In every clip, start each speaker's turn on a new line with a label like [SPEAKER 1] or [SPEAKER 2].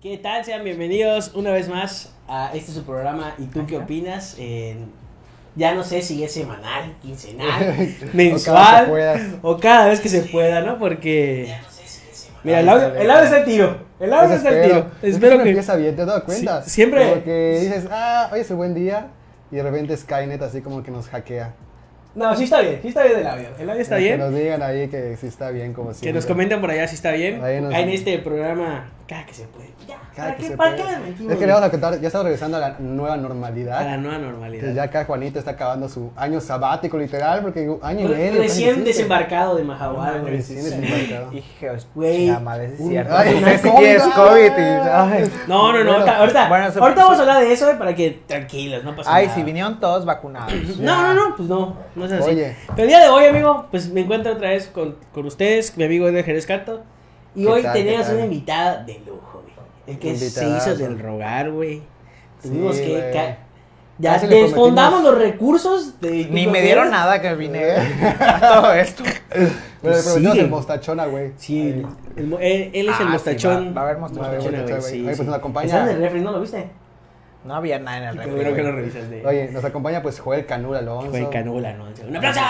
[SPEAKER 1] ¿Qué tal? Sean bienvenidos una vez más a este su programa ¿Y tú qué opinas? En- ya no sé si es semanal, quincenal,
[SPEAKER 2] Ojalá Pues que
[SPEAKER 1] mensual
[SPEAKER 2] puedas.
[SPEAKER 1] o cada vez que se pueda, ¿no? Porque... Mira, el
[SPEAKER 2] Ándale,
[SPEAKER 1] audio, el audio
[SPEAKER 2] ándale.
[SPEAKER 1] está al tiro. El audio
[SPEAKER 2] Eso
[SPEAKER 1] está al tiro.
[SPEAKER 2] Es que
[SPEAKER 1] Espero
[SPEAKER 2] siempre
[SPEAKER 1] que...
[SPEAKER 2] empieza bien, ¿te has dado cuenta?
[SPEAKER 1] Sí, siempre-
[SPEAKER 2] Como que dices, ah, hoy es un buen día, y de repente Skynet así como que nos hackea.
[SPEAKER 1] No, sí está bien, sí está bien el audio. El audio está
[SPEAKER 2] Eh,
[SPEAKER 1] bien.
[SPEAKER 2] Que nos digan ahí que sí está bien, como siempre.
[SPEAKER 1] Que nos comenten por allá si está bien.
[SPEAKER 2] Ahí nos-
[SPEAKER 1] En este programa, cada que se puede. Ya,
[SPEAKER 2] Cada
[SPEAKER 1] ¿para
[SPEAKER 2] que
[SPEAKER 1] qué-
[SPEAKER 2] se
[SPEAKER 1] para
[SPEAKER 2] pueda.
[SPEAKER 1] qué le metimos?
[SPEAKER 2] Es que le vamos a contar, ya estamos regresando a la nueva
[SPEAKER 1] A la
[SPEAKER 2] normalidad.
[SPEAKER 1] nueva
[SPEAKER 2] Que
[SPEAKER 1] normalidad.
[SPEAKER 2] ya acá Juanito está acabando su año sabático, literal, porque un año y
[SPEAKER 1] Re-
[SPEAKER 2] medio. pues,
[SPEAKER 1] Recién
[SPEAKER 2] casi siete.
[SPEAKER 1] desembarcado de Mahahual, güey.
[SPEAKER 2] Recién desembarcado.
[SPEAKER 3] Hijos,
[SPEAKER 1] Güey.
[SPEAKER 3] la madre, es
[SPEAKER 2] Un-
[SPEAKER 3] cierto.
[SPEAKER 2] Ay,
[SPEAKER 3] Ay,
[SPEAKER 2] no es
[SPEAKER 3] si
[SPEAKER 2] COVID.
[SPEAKER 3] quieres COVID. y- ay.
[SPEAKER 1] No, no, no,
[SPEAKER 2] Bueno,
[SPEAKER 1] ahorita, ahorita,
[SPEAKER 3] bueno, eso-
[SPEAKER 1] ahorita vamos a hablar de eso, güey, para que tranquilos, no pasa
[SPEAKER 3] Ay,
[SPEAKER 1] nada.
[SPEAKER 3] si vinieron todos vacunados.
[SPEAKER 1] No, no, no, pues no, no es así.
[SPEAKER 2] Oye.
[SPEAKER 1] Pero el día de hoy, amigo, pues me encuentro otra vez con, con ustedes, mi amigo Edgar Jerez Canto. Y
[SPEAKER 2] ¿Qué
[SPEAKER 1] hoy
[SPEAKER 2] tal, qué
[SPEAKER 1] tenemos
[SPEAKER 2] tal?
[SPEAKER 1] una invitada de lujo, güey. El que se
[SPEAKER 2] Invitadazo.
[SPEAKER 1] hizo del rogar, güey.
[SPEAKER 2] Sí,
[SPEAKER 1] Tuvimos que...
[SPEAKER 2] güey.
[SPEAKER 1] ca- Ya
[SPEAKER 2] Casi le
[SPEAKER 1] desfondamos
[SPEAKER 2] prometimos-
[SPEAKER 1] los recursos de...
[SPEAKER 3] Ni me dieron nada que vine a todo esto.
[SPEAKER 2] Pero le
[SPEAKER 1] Pues
[SPEAKER 2] prometimos
[SPEAKER 1] sí.
[SPEAKER 2] el mostachona, güey.
[SPEAKER 1] Sí,
[SPEAKER 2] Ahí.
[SPEAKER 1] el mo- él, él es
[SPEAKER 3] Ah,
[SPEAKER 1] el
[SPEAKER 3] sí,
[SPEAKER 1] mostachón.
[SPEAKER 3] va- va a haber mostachón.
[SPEAKER 2] Va a haber
[SPEAKER 1] Mostachón, güey,
[SPEAKER 2] mostachón, güey. Oye, pues nos acompaña-
[SPEAKER 1] Está en el refri, ¿no lo viste?
[SPEAKER 3] No había nada en el
[SPEAKER 1] Qué
[SPEAKER 3] refri.
[SPEAKER 1] bueno que lo
[SPEAKER 3] güey.
[SPEAKER 1] revisaste.
[SPEAKER 2] Oye, nos acompaña pues Joel Canul Alonso.
[SPEAKER 1] Fue Canula, ¿no? ¡Un aplauso!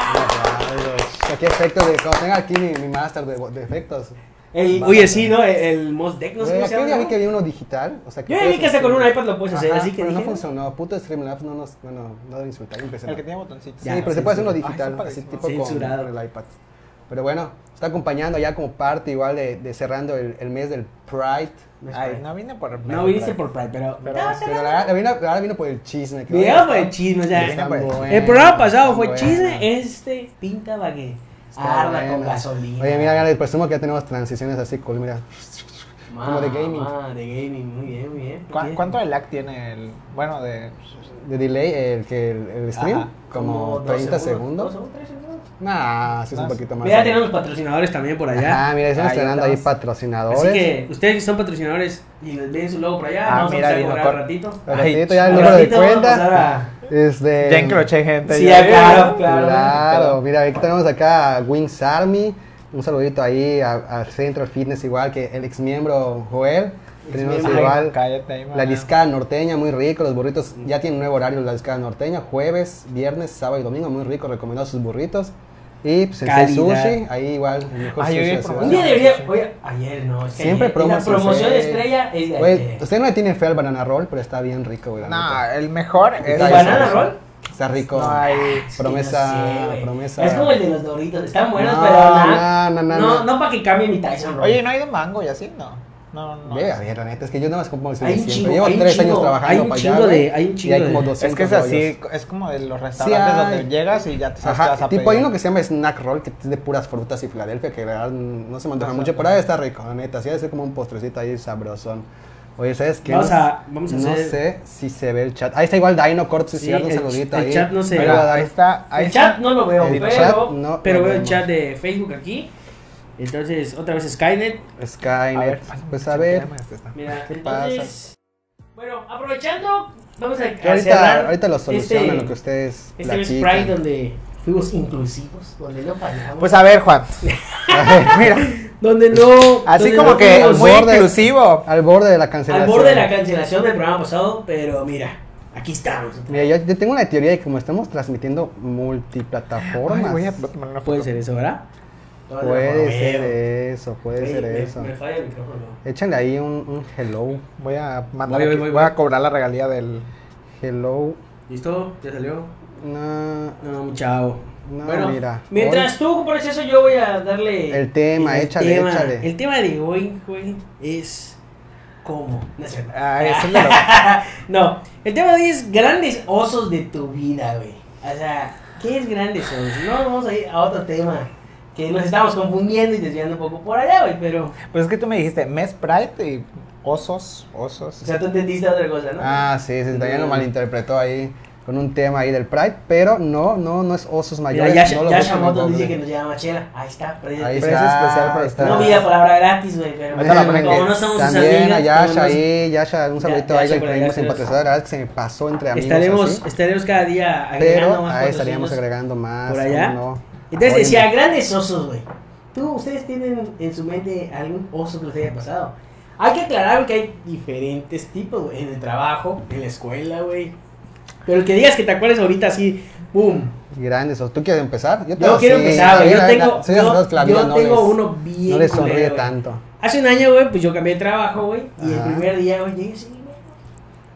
[SPEAKER 2] Aquí efectos de. Cuando tenga aquí mi, mi máster de, de efectos.
[SPEAKER 1] Ey,
[SPEAKER 2] Va,
[SPEAKER 1] oye,
[SPEAKER 2] va,
[SPEAKER 1] sí,
[SPEAKER 2] va.
[SPEAKER 1] ¿no? El, el Mos Dec, no sé
[SPEAKER 2] Güey,
[SPEAKER 1] cómo se
[SPEAKER 2] aquel día vi
[SPEAKER 1] llama.
[SPEAKER 2] que
[SPEAKER 1] ¿no?
[SPEAKER 2] había uno digital. O sea, que
[SPEAKER 1] Yo ya
[SPEAKER 2] puedes
[SPEAKER 1] vi que hasta con un
[SPEAKER 2] hacer-
[SPEAKER 1] iPad lo puedes hacer,
[SPEAKER 2] Ajá,
[SPEAKER 1] así que
[SPEAKER 2] pero
[SPEAKER 1] dije, "Ah".
[SPEAKER 2] no funcionó. Puto Streamlabs no nos. Bueno, no debe insultar. Empecé.
[SPEAKER 3] El que
[SPEAKER 2] sí,
[SPEAKER 3] tenía botoncito.
[SPEAKER 1] Ya,
[SPEAKER 2] pero se puede hacer uno
[SPEAKER 1] censurado.
[SPEAKER 2] digital,
[SPEAKER 3] Ay, está
[SPEAKER 2] así tipo
[SPEAKER 3] padrísimo.
[SPEAKER 2] con,
[SPEAKER 1] Censurado.
[SPEAKER 2] con el iPad. Pero bueno, está acompañando ya como parte igual de, de cerrando el, el mes del Pride.
[SPEAKER 3] Ay, no vine por.
[SPEAKER 1] No viniste por Pride, pero...
[SPEAKER 3] Pero-
[SPEAKER 1] No, se
[SPEAKER 2] Pero
[SPEAKER 1] va-
[SPEAKER 2] la verdad, la vino- la verdad vino por el chisme. que
[SPEAKER 1] Video
[SPEAKER 2] vaya,
[SPEAKER 1] fue chisme, o sea...
[SPEAKER 2] Está
[SPEAKER 3] pues.
[SPEAKER 2] bueno,
[SPEAKER 1] El programa pasado
[SPEAKER 2] está
[SPEAKER 1] fue
[SPEAKER 2] bueno.
[SPEAKER 1] chisme, este pinta para que
[SPEAKER 2] Está
[SPEAKER 1] arda con
[SPEAKER 2] bueno.
[SPEAKER 1] gasolina.
[SPEAKER 2] Oye, mira, mira, les presumo que ya tenemos transiciones así cool, mira. como de gaming.
[SPEAKER 1] Ah, de gaming, muy bien, muy bien.
[SPEAKER 3] ¿Cu-
[SPEAKER 1] Bien.
[SPEAKER 3] ¿Cuánto de lag tiene el. Bueno, de.
[SPEAKER 2] De delay, el que el, el stream,
[SPEAKER 3] Ajá,
[SPEAKER 2] como
[SPEAKER 1] dos
[SPEAKER 2] 30
[SPEAKER 1] dos
[SPEAKER 2] segundos.
[SPEAKER 1] segundos, tres segundos.
[SPEAKER 2] Nah, sí es un
[SPEAKER 3] Más.
[SPEAKER 2] poquito más.
[SPEAKER 1] Mira, tenemos patrocinadores también por allá.
[SPEAKER 2] Ah, mira, están
[SPEAKER 3] Ahí
[SPEAKER 2] estrenando ahí
[SPEAKER 3] estamos.
[SPEAKER 2] patrocinadores.
[SPEAKER 1] Así que ustedes que son patrocinadores y les ven su logo por allá,
[SPEAKER 3] Ah,
[SPEAKER 1] vamos
[SPEAKER 3] mira,
[SPEAKER 1] a empezar a
[SPEAKER 3] vino
[SPEAKER 1] cobrar
[SPEAKER 3] con-
[SPEAKER 1] un ratito.
[SPEAKER 2] Al
[SPEAKER 3] Ay,
[SPEAKER 2] ratito ya el
[SPEAKER 1] Al
[SPEAKER 2] número de
[SPEAKER 1] ratito vamos a pasar
[SPEAKER 2] cuenta.
[SPEAKER 1] a-
[SPEAKER 2] Este,
[SPEAKER 3] Ya encroché gente.
[SPEAKER 1] Sí,
[SPEAKER 3] ya.
[SPEAKER 1] ya, claro,
[SPEAKER 2] Claro,
[SPEAKER 1] claro.
[SPEAKER 2] mira, aquí tenemos acá a Wings Army. Un saludito ahí a- al Centro Fitness, igual que el ex miembro Joel. Tenemos
[SPEAKER 1] Exmiembro.
[SPEAKER 2] igual
[SPEAKER 3] Ay, cállate ahí,
[SPEAKER 2] la
[SPEAKER 3] maná.
[SPEAKER 2] liscada norteña, muy rico. Los burritos ya tienen nuevo horario, la liscada norteña. Jueves, viernes, sábado y domingo, muy rico. Recomendado sus burritos. Y pues, Sensei
[SPEAKER 1] Calidad.
[SPEAKER 2] Sushi, ahí igual. el mejor
[SPEAKER 3] Ay,
[SPEAKER 2] sushi
[SPEAKER 3] oye,
[SPEAKER 2] de Ciudad.
[SPEAKER 1] Un día debería. Oye, ayer no. Es que
[SPEAKER 2] Siempre
[SPEAKER 1] ayer, La
[SPEAKER 2] promos
[SPEAKER 1] promoción
[SPEAKER 2] Sensei.
[SPEAKER 1] estrella es de
[SPEAKER 2] Güey,
[SPEAKER 1] ayer.
[SPEAKER 2] usted no le tiene fe al banana roll, pero está bien rico, güey. la
[SPEAKER 3] No,
[SPEAKER 2] neta.
[SPEAKER 3] el mejor
[SPEAKER 2] ¿El
[SPEAKER 3] es.
[SPEAKER 2] está
[SPEAKER 1] banana
[SPEAKER 2] sabroso.
[SPEAKER 1] roll?
[SPEAKER 2] Está rico.
[SPEAKER 3] No hay.
[SPEAKER 1] Es que
[SPEAKER 2] ah, Promesa,
[SPEAKER 1] no sé, güey.
[SPEAKER 2] promesa.
[SPEAKER 1] Es como el de los doritos. Están buenos,
[SPEAKER 2] No,
[SPEAKER 1] pero. na-
[SPEAKER 2] no, no,
[SPEAKER 1] No,
[SPEAKER 2] no.
[SPEAKER 1] no para que cambie mi Tyson roll.
[SPEAKER 3] Oye, no hay de mango y así, no. No, no.
[SPEAKER 2] Ve, a ver, la neta, es que yo nada más como
[SPEAKER 1] Hay un chingo,
[SPEAKER 2] Llevo
[SPEAKER 1] hay un
[SPEAKER 2] tres
[SPEAKER 1] chingo,
[SPEAKER 2] años trabajando
[SPEAKER 1] hay un
[SPEAKER 2] para
[SPEAKER 1] chingo
[SPEAKER 2] allá, güey,
[SPEAKER 1] de- hay un
[SPEAKER 2] y
[SPEAKER 1] chingo de-
[SPEAKER 2] como
[SPEAKER 1] Es
[SPEAKER 3] Es
[SPEAKER 2] 200
[SPEAKER 3] que es así,
[SPEAKER 2] rollos.
[SPEAKER 3] es como de los restaurantes
[SPEAKER 2] hay.
[SPEAKER 3] donde llegas y ya te sabes que vas
[SPEAKER 2] Ajá,
[SPEAKER 3] a
[SPEAKER 2] tipo hay
[SPEAKER 3] pedir.
[SPEAKER 2] uno que se llama snack roll que es de puras frutas y Filadelfia que la verdad, no se me antoja
[SPEAKER 3] Ajá.
[SPEAKER 2] mucho, pero ahí está rico, la neta, sí debe ser como un postrecito ahí sabrosón. Oye, ¿sabes qué?
[SPEAKER 1] Vamos
[SPEAKER 2] No-
[SPEAKER 1] a- vamos a
[SPEAKER 2] no
[SPEAKER 1] hacer-
[SPEAKER 2] sé si se ve el chat. Ahí está igual Dino Corp, si
[SPEAKER 1] Sí,
[SPEAKER 2] sí, un
[SPEAKER 1] el-
[SPEAKER 2] saludito
[SPEAKER 1] el
[SPEAKER 2] ahí.
[SPEAKER 1] chat no se
[SPEAKER 2] Ahí va
[SPEAKER 1] ve.
[SPEAKER 2] a dar-
[SPEAKER 3] Ahí está, ahí
[SPEAKER 1] El
[SPEAKER 3] está.
[SPEAKER 1] chat no lo veo,
[SPEAKER 2] El
[SPEAKER 1] pero,
[SPEAKER 2] chat no
[SPEAKER 1] pero
[SPEAKER 2] lo
[SPEAKER 1] veo el
[SPEAKER 2] vemos.
[SPEAKER 1] chat de Facebook aquí. Entonces, otra vez Skynet.
[SPEAKER 2] Skynet.
[SPEAKER 3] A ver,
[SPEAKER 2] pues a ver.
[SPEAKER 3] este.
[SPEAKER 1] Mira,
[SPEAKER 2] pasa?
[SPEAKER 1] entonces. Bueno, aprovechando, vamos a,
[SPEAKER 2] que
[SPEAKER 1] a cerrar
[SPEAKER 2] ahorita, ahorita lo solucionan
[SPEAKER 1] este-
[SPEAKER 2] lo que ustedes
[SPEAKER 1] Este es
[SPEAKER 2] platican.
[SPEAKER 1] Pride donde fuimos inclusivos, donde no fallamos.
[SPEAKER 3] Pues a ver, Juan. Mira,
[SPEAKER 1] donde no.
[SPEAKER 3] así
[SPEAKER 1] donde
[SPEAKER 3] como
[SPEAKER 1] no
[SPEAKER 3] que
[SPEAKER 1] fuimos
[SPEAKER 3] muy
[SPEAKER 2] borde.
[SPEAKER 3] inclusivo.
[SPEAKER 2] Al borde de la cancelación.
[SPEAKER 1] al borde de la cancelación del programa pasado, pero mira, aquí estamos.
[SPEAKER 2] Mira, yo, yo tengo una teoría de que como estamos transmitiendo multiplataformas,
[SPEAKER 3] Ay, voy a tomar una
[SPEAKER 1] Puede
[SPEAKER 3] foto.
[SPEAKER 1] ser eso, ¿verdad?
[SPEAKER 2] puede ser eso, puede
[SPEAKER 1] Oye,
[SPEAKER 2] ser
[SPEAKER 1] me-
[SPEAKER 2] eso.
[SPEAKER 1] Me falla el micrófono.
[SPEAKER 2] Échale ahí un, un hello,
[SPEAKER 3] Voy a mandar.
[SPEAKER 1] Voy, voy,
[SPEAKER 3] aquí-
[SPEAKER 1] voy,
[SPEAKER 3] voy
[SPEAKER 1] voy.
[SPEAKER 3] a cobrar la regalía del.
[SPEAKER 2] hello,
[SPEAKER 1] ¿Listo? ¿Ya salió?
[SPEAKER 2] na-
[SPEAKER 1] No, chao.
[SPEAKER 2] No,
[SPEAKER 1] bueno,
[SPEAKER 2] mira,
[SPEAKER 1] mientras tú compras eso, yo voy a darle.
[SPEAKER 2] El tema, échale,
[SPEAKER 1] tema.
[SPEAKER 2] échale.
[SPEAKER 1] El tema de hoy, güey, es. ¿Cómo? No, es cierto.
[SPEAKER 3] Ah, es el de lo-
[SPEAKER 1] No, el tema de hoy es grandes osos de tu vida, güey. O sea, ¿qué es grandes osos? No, vamos a ir a otro tema que nos estamos confundiendo y desviando un poco por allá, güey, pero.
[SPEAKER 3] Pues es que tú me dijiste mes Pride y osos, osos.
[SPEAKER 1] O sea, tú entendiste otra cosa, ¿no?
[SPEAKER 2] Ah, sí, sí, también lo
[SPEAKER 1] Mm.
[SPEAKER 2] malinterpretó ahí con un tema ahí del Pride, pero no, no, no es osos
[SPEAKER 1] Mira,
[SPEAKER 2] mayores.
[SPEAKER 1] ya,
[SPEAKER 2] no lo
[SPEAKER 1] ya
[SPEAKER 2] busquen en
[SPEAKER 1] Shamoto
[SPEAKER 2] Google.
[SPEAKER 1] dice que nos llama Chela. Ahí está, perdida.
[SPEAKER 2] Ahí
[SPEAKER 3] Pero
[SPEAKER 2] está,
[SPEAKER 3] es especial para ustedes.
[SPEAKER 1] No vi la palabra gratis, güey, pero
[SPEAKER 3] Ahorita la ponen
[SPEAKER 1] como
[SPEAKER 3] que
[SPEAKER 1] no somos sus
[SPEAKER 2] También
[SPEAKER 1] amigas,
[SPEAKER 2] a Yasha
[SPEAKER 1] como no-
[SPEAKER 2] ahí, Yasha, un saludito
[SPEAKER 1] Ya-
[SPEAKER 2] ahí
[SPEAKER 1] Yasha
[SPEAKER 2] que
[SPEAKER 1] por allá,
[SPEAKER 2] traímos en
[SPEAKER 1] gracias.
[SPEAKER 2] patrocinador, la verdad es que se me pasó entre amigos
[SPEAKER 1] estaremos,
[SPEAKER 2] así,
[SPEAKER 1] estaremos cada día agregando
[SPEAKER 2] pero
[SPEAKER 1] más
[SPEAKER 2] ahí estaríamos
[SPEAKER 1] patrocinios.
[SPEAKER 2] agregando más.
[SPEAKER 1] por allá.
[SPEAKER 2] ¿cómo no?
[SPEAKER 1] Entonces
[SPEAKER 2] Ahora
[SPEAKER 1] decía, grandes osos, güey. ¿Tú, ustedes tienen en su mente algún oso que les haya pasado? Hay que aclarar que hay diferentes tipos, güey. En el trabajo, en la escuela, güey. Pero el que digas que te acuerdes ahorita así, boom.
[SPEAKER 2] Grandes. ¿O ¿Tú quieres empezar?
[SPEAKER 1] Yo quiero empezar, güey. Yo tengo,
[SPEAKER 2] Sí,
[SPEAKER 1] yo-
[SPEAKER 2] las clavillas
[SPEAKER 1] yo
[SPEAKER 2] no
[SPEAKER 1] tengo
[SPEAKER 2] les-
[SPEAKER 1] uno bien.
[SPEAKER 2] No le
[SPEAKER 1] culero,
[SPEAKER 2] sonríe
[SPEAKER 1] güey.
[SPEAKER 2] tanto.
[SPEAKER 1] Hace un año, güey, pues yo cambié de trabajo, güey. Y el
[SPEAKER 2] Ajá.
[SPEAKER 1] primer día, güey, llegué así, güey.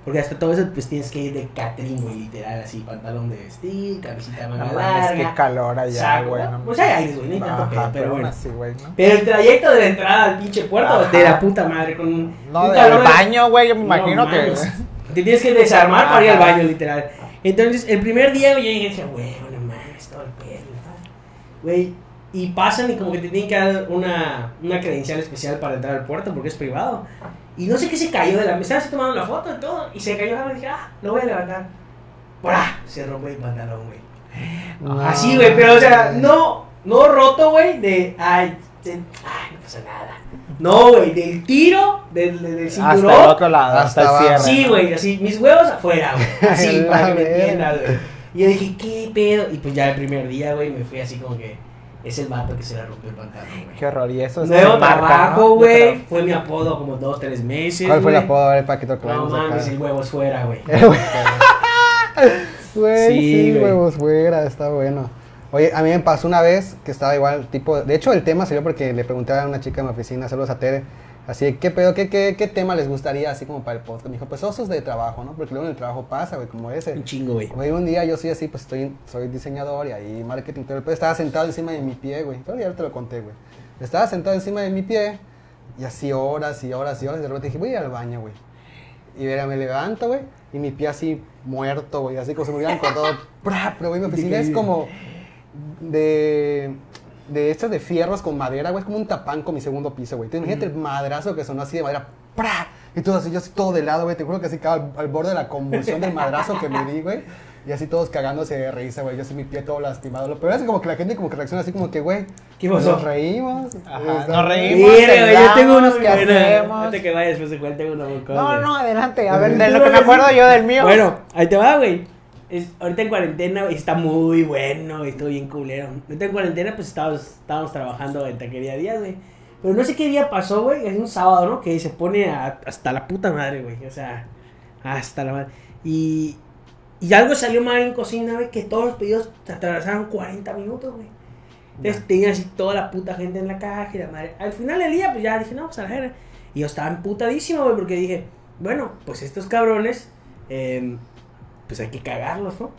[SPEAKER 1] Porque hasta todo eso, pues tienes que ir de Catrín, güey, literal, así, pantalón de vestir, camisita de
[SPEAKER 3] No
[SPEAKER 1] manga
[SPEAKER 2] Ah,
[SPEAKER 3] mames,
[SPEAKER 1] larga.
[SPEAKER 3] qué calor allá,
[SPEAKER 1] saco,
[SPEAKER 3] güey.
[SPEAKER 1] ¿no?
[SPEAKER 3] no
[SPEAKER 1] Pues
[SPEAKER 3] mames.
[SPEAKER 1] hay aire, güey, ni tanto
[SPEAKER 3] Ajá,
[SPEAKER 1] pedo, pero
[SPEAKER 3] aún
[SPEAKER 1] bueno.
[SPEAKER 3] así, güey, ¿no?
[SPEAKER 1] Pero el trayecto de la entrada al pinche puerto
[SPEAKER 3] Ajá.
[SPEAKER 1] de la puta madre con un,
[SPEAKER 3] No,
[SPEAKER 1] un
[SPEAKER 3] del
[SPEAKER 1] calor de-
[SPEAKER 3] baño, güey, yo me
[SPEAKER 1] No
[SPEAKER 3] imagino que...
[SPEAKER 1] mames. Te tienes que desarmar para ir al
[SPEAKER 3] Ajá.
[SPEAKER 1] baño, literal. Entonces, el primer día, güey, yo dije, decía, güey, no mames, todo el pedo. ¿no? Güey, y pasan y como que te tienen que dar una, una credencial especial para entrar al puerto porque es privado. Y no sé qué se cayó de la mesa, se tomaron la foto y todo, y se cayó la mesa y dije, ah, lo voy a levantar. ¡Para! Se rompe el pantalón, güey.
[SPEAKER 2] No,
[SPEAKER 1] Así, Ah, güey, pero o sea, no, no roto, güey, de, ay, de- ay, no pasa nada. No, güey, del tiro, del, del, del
[SPEAKER 3] Hasta el
[SPEAKER 1] cinturón.
[SPEAKER 3] otro lado,
[SPEAKER 2] Hasta
[SPEAKER 3] hasta,
[SPEAKER 2] abajo.
[SPEAKER 3] el cierre.
[SPEAKER 1] Sí, güey, así, mis huevos afuera, güey. Así,
[SPEAKER 2] La
[SPEAKER 1] para que me
[SPEAKER 2] verga.
[SPEAKER 1] entiendas, güey. Y yo dije, ¿qué pedo? Y pues ya el primer día, güey, me fui así como que es el vato que se le rompió el pantalón, güey.
[SPEAKER 3] Qué horror, y eso es
[SPEAKER 1] Nuevo
[SPEAKER 3] de marca,
[SPEAKER 1] trabajo,
[SPEAKER 3] ¿no?
[SPEAKER 1] güey.
[SPEAKER 3] De
[SPEAKER 1] Fue mi apodo como dos, tres meses.
[SPEAKER 2] ¿Cuál fue el
[SPEAKER 1] güey.
[SPEAKER 2] apodo? A ver, para que te
[SPEAKER 1] No
[SPEAKER 2] aclaremos acá.
[SPEAKER 1] mames, el huevo es fuera, güey.
[SPEAKER 2] Güey,
[SPEAKER 1] Sí,
[SPEAKER 2] sí,
[SPEAKER 1] güey.
[SPEAKER 2] huevos fuera, está bueno. Oye, a mí me pasó una vez que estaba igual, tipo, de hecho el tema salió porque le pregunté a una chica de mi oficina, saludos a Tere, así, de, ¿qué pedo, qué, qué, qué tema les gustaría así como para el podcast? Me dijo, pues osos de trabajo, ¿no? Porque luego en el trabajo pasa, güey, como ese.
[SPEAKER 1] Un chingo, güey.
[SPEAKER 2] Güey, un día yo soy así, pues estoy, soy diseñador y ahí marketing, pero pues, estaba sentado encima de mi pie, güey. Creo que ya te lo conté, güey. Estaba sentado encima de mi pie y así horas y horas y horas. Y de repente dije, voy a ir al baño, güey. Y verá, me levanto, güey. Y mi pie así muerto, güey. Así como se me hubieran cortado. ¡Pra! Pero, güey, mi oficina es como de. De estas de fierros con madera, güey. Es como un tapán con mi segundo piso, güey. Entonces, imagínate el madrazo que sonó así de madera. ¡Pra! Y todo así, yo así todo de lado, güey. Te juro que así quedaba al, al borde de la convulsión del madrazo que me di, güey. Y así todos cagándose de risa, güey. Yo así mi pie todo lastimado. Lo peor es como que la gente como que reacciona así como que, güey.
[SPEAKER 1] ¿Qué pasó?
[SPEAKER 2] Nos reímos.
[SPEAKER 3] Ajá,
[SPEAKER 2] Está-
[SPEAKER 3] nos reímos.
[SPEAKER 1] Mira, güey, yo
[SPEAKER 3] Vamos,
[SPEAKER 1] tengo unos
[SPEAKER 3] ¿qué
[SPEAKER 1] que hacemos.
[SPEAKER 3] hacemos?
[SPEAKER 1] Antes que vayas, después de cuál tengo uno muy
[SPEAKER 3] todo. No,
[SPEAKER 1] cómodo.
[SPEAKER 3] no, adelante. A ver, de lo que me acuerdo yo del mío.
[SPEAKER 1] Bueno, ahí te va, güey. Es- ahorita en cuarentena, güey, está muy bueno, güey, estuvo bien culero. Ahorita en cuarentena, pues estábamos, estábamos trabajando en taquería días, güey. Pero no sé qué día pasó, güey, es un sábado, ¿no? Que se pone a- hasta la puta madre, güey. O sea, hasta la madre. Y, y algo salió mal en cocina, güey, que todos los pedidos se atrasaron 40 minutos, güey. Entonces tenía así toda la puta gente en la caja y la madre. Al final del día, pues ya dije, no, pues a la verga. Y yo estaba emputadísimo, güey, porque dije, bueno, pues estos cabrones, eh, pues hay que cagarlos, ¿no?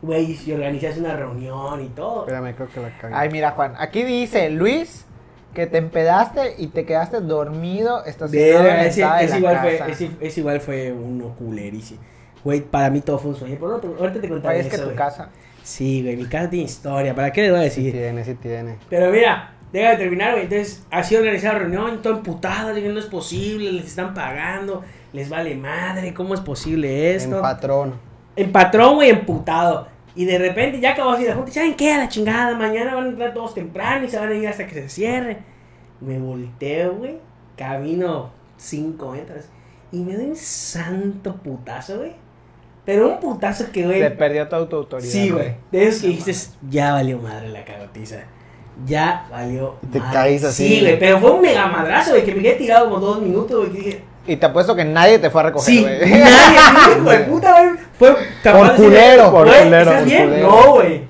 [SPEAKER 1] Güey, si organizas una reunión y todo.
[SPEAKER 2] Espérame, creo que la cagué.
[SPEAKER 3] Ay, mira, Juan, aquí dice Luis que te empedaste y te quedaste dormido estacionado pues, en
[SPEAKER 1] Verga,
[SPEAKER 3] la
[SPEAKER 1] ese,
[SPEAKER 3] entrada de
[SPEAKER 1] ese
[SPEAKER 3] la
[SPEAKER 1] igual
[SPEAKER 3] casa.
[SPEAKER 1] fue, ese, ese igual fue uno culerísimo. Güey, para mí todo fue un sueño. Por otro, ahorita te contaré
[SPEAKER 3] Oye, es que
[SPEAKER 1] eso,
[SPEAKER 3] tu
[SPEAKER 1] güey.
[SPEAKER 3] casa.
[SPEAKER 1] Sí, güey, mi casa tiene historia. ¿Para qué le voy a
[SPEAKER 2] Sí
[SPEAKER 1] decir?
[SPEAKER 2] tiene, sí tiene.
[SPEAKER 1] Pero mira, deja de terminar, güey. Entonces, así organizada la reunión, todo emputado, dije, no es posible, les están pagando, les vale madre, ¿cómo es posible
[SPEAKER 2] En
[SPEAKER 1] esto?
[SPEAKER 2] patrón.
[SPEAKER 1] En patrón, güey, emputado. Y de repente ya acabó así la junta, ¿saben qué? A la chingada, mañana van a entrar todos temprano y se van a ir hasta que se cierre. Me volteo, güey, camino cinco metros y me doy un santo putazo, güey. Pero un putazo que, güey,
[SPEAKER 3] Se perdió toda tu autoridad.
[SPEAKER 1] Sí, güey. De esos que dijiste, ya valió madre la cagotiza. Ya valió.
[SPEAKER 2] Y te
[SPEAKER 1] madre.
[SPEAKER 2] caes así.
[SPEAKER 1] Sí, güey, pero fue un mega madrazo, güey, que me quedé tirado como dos minutos, güey. que dije,
[SPEAKER 3] Y te apuesto que nadie te fue a recoger,
[SPEAKER 1] sí,
[SPEAKER 3] güey.
[SPEAKER 1] nadie, hijo de puta, güey. Fue capaz
[SPEAKER 2] Por
[SPEAKER 1] de decirle,
[SPEAKER 2] culero, por
[SPEAKER 1] "Güey,
[SPEAKER 2] culero,
[SPEAKER 1] ¿Estás
[SPEAKER 2] por
[SPEAKER 1] bien?
[SPEAKER 2] culero.
[SPEAKER 1] No, güey.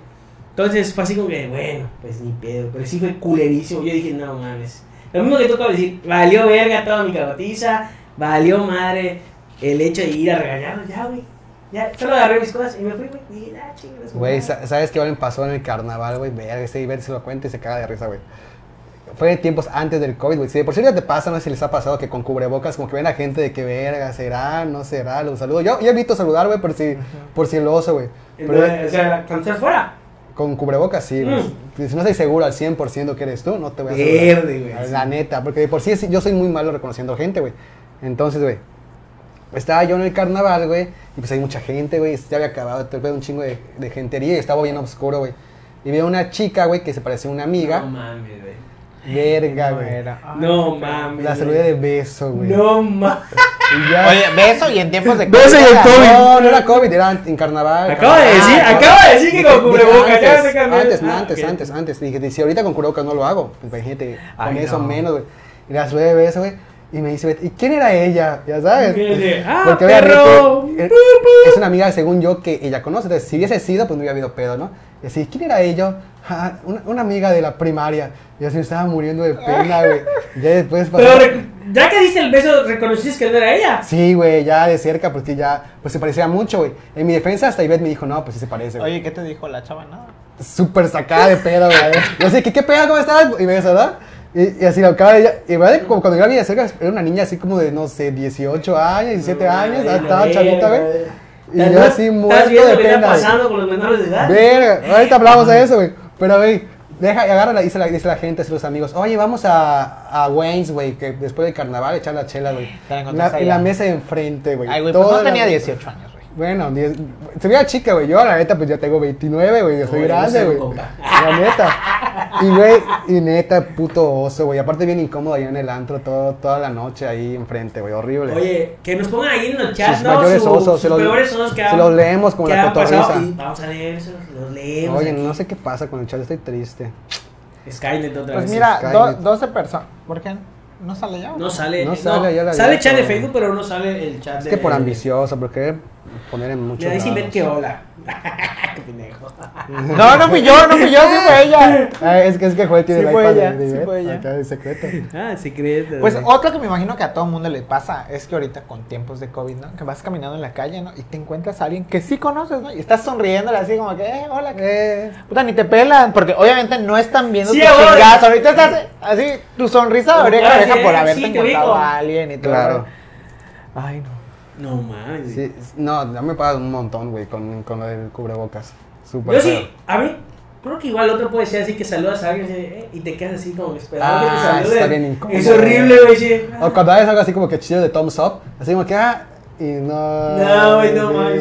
[SPEAKER 1] Entonces fue así como que, bueno, pues ni pedo. Pero sí fue culerísimo. Yo dije, no mames. Lo mismo que tú acabas de decir, valió verga toda mi cagotiza, valió madre el hecho de ir a regañarnos, ya, güey. Ya, solo agarré mis cosas y me fui, güey. Y dije, ah, chingas.
[SPEAKER 2] Güey,
[SPEAKER 1] madre".
[SPEAKER 2] sa- ¿sabes qué igual me pasó en el carnaval, güey? Verga, ese Iber se lo cuenta y se caga de risa, güey. Fue en tiempos antes del COVID, güey. Si de por cierto te pasa, no sé si les ha pasado que con cubrebocas como que ven a gente de que verga, será, no será, los saludo. Yo, yo evito saludar, güey, por si, por si el oso, güey. Pero
[SPEAKER 1] Entonces, o sea, cuando estás fuera.
[SPEAKER 2] con cubrebocas sí, güey. Si no estoy seguro al 100% que eres tú, no te voy a saludar.
[SPEAKER 1] Verde, güey.
[SPEAKER 2] La neta, porque de por sí sí, yo soy muy malo reconociendo gente, güey. Entonces, güey, estaba yo en el carnaval, güey, y pues hay mucha gente, güey, ya había acabado, te un chingo de, de gentería y estaba bien oscuro, güey. Y vi a una chica, güey, que se parecía a una
[SPEAKER 1] No
[SPEAKER 2] amiga.
[SPEAKER 1] mames, güey.
[SPEAKER 2] Verga,
[SPEAKER 3] No
[SPEAKER 2] güey.
[SPEAKER 3] era. Ay,
[SPEAKER 1] No
[SPEAKER 3] qué feo.
[SPEAKER 1] mames.
[SPEAKER 2] La saludé de beso, güey.
[SPEAKER 1] No mames.
[SPEAKER 2] Y ya-
[SPEAKER 3] Oye, beso y en tiempos de
[SPEAKER 2] Beso y el
[SPEAKER 3] Era-
[SPEAKER 2] COVID. No, no era COVID, era en carnaval.
[SPEAKER 1] Acabo de
[SPEAKER 2] carnaval.
[SPEAKER 1] decir,
[SPEAKER 3] Ah,
[SPEAKER 1] acabo de decir que con
[SPEAKER 2] Dije,
[SPEAKER 1] cubrebocas. ya
[SPEAKER 2] antes,
[SPEAKER 1] se cambió.
[SPEAKER 2] antes,
[SPEAKER 1] Ah,
[SPEAKER 2] antes,
[SPEAKER 1] ok.
[SPEAKER 2] antes, antes. Dije, si ahorita con cubrebocas no lo hago, pues imagínate, con
[SPEAKER 3] Ay,
[SPEAKER 2] eso
[SPEAKER 3] no.
[SPEAKER 2] menos, güey. Y las nueve veces, güey. Y me dice, "Vete". ¿y quién era ella? Ya sabes.
[SPEAKER 1] Y él de, "Ah,
[SPEAKER 2] Porque obviamente,
[SPEAKER 1] perro.
[SPEAKER 2] eh, Es una amiga, según yo, que ella conoce. Entonces, si hubiese sido, pues no hubiera habido pedo, ¿no? Y así, ¿quién era ella? "Ah, una, una amiga de la primaria. Y así me estaba muriendo de pena, güey. Y ya después pasó-
[SPEAKER 1] Pero rec- ya que diste el beso, reconociste que no era ella.
[SPEAKER 2] Sí, güey, ya de cerca, porque ya, pues se parecía mucho, güey. En mi defensa hasta Ivette me dijo, no, pues sí se parece, güey.
[SPEAKER 3] Oye, ¿qué te dijo la chava? Nada.
[SPEAKER 2] Súper sacada de pedo, güey. Yo así, ¿qué, qué pedo? ¿Cómo estás? Y me dice, ¿verdad? Y, y así la cara de ella, y ¿verdad? Como cuando yo la vi de cerca, era una niña así como de, no sé, 18 años, 17 años,
[SPEAKER 1] Ay,
[SPEAKER 2] ahí estaba
[SPEAKER 1] la
[SPEAKER 2] chavita, güey.
[SPEAKER 1] verga,
[SPEAKER 2] Y yo
[SPEAKER 1] Estás-
[SPEAKER 2] así
[SPEAKER 1] Estás
[SPEAKER 2] muerto
[SPEAKER 1] viendo
[SPEAKER 2] de
[SPEAKER 1] lo que está
[SPEAKER 2] pena. güey.
[SPEAKER 1] pasando con los menores de edad.
[SPEAKER 2] Verga, ahorita hablamos de eso, güey. Pero, güey, deja, y agarra, la- dice la, dice la gente, dice los amigos, oye, vamos a, a Wayne's, güey, que después del carnaval echar la chela, güey.
[SPEAKER 3] Te la
[SPEAKER 2] En
[SPEAKER 3] encontraste
[SPEAKER 2] la- en la
[SPEAKER 3] allá.
[SPEAKER 2] mesa de enfrente, güey.
[SPEAKER 3] Ay, güey, pues
[SPEAKER 2] Toda
[SPEAKER 3] no
[SPEAKER 2] la-
[SPEAKER 3] tenía 18 años, güey.
[SPEAKER 2] Bueno, 10, se veía chica, güey. Yo, la neta, pues ya tengo 29, güey. Yo soy
[SPEAKER 1] Oye,
[SPEAKER 2] grande,
[SPEAKER 1] no sé,
[SPEAKER 2] güey.
[SPEAKER 1] compa.
[SPEAKER 2] La neta. Y, güey, y neta, puto oso, güey. Aparte, bien incómodo allá en el antro todo, toda la noche ahí enfrente, güey. Horrible.
[SPEAKER 1] Oye, que nos pongan ahí en los chats,
[SPEAKER 2] Sus
[SPEAKER 1] ¿no?
[SPEAKER 2] mayores
[SPEAKER 1] Su-
[SPEAKER 2] osos,
[SPEAKER 1] sus
[SPEAKER 2] se los-
[SPEAKER 1] peores osos que
[SPEAKER 2] se
[SPEAKER 1] han-
[SPEAKER 2] los leemos como
[SPEAKER 1] que
[SPEAKER 2] la
[SPEAKER 1] han pasado,
[SPEAKER 2] cotorriza.
[SPEAKER 1] y Vamos a leer eso, los leemos.
[SPEAKER 2] Oye,
[SPEAKER 1] pues, aquí.
[SPEAKER 2] no sé qué pasa con el chat, estoy triste.
[SPEAKER 1] Skynet otra
[SPEAKER 3] Pues
[SPEAKER 1] vez.
[SPEAKER 3] mira,
[SPEAKER 2] Skynet.
[SPEAKER 3] do- 12 personas. ¿Por qué? ¿No sale ya?
[SPEAKER 1] No sale.
[SPEAKER 2] No
[SPEAKER 1] No
[SPEAKER 2] sale
[SPEAKER 1] sale
[SPEAKER 2] allá la
[SPEAKER 1] Sale
[SPEAKER 2] abierta,
[SPEAKER 1] chat de
[SPEAKER 2] güey.
[SPEAKER 1] Facebook, pero no sale el chat
[SPEAKER 2] Es
[SPEAKER 1] de.
[SPEAKER 2] que por ambicioso, por querer poner en muchos
[SPEAKER 1] Mira, dice
[SPEAKER 2] lados.
[SPEAKER 1] Ivette que hola. Qué pendejo.
[SPEAKER 3] No, no fui yo, no fui yo, sí fue ella.
[SPEAKER 2] Ah, es que es que Joel tiene
[SPEAKER 3] Sí
[SPEAKER 2] el
[SPEAKER 3] fue
[SPEAKER 2] iPad
[SPEAKER 3] ella,
[SPEAKER 2] de- de
[SPEAKER 3] sí
[SPEAKER 2] Ivette.
[SPEAKER 3] fue ella.
[SPEAKER 2] Acá de secreto.
[SPEAKER 1] Ah, secreto.
[SPEAKER 3] Pues
[SPEAKER 1] güey.
[SPEAKER 3] otro que me imagino que a todo mundo le pasa es que ahorita con tiempos de COVID, ¿no? Que vas caminando en la calle, ¿no? Y te encuentras a alguien que sí conoces, ¿no? Y estás sonriéndole así como que, eh, hola, ¿qué?
[SPEAKER 2] Eh,
[SPEAKER 3] Puta, ni te pelan, porque obviamente no están viendo
[SPEAKER 1] Sí,
[SPEAKER 3] tus
[SPEAKER 1] ahora-
[SPEAKER 3] chingadas. Ahorita estás así, tu sonrisa de oreja a
[SPEAKER 1] Ahora sí,
[SPEAKER 3] oreja por
[SPEAKER 1] eh,
[SPEAKER 3] haberte
[SPEAKER 1] sí, te
[SPEAKER 3] encontrado
[SPEAKER 1] ubico.
[SPEAKER 3] a alguien y todo.
[SPEAKER 2] Claro.
[SPEAKER 3] Ay, no.
[SPEAKER 1] No mames.
[SPEAKER 2] sí, no, ya me pagan un montón, güey, con, con lo del cubrebocas. Súper
[SPEAKER 1] Yo
[SPEAKER 2] feo.
[SPEAKER 1] sí, a mí, creo que igual otro puede ser así que saludas a alguien eh, y te quedas así como esperando que te
[SPEAKER 2] Ah,
[SPEAKER 1] saluden.
[SPEAKER 2] está bien incómodo,
[SPEAKER 1] Es horrible, güey. sí.
[SPEAKER 2] O cuando haces algo así como que chido de thumbs up, así como que ah, y no.
[SPEAKER 1] No, güey, no más.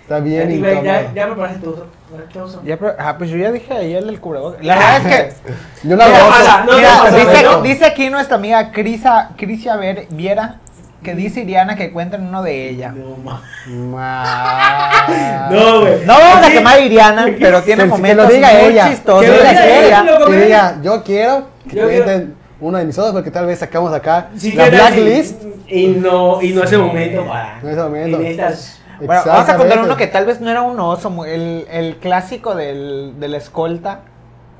[SPEAKER 2] Está bien
[SPEAKER 1] Y,
[SPEAKER 2] incómodo.
[SPEAKER 1] güey, ya, ya me parece tu oso. Tu oso.
[SPEAKER 3] Ya, pero, ah, pues yo ya dije ahí el del cubrebocas. La verdad es que.
[SPEAKER 2] Yo lo
[SPEAKER 1] Ya
[SPEAKER 2] hago.
[SPEAKER 1] pasa,
[SPEAKER 2] oso.
[SPEAKER 1] no,
[SPEAKER 3] Mira,
[SPEAKER 1] no, no,
[SPEAKER 3] dice,
[SPEAKER 1] no.
[SPEAKER 3] dice aquí nuestra amiga Crisa, Crisia Ver- Viera que dice Iriana que cuenten uno de ella.
[SPEAKER 1] No mames.
[SPEAKER 2] Ma-
[SPEAKER 1] No, güey.
[SPEAKER 3] No vamos a
[SPEAKER 1] Así-
[SPEAKER 3] quemar a Iriana, pero tiene
[SPEAKER 2] Que-
[SPEAKER 3] momentos
[SPEAKER 2] que lo diga
[SPEAKER 3] muy
[SPEAKER 2] ella.
[SPEAKER 3] chistosos.
[SPEAKER 1] Que lo
[SPEAKER 3] Que
[SPEAKER 1] diga ella. loco,
[SPEAKER 2] Que
[SPEAKER 1] mira.
[SPEAKER 2] diga, yo quiero que
[SPEAKER 1] Yo
[SPEAKER 2] cuenten uno de mis ojos porque tal vez sacamos acá
[SPEAKER 1] Sí,
[SPEAKER 2] la
[SPEAKER 1] que era así,
[SPEAKER 2] blacklist.
[SPEAKER 1] Y no, y no ese momento. para-
[SPEAKER 2] No ese momento.
[SPEAKER 1] En estas.
[SPEAKER 3] Bueno, vamos a contar
[SPEAKER 2] Exactamente.
[SPEAKER 3] uno que tal vez no era un oso, mu- el, el clásico del, de la escolta.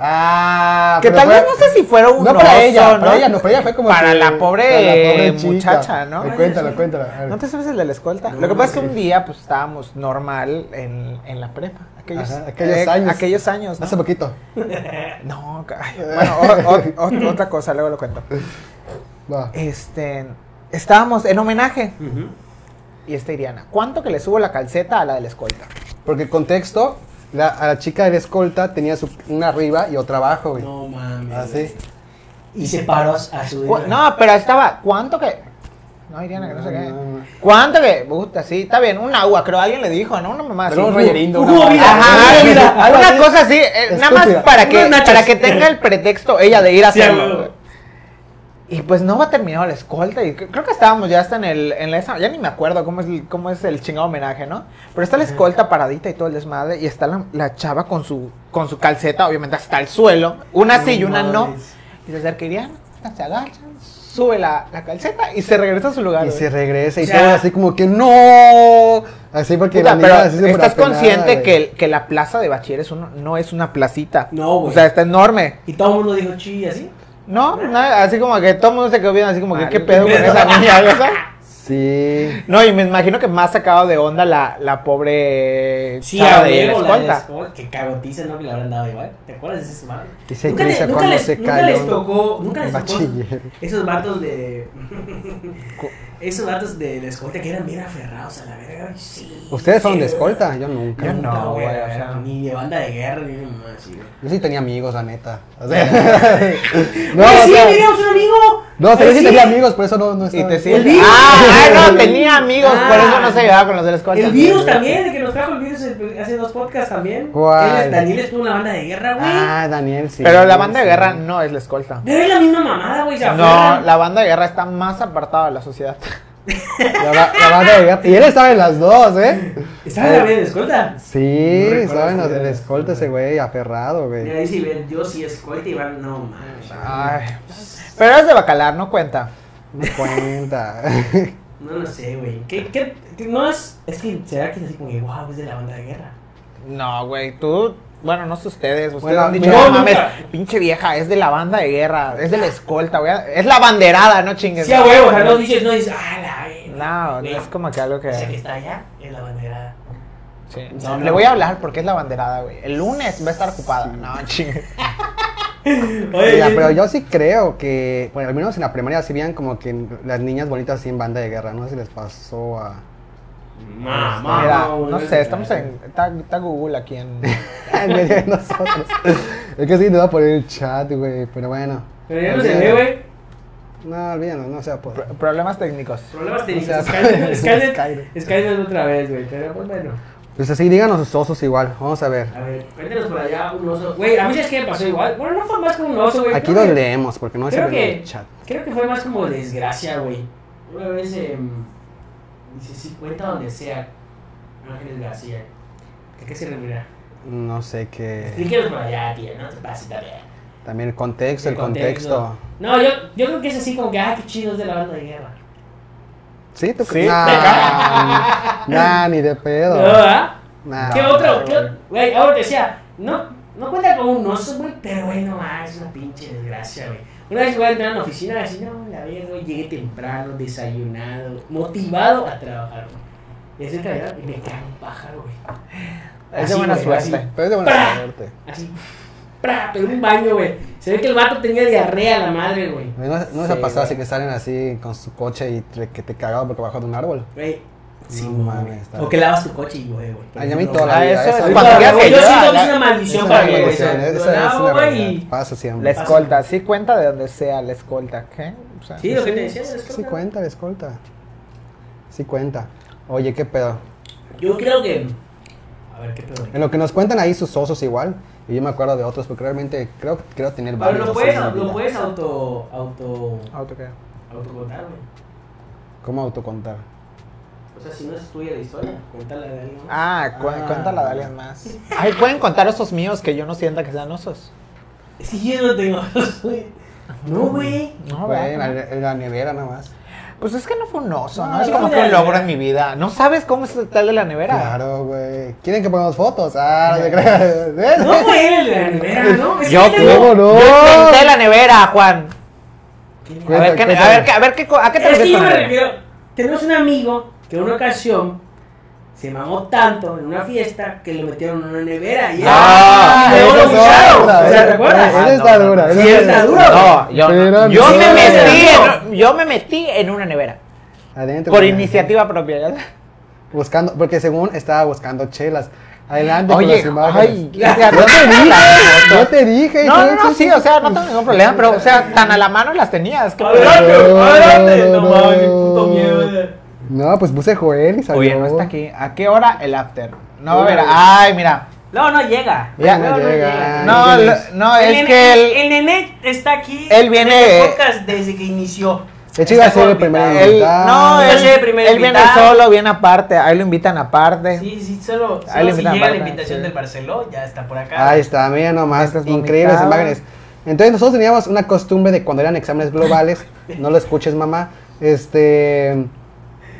[SPEAKER 2] Ah,
[SPEAKER 3] Que
[SPEAKER 2] pero
[SPEAKER 3] tal
[SPEAKER 2] fue-
[SPEAKER 3] vez no sé si fuera un
[SPEAKER 2] No
[SPEAKER 3] oso,
[SPEAKER 2] para ella,
[SPEAKER 3] ¿no?
[SPEAKER 2] para ella, no, para ella fue como.
[SPEAKER 3] Para
[SPEAKER 2] que-
[SPEAKER 3] la pobre,
[SPEAKER 2] chica.
[SPEAKER 3] muchacha, ¿no?
[SPEAKER 2] Ay, Cuéntala, cuéntala. a ver.
[SPEAKER 3] ¿No te sabes el de la escolta?
[SPEAKER 1] No,
[SPEAKER 3] Lo que
[SPEAKER 1] no
[SPEAKER 3] pasa es que
[SPEAKER 1] sé.
[SPEAKER 3] un día pues estábamos normal en, en la prepa. Aquellos, eh,
[SPEAKER 2] Ajá, aquellos años.
[SPEAKER 3] Aquellos años. ¿no?
[SPEAKER 2] Hace poquito.
[SPEAKER 3] No, ca- ay,
[SPEAKER 2] Eh.
[SPEAKER 3] bueno, o- o- o- otra cosa, luego lo cuento.
[SPEAKER 2] Va.
[SPEAKER 3] Este, estábamos en homenaje
[SPEAKER 1] Ujú.
[SPEAKER 3] y esta Iriana, ¿cuánto que le subo la calceta a la de la escolta?
[SPEAKER 2] Porque contexto, la, a la chica de la escolta tenía su- una arriba y otra abajo, güey.
[SPEAKER 1] No mames.
[SPEAKER 2] Así.
[SPEAKER 1] Y se paró a su.
[SPEAKER 3] Cu- No, pero estaba, ¿cuánto que? No, Iriana, que no sé
[SPEAKER 2] No,
[SPEAKER 3] qué.
[SPEAKER 2] Ah, no, no.
[SPEAKER 3] ¿Cuánto que? Puta, sí, está bien, un agua, creo, alguien le dijo, ¿no? Una mamá así.
[SPEAKER 2] Pero un rayerindo,
[SPEAKER 1] Hubo
[SPEAKER 2] una-
[SPEAKER 1] vida,
[SPEAKER 2] Ajá,
[SPEAKER 1] hubo
[SPEAKER 2] algo
[SPEAKER 1] vida.
[SPEAKER 2] así, algo
[SPEAKER 3] una
[SPEAKER 2] así.
[SPEAKER 3] cosa así, eh, nada más
[SPEAKER 2] Estúpida.
[SPEAKER 3] para que,
[SPEAKER 1] Unos nachos.
[SPEAKER 3] para que tenga el pretexto ella de ir a
[SPEAKER 1] Sí, a
[SPEAKER 3] hacerlo.
[SPEAKER 1] huevo.
[SPEAKER 3] güey. y pues no va terminado la escolta. Y cre- creo que estábamos ya hasta en el. En la, esa- ya ni me acuerdo cómo es, el- cómo es el chingado homenaje, ¿no? Pero está la escolta paradita y todo el desmadre. Y está la, la chava con su, con su calceta, obviamente, hasta el suelo. Una sí y una no. Y se acerca Iriana, se agachan, sube la, la calceta y se regresa a su lugar.
[SPEAKER 2] Y
[SPEAKER 3] güey.
[SPEAKER 2] se regresa y
[SPEAKER 1] O sea-
[SPEAKER 2] todo así como que no. Así porque
[SPEAKER 3] Puta,
[SPEAKER 2] la niña
[SPEAKER 3] pero
[SPEAKER 2] así súper
[SPEAKER 3] estás
[SPEAKER 2] apenada,
[SPEAKER 3] consciente
[SPEAKER 2] güey.
[SPEAKER 3] que, el- que la plaza de bachiller es uno, no es una placita.
[SPEAKER 1] No, güey.
[SPEAKER 3] O sea, está enorme.
[SPEAKER 1] Y todo el mundo dijo chi, así.
[SPEAKER 3] No, no, así como que todo el mundo se quedó viendo así como que
[SPEAKER 2] Ah,
[SPEAKER 3] qué
[SPEAKER 2] no,
[SPEAKER 3] pedo
[SPEAKER 2] qué
[SPEAKER 3] con
[SPEAKER 1] pedo.
[SPEAKER 3] esa niña, ¿verdad?
[SPEAKER 2] Sí.
[SPEAKER 3] No, y me imagino que más sacado de onda la, la pobre
[SPEAKER 1] Sí,
[SPEAKER 3] chava
[SPEAKER 1] a
[SPEAKER 3] de la
[SPEAKER 1] huevo, la de la
[SPEAKER 3] escolta.
[SPEAKER 1] escolta. Que cagotiza, ¿no? Que le habrán dado igual. ¿Te acuerdas de ese madre?
[SPEAKER 2] Dice Crisa cuando se
[SPEAKER 1] nunca
[SPEAKER 2] cayó.
[SPEAKER 1] les tocó, nunca les tocó
[SPEAKER 2] Bachiller.
[SPEAKER 1] esos vatos de... esos vatos de la escolta que eran bien aferrados a la verga. Sí,
[SPEAKER 2] Ustedes fueron de
[SPEAKER 1] sí,
[SPEAKER 2] escolta, yo nunca.
[SPEAKER 3] Yo
[SPEAKER 1] güey.
[SPEAKER 3] no,
[SPEAKER 1] No, güey,
[SPEAKER 3] güey,
[SPEAKER 1] la
[SPEAKER 3] o
[SPEAKER 1] verdad,
[SPEAKER 3] sea.
[SPEAKER 1] ni de banda de guerra, ni de mamá así, güey.
[SPEAKER 2] Yo sí tenía amigos, la neta. O sea, no,
[SPEAKER 1] Oye,
[SPEAKER 2] o
[SPEAKER 1] sí,
[SPEAKER 2] sea,
[SPEAKER 1] teníamos un amigo. Ah,
[SPEAKER 2] no, o sea, yo sí
[SPEAKER 1] Así,
[SPEAKER 2] tenía amigos, por eso no, no
[SPEAKER 3] Y
[SPEAKER 2] estaba.
[SPEAKER 3] te
[SPEAKER 1] El
[SPEAKER 3] sientes.
[SPEAKER 1] virus. Ah.
[SPEAKER 3] Ah, ay, no, tenía amigos, por eso no se llevaba con los de la escolta.
[SPEAKER 1] El virus también, el que nos trajo el virus el- hace dos podcasts también.
[SPEAKER 2] ¿Cuál?
[SPEAKER 1] Él, Daniel estuvo en la banda de guerra, güey.
[SPEAKER 2] Ah, Daniel, sí.
[SPEAKER 3] Pero la banda de
[SPEAKER 2] sí.
[SPEAKER 3] guerra no es la escolta.
[SPEAKER 1] Pero es la misma mamada, güey. se
[SPEAKER 3] No,
[SPEAKER 1] aferran.
[SPEAKER 3] la banda de guerra está más apartada de la sociedad.
[SPEAKER 2] La, ba- la banda de guerra. Y él estaba en las dos, ¿eh?
[SPEAKER 1] Estaba en la banda de escolta.
[SPEAKER 2] Sí,
[SPEAKER 1] No recuerdo
[SPEAKER 2] saben,
[SPEAKER 1] si
[SPEAKER 2] el
[SPEAKER 1] era
[SPEAKER 2] escolta ese güey, aferrado,
[SPEAKER 1] Mira,
[SPEAKER 2] güey.
[SPEAKER 1] dice Iván, yo sí escolta y van, no mames.
[SPEAKER 3] Ay. Pero es de bacalar, no cuenta.
[SPEAKER 2] No cuenta.
[SPEAKER 1] No lo sé, güey. ¿Qué, qué, qué- no es, es que será que es así como que, wow, es de la banda de guerra.
[SPEAKER 3] No, güey, tú. Bueno, no sé ustedes. Ustedes
[SPEAKER 2] Bueno,
[SPEAKER 3] han dicho,
[SPEAKER 2] no,
[SPEAKER 3] no,
[SPEAKER 1] nunca.
[SPEAKER 3] mames, pinche vieja, es de la banda de guerra, es de la escolta, güey. Es la banderada, no chingues.
[SPEAKER 1] Sí, a huevo, o sea, no dices, no dices, ah, la
[SPEAKER 3] No, no
[SPEAKER 1] güey,
[SPEAKER 3] es como que algo que.
[SPEAKER 1] esa que está allá es la bandera.
[SPEAKER 3] Sí.
[SPEAKER 1] No,
[SPEAKER 3] Le
[SPEAKER 1] no.
[SPEAKER 3] voy a hablar porque es la banderada, güey. El lunes va a estar ocupada. No, chingue.
[SPEAKER 2] Mira, pero yo sí creo que, bueno, al menos en la primaria sí veían como que las niñas bonitas así en banda de guerra, no sé si les pasó a...
[SPEAKER 1] Mamá,
[SPEAKER 3] Mira,
[SPEAKER 1] güey,
[SPEAKER 3] no
[SPEAKER 1] es
[SPEAKER 3] sé,
[SPEAKER 1] de
[SPEAKER 3] estamos
[SPEAKER 1] la-
[SPEAKER 3] en. Está, está Google aquí en.
[SPEAKER 2] en medio de nosotros. es que sí, te va a poner el chat, güey, pero bueno.
[SPEAKER 1] Pero ya no se ve, güey.
[SPEAKER 2] No, olvídalo, no sea por...
[SPEAKER 3] Pro- problemas técnicos.
[SPEAKER 1] Problemas
[SPEAKER 2] O sea,
[SPEAKER 1] técnicos. Skynet-
[SPEAKER 2] Skynet.
[SPEAKER 1] Skynet Skynet otra vez, güey. Pero pues bueno.
[SPEAKER 2] Pues así, díganos sus osos igual, vamos a ver.
[SPEAKER 1] A ver, cuéntanos por allá un oso. Güey, a mí es que me pasó igual. Bueno, no fue más como un oso, güey.
[SPEAKER 2] Aquí
[SPEAKER 1] creo
[SPEAKER 2] los
[SPEAKER 1] que-
[SPEAKER 2] leemos, porque no es
[SPEAKER 1] Creo
[SPEAKER 2] el
[SPEAKER 1] que,
[SPEAKER 2] chat.
[SPEAKER 1] creo que fue más como desgracia, güey. Una vez, em, dice, sí, cuenta donde sea. Ángeles García. ¿A qué se referirá?
[SPEAKER 2] No sé qué...
[SPEAKER 1] Explíquenos por allá, tía, no te pases también.
[SPEAKER 2] También el contexto, el, contexto.
[SPEAKER 1] No, yo, yo creo que es así como que, ah, qué chido es de la banda de guerra.
[SPEAKER 2] ¿Sí? ¿Tú
[SPEAKER 3] Sí.
[SPEAKER 2] Nah, nah, ni de pedo.
[SPEAKER 1] No, ¿ah? ¿verdad?
[SPEAKER 2] Nah.
[SPEAKER 1] ¿Qué otro? ¿Qué otro? Güey, ahora te decía, no, no cuenta como un oso, güey, pero güey, no más, es una pinche desgracia, güey. Una vez voy a entrar a la oficina, así, no, la verga, güey, llegué temprano, desayunado, motivado a trabajar, güey. Y así caída y me cae un pájaro, güey.
[SPEAKER 3] Es
[SPEAKER 1] Así,
[SPEAKER 3] de buena
[SPEAKER 1] güey,
[SPEAKER 3] suerte.
[SPEAKER 1] así.
[SPEAKER 2] Pero es de buena suerte.
[SPEAKER 1] Así, ¡pra! pero un baño, güey. Se ve que el vato tenía diarrea la madre, güey.
[SPEAKER 2] A mí No, no se
[SPEAKER 3] Sí,
[SPEAKER 2] ha pasado así
[SPEAKER 3] güey.
[SPEAKER 2] que salen así con su coche y te- que te cagaban porque bajó de un árbol.
[SPEAKER 1] Güey, sí,
[SPEAKER 2] No
[SPEAKER 1] güey.
[SPEAKER 2] mames, está
[SPEAKER 1] O que lavas tu coche y, güey, güey.
[SPEAKER 2] Ay, a mí
[SPEAKER 1] No,
[SPEAKER 2] toda la
[SPEAKER 3] Ah,
[SPEAKER 2] vida.
[SPEAKER 3] eso
[SPEAKER 2] esa
[SPEAKER 3] es
[SPEAKER 1] güey.
[SPEAKER 2] vida-
[SPEAKER 3] cuando
[SPEAKER 2] esa
[SPEAKER 3] ya
[SPEAKER 2] vida-
[SPEAKER 1] Güey, Yo
[SPEAKER 3] la-
[SPEAKER 1] siento que es
[SPEAKER 3] la-
[SPEAKER 1] una maldición
[SPEAKER 2] esa
[SPEAKER 1] para
[SPEAKER 2] es
[SPEAKER 1] mí,
[SPEAKER 2] una
[SPEAKER 1] güey.
[SPEAKER 3] eso,
[SPEAKER 2] realidad,
[SPEAKER 1] Lo
[SPEAKER 2] esa es
[SPEAKER 1] lavo,
[SPEAKER 2] una
[SPEAKER 1] güey,
[SPEAKER 2] realidad,
[SPEAKER 1] y-
[SPEAKER 2] Pasa siempre.
[SPEAKER 3] La escolta, sí cuenta de donde sea la escolta, ¿qué? O sea,
[SPEAKER 1] Sí, lo que te decía, es
[SPEAKER 2] Sí cuenta, la escolta. Sí cuenta. Oye, qué pedo.
[SPEAKER 1] Yo creo que. A ver, qué pedo.
[SPEAKER 2] En lo que nos cuentan ahí sus osos igual. Y yo me acuerdo de otros porque realmente creo, creo tener
[SPEAKER 1] Pero
[SPEAKER 2] varios.
[SPEAKER 1] lo
[SPEAKER 2] osos
[SPEAKER 1] puedes,
[SPEAKER 2] en mi
[SPEAKER 1] lo
[SPEAKER 2] vida.
[SPEAKER 1] puedes auto. auto.
[SPEAKER 3] auto que-
[SPEAKER 1] autocontar, güey.
[SPEAKER 2] ¿Cómo autocontar?
[SPEAKER 1] O sea, si no es tuya la historia, cuéntala de alguien. más.
[SPEAKER 3] Ah, cu-
[SPEAKER 2] Ah.
[SPEAKER 3] cuéntala de alguien más. Ay, pueden contar osos míos que yo no sienta que sean osos.
[SPEAKER 1] Sí, yo no tengo. güey. no, güey.
[SPEAKER 3] No,
[SPEAKER 2] Güey, en la,
[SPEAKER 3] ¿verdad?
[SPEAKER 2] en la nevera nada más.
[SPEAKER 3] Pues es que no fue un oso, ¿no?
[SPEAKER 1] No,
[SPEAKER 3] es
[SPEAKER 1] no
[SPEAKER 3] como
[SPEAKER 1] fue
[SPEAKER 3] que
[SPEAKER 1] de-
[SPEAKER 3] un logro en mi vida. No sabes cómo es el tal de la nevera.
[SPEAKER 2] Claro, güey. ¿Quieren que pongamos fotos? Ah, no te creas. ¿Ves?
[SPEAKER 1] No fue él de la nevera, ¿no? Es que
[SPEAKER 3] Yo,
[SPEAKER 1] tengo-
[SPEAKER 2] ¿cómo no?
[SPEAKER 3] yo inventé la nevera, Juan.
[SPEAKER 1] ¿Qué-
[SPEAKER 3] A ver, ¿qué, a ver, qué- a ver qué co- a qué te
[SPEAKER 1] Es que
[SPEAKER 3] refieres
[SPEAKER 1] yo
[SPEAKER 3] con
[SPEAKER 1] me
[SPEAKER 3] nevera?
[SPEAKER 1] refiero. Tenemos un amigo que en una ocasión se mamó tanto en una fiesta que lo metieron en una nevera. Y
[SPEAKER 3] Ah,
[SPEAKER 1] y luego lo
[SPEAKER 3] esa es
[SPEAKER 1] bucharon.
[SPEAKER 2] otra,
[SPEAKER 1] O sea,
[SPEAKER 2] esa-
[SPEAKER 1] ¿te acuerdas?
[SPEAKER 2] esa está dura,
[SPEAKER 1] Sí,
[SPEAKER 2] esa
[SPEAKER 1] está dura.
[SPEAKER 3] No, yo, no.
[SPEAKER 2] Espérame.
[SPEAKER 3] Yo me
[SPEAKER 2] No,
[SPEAKER 3] metí
[SPEAKER 1] no.
[SPEAKER 3] en, yo me metí en una nevera.
[SPEAKER 2] Adentro.
[SPEAKER 3] Por
[SPEAKER 2] güey.
[SPEAKER 3] iniciativa propia. ¿ya?
[SPEAKER 2] Buscando, porque según estaba buscando chelas. Adelante con
[SPEAKER 3] Oye,
[SPEAKER 2] las imágenes.
[SPEAKER 3] ay,
[SPEAKER 2] Yo te dije, yo te dije.
[SPEAKER 3] No, no,
[SPEAKER 2] tú-
[SPEAKER 3] no,
[SPEAKER 2] tú-
[SPEAKER 3] sí, o sea, no tengo ningún problema, pero, o sea, tan a la mano las tenías. ¿qué pedo?
[SPEAKER 1] Adelante, adelante. No mames, qué puto miedo.
[SPEAKER 2] No, pues puse Joel y salió.
[SPEAKER 3] Oye, no está aquí. ¿A qué hora el after? No, a ver,
[SPEAKER 1] Órale.
[SPEAKER 3] ay, mira.
[SPEAKER 1] No, no llega.
[SPEAKER 2] Ya no
[SPEAKER 1] No, no
[SPEAKER 2] llega.
[SPEAKER 1] llega.
[SPEAKER 3] No,
[SPEAKER 2] ¿quién
[SPEAKER 3] lo-
[SPEAKER 2] es?
[SPEAKER 3] no,
[SPEAKER 1] El
[SPEAKER 3] es
[SPEAKER 1] nene-
[SPEAKER 3] que él,
[SPEAKER 1] el nene está aquí.
[SPEAKER 3] él viene-
[SPEAKER 1] en el podcast desde que inició.
[SPEAKER 2] De hecho, iba a ser el primer
[SPEAKER 1] primero.
[SPEAKER 3] él- no,
[SPEAKER 1] Ah,
[SPEAKER 3] él,
[SPEAKER 1] ese primer
[SPEAKER 3] él viene
[SPEAKER 1] invitado.
[SPEAKER 3] solo, viene aparte, ahí lo invitan aparte.
[SPEAKER 1] Sí, sí, solo, solo
[SPEAKER 3] Ahí le
[SPEAKER 1] si
[SPEAKER 3] invitan
[SPEAKER 1] llega la
[SPEAKER 3] banda,
[SPEAKER 1] invitación
[SPEAKER 3] sí.
[SPEAKER 1] del Barceló, ya está por acá.
[SPEAKER 2] Ahí está, mira nomás.
[SPEAKER 3] Estas
[SPEAKER 2] Increíbles
[SPEAKER 3] vomitadas.
[SPEAKER 2] imágenes. Entonces, nosotros teníamos una costumbre de cuando eran exámenes globales. no lo escuches, mamá. Este.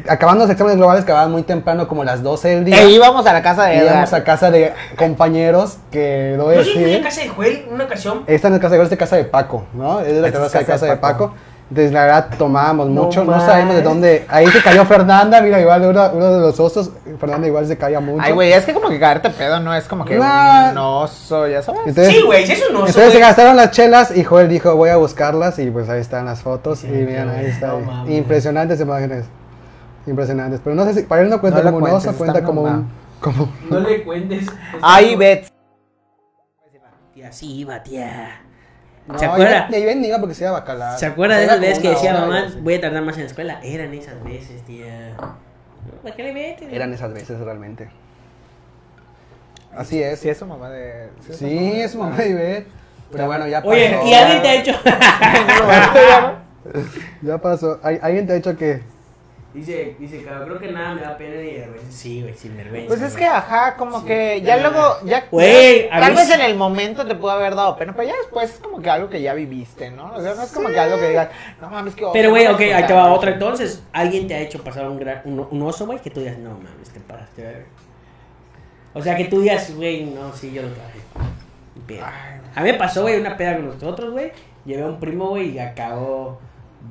[SPEAKER 2] Acabando los exámenes globales, acababan muy temprano, como las 12 del día.
[SPEAKER 3] E íbamos a la casa de
[SPEAKER 2] y íbamos
[SPEAKER 3] Edgar.
[SPEAKER 2] a casa de compañeros que no
[SPEAKER 1] Yo sí fui a
[SPEAKER 2] decir.
[SPEAKER 1] casa de Joel en una ocasión.
[SPEAKER 2] Esta no es casa de Gol, esta es casa de Paco, ¿no? Es la
[SPEAKER 3] Esta
[SPEAKER 2] casa,
[SPEAKER 3] es casa
[SPEAKER 2] casa
[SPEAKER 3] de
[SPEAKER 2] de
[SPEAKER 3] Paco.
[SPEAKER 2] Paco. Desde la verdad tomábamos
[SPEAKER 3] No
[SPEAKER 2] mucho, no
[SPEAKER 3] más.
[SPEAKER 2] sabemos de dónde. Ahí se cayó Fernanda, mira, igual uno, uno de los osos. Fernanda igual se caía mucho.
[SPEAKER 3] Ay, güey, es que como que caerte pedo no es como que
[SPEAKER 2] No.
[SPEAKER 3] un oso, ya sabes.
[SPEAKER 2] Entonces,
[SPEAKER 1] sí, güey, si es un oso.
[SPEAKER 2] entonces se
[SPEAKER 1] güey.
[SPEAKER 2] gastaron las chelas y Joel dijo, voy a buscarlas. Y pues ahí están las fotos.
[SPEAKER 1] Sí,
[SPEAKER 2] y miren, ahí
[SPEAKER 1] no
[SPEAKER 2] está.
[SPEAKER 1] mames.
[SPEAKER 2] Impresionantes imágenes. Impresionantes. Pero no sé si, para él no cuenta
[SPEAKER 3] No lo
[SPEAKER 2] como un
[SPEAKER 3] cuentes,
[SPEAKER 2] oso,
[SPEAKER 3] está
[SPEAKER 2] cuenta como
[SPEAKER 3] normal.
[SPEAKER 2] un. Como,
[SPEAKER 1] No le cuentes.
[SPEAKER 3] Ay, Bets.
[SPEAKER 1] Y así iba, tía.
[SPEAKER 2] no,
[SPEAKER 1] ¿Se acuerda?
[SPEAKER 2] Y ahí venía porque Ah, se iba a bacalar.
[SPEAKER 1] ¿Se acuerda de
[SPEAKER 2] Era
[SPEAKER 1] esas veces
[SPEAKER 2] como
[SPEAKER 1] que
[SPEAKER 2] una
[SPEAKER 1] decía
[SPEAKER 2] hora,
[SPEAKER 1] mamá,
[SPEAKER 2] algo así.
[SPEAKER 1] voy a tardar más en la escuela? Eran esas veces, tía. ¿Para qué le metes?
[SPEAKER 2] Eran esas veces realmente. Así es.
[SPEAKER 3] Sí, es su mamá de. es su mamá
[SPEAKER 2] Sí,
[SPEAKER 3] de-
[SPEAKER 2] es mamá de Ivette. Pero bueno, ya pasó.
[SPEAKER 1] Oye, ¿y alguien te ha hecho?
[SPEAKER 2] Ya pasó. ¿Al- ¿Alguien te ha hecho qué?
[SPEAKER 1] Dice, dice, cabrón, creo que nada me da pena ni vergüenza. Sí, güey, sin vergüenza.
[SPEAKER 3] Pues es
[SPEAKER 1] güey.
[SPEAKER 3] que, ajá, como
[SPEAKER 1] Sí,
[SPEAKER 3] que ya
[SPEAKER 1] la-
[SPEAKER 3] luego, ya,
[SPEAKER 1] Güey, a
[SPEAKER 3] tal
[SPEAKER 1] mí
[SPEAKER 3] vez
[SPEAKER 1] sí-
[SPEAKER 3] en el momento te pudo haber dado pena, pero ya después es como que algo que ya viviste, ¿no? O sea, no es como que algo que digas, no mames, que...
[SPEAKER 1] Pero, güey, ok, ahí te va otra entonces. ¿Alguien te ha hecho pasar un, gra- un, un oso, güey? Que tú digas, no mames, te paraste, güey. O sea, que tú digas, güey, no, sí, yo lo traje.
[SPEAKER 3] Ay,
[SPEAKER 1] A mí me pasó, güey, una peda con nosotros, güey. Llevé a un primo, güey, y acabó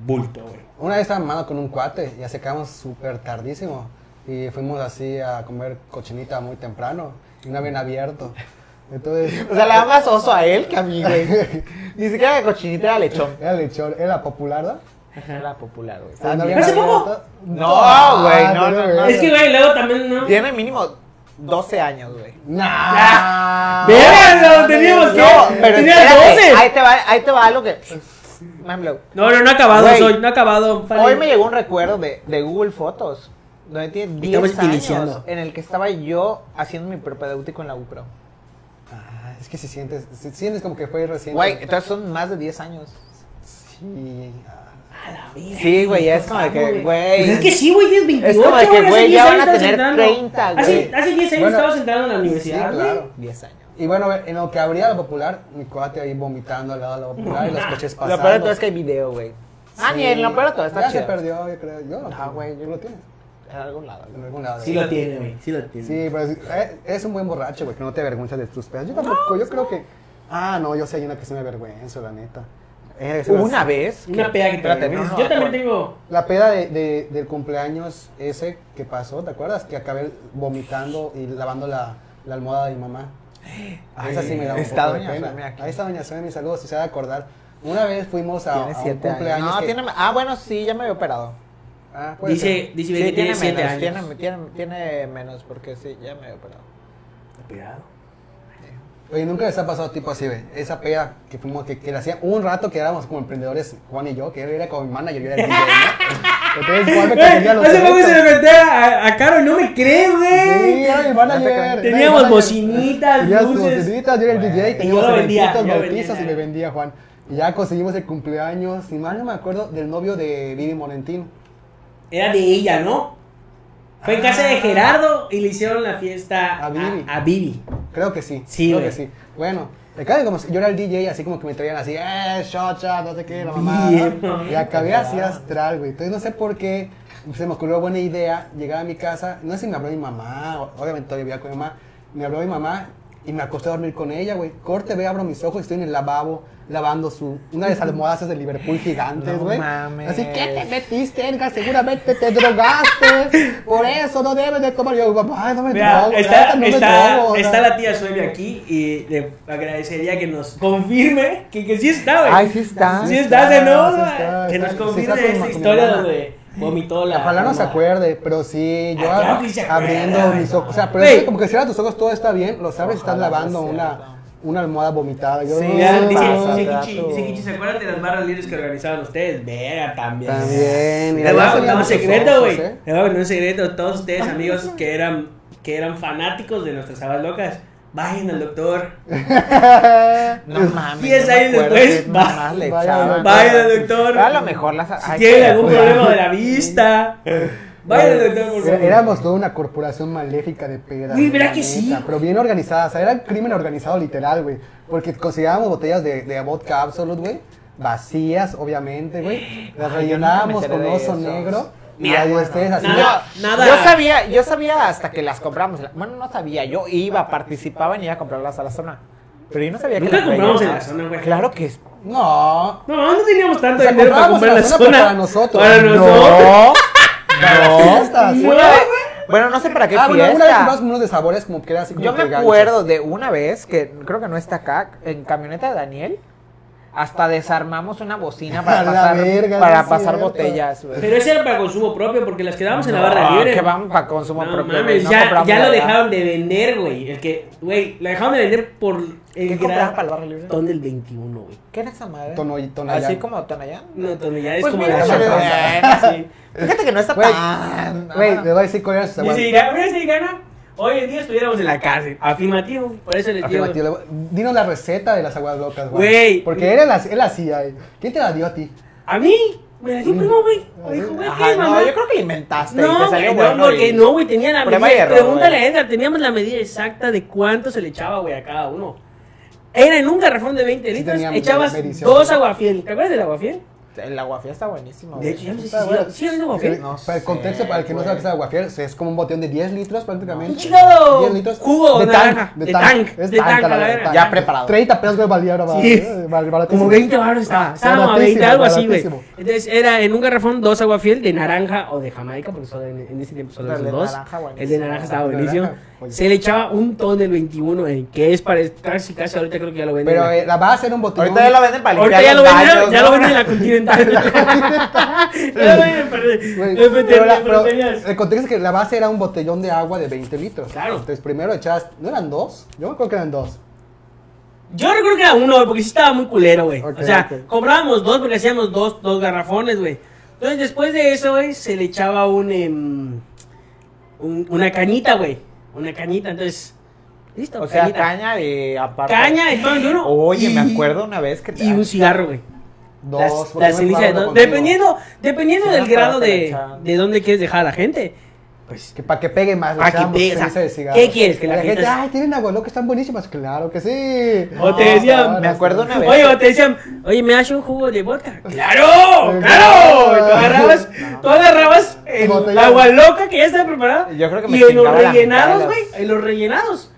[SPEAKER 1] bulto, güey.
[SPEAKER 2] Una vez estaba mamando con un cuate, ya se quedamos súper tardísimo. Y fuimos así a comer cochinita muy temprano. Y no habían abierto. Entonces,
[SPEAKER 3] O sea, le da más oso a él que a mí, güey. Ni siquiera de cochinita era lechón.
[SPEAKER 2] era lechón, era popular, ¿no?
[SPEAKER 3] Era popular, güey.
[SPEAKER 2] Entonces,
[SPEAKER 1] bien. ¡Ese
[SPEAKER 2] abierto.
[SPEAKER 1] poco!
[SPEAKER 3] No, güey, no,
[SPEAKER 2] Ah,
[SPEAKER 3] no,
[SPEAKER 2] pero,
[SPEAKER 3] no.
[SPEAKER 2] güey.
[SPEAKER 1] Es que, güey, luego también, ¿no?
[SPEAKER 3] Tiene mínimo 12 años, güey.
[SPEAKER 1] Ah.
[SPEAKER 2] Nah.
[SPEAKER 1] ¡Verga, no, teníamos que...
[SPEAKER 3] No, pero
[SPEAKER 1] tenías
[SPEAKER 3] espérate,
[SPEAKER 1] 12.
[SPEAKER 3] ahí te va, ahí te va algo que... Man blow.
[SPEAKER 1] No, no, no ha acabado,
[SPEAKER 3] Güey.
[SPEAKER 1] soy, no ha acabado. Fanny.
[SPEAKER 3] Hoy me llegó un recuerdo de, de Google Fotos, donde tiene
[SPEAKER 1] Estamos
[SPEAKER 3] 10 años
[SPEAKER 1] iniciando.
[SPEAKER 3] en el que estaba yo haciendo mi propedéutico en la UPRO.
[SPEAKER 2] Ah, es que si sientes, si sientes como que fue recién.
[SPEAKER 3] Güey, entonces son más de 10 años.
[SPEAKER 2] Sí. ah.
[SPEAKER 1] A la vida.
[SPEAKER 3] Sí, güey, es como Ah, de que, güey.
[SPEAKER 1] Pues es que sí, güey, tienes 28,
[SPEAKER 3] Es como de que,
[SPEAKER 1] hace
[SPEAKER 3] güey,
[SPEAKER 1] 10
[SPEAKER 3] ya
[SPEAKER 1] años
[SPEAKER 3] van a
[SPEAKER 1] estabas
[SPEAKER 3] tener 30,
[SPEAKER 1] Hace,
[SPEAKER 3] güey.
[SPEAKER 1] hace 10 años
[SPEAKER 2] Bueno,
[SPEAKER 1] estabas entrando a la
[SPEAKER 2] Sí,
[SPEAKER 1] universidad, güey.
[SPEAKER 2] claro.
[SPEAKER 3] 10 años.
[SPEAKER 2] Y bueno, en lo que abría la popular, mi cuate ahí vomitando al lado de la popular y los coches
[SPEAKER 3] Lo
[SPEAKER 2] pasando.
[SPEAKER 3] peor de todo es que hay video, güey. Ah, ni en lo peor de todo,
[SPEAKER 2] Ya
[SPEAKER 3] está
[SPEAKER 2] se
[SPEAKER 3] chido.
[SPEAKER 2] perdió, yo creo. Yo
[SPEAKER 3] Ah, güey,
[SPEAKER 2] yo lo tienes.
[SPEAKER 3] En algún lado.
[SPEAKER 2] En algún lado.
[SPEAKER 1] Sí lo tiene, güey, sí lo tiene.
[SPEAKER 2] Sí, pero es, eh, eres un buen borracho, güey, que no te avergüenzas de tus pedas. Yo tampoco, yo creo que. Ah, no, yo sé, hay una que sí me avergüenzo, la neta. Eh, se me
[SPEAKER 3] Una
[SPEAKER 2] hace-
[SPEAKER 3] vez.
[SPEAKER 1] Una peda que te
[SPEAKER 3] Espérate,
[SPEAKER 1] avergüences.
[SPEAKER 3] no, no,
[SPEAKER 1] Yo también
[SPEAKER 3] por-
[SPEAKER 1] tengo...
[SPEAKER 2] La peda de, de- del cumpleaños ese que pasó, ¿te acuerdas? Que acabé vomitando y lavando la, la almohada de mi mamá. Ah,
[SPEAKER 3] Ay,
[SPEAKER 2] Esa sí me da un
[SPEAKER 3] está
[SPEAKER 2] poco de
[SPEAKER 3] doña
[SPEAKER 2] pena.
[SPEAKER 3] Sonia aquí.
[SPEAKER 2] Ahí está Doña Sonia, mis saludos, si se va a acordar. Una vez fuimos a,
[SPEAKER 3] Tiene
[SPEAKER 2] a un
[SPEAKER 3] 7 años.
[SPEAKER 2] cumpleaños
[SPEAKER 3] No,
[SPEAKER 2] que-
[SPEAKER 3] tiene. Ah, bueno, sí, ya me había operado.
[SPEAKER 2] Ah, puede ser.
[SPEAKER 1] Dice, dice,
[SPEAKER 3] Sí,
[SPEAKER 1] güey, que tiene
[SPEAKER 3] tiene
[SPEAKER 1] 7
[SPEAKER 3] menos.
[SPEAKER 1] años.
[SPEAKER 3] Tiene, tiene, tiene menos, porque sí, ya me había operado.
[SPEAKER 1] Cuidado.
[SPEAKER 2] Oye, nunca les ha pasado tipo así, güey. Esa peda que fuimos, que, que la hacía un rato que éramos como emprendedores, Juan y yo, que él era como mi manager, yo era el DJ, ¿no? Entonces Juan me conseguía los
[SPEAKER 1] Hace poco se lo
[SPEAKER 2] eventos.
[SPEAKER 1] conté a, a Caro y no me cree,
[SPEAKER 2] Sí,
[SPEAKER 1] güey.
[SPEAKER 2] era mi manager. era mi
[SPEAKER 1] Teníamos
[SPEAKER 2] manager.
[SPEAKER 1] bocinitas,
[SPEAKER 2] Tenías tus
[SPEAKER 1] luces.
[SPEAKER 2] bocinitas, yo era el
[SPEAKER 3] Güey.
[SPEAKER 2] DJ,
[SPEAKER 1] Y yo
[SPEAKER 2] teníamos
[SPEAKER 1] lo vendía,
[SPEAKER 2] eventitos,
[SPEAKER 1] yo
[SPEAKER 2] bautizos y
[SPEAKER 1] vendía.
[SPEAKER 2] me vendía Juan. Y ya conseguimos el cumpleaños, si mal no me acuerdo, del novio de Vivi Morentín.
[SPEAKER 1] Era de ella, ¿no? Fue en casa de Gerardo y le hicieron la fiesta
[SPEAKER 2] A Vivi.
[SPEAKER 1] Ah. A, a Vivi.
[SPEAKER 2] Creo que sí.
[SPEAKER 1] Sí,
[SPEAKER 2] creo
[SPEAKER 1] güey.
[SPEAKER 2] que sí. Bueno, me cae como si- yo era el DJ, así como que me traían así, eh, shot, shot, no sé qué, la mamá.
[SPEAKER 1] Bien,
[SPEAKER 2] ¿no? Y acabé así astral, güey. Entonces no sé por qué se me ocurrió buena idea. Llegaba a mi casa, no sé si me habló mi mamá, o- obviamente todavía vivía con mi mamá. Me habló mi mamá y me acosté a dormir con ella, güey. Corte, ve, abro mis ojos y estoy en el lavabo lavando su, una de esas almohadas esas de Liverpool gigantes,
[SPEAKER 3] No
[SPEAKER 2] güey.
[SPEAKER 3] mames.
[SPEAKER 2] Así que te metiste, Edgar, seguramente te drogaste. Por eso no debes de tomar. Yo, papá, no me
[SPEAKER 1] Mira,
[SPEAKER 2] drogo,
[SPEAKER 1] está,
[SPEAKER 2] neta, no
[SPEAKER 1] está-
[SPEAKER 2] me drogo. o sea.
[SPEAKER 1] está la tía Sueli aquí y le agradecería que nos confirme que, que sí está, güey.
[SPEAKER 3] Ay, sí está.
[SPEAKER 1] Sí está, de nuevo,
[SPEAKER 2] sí
[SPEAKER 1] güey.
[SPEAKER 2] está,
[SPEAKER 1] Que
[SPEAKER 2] está.
[SPEAKER 1] nos
[SPEAKER 2] Sí
[SPEAKER 1] confirme
[SPEAKER 2] está con
[SPEAKER 1] esa
[SPEAKER 2] ma- con
[SPEAKER 1] historia
[SPEAKER 2] mi mamá.
[SPEAKER 1] donde vomitó la.
[SPEAKER 2] Ojalá no se
[SPEAKER 1] mamá.
[SPEAKER 2] acuerde, pero sí, yo
[SPEAKER 1] Ah, claro que sí se acuerda,
[SPEAKER 2] abriendo
[SPEAKER 1] güey.
[SPEAKER 2] mis ojos. O sea, pero
[SPEAKER 1] Güey.
[SPEAKER 2] es como que cierra tus ojos, todo está bien, lo sabes, estás
[SPEAKER 3] Ojalá
[SPEAKER 2] lavando
[SPEAKER 3] sea
[SPEAKER 2] una,
[SPEAKER 3] cierto.
[SPEAKER 2] una almohada vomitada. Yo,
[SPEAKER 3] Sí,
[SPEAKER 2] no,
[SPEAKER 1] Mira,
[SPEAKER 3] Sí,
[SPEAKER 1] dice-
[SPEAKER 3] pasa,
[SPEAKER 1] dice
[SPEAKER 3] gato.
[SPEAKER 1] Kichi- dice Kichi, ¿se acuerdan de las barras libres que organizaban ustedes? Verga, también.
[SPEAKER 2] También, mira,
[SPEAKER 1] Te voy
[SPEAKER 2] ya
[SPEAKER 1] a contar un
[SPEAKER 2] teníamos
[SPEAKER 1] secreto,
[SPEAKER 2] ojos,
[SPEAKER 1] güey.
[SPEAKER 2] ¿eh?
[SPEAKER 1] Te voy a contar un secreto. Todos ustedes, amigos, que eran, que eran fanáticos de nuestras habas locas, vayan al doctor.
[SPEAKER 3] No mames.
[SPEAKER 1] 10
[SPEAKER 3] no me
[SPEAKER 1] años
[SPEAKER 3] acuerdo
[SPEAKER 1] después,
[SPEAKER 3] qué
[SPEAKER 1] va-
[SPEAKER 3] mamás le
[SPEAKER 2] vaya,
[SPEAKER 3] echaban.
[SPEAKER 1] vaya, doctor.
[SPEAKER 3] Era lo mejor las.
[SPEAKER 1] Si
[SPEAKER 3] ay,
[SPEAKER 1] tienen
[SPEAKER 3] qué
[SPEAKER 1] algún
[SPEAKER 3] locura.
[SPEAKER 1] problema de la vista, vayan al doctor, por
[SPEAKER 2] Era-
[SPEAKER 1] favor.
[SPEAKER 2] éramos toda una corporación maléfica de pedas.
[SPEAKER 1] Güey, ¿verdad
[SPEAKER 2] la
[SPEAKER 1] que sí?
[SPEAKER 2] neta, Pero bien organizada, o sea, era crimen organizado literal, güey. Porque considerábamos botellas de, de vodka Absolute, güey. Vacías, obviamente, güey. Las
[SPEAKER 3] Ay,
[SPEAKER 2] rellenábamos
[SPEAKER 3] yo nunca
[SPEAKER 2] con
[SPEAKER 3] me enteré
[SPEAKER 2] oso
[SPEAKER 3] de eso.
[SPEAKER 2] negro.
[SPEAKER 1] Mira,
[SPEAKER 2] y ahí ustedes así.
[SPEAKER 1] nada.
[SPEAKER 3] Yo- Yo sabía, yo sabía hasta que las compramos. Bueno, no sabía, yo iba, participaba y iba a comprarlas a la zona. Pero yo no sabía
[SPEAKER 1] Nunca
[SPEAKER 3] que las
[SPEAKER 1] compramos
[SPEAKER 3] traían.
[SPEAKER 1] en la zona, güey.
[SPEAKER 3] Claro que es.
[SPEAKER 2] No,
[SPEAKER 1] No, no teníamos tanto
[SPEAKER 2] O sea,
[SPEAKER 1] dinero para
[SPEAKER 2] comprábamos
[SPEAKER 1] comprar
[SPEAKER 2] en
[SPEAKER 1] la
[SPEAKER 2] la zona,
[SPEAKER 1] zona.
[SPEAKER 2] pero para nosotros.
[SPEAKER 1] Para
[SPEAKER 2] No.
[SPEAKER 1] nosotros.
[SPEAKER 2] fiestas.
[SPEAKER 1] No,
[SPEAKER 3] Una vez-
[SPEAKER 1] güey.
[SPEAKER 3] bueno, no sé para qué
[SPEAKER 2] Ah, bueno, alguna vez
[SPEAKER 3] fiesta.
[SPEAKER 2] compramos unos de sabores como que era así como
[SPEAKER 3] Yo me
[SPEAKER 2] que gancho.
[SPEAKER 3] acuerdo de una vez que creo que no está acá, en camioneta de Daniel, hasta desarmamos una bocina
[SPEAKER 2] A
[SPEAKER 3] para
[SPEAKER 2] la
[SPEAKER 3] pasar,
[SPEAKER 2] verga,
[SPEAKER 3] para
[SPEAKER 2] sí es
[SPEAKER 3] pasar
[SPEAKER 2] cierto.
[SPEAKER 3] botellas. güey.
[SPEAKER 1] Pero ese era para consumo propio, porque las quedábamos en la
[SPEAKER 3] No,
[SPEAKER 1] barra libre.
[SPEAKER 3] Ah, Que vamos para consumo
[SPEAKER 1] No
[SPEAKER 3] propio. güey,
[SPEAKER 1] mames,
[SPEAKER 3] no
[SPEAKER 1] ya,
[SPEAKER 3] compramos
[SPEAKER 1] ya lo
[SPEAKER 3] nada.
[SPEAKER 1] dejaron de vender, güey. El que, güey, la dejaron de vender por el
[SPEAKER 3] ¿Qué compraban para el barrio libre?
[SPEAKER 1] Ton del 21, güey.
[SPEAKER 3] ¿Qué era esa madre?
[SPEAKER 2] ¿eh? Tono- Tonayán.
[SPEAKER 3] Así como Tonayán.
[SPEAKER 1] No, Ton ya es
[SPEAKER 3] Pues
[SPEAKER 1] como
[SPEAKER 3] mira,
[SPEAKER 1] la
[SPEAKER 3] se ve
[SPEAKER 1] chafa.
[SPEAKER 3] bueno, sí. Fíjate que no está
[SPEAKER 2] Güey,
[SPEAKER 3] tan.
[SPEAKER 2] Güey,
[SPEAKER 3] Ah,
[SPEAKER 2] les voy a decir cuál era su sabor.
[SPEAKER 1] Y si dirá, mira, si dirán, hoy en día estuviéramos en la cárcel. Afirmativo, por eso les digo.
[SPEAKER 2] Afirma, tío, le voy- Dinos la receta de las aguas locas,
[SPEAKER 1] Güey.
[SPEAKER 2] Porque él, la- él la hacía. eh. ¿Quién te la dio a ti?
[SPEAKER 1] A mí, Me la dio un primo, güey. Me dijo, güey, ¿qué
[SPEAKER 3] Ajá,
[SPEAKER 1] es,
[SPEAKER 3] no,
[SPEAKER 1] mamá?
[SPEAKER 3] yo creo que lo inventaste. y
[SPEAKER 1] No,
[SPEAKER 3] te salió
[SPEAKER 1] güey, no,
[SPEAKER 3] bueno
[SPEAKER 1] porque
[SPEAKER 3] y-
[SPEAKER 1] no, güey, tenía la
[SPEAKER 3] Prueba
[SPEAKER 1] medida.
[SPEAKER 3] y error,
[SPEAKER 1] pregúntale
[SPEAKER 3] güey.
[SPEAKER 1] a Edgar, teníamos la medida exacta de cuánto se le echaba, güey, a cada uno. Era en un garrafón de 20
[SPEAKER 2] Sí
[SPEAKER 1] litros,
[SPEAKER 2] teníamos
[SPEAKER 1] echabas
[SPEAKER 2] la medición.
[SPEAKER 1] dos aguafiel. ¿Te acuerdas del aguafiel?
[SPEAKER 3] El aguafiel está buenísimo.
[SPEAKER 1] De
[SPEAKER 3] güey.
[SPEAKER 1] hecho, ya no sé si
[SPEAKER 2] Está Ah, bueno.
[SPEAKER 1] sí, sí, era
[SPEAKER 2] El-
[SPEAKER 1] aguafiel.
[SPEAKER 3] No
[SPEAKER 2] para el
[SPEAKER 3] sé,
[SPEAKER 2] contexto, para el que no sabe
[SPEAKER 3] güey.
[SPEAKER 2] que es aguafiel, es- es como un boteón de 10 litros prácticamente.
[SPEAKER 1] Un chingado
[SPEAKER 2] 10 litros.
[SPEAKER 1] jugo de
[SPEAKER 2] de tank,
[SPEAKER 1] naranja,
[SPEAKER 2] de
[SPEAKER 1] de
[SPEAKER 2] tank,
[SPEAKER 1] tank,
[SPEAKER 2] es
[SPEAKER 1] de tank,
[SPEAKER 2] a la
[SPEAKER 1] a la
[SPEAKER 2] de
[SPEAKER 1] verga.
[SPEAKER 2] tank.
[SPEAKER 3] Ya preparado.
[SPEAKER 2] 30 pesos creo valía ahora.
[SPEAKER 1] Sí.
[SPEAKER 2] eh, bar- baratísimo.
[SPEAKER 1] Como 20 baros estaba.
[SPEAKER 2] Ah,
[SPEAKER 1] Estaba como a 20,
[SPEAKER 2] baratísimo,
[SPEAKER 1] algo así, güey.
[SPEAKER 2] baratísimo.
[SPEAKER 1] Entonces era en un garrafón dos aguafiel de naranja o de jamaica, porque solo en, en ese tiempo solo
[SPEAKER 3] El
[SPEAKER 1] eran
[SPEAKER 3] de
[SPEAKER 1] dos.
[SPEAKER 3] naranja, buenísimo.
[SPEAKER 1] el de naranja estaba
[SPEAKER 2] El de
[SPEAKER 1] buenísimo.
[SPEAKER 2] naranja, oye.
[SPEAKER 1] Se le echaba un ton del 21, en que es para casi, casi ahorita creo que ya lo venden.
[SPEAKER 2] Pero
[SPEAKER 1] en la-
[SPEAKER 2] eh, la base era un boteón.
[SPEAKER 3] Ahorita ya lo venden para
[SPEAKER 1] ahorita
[SPEAKER 3] limpiar
[SPEAKER 1] ya lo
[SPEAKER 3] los
[SPEAKER 1] venden,
[SPEAKER 3] baños,
[SPEAKER 1] ya
[SPEAKER 3] ¿no?
[SPEAKER 1] lo venden en la continental. ya lo venden
[SPEAKER 2] Güey,
[SPEAKER 1] en FT,
[SPEAKER 2] pero la- pero
[SPEAKER 1] fronteras.
[SPEAKER 2] el contexto es que la base era un botellón de agua de 20 litros.
[SPEAKER 1] Claro.
[SPEAKER 2] Entonces primero echabas, ¿no eran dos? Yo me acuerdo que eran dos.
[SPEAKER 1] Yo recuerdo que era uno, güey, porque sí estaba muy culero, güey.
[SPEAKER 2] Ok,
[SPEAKER 1] o sea,
[SPEAKER 2] ok.
[SPEAKER 1] comprábamos dos porque hacíamos dos, dos garrafones, güey. Entonces, después de eso, güey, se le echaba un, em, un- una cañita, güey. Una cañita, entonces. Listo,
[SPEAKER 3] O sea,
[SPEAKER 1] cañita.
[SPEAKER 3] caña y aparte. Oh,
[SPEAKER 1] Caña, entonces uno.
[SPEAKER 3] Oye, me
[SPEAKER 1] y-
[SPEAKER 3] acuerdo una vez que.
[SPEAKER 1] Y un cigarro, güey.
[SPEAKER 2] Dos.
[SPEAKER 1] Las,
[SPEAKER 2] porque
[SPEAKER 1] las
[SPEAKER 2] yo me
[SPEAKER 1] cenizas de
[SPEAKER 2] acuerdo
[SPEAKER 1] dos.
[SPEAKER 2] contigo.
[SPEAKER 1] Dependiendo, dependiendo
[SPEAKER 3] Sí,
[SPEAKER 1] del
[SPEAKER 3] me acuerdo
[SPEAKER 1] grado
[SPEAKER 3] que le
[SPEAKER 1] de,
[SPEAKER 3] echaban.
[SPEAKER 1] de dónde quieres dejar a la gente. Pues.
[SPEAKER 2] Que para que pegue más. le
[SPEAKER 1] Pa' que
[SPEAKER 2] echábamos
[SPEAKER 1] pegue, o sea,
[SPEAKER 2] ceniza de cigarro.
[SPEAKER 1] ¿qué quieres? Que
[SPEAKER 2] Y
[SPEAKER 1] la gente es-
[SPEAKER 2] ay, tienen agua loca, están buenísimas. Claro que sí.
[SPEAKER 1] O te decían-
[SPEAKER 3] Me acuerdo una vez.
[SPEAKER 1] Oye, o te decían, oye, ¿me das un jugo de vodka? ¡Claro! ¡Claro! Y Tú agarrabas, tú agarrabas el
[SPEAKER 2] Botella.
[SPEAKER 1] agua loca que ya está preparada.
[SPEAKER 3] Yo creo que
[SPEAKER 1] Y
[SPEAKER 3] me
[SPEAKER 1] en los
[SPEAKER 3] chingaba la mitad de
[SPEAKER 1] rellenados,
[SPEAKER 3] los-
[SPEAKER 1] güey, en los rellenados.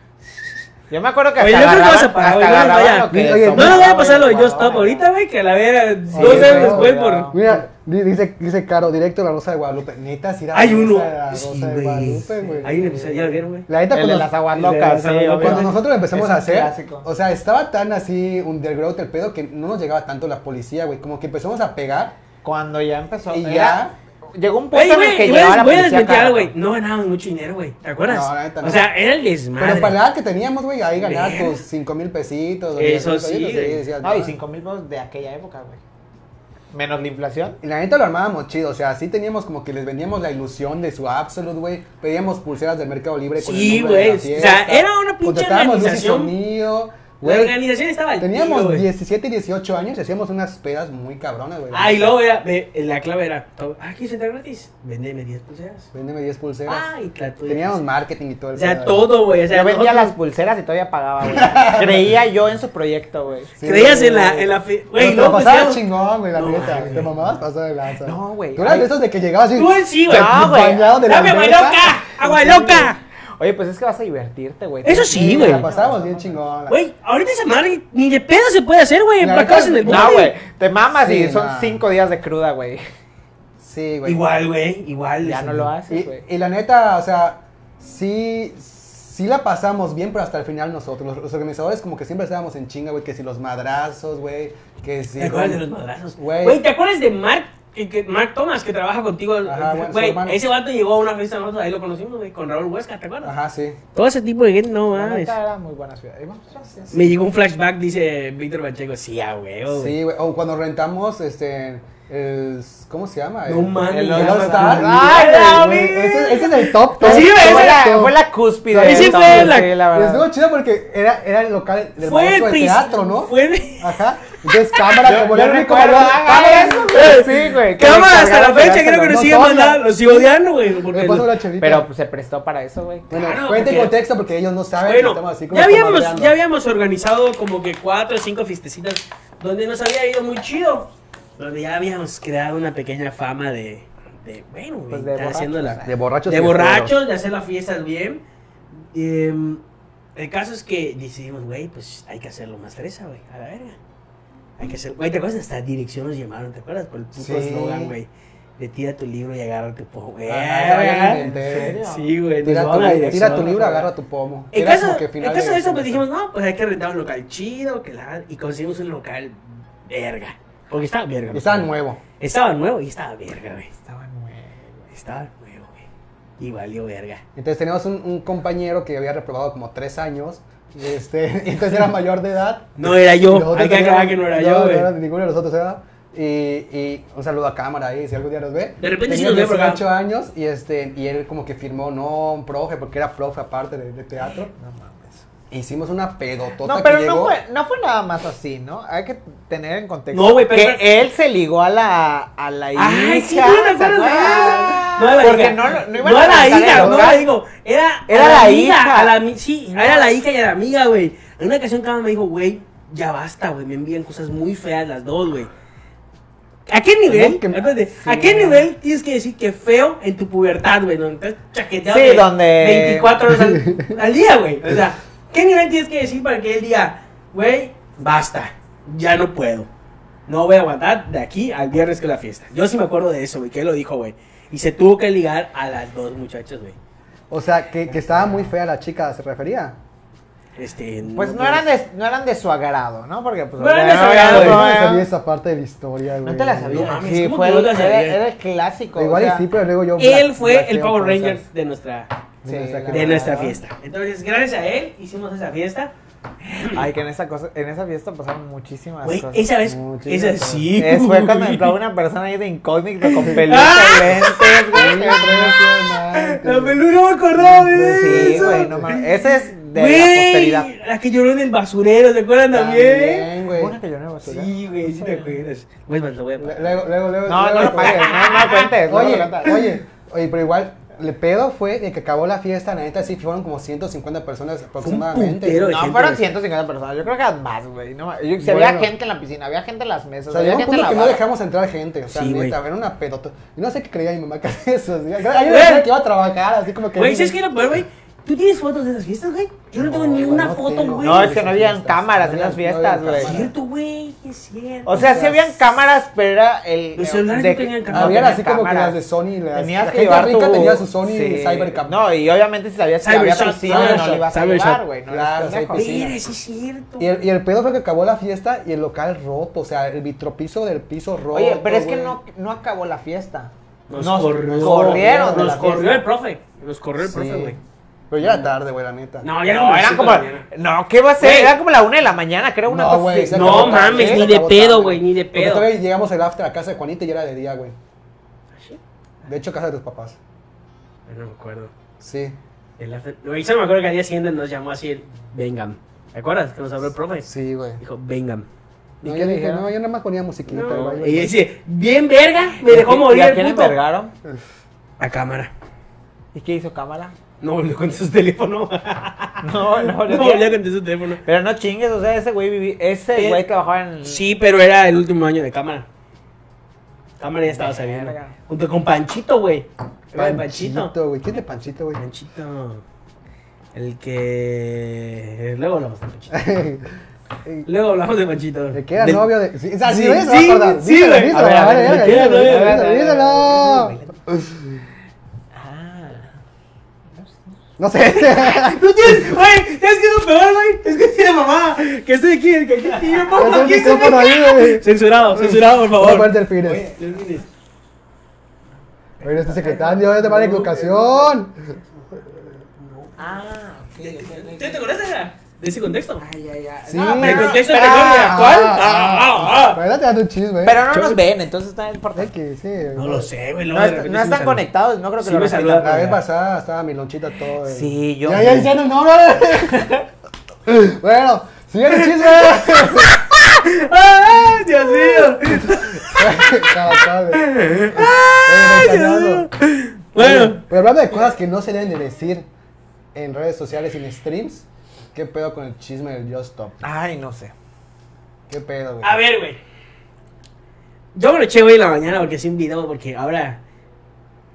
[SPEAKER 3] Yo me acuerdo que
[SPEAKER 1] Oye,
[SPEAKER 3] hasta
[SPEAKER 1] yo creo que
[SPEAKER 3] agarraban,
[SPEAKER 1] vas a parar,
[SPEAKER 3] hasta
[SPEAKER 1] güey, no nos
[SPEAKER 3] agarraban
[SPEAKER 1] vaya-
[SPEAKER 3] lo que
[SPEAKER 2] Oye,
[SPEAKER 1] No
[SPEAKER 2] no
[SPEAKER 1] nos voy a
[SPEAKER 3] sobraba,
[SPEAKER 1] pasar lo de
[SPEAKER 3] güey,
[SPEAKER 1] Just Stop
[SPEAKER 3] guardaba.
[SPEAKER 1] ahorita, güey, que a la vera dos
[SPEAKER 2] güey,
[SPEAKER 1] años después
[SPEAKER 3] cuidado.
[SPEAKER 1] por...
[SPEAKER 2] Mira, di- dice, dice Caro, directo a la Rosa de Guadalupe. Neta, sí, la
[SPEAKER 1] Hay uno.
[SPEAKER 2] La Rosa
[SPEAKER 1] Sí,
[SPEAKER 2] de Guadalupe,
[SPEAKER 1] güey.
[SPEAKER 2] güey.
[SPEAKER 1] Hay un episodio, ¿ya lo vieron, güey?
[SPEAKER 2] La neta,
[SPEAKER 3] El de
[SPEAKER 2] cuando,
[SPEAKER 3] las aguas
[SPEAKER 2] el de
[SPEAKER 3] locas,
[SPEAKER 2] las
[SPEAKER 3] sí,
[SPEAKER 2] aguas locas.
[SPEAKER 3] obvio.
[SPEAKER 2] Cuando nosotros lo empezamos
[SPEAKER 3] Es un
[SPEAKER 2] a hacer,
[SPEAKER 3] clásico.
[SPEAKER 2] o sea, estaba tan así underground el pedo que no nos llegaba tanto la policía, güey. Como que empezamos a pegar.
[SPEAKER 3] Cuando ya empezó.
[SPEAKER 2] Y
[SPEAKER 3] era-
[SPEAKER 2] ya.
[SPEAKER 3] Llegó un
[SPEAKER 1] Oye,
[SPEAKER 3] punto en el que
[SPEAKER 1] güey, voy
[SPEAKER 3] llegaba
[SPEAKER 1] a,
[SPEAKER 3] la
[SPEAKER 1] voy a
[SPEAKER 3] policía.
[SPEAKER 1] desmentir
[SPEAKER 3] cada
[SPEAKER 1] algo, güey.
[SPEAKER 3] rato.
[SPEAKER 1] No ganábamos mucho dinero, güey. ¿Te acuerdas?
[SPEAKER 2] No, la neta, no.
[SPEAKER 1] O sea, era el desmadre.
[SPEAKER 2] Pero para la edad que teníamos, güey, ahí ganabas tus 5 mil pesitos. dos mil
[SPEAKER 1] Eso
[SPEAKER 2] pesitos,
[SPEAKER 1] sí,
[SPEAKER 2] y
[SPEAKER 1] güey.
[SPEAKER 2] decías, "Ah".
[SPEAKER 3] No, Ah, y
[SPEAKER 2] "No".
[SPEAKER 3] 5 mil pesos de aquella época, güey. Menos la inflación.
[SPEAKER 2] Y la neta lo armábamos chido, o sea, sí teníamos como que les vendíamos la ilusión de su Absolute, güey. Pedíamos pulseras del Mercado Libre con
[SPEAKER 1] Sí,
[SPEAKER 2] el nombre de la
[SPEAKER 1] güey. O sea,
[SPEAKER 2] fiesta.
[SPEAKER 1] era una pinche
[SPEAKER 2] Contratábamos luz y
[SPEAKER 1] organización.
[SPEAKER 2] sonido,
[SPEAKER 1] La
[SPEAKER 2] güey.
[SPEAKER 1] organización estaba al tiro,
[SPEAKER 2] Teníamos
[SPEAKER 1] güey.
[SPEAKER 2] 17 y 18 años y hacíamos unas pedas muy cabronas, güey.
[SPEAKER 1] Ah, y luego era, ve, la clave era, to- ah, ¿quieres entrar gratis? Vendeme 10 pulseras.
[SPEAKER 2] Véndeme 10 pulseras.
[SPEAKER 1] Ah, y la tuya.
[SPEAKER 2] Teníamos marketing y todo el
[SPEAKER 1] O sea,
[SPEAKER 2] pedo,
[SPEAKER 1] todo, güey. O sea,
[SPEAKER 3] Yo vendía
[SPEAKER 1] nosotros-
[SPEAKER 3] las pulseras y todavía pagaba, güey. Creía yo en su proyecto, güey.
[SPEAKER 2] Sí,
[SPEAKER 1] Creías
[SPEAKER 2] güey.
[SPEAKER 1] en la, en la fe-
[SPEAKER 2] Pero
[SPEAKER 1] Güey,
[SPEAKER 2] te lo
[SPEAKER 1] no, pues
[SPEAKER 2] pasaba chingón, güey, la
[SPEAKER 1] No,
[SPEAKER 2] neta.
[SPEAKER 1] güey.
[SPEAKER 2] Te mamabas pasada de lanza.
[SPEAKER 3] No, güey.
[SPEAKER 2] Tú eras
[SPEAKER 3] Ay.
[SPEAKER 2] de esos de que llegabas así.
[SPEAKER 1] Tú en sí, güey.
[SPEAKER 3] No, güey.
[SPEAKER 2] bañado de la
[SPEAKER 1] Dame agua
[SPEAKER 2] alberca.
[SPEAKER 1] loca, agua loca.
[SPEAKER 3] Oye, pues es que vas a divertirte, güey.
[SPEAKER 1] Eso sí,
[SPEAKER 2] Sí,
[SPEAKER 1] güey.
[SPEAKER 2] La pasábamos bien chingón. la-
[SPEAKER 1] Güey, ahorita esa madre ni de pedo se puede hacer, güey.
[SPEAKER 2] La
[SPEAKER 1] Emplacados
[SPEAKER 2] neta,
[SPEAKER 1] en el
[SPEAKER 3] No,
[SPEAKER 1] bote.
[SPEAKER 3] güey. Te mamas
[SPEAKER 2] Sí,
[SPEAKER 3] y son
[SPEAKER 2] no.
[SPEAKER 3] 5 días de cruda, güey.
[SPEAKER 2] Sí, güey.
[SPEAKER 1] Igual, güey, igual.
[SPEAKER 3] Ya
[SPEAKER 1] sí.
[SPEAKER 3] no lo haces, güey.
[SPEAKER 2] Y, y la neta, o sea, sí, sí la pasamos bien, pero hasta el final nosotros, los, los organizadores, como que siempre estábamos en chinga, güey, que si los madrazos, güey, que si...
[SPEAKER 1] ¿Te acuerdas de los madrazos?
[SPEAKER 2] Güey.
[SPEAKER 1] Güey, ¿te acuerdas de Mark? Que, que Mark Thomas, que trabaja contigo.
[SPEAKER 2] Ajá, bueno, su
[SPEAKER 1] Güey,
[SPEAKER 2] hermano.
[SPEAKER 1] ese vato llegó a una fiesta de nosotros, ahí lo conocimos, güey, con Raúl Huesca, ¿te acuerdas?
[SPEAKER 2] Ajá, sí.
[SPEAKER 1] Todo ese tipo de gente, no
[SPEAKER 3] La
[SPEAKER 1] mames.
[SPEAKER 3] neta era muy buena ciudad. Y bueno, gracias.
[SPEAKER 1] Me llegó un flashback, dice Víctor Pacheco. Sí, a huevo, güey.
[SPEAKER 2] Sí, güey. O cuando rentamos, este, el... ¿Cómo se llama?
[SPEAKER 1] No
[SPEAKER 2] El-
[SPEAKER 1] mames,
[SPEAKER 2] El
[SPEAKER 1] ya
[SPEAKER 2] All
[SPEAKER 1] me
[SPEAKER 2] Star.
[SPEAKER 1] acordé.
[SPEAKER 3] ¡Ay, la
[SPEAKER 2] Güey,
[SPEAKER 3] vi!
[SPEAKER 2] Ese, ese es el top, top.
[SPEAKER 1] Pues Sí, güey,
[SPEAKER 2] top,
[SPEAKER 3] fue, la,
[SPEAKER 2] top.
[SPEAKER 3] fue la cúspide.
[SPEAKER 1] Ese
[SPEAKER 3] del
[SPEAKER 1] fue
[SPEAKER 3] Tumblr,
[SPEAKER 1] la-
[SPEAKER 3] sí, la
[SPEAKER 2] Y estuvo
[SPEAKER 3] verdad.
[SPEAKER 2] chido porque era, era el local del
[SPEAKER 1] Fue
[SPEAKER 2] maestro
[SPEAKER 1] el
[SPEAKER 2] de
[SPEAKER 1] pris-
[SPEAKER 2] teatro, ¿no?
[SPEAKER 1] Fue el-
[SPEAKER 2] Ajá. Entonces, cámara, como
[SPEAKER 3] Yo
[SPEAKER 2] era el único
[SPEAKER 3] recuerdo,
[SPEAKER 2] manual-
[SPEAKER 3] ah,
[SPEAKER 2] cámara,
[SPEAKER 3] eso,
[SPEAKER 2] güey.
[SPEAKER 3] güey, sí, güey. que
[SPEAKER 1] Cámara, hasta la
[SPEAKER 3] encargaron
[SPEAKER 1] fecha
[SPEAKER 3] pegárselo,
[SPEAKER 1] creo que
[SPEAKER 2] no
[SPEAKER 1] nos siguen
[SPEAKER 2] sola.
[SPEAKER 1] mandando. Los sigo odiando, güey. porque
[SPEAKER 2] Me paso
[SPEAKER 1] no-
[SPEAKER 2] una chelita.
[SPEAKER 3] Pero pues, se prestó para eso, güey.
[SPEAKER 2] Bueno,
[SPEAKER 1] Claro,
[SPEAKER 2] cuente
[SPEAKER 1] porque-
[SPEAKER 2] contexto porque ellos no saben.
[SPEAKER 1] Bueno,
[SPEAKER 2] estamos así como
[SPEAKER 1] ya habíamos,
[SPEAKER 2] comadreando.
[SPEAKER 1] ya habíamos organizado como que cuatro o cinco fiestecitas donde nos había ido muy chido. Donde ya habíamos creado una pequeña fama de, de bueno, güey,
[SPEAKER 3] Pues de
[SPEAKER 1] estar haciendo
[SPEAKER 3] borrachos,
[SPEAKER 1] la-
[SPEAKER 2] De borrachos. ¿eh?
[SPEAKER 1] de
[SPEAKER 2] y
[SPEAKER 1] borrachos, de hacer las fiestas bien. Em, el caso es que decidimos, güey, pues hay que hacerlo más fresa, güey, a la verga. Hay que hacer, güey, ¿te acuerdas? Hasta dirección nos llamaron, ¿te acuerdas? Por el puto
[SPEAKER 2] Sí.
[SPEAKER 1] eslogan, güey. De tira tu libro y agarra tu pomo. güey.
[SPEAKER 2] Ajá, ya lo
[SPEAKER 1] ¿verdad?
[SPEAKER 2] inventé.
[SPEAKER 1] Sí, güey.
[SPEAKER 2] Tira
[SPEAKER 1] nos
[SPEAKER 2] tu,
[SPEAKER 1] llamaron a
[SPEAKER 2] libro, tira tu
[SPEAKER 1] dirección,
[SPEAKER 2] libro,
[SPEAKER 1] güey.
[SPEAKER 2] agarra tu pomo.
[SPEAKER 1] En
[SPEAKER 2] Era
[SPEAKER 1] caso,
[SPEAKER 2] como que final
[SPEAKER 1] en caso de eso, pues
[SPEAKER 2] conversación.
[SPEAKER 1] dijimos, no, pues hay que rentar un local chido, que la... Y conseguimos un local verga. Porque estaba verga.
[SPEAKER 2] Y Estaba
[SPEAKER 1] güey.
[SPEAKER 2] nuevo.
[SPEAKER 1] Estaba nuevo y estaba verga, güey.
[SPEAKER 3] Estaba nuevo.
[SPEAKER 1] Estaba nuevo, güey. Y valió verga.
[SPEAKER 2] Entonces teníamos un, un compañero que había reprobado como tres años. y Este, y entonces era mayor de edad.
[SPEAKER 1] No era yo.
[SPEAKER 2] Nosotros
[SPEAKER 1] Hay que aclarar
[SPEAKER 2] teníamos-
[SPEAKER 1] que no era
[SPEAKER 2] no
[SPEAKER 1] yo,
[SPEAKER 2] era
[SPEAKER 1] güey.
[SPEAKER 2] ninguno de nosotros era. Y, y un saludo a cámara ahí, si algún día nos ve.
[SPEAKER 1] De repente sí
[SPEAKER 2] Tenía
[SPEAKER 1] nos ve por acá.
[SPEAKER 2] 18 años y, este, y él como que firmó, no, un profe, porque era profe aparte de, de teatro.
[SPEAKER 3] No mames.
[SPEAKER 2] Hicimos una pedotota
[SPEAKER 3] No, pero
[SPEAKER 2] Tota que
[SPEAKER 3] no,
[SPEAKER 2] llegó.
[SPEAKER 3] fue, no fue nada más así, ¿no? Hay que tener en contexto
[SPEAKER 1] No, güey, pero-
[SPEAKER 3] que él se ligó a la, a la hija.
[SPEAKER 1] Ay, sí, no me
[SPEAKER 3] ¿se
[SPEAKER 1] acuerdo de
[SPEAKER 3] acuerdan?
[SPEAKER 1] ella. No a la
[SPEAKER 3] Porque
[SPEAKER 1] hija.
[SPEAKER 3] no, lo- no iban
[SPEAKER 1] No
[SPEAKER 3] a
[SPEAKER 1] a la
[SPEAKER 3] lanzar el
[SPEAKER 1] hija, no
[SPEAKER 3] hogar.
[SPEAKER 1] la digo. Era,
[SPEAKER 3] Era
[SPEAKER 1] a
[SPEAKER 3] la
[SPEAKER 1] amiga,
[SPEAKER 3] hija.
[SPEAKER 1] A la, ami- sí, era la hija y a la amiga, güey. En una ocasión Cama me dijo, güey, ya basta, güey. Me envían cosas muy feas las dos, güey. ¿A qué nivel?
[SPEAKER 2] No, que-
[SPEAKER 1] espérate,
[SPEAKER 2] sí.
[SPEAKER 1] ¿A qué nivel tienes que decir que feo en tu pubertad, güey? Donde estás chaqueteado.
[SPEAKER 3] Sí,
[SPEAKER 1] de
[SPEAKER 3] donde- Eh.
[SPEAKER 1] 24 horas al, al día, güey. O sea, ¿qué nivel tienes que decir para que él diga, güey, basta, ya no puedo? No voy a aguantar de aquí al viernes que es la fiesta. Yo sí me acuerdo de eso, güey, que él lo dijo, güey. Y se tuvo que ligar a las dos muchachas, güey.
[SPEAKER 2] O sea, que, que estaba muy fea la chica, ¿se refería?
[SPEAKER 1] Este,
[SPEAKER 3] Pues no
[SPEAKER 1] puedo-
[SPEAKER 3] eran, de, no eran de su agrado, ¿no? Porque pues...
[SPEAKER 1] No eran de su
[SPEAKER 3] no,
[SPEAKER 1] agrado,
[SPEAKER 2] Güey,
[SPEAKER 3] no,
[SPEAKER 2] no
[SPEAKER 3] no,
[SPEAKER 2] me sabía
[SPEAKER 3] no.
[SPEAKER 2] esa parte de la historia, güey.
[SPEAKER 3] No te la
[SPEAKER 1] No
[SPEAKER 3] sabías.
[SPEAKER 1] mames,
[SPEAKER 3] sí,
[SPEAKER 1] ¿cómo
[SPEAKER 3] fue
[SPEAKER 1] que no
[SPEAKER 3] el,
[SPEAKER 1] te la
[SPEAKER 3] era,
[SPEAKER 1] sabías?
[SPEAKER 3] era el clásico. o
[SPEAKER 2] Igual y
[SPEAKER 3] sea,
[SPEAKER 2] sí, pero luego yo.
[SPEAKER 1] Él
[SPEAKER 2] bla-
[SPEAKER 1] fue el
[SPEAKER 2] blaqueo
[SPEAKER 1] Power
[SPEAKER 2] cosas.
[SPEAKER 1] Ranger de nuestra,
[SPEAKER 2] Sí,
[SPEAKER 3] Sí, la
[SPEAKER 1] de
[SPEAKER 3] verdad.
[SPEAKER 1] nuestra fiesta. Entonces, gracias a él, hicimos esa fiesta.
[SPEAKER 3] Ay, que en esa, cosa, en esa fiesta pasaron muchísimas
[SPEAKER 1] Güey,
[SPEAKER 3] cosas.
[SPEAKER 1] esa vez,
[SPEAKER 2] Muchísimas
[SPEAKER 1] esa sí. Ah.
[SPEAKER 3] Es, fue cuando
[SPEAKER 1] güey.
[SPEAKER 3] entró una persona ahí de incógnito con peluca y lentes, güey.
[SPEAKER 1] La pelu no me acordaba
[SPEAKER 2] Pues
[SPEAKER 1] de
[SPEAKER 3] Sí,
[SPEAKER 1] eso.
[SPEAKER 3] güey, no mames. Ese es de
[SPEAKER 1] Güey,
[SPEAKER 3] la posteridad.
[SPEAKER 1] la que lloró en el basurero, ¿se
[SPEAKER 2] ¿eh?
[SPEAKER 1] acuerdan también?
[SPEAKER 2] También, güey.
[SPEAKER 3] Una que yo no me
[SPEAKER 2] ¿eh?
[SPEAKER 3] acuerdo.
[SPEAKER 1] Sí, güey, sí te acuerdas. Güey, más lo voy a
[SPEAKER 2] Luego,
[SPEAKER 1] pagar.
[SPEAKER 2] luego, luego.
[SPEAKER 3] No,
[SPEAKER 2] luego te
[SPEAKER 3] no
[SPEAKER 2] voy
[SPEAKER 3] lo
[SPEAKER 2] a-
[SPEAKER 3] pagues, no, no lo cuentes. no
[SPEAKER 2] Oye,
[SPEAKER 3] lo cuentes.
[SPEAKER 2] oye, oye, pero igual, el pedo fue de que acabó la fiesta, la neta sí fueron como 150 personas aproximadamente.
[SPEAKER 1] puntero de
[SPEAKER 3] No,
[SPEAKER 1] gente,
[SPEAKER 3] fueron
[SPEAKER 1] güey.
[SPEAKER 3] 150 personas. Yo creo que eran más, güey. No, yo- si
[SPEAKER 2] Bueno.
[SPEAKER 3] había gente en la piscina, había gente en las mesas,
[SPEAKER 2] O sea,
[SPEAKER 3] había
[SPEAKER 2] llegó un
[SPEAKER 3] gente en
[SPEAKER 2] punto
[SPEAKER 3] la
[SPEAKER 2] que no
[SPEAKER 3] barra.
[SPEAKER 2] dejamos entrar gente, o sea,
[SPEAKER 1] Sí, güey.
[SPEAKER 2] neta, era una pedota. Yo no sé qué creía mi mamá que hacía eso. ¿sí? Hay una señora que iba a trabajar, así como que...
[SPEAKER 1] Güey, ¿sabes qué era peor, güey? ¿Tú tienes fotos de esas fiestas, güey? Yo no tengo
[SPEAKER 2] güey,
[SPEAKER 1] ninguna
[SPEAKER 2] no
[SPEAKER 1] foto,
[SPEAKER 2] tengo.
[SPEAKER 1] güey.
[SPEAKER 3] No, es que no habían
[SPEAKER 2] Fiestas,
[SPEAKER 3] cámaras en
[SPEAKER 2] habían-
[SPEAKER 3] las fiestas,
[SPEAKER 2] no habían
[SPEAKER 3] güey.
[SPEAKER 1] Es
[SPEAKER 2] cámaras.
[SPEAKER 1] cierto, güey, es cierto.
[SPEAKER 3] O sea,
[SPEAKER 2] O
[SPEAKER 3] sí
[SPEAKER 2] sea,
[SPEAKER 3] habían cámaras, pero era el.
[SPEAKER 1] los celulares no tenían cámaras.
[SPEAKER 2] Habían
[SPEAKER 3] tenían
[SPEAKER 2] así como que
[SPEAKER 3] cámaras.
[SPEAKER 2] las de Sony, las,
[SPEAKER 3] Tenías
[SPEAKER 2] la
[SPEAKER 3] que
[SPEAKER 2] gente
[SPEAKER 3] llevar
[SPEAKER 2] rica
[SPEAKER 3] tu-
[SPEAKER 2] tenía su Sony
[SPEAKER 3] sí.
[SPEAKER 2] Cybercam.
[SPEAKER 3] No, y obviamente si sabías que había
[SPEAKER 1] Cybershot,
[SPEAKER 3] piscina, no
[SPEAKER 1] Cybershot,
[SPEAKER 3] le ibas a
[SPEAKER 1] Cybershot.
[SPEAKER 3] llevar, güey. No
[SPEAKER 2] Claro,
[SPEAKER 3] eras pendejo.
[SPEAKER 2] sí,
[SPEAKER 1] Mira, sí es cierto.
[SPEAKER 2] Y el, y el pedo fue que acabó la fiesta y el local roto, o sea, el vitropiso del piso roto.
[SPEAKER 3] Oye, pero es que
[SPEAKER 2] güey.
[SPEAKER 3] no, no acabó la fiesta.
[SPEAKER 1] Nos
[SPEAKER 3] corrieron.
[SPEAKER 1] corrió.
[SPEAKER 3] corrieron de
[SPEAKER 1] Nos
[SPEAKER 3] la
[SPEAKER 1] corrió
[SPEAKER 3] fiesta.
[SPEAKER 1] el profe. Nos corrió el
[SPEAKER 2] Sí.
[SPEAKER 1] profe, güey.
[SPEAKER 2] Pero ya era tarde, güey, la neta.
[SPEAKER 1] No, ya
[SPEAKER 3] No,
[SPEAKER 1] las
[SPEAKER 3] eran
[SPEAKER 1] siete
[SPEAKER 3] como.
[SPEAKER 1] de la mañana.
[SPEAKER 3] No, ¿qué va a ser?
[SPEAKER 1] Güey.
[SPEAKER 3] Era como la una de la mañana, creo, una
[SPEAKER 2] No,
[SPEAKER 3] cosa
[SPEAKER 2] güey,
[SPEAKER 3] así.
[SPEAKER 2] se
[SPEAKER 1] No
[SPEAKER 2] acabó tarde,
[SPEAKER 1] mames,
[SPEAKER 2] se
[SPEAKER 1] ni de
[SPEAKER 2] acabó
[SPEAKER 1] pedo,
[SPEAKER 2] tarde.
[SPEAKER 1] güey, ni de
[SPEAKER 2] Porque
[SPEAKER 1] pedo.
[SPEAKER 2] todavía llegamos el after a casa de Juanita y era de día, güey.
[SPEAKER 3] ¿Ah,
[SPEAKER 2] De hecho, casa de tus papás.
[SPEAKER 1] No me acuerdo.
[SPEAKER 2] Sí,
[SPEAKER 1] El after- Güey, solo me acuerdo que al día siguiente nos llamó así el vengan. ¿Te acuerdas que nos habló el profe?
[SPEAKER 2] sí, güey.
[SPEAKER 1] Dijo, vengan.
[SPEAKER 2] No,
[SPEAKER 3] qué
[SPEAKER 2] yo le dije,
[SPEAKER 3] dijeron?
[SPEAKER 2] no, yo nada más ponía musiquita.
[SPEAKER 1] No,
[SPEAKER 2] güey,
[SPEAKER 1] Y
[SPEAKER 2] güey.
[SPEAKER 1] dice, bien verga, me dejó
[SPEAKER 3] ¿Y a
[SPEAKER 1] morir
[SPEAKER 3] quién- y a
[SPEAKER 1] el
[SPEAKER 3] quién
[SPEAKER 1] puto.
[SPEAKER 3] envergaron?
[SPEAKER 1] A cámara.
[SPEAKER 3] ¿Y qué hizo cámara?
[SPEAKER 1] No volvió con su teléfono.
[SPEAKER 3] No, no,
[SPEAKER 1] No volvió con su teléfono.
[SPEAKER 3] Pero no chingues, o sea, ese güey vivi- ese
[SPEAKER 1] Eh,
[SPEAKER 3] güey trabajaba en
[SPEAKER 1] Sí, pero era el último año de cámara. Cámara ya estaba saliendo.
[SPEAKER 3] Verga.
[SPEAKER 1] Junto con Panchito, güey. Era de Panchito.
[SPEAKER 2] güey. ¿Quién es de Panchito, güey?
[SPEAKER 1] Panchito. El que. Luego hablamos de Panchito.
[SPEAKER 2] El
[SPEAKER 1] Luego hablamos de Panchito.
[SPEAKER 2] el que era
[SPEAKER 1] Del-
[SPEAKER 2] novio de. Sí, o sea,
[SPEAKER 1] Sí,
[SPEAKER 2] sí, güey, se
[SPEAKER 1] sí,
[SPEAKER 2] va a acordar.
[SPEAKER 1] sí,
[SPEAKER 2] Díselo,
[SPEAKER 1] güey.
[SPEAKER 2] díselo,
[SPEAKER 3] A ver, a
[SPEAKER 2] vale,
[SPEAKER 3] ver,
[SPEAKER 2] verga,
[SPEAKER 1] el que era
[SPEAKER 2] díselo,
[SPEAKER 1] novio de-
[SPEAKER 2] díselo, díselo.
[SPEAKER 3] Ah.
[SPEAKER 2] No sé.
[SPEAKER 1] ¡Tú tienes! ¡Güey! ¡Es que es lo peor, güey! ¡Es que tiene mamá! ¡Que estoy aquí! ¡Que aquí tiene
[SPEAKER 2] Es
[SPEAKER 1] mamá!
[SPEAKER 2] el
[SPEAKER 1] ¿Qué se
[SPEAKER 2] micrófono
[SPEAKER 1] me-
[SPEAKER 2] ahí, güey.
[SPEAKER 1] Censurado, censurado, por
[SPEAKER 2] No
[SPEAKER 1] favor.
[SPEAKER 2] parte del fines.
[SPEAKER 1] Oye, termines.
[SPEAKER 2] Oye, este secretario es de mala educación.
[SPEAKER 3] Ah, ok.
[SPEAKER 1] ¿Tú te acuerdas de esa- de ese contexto?
[SPEAKER 3] Ay, ay, ay.
[SPEAKER 2] Sí.
[SPEAKER 3] No,
[SPEAKER 1] El
[SPEAKER 3] pero,
[SPEAKER 1] contexto
[SPEAKER 3] pero-
[SPEAKER 1] de Colombia, ¿cuál?
[SPEAKER 2] ah,
[SPEAKER 1] Ah, ah, ah.
[SPEAKER 2] Pero date dando un chisme.
[SPEAKER 3] pero no nos ven, entonces no importa.
[SPEAKER 2] Es que sí.
[SPEAKER 1] No lo sé, güey.
[SPEAKER 3] No,
[SPEAKER 1] luego de repente
[SPEAKER 3] est- no
[SPEAKER 1] sí me
[SPEAKER 3] están
[SPEAKER 1] salió.
[SPEAKER 3] conectados, no creo que
[SPEAKER 1] Sí
[SPEAKER 3] lo
[SPEAKER 1] me
[SPEAKER 3] repitan.
[SPEAKER 1] saluda.
[SPEAKER 2] La vez pasada estaba mi lonchita todo. eh.
[SPEAKER 3] Sí, yo-
[SPEAKER 2] Ya, ya hicieron, no, no. bueno, siguiente chisme.
[SPEAKER 1] ¡Ah, Dios mío!
[SPEAKER 2] Cada tarde. Oye,
[SPEAKER 1] Dios mío.
[SPEAKER 2] regañando.
[SPEAKER 1] Bueno,
[SPEAKER 2] Oye, Pero hablando de cosas que no se deben de decir en redes sociales y en streams, ¿qué pedo con el chisme del Just Stop?
[SPEAKER 3] Ay, no sé.
[SPEAKER 2] ¿Qué pedo, güey?
[SPEAKER 1] a ver, güey. Yo me lo eché hoy en la mañana porque sí un video, porque ahora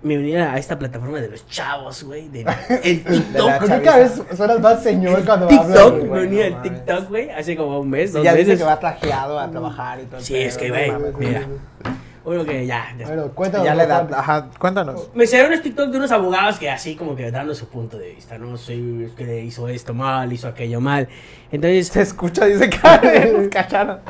[SPEAKER 1] me uní a esta plataforma de los chavos, güey. De, el
[SPEAKER 2] De la
[SPEAKER 1] TikTok.
[SPEAKER 2] chaviza. Cada vez suenas más señor cuando hablas.
[SPEAKER 1] TikTok,
[SPEAKER 2] güey.
[SPEAKER 1] me uní
[SPEAKER 2] No
[SPEAKER 1] al
[SPEAKER 2] mames.
[SPEAKER 1] TikTok, güey, hace como un mes, dos
[SPEAKER 3] Ya dice
[SPEAKER 1] meses.
[SPEAKER 3] que va trajeado a trabajar y todo. el
[SPEAKER 1] Sí,
[SPEAKER 3] pedo,
[SPEAKER 1] es que,
[SPEAKER 3] no
[SPEAKER 1] güey,
[SPEAKER 3] mames.
[SPEAKER 1] mira. Bueno, que ya, ya
[SPEAKER 2] Bueno, cuéntanos.
[SPEAKER 3] Ya le da.
[SPEAKER 2] cuéntanos.
[SPEAKER 3] Ajá, cuéntanos.
[SPEAKER 1] Me salieron unos TikTok de unos abogados que así como que dando su punto de vista, ¿no? Sí, es que hizo esto mal, hizo aquello mal.
[SPEAKER 3] Se
[SPEAKER 1] Entonces,
[SPEAKER 3] escucha, dice que nos cacharon.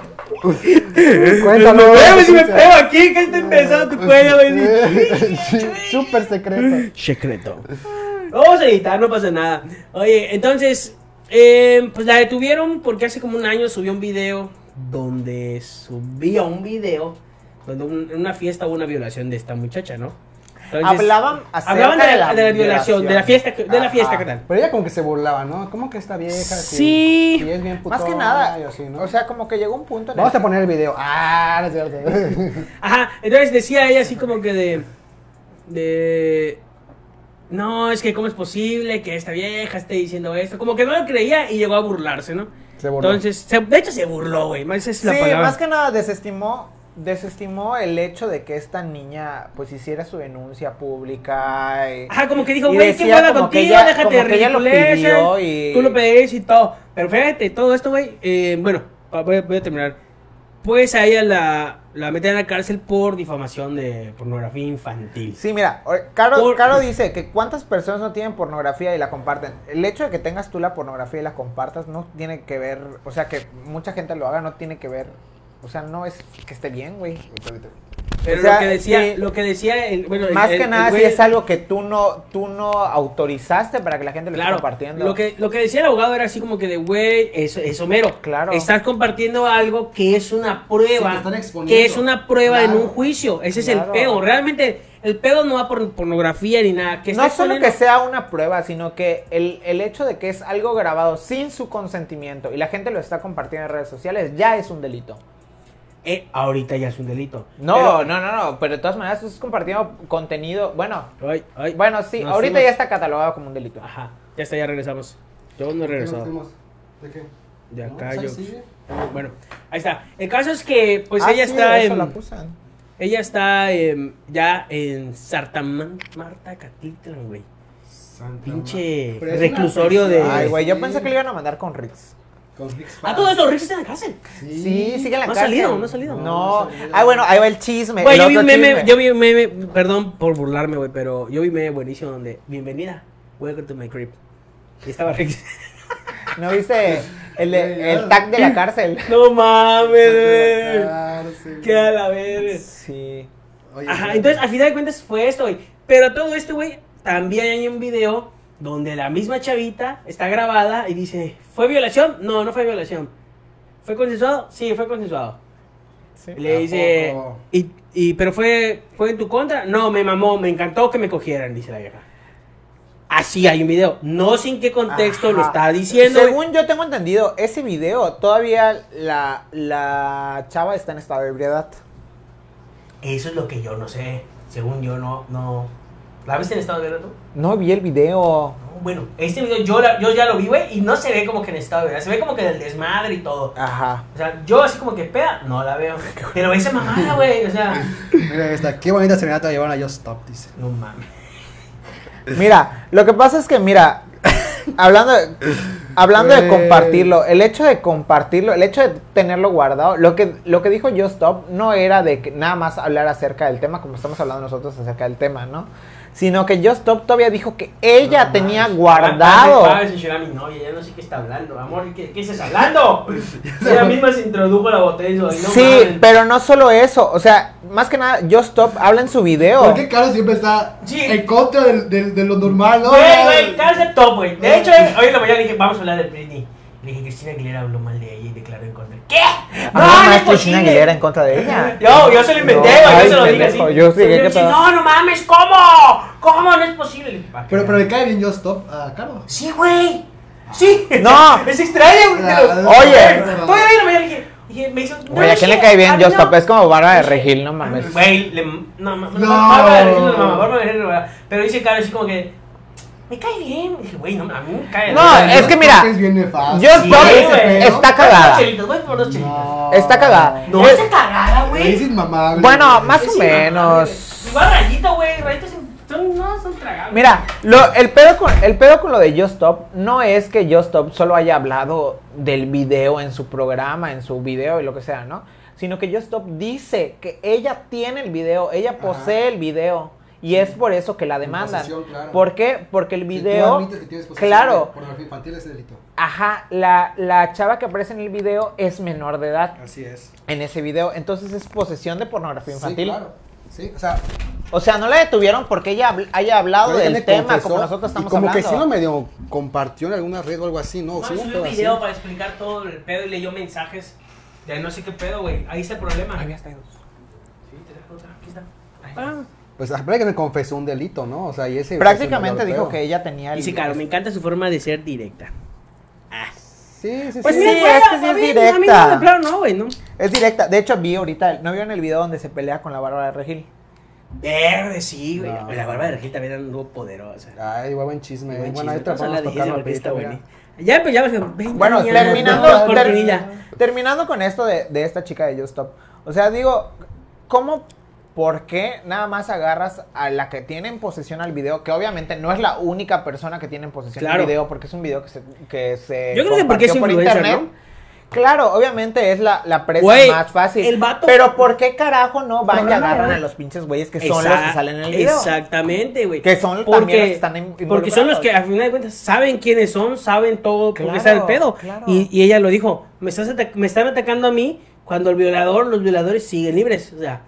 [SPEAKER 2] Cuéntanos.
[SPEAKER 1] ¡Güey, si me
[SPEAKER 2] Sí,
[SPEAKER 1] pego aquí! ¿Qué está empezando tu cuello, güey?
[SPEAKER 2] pues, sí, Súper secreto.
[SPEAKER 1] Secreto. Lo Vamos a editar, no pasa nada. Oye, entonces, eh, pues la detuvieron porque hace como un año subió un video donde subía un video donde un- en una fiesta hubo una violación de esta muchacha, ¿no? Entonces,
[SPEAKER 3] hablaban acerca
[SPEAKER 1] hablaban de la, de la violación, de la
[SPEAKER 3] violación. Ah,
[SPEAKER 1] fiesta, que- de la fiesta,
[SPEAKER 3] Ajá.
[SPEAKER 1] ¿qué tal?
[SPEAKER 2] Pero ella como que se burlaba, ¿no? ¿Cómo que esta vieja? si-
[SPEAKER 1] Sí.
[SPEAKER 2] si es bien
[SPEAKER 3] Más que
[SPEAKER 2] putona
[SPEAKER 3] nada,
[SPEAKER 2] y así, ¿no?
[SPEAKER 3] o sea, como que llegó un punto en
[SPEAKER 2] Vamos
[SPEAKER 3] el
[SPEAKER 2] a poner el video. Ah, no es cierto.
[SPEAKER 1] Ajá, entonces decía ella así como que de. De. No, es que cómo es posible que esta vieja esté diciendo esto. Como que no lo creía y llegó a burlarse, ¿no?
[SPEAKER 2] Se burló.
[SPEAKER 1] Entonces, se- de hecho se burló, güey. más Esa es la
[SPEAKER 3] sí,
[SPEAKER 1] palabra.
[SPEAKER 3] más que nada desestimó, desestimó el hecho de que esta niña pues hiciera su denuncia pública. y-
[SPEAKER 1] Ajá, como que dijo,
[SPEAKER 3] y
[SPEAKER 1] güey, qué
[SPEAKER 3] decía
[SPEAKER 1] buena
[SPEAKER 3] como que
[SPEAKER 1] contigo,
[SPEAKER 3] ella-
[SPEAKER 1] déjate de
[SPEAKER 3] como que ella lo
[SPEAKER 1] ridiculeces,
[SPEAKER 3] pidió y-
[SPEAKER 1] Tú lo pedís y todo. Pero fíjate, todo esto, güey. eh, bueno, pa- voy a, voy a terminar. Pues a ella la, la meten a la cárcel por difamación de pornografía infantil.
[SPEAKER 3] Sí, mira, o- Caro,
[SPEAKER 1] Por-
[SPEAKER 3] Caro dice que cuántas personas no tienen pornografía y la comparten. El hecho de que tengas tú la pornografía y la compartas no tiene que ver, o sea, que mucha gente lo haga no tiene que ver, o sea, no es que esté bien, güey.
[SPEAKER 1] Pero
[SPEAKER 3] O sea,
[SPEAKER 1] lo que decía,
[SPEAKER 3] sí.
[SPEAKER 1] lo que decía, el- bueno, el-
[SPEAKER 3] Más
[SPEAKER 1] el-
[SPEAKER 3] que
[SPEAKER 1] el
[SPEAKER 3] nada, si
[SPEAKER 1] güey-
[SPEAKER 3] es algo que tú no, tú no autorizaste para que la gente lo esté
[SPEAKER 1] Claro,
[SPEAKER 3] compartiendo.
[SPEAKER 1] lo que, lo que decía el abogado era así como que de, güey, eso es Homero.
[SPEAKER 3] Claro.
[SPEAKER 1] Estás compartiendo algo que es una
[SPEAKER 2] Sí,
[SPEAKER 1] prueba.
[SPEAKER 2] te están exponiendo.
[SPEAKER 1] que es una prueba en
[SPEAKER 2] Claro.
[SPEAKER 1] un juicio. Ese es el
[SPEAKER 3] Claro.
[SPEAKER 1] pedo. Realmente, el pedo no va por pornografía ni nada. Que
[SPEAKER 3] no
[SPEAKER 1] estás
[SPEAKER 3] solo que
[SPEAKER 1] poniendo-
[SPEAKER 3] sea una prueba, sino que el, el hecho de que es algo grabado sin su consentimiento y la gente lo está compartiendo en redes sociales ya es un delito.
[SPEAKER 1] Eh, ahorita ya es un delito.
[SPEAKER 3] No,
[SPEAKER 1] Pero-
[SPEAKER 3] no, no, no, pero de todas maneras tú estás compartiendo contenido, bueno,
[SPEAKER 1] Ay, ay.
[SPEAKER 3] bueno, sí, Ah,
[SPEAKER 1] Nos
[SPEAKER 3] ahorita
[SPEAKER 1] fuimos.
[SPEAKER 3] ya está catalogado como un delito.
[SPEAKER 1] Ajá. Ya está, ya regresamos. Yo no he regresado.
[SPEAKER 2] ¿De qué?
[SPEAKER 1] De
[SPEAKER 2] No,
[SPEAKER 1] acá
[SPEAKER 2] pues ahí
[SPEAKER 1] yo.
[SPEAKER 2] sigue.
[SPEAKER 1] Bueno, ahí está. El caso es que, pues
[SPEAKER 3] Ah,
[SPEAKER 1] ella
[SPEAKER 3] sí,
[SPEAKER 1] está
[SPEAKER 3] eso
[SPEAKER 1] en.
[SPEAKER 3] la acusan.
[SPEAKER 1] Ella está em, ya en Sartamán, Marta Catitlán, güey.
[SPEAKER 2] Santa
[SPEAKER 1] Pinche
[SPEAKER 2] madre. Pero es
[SPEAKER 1] reclusorio
[SPEAKER 2] una
[SPEAKER 1] de-
[SPEAKER 2] prisión.
[SPEAKER 3] Ay, güey, yo
[SPEAKER 2] Sí.
[SPEAKER 3] pensé que le iban a mandar con Rix.
[SPEAKER 2] Con Rick Spam.
[SPEAKER 1] A todo eso, Rick está en la cárcel.
[SPEAKER 3] Sí, sigue en la
[SPEAKER 1] No ha
[SPEAKER 3] cárcel.
[SPEAKER 1] salido, no ha salido.
[SPEAKER 3] No.
[SPEAKER 2] No ha salido.
[SPEAKER 3] Ah, bueno, ahí va el chisme.
[SPEAKER 1] Güey,
[SPEAKER 3] el
[SPEAKER 1] yo vi un
[SPEAKER 3] otro
[SPEAKER 1] meme,
[SPEAKER 3] chisme.
[SPEAKER 1] yo vi un meme, perdón por burlarme, güey, pero yo vi un meme buenísimo donde, bienvenida, welcome to my crib. Y estaba Rick.
[SPEAKER 3] ¿No viste el, de-
[SPEAKER 2] Güey,
[SPEAKER 3] el
[SPEAKER 2] ya.
[SPEAKER 3] tag de la cárcel?
[SPEAKER 1] no mames, güey.
[SPEAKER 2] Claro, sí, güey.
[SPEAKER 1] Qué a la verga.
[SPEAKER 3] Sí.
[SPEAKER 2] Oye,
[SPEAKER 1] Ajá,
[SPEAKER 2] güey.
[SPEAKER 1] entonces ah. al final de cuentas fue esto, güey. Pero todo esto, güey, también hay un video donde la misma chavita está grabada y dice, ¿fue violación? No, no fue violación. ¿Fue consensuado? Sí, fue consensuado.
[SPEAKER 3] sí.
[SPEAKER 1] Le
[SPEAKER 2] ¿A
[SPEAKER 1] dice,
[SPEAKER 2] poco?
[SPEAKER 1] y, y, ¿pero fue, fue en tu contra? No, me mamó, me encantó que me cogieran, dice la vieja. Así hay un video. No sin qué contexto lo
[SPEAKER 3] Ajá.
[SPEAKER 1] está diciendo. güey.
[SPEAKER 3] Según yo tengo entendido, ese video todavía la, la chava está en estado de ebriedad.
[SPEAKER 1] Eso es lo que yo no sé. Según yo, no, no. ¿La viste en estado de grato?
[SPEAKER 3] No vi el video.
[SPEAKER 1] Bueno, este video yo, la- yo ya lo vi, güey, y no se ve como que en estado, ¿verdad? Se ve como que del desmadre y todo.
[SPEAKER 3] Ajá.
[SPEAKER 1] O sea, yo así como que peda, no la veo. Pero esa mamada, güey, o sea,
[SPEAKER 2] Mira esta, qué bonita serenata llevaron a Just Stop, dice.
[SPEAKER 1] no mames.
[SPEAKER 3] Mira, lo que pasa es que, mira, hablando de, hablando de
[SPEAKER 2] Güey.
[SPEAKER 3] compartirlo, el hecho de compartirlo, el hecho de tenerlo guardado, lo que, lo que dijo Yo Stop no era de que nada más hablar acerca del tema, como estamos hablando nosotros acerca del tema, ¿no? Sino que Yo Stop todavía dijo que ella
[SPEAKER 2] No Ah,
[SPEAKER 3] tenía
[SPEAKER 2] mames.
[SPEAKER 3] guardado.
[SPEAKER 1] Va a mencionar a mi novia, ya no sé qué está hablando, amor, ¿qué, qué estás hablando? Ella misma se introdujo la botella y no
[SPEAKER 3] sí,
[SPEAKER 1] mames.
[SPEAKER 3] pero no solo eso, o sea, más que nada, Yo Stop habla en su video.
[SPEAKER 2] ¿Por qué Carlos siempre está
[SPEAKER 1] Sí.
[SPEAKER 2] en contra del- del- de lo normal, no?
[SPEAKER 1] Güey, güey, cárcel top, güey. De hecho, eh, hoy en la mañana le dije, vamos a hablar de Britney. Le dije, Cristina Aguilera habló mal de ella y declaró en contra. ¿Qué?
[SPEAKER 3] Habló más
[SPEAKER 1] es
[SPEAKER 3] Ah, Cristina
[SPEAKER 1] posible.
[SPEAKER 3] Aguilera en contra de ella.
[SPEAKER 1] Yo, yo se lo inventé,
[SPEAKER 3] No,
[SPEAKER 1] güey,
[SPEAKER 3] ay,
[SPEAKER 1] yo se lo dije
[SPEAKER 3] pendejo,
[SPEAKER 1] así.
[SPEAKER 3] yo sí,
[SPEAKER 1] Se lo
[SPEAKER 3] ¿qué
[SPEAKER 1] dije,
[SPEAKER 3] pedo?
[SPEAKER 1] no, no mames, ¿cómo? ¿Cómo no es posible?
[SPEAKER 2] Pero, pero le cae bien Just Stop a Carlos.
[SPEAKER 1] Sí, güey. Sí.
[SPEAKER 3] No.
[SPEAKER 1] es extraño, güey. te lo-
[SPEAKER 3] Oye.
[SPEAKER 1] Todavía hoy en la mañana le dije, dije, me hizo...
[SPEAKER 3] Güey,
[SPEAKER 1] no,
[SPEAKER 3] ¿a quién le
[SPEAKER 1] sí,
[SPEAKER 3] cae bien
[SPEAKER 1] a mí
[SPEAKER 3] Yo
[SPEAKER 1] no.
[SPEAKER 3] Stop? Es como Bárbara de Regil, no mames.
[SPEAKER 1] Güey, le. No, mames.
[SPEAKER 2] No.
[SPEAKER 1] Bárbara de Regil, no, mames, Bárbara de Regil, no, mames. Pero dice Caro así como que. Me cae bien. Dije, güey, no, a mí me cae
[SPEAKER 3] No,
[SPEAKER 1] bien.
[SPEAKER 3] es que mira,
[SPEAKER 2] Es bien nefasto.
[SPEAKER 3] Just
[SPEAKER 1] Sí,
[SPEAKER 3] Stop
[SPEAKER 1] güey.
[SPEAKER 3] está
[SPEAKER 1] Dos
[SPEAKER 3] cagada.
[SPEAKER 1] chelitas, voy por dos chelitas.
[SPEAKER 2] No.
[SPEAKER 3] Está cagada.
[SPEAKER 1] No,
[SPEAKER 3] Eh,
[SPEAKER 1] está cagada, güey.
[SPEAKER 2] Es inmamable.
[SPEAKER 3] Bueno, más
[SPEAKER 1] Es
[SPEAKER 3] o
[SPEAKER 1] inmamable,
[SPEAKER 3] menos.
[SPEAKER 1] güey. Igual rayito, güey. Rayitos son- son. No, son tragables.
[SPEAKER 3] Mira, lo- el, pedo con, el pedo con lo de Just Stop no es que Just Stop solo haya hablado del video en su programa, en su video y lo que sea, ¿no? Sino que Just Stop dice que ella tiene el video, ella
[SPEAKER 2] Ajá.
[SPEAKER 3] posee el video. Y es por eso que la demandan.
[SPEAKER 2] posesión, claro.
[SPEAKER 3] ¿Por qué? Porque el video. claro.
[SPEAKER 2] Claro. Pornografía infantil es delito.
[SPEAKER 3] Ajá, la, la chava que aparece en el video es menor de edad
[SPEAKER 2] Así es.
[SPEAKER 3] en ese video. Entonces es posesión de pornografía infantil.
[SPEAKER 2] Sí, claro. Sí, o sea,
[SPEAKER 3] O sea, no la detuvieron porque ella habl- haya hablado
[SPEAKER 2] Pero ella
[SPEAKER 3] del
[SPEAKER 2] le
[SPEAKER 3] tema
[SPEAKER 2] confesó,
[SPEAKER 3] como nosotros estamos
[SPEAKER 2] y como
[SPEAKER 3] hablando.
[SPEAKER 2] que sí lo medio compartió en alguna red o algo así, ¿no?
[SPEAKER 1] No,
[SPEAKER 2] Sí, un
[SPEAKER 1] subí
[SPEAKER 2] pedo
[SPEAKER 1] un
[SPEAKER 2] así.
[SPEAKER 1] video para explicar todo el pedo y leyó mensajes de no sé qué pedo, güey. Ahí está el problema.
[SPEAKER 3] Ahí está, ahí está.
[SPEAKER 1] Sí, te dejo otra, aquí está. Ahí.
[SPEAKER 2] pues apenas que me confesó un delito, ¿no? O sea, y ese...
[SPEAKER 3] Prácticamente
[SPEAKER 2] ese es el
[SPEAKER 3] dijo
[SPEAKER 2] mayor
[SPEAKER 3] que ella tenía el.
[SPEAKER 1] Dice, claro, me encanta su forma de ser directa. Ah.
[SPEAKER 2] pedo. Sí, sí,
[SPEAKER 3] Pues
[SPEAKER 2] sí.
[SPEAKER 3] mira,
[SPEAKER 1] güey,
[SPEAKER 3] es que sí
[SPEAKER 1] a
[SPEAKER 3] es
[SPEAKER 1] mí-
[SPEAKER 3] directa.
[SPEAKER 1] A mí no, de plano no, güey, no.
[SPEAKER 3] Es directa. De hecho, vi ahorita. ¿No vieron el video donde se pelea con la Bárbara de Regil?
[SPEAKER 1] Verde, sí, güey.
[SPEAKER 2] No.
[SPEAKER 1] La barba de Regil también era algo poderosa.
[SPEAKER 2] Ay, güey, buen chisme.
[SPEAKER 1] Buen
[SPEAKER 2] Eh, bueno, ahí
[SPEAKER 1] chisme,
[SPEAKER 2] te
[SPEAKER 1] cosa
[SPEAKER 2] podemos
[SPEAKER 1] la dijiste
[SPEAKER 2] tocar
[SPEAKER 1] porque está
[SPEAKER 2] rapidito, mira.
[SPEAKER 1] buena. Ya, pues ya vas a- 20
[SPEAKER 3] Bueno,
[SPEAKER 1] años,
[SPEAKER 3] terminando,
[SPEAKER 1] no,
[SPEAKER 3] ter-
[SPEAKER 1] oportunidad.
[SPEAKER 3] terminando con esto de, de esta chica de Just Stop. O sea, digo, ¿cómo, por qué nada más agarras a la que tiene en posesión al video? Que obviamente no es la única persona que tiene en posesión
[SPEAKER 1] Claro.
[SPEAKER 3] al video, porque es un video que se. Que se
[SPEAKER 1] Yo creo que porque es
[SPEAKER 3] compartió por
[SPEAKER 1] influencer,
[SPEAKER 3] internet. Claro, obviamente es la, la presa
[SPEAKER 1] Güey,
[SPEAKER 3] más fácil.
[SPEAKER 1] el vato-
[SPEAKER 3] Pero ¿por qué carajo no van y
[SPEAKER 1] Programa,
[SPEAKER 3] agarran
[SPEAKER 1] güey.
[SPEAKER 3] a los pinches güeyes que son los que
[SPEAKER 1] Exact-
[SPEAKER 3] salen en el video?
[SPEAKER 1] Exactamente, güey.
[SPEAKER 3] Que son también los que están in-
[SPEAKER 1] Porque son los
[SPEAKER 3] involucrados.
[SPEAKER 1] que, a final de cuentas, saben quiénes son, saben todo,
[SPEAKER 3] Claro,
[SPEAKER 1] porque sabe el pedo.
[SPEAKER 3] claro.
[SPEAKER 1] Y, y ella lo dijo, me, estás atac- me están atacando a mí cuando el violador, los violadores siguen libres. O sea,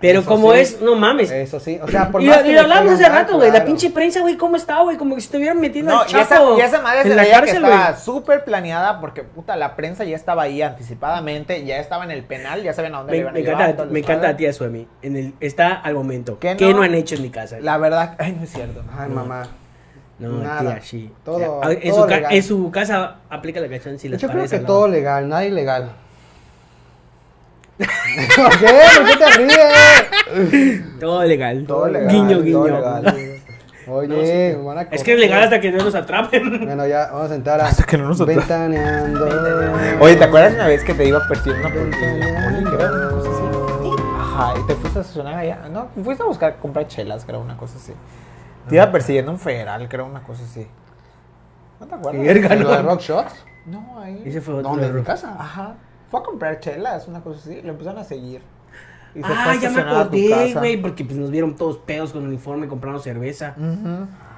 [SPEAKER 1] pero
[SPEAKER 2] Eso
[SPEAKER 1] como
[SPEAKER 2] sí.
[SPEAKER 1] es, no mames.
[SPEAKER 3] Eh,
[SPEAKER 2] Eso sí, o sea, por
[SPEAKER 1] Pues, y,
[SPEAKER 2] más
[SPEAKER 1] lo-
[SPEAKER 2] que
[SPEAKER 1] y
[SPEAKER 2] le
[SPEAKER 1] lo hablamos
[SPEAKER 2] caigan
[SPEAKER 1] hace
[SPEAKER 2] mal,
[SPEAKER 1] rato, güey. La
[SPEAKER 2] claro.
[SPEAKER 1] pinche prensa, güey, ¿cómo está, güey? Como que se estuvieran metiendo
[SPEAKER 3] No,
[SPEAKER 1] al
[SPEAKER 3] y esa,
[SPEAKER 1] chapo
[SPEAKER 3] y esa madre se
[SPEAKER 1] en la
[SPEAKER 3] veía que
[SPEAKER 1] cárcel, güey.
[SPEAKER 3] estaba súper planeada porque, puta, la prensa ya estaba ahí anticipadamente, ya estaba en el penal, ya saben a dónde
[SPEAKER 1] Me,
[SPEAKER 3] le iban
[SPEAKER 1] me
[SPEAKER 3] a llevar.
[SPEAKER 1] encanta,
[SPEAKER 3] todo el
[SPEAKER 1] me encanta
[SPEAKER 3] desmadre.
[SPEAKER 1] a tía Suemi. En el, está al momento.
[SPEAKER 3] ¿Qué
[SPEAKER 1] ¿Qué,
[SPEAKER 3] no?
[SPEAKER 1] no? han hecho en mi casa?
[SPEAKER 3] La verdad, ay, no es cierto.
[SPEAKER 2] Ay,
[SPEAKER 1] No.
[SPEAKER 2] mamá.
[SPEAKER 1] no,
[SPEAKER 2] nada.
[SPEAKER 1] tía, sí.
[SPEAKER 2] Todo-
[SPEAKER 1] Ah, en,
[SPEAKER 2] todo
[SPEAKER 1] su ca-
[SPEAKER 2] legal.
[SPEAKER 1] en su casa aplica la canción si las
[SPEAKER 2] Yo creo
[SPEAKER 1] paredes
[SPEAKER 2] que
[SPEAKER 1] hablaban.
[SPEAKER 2] todo legal, nada ilegal. ¿Por qué? ¿Por qué te ríes?
[SPEAKER 1] Todo legal.
[SPEAKER 3] Todo legal,
[SPEAKER 1] Guiño, guiño.
[SPEAKER 2] todo legal. Oye, me van a
[SPEAKER 1] Es que es
[SPEAKER 2] correr.
[SPEAKER 1] legal hasta que no nos atrapen.
[SPEAKER 2] Bueno, ya, vamos a entrar a...
[SPEAKER 3] Hasta que no nos atrape.
[SPEAKER 2] Ventaneando.
[SPEAKER 3] Oye, ¿te acuerdas una vez que te iba a perseguir una policía? Oye,
[SPEAKER 2] Ventaneando.
[SPEAKER 3] que era una cosa así. Ajá, y te fuiste a estacionar allá. No, fuiste a buscar, comprar chelas, creo, una cosa así. Te iba persiguiendo un federal, creo, una cosa así. ¿No te acuerdas?
[SPEAKER 1] Verga,
[SPEAKER 2] ¿Lo de
[SPEAKER 1] no.
[SPEAKER 2] Rock Shot?
[SPEAKER 3] No, ahí.
[SPEAKER 1] Ese fue otro.
[SPEAKER 2] ¿Dónde? ¿En mi
[SPEAKER 1] error.
[SPEAKER 2] casa?
[SPEAKER 3] Ajá. Fue a comprar chelas, una cosa así. Lo empezaron a seguir. Y se fue a
[SPEAKER 1] Ah, ya me
[SPEAKER 3] estacionar a tu
[SPEAKER 1] acordé,
[SPEAKER 3] casa.
[SPEAKER 1] güey, porque pues, nos vieron todos pedos con uniforme comprando cerveza.
[SPEAKER 3] Ujú.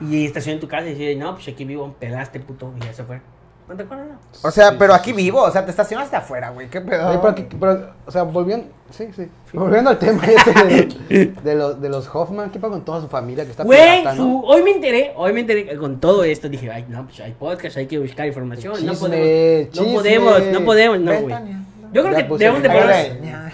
[SPEAKER 2] Mm.
[SPEAKER 1] Y estacioné en tu casa y decía, no, pues aquí vivo, pelaste, puto, y ya se fue. ¿No te acuerdas?
[SPEAKER 3] O sea,
[SPEAKER 2] Sí,
[SPEAKER 3] pero
[SPEAKER 2] sí,
[SPEAKER 3] aquí vivo, o sea, te estacionas hasta afuera, güey. ¿Qué pedo?
[SPEAKER 2] Oye, pero, aquí- pero, o sea, volviendo... Sí, sí. Volviendo al tema ese de, de los, de los Hoffman, ¿qué pasa con toda su familia que está
[SPEAKER 1] Güey,
[SPEAKER 2] pirata, no?
[SPEAKER 1] su- hoy me enteré, hoy me enteré que con todo esto. Dije, ay, no, pues hay podcast, hay que buscar información. no
[SPEAKER 2] Chisme,
[SPEAKER 1] podemos,
[SPEAKER 2] chisme.
[SPEAKER 1] no podemos, no podemos, no, güey.
[SPEAKER 3] Ventaneando.
[SPEAKER 1] Yo creo
[SPEAKER 2] Ya
[SPEAKER 1] que
[SPEAKER 2] puse
[SPEAKER 1] debemos de
[SPEAKER 2] el-
[SPEAKER 1] poner,
[SPEAKER 2] Ay,
[SPEAKER 3] Ya.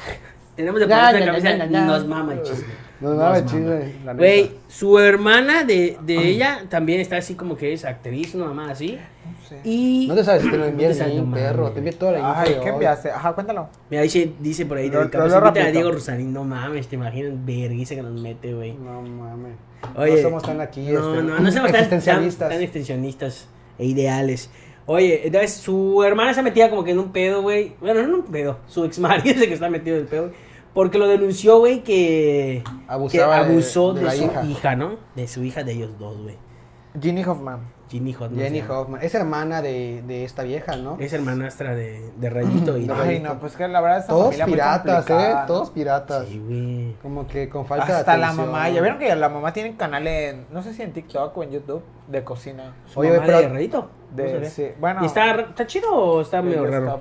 [SPEAKER 1] tenemos de
[SPEAKER 2] Ya,
[SPEAKER 1] poner la
[SPEAKER 2] ya,
[SPEAKER 1] cabeza,
[SPEAKER 2] ya, ya, ya.
[SPEAKER 1] nos mama el chisme.
[SPEAKER 2] Nos daba
[SPEAKER 1] Nos mama.
[SPEAKER 2] chisme, la neta.
[SPEAKER 1] Güey, su hermana de, de ella también está así como que es actriz, una mamá así.
[SPEAKER 3] Sí.
[SPEAKER 1] Y
[SPEAKER 2] No te sabes, te lo envié
[SPEAKER 1] No te sabes,
[SPEAKER 2] el
[SPEAKER 1] no
[SPEAKER 2] perro,
[SPEAKER 1] mames.
[SPEAKER 2] te envié toda la info
[SPEAKER 3] Ay,
[SPEAKER 2] de
[SPEAKER 3] ¿qué
[SPEAKER 2] hoy.
[SPEAKER 3] me hace? Ajá, cuéntalo.
[SPEAKER 1] mira, dice, dice por ahí,
[SPEAKER 3] Lo-
[SPEAKER 1] David Campos,
[SPEAKER 3] lo- lo
[SPEAKER 1] inviten a
[SPEAKER 3] rapidito.
[SPEAKER 1] Diego Rosarín, no mames, te imaginas, vergüenza que nos mete, güey.
[SPEAKER 2] No mames.
[SPEAKER 1] Oye,
[SPEAKER 2] no somos tan aquí.
[SPEAKER 1] No,
[SPEAKER 2] este,
[SPEAKER 1] no, no somos tan,
[SPEAKER 2] existencialistas.
[SPEAKER 1] tan- tan extensionistas e ideales. Oye, entonces su hermana se metía como que en un pedo, güey. Bueno, no en un pedo. Su ex marido es el que está metido en el pedo. Porque lo denunció, güey, que, que
[SPEAKER 2] Abusaba de-
[SPEAKER 1] abusó
[SPEAKER 2] de
[SPEAKER 1] de,
[SPEAKER 2] la
[SPEAKER 1] su
[SPEAKER 2] hija.
[SPEAKER 1] hija. ¿no? De su hija de ellos dos, güey.
[SPEAKER 3] Ginny Hoffman.
[SPEAKER 1] Ginny Hoffman.
[SPEAKER 2] Jenny
[SPEAKER 1] se llama.
[SPEAKER 2] Hoffman. Es hermana de, de esta vieja, ¿no?
[SPEAKER 1] Es hermanastra de, de Rayito y
[SPEAKER 3] Ay, no, pues que la verdad esa
[SPEAKER 2] Todos
[SPEAKER 3] familia muy
[SPEAKER 2] piratas, ¿eh?
[SPEAKER 3] complicada, ¿no?
[SPEAKER 2] Todos piratas.
[SPEAKER 1] Sí, güey.
[SPEAKER 2] Como que con falta de
[SPEAKER 3] Hasta la
[SPEAKER 2] atención.
[SPEAKER 3] mamá. Ya vieron que la mamá tiene un canal en, no sé si en TikTok o en YouTube, de cocina.
[SPEAKER 1] Su
[SPEAKER 2] Oye,
[SPEAKER 1] mamá
[SPEAKER 2] pero-
[SPEAKER 1] de Rayito.
[SPEAKER 3] De-
[SPEAKER 1] No sabía.
[SPEAKER 3] sí, bueno.
[SPEAKER 1] ¿Y está, r- está chido o está
[SPEAKER 3] de
[SPEAKER 1] medio raro?
[SPEAKER 3] desktop.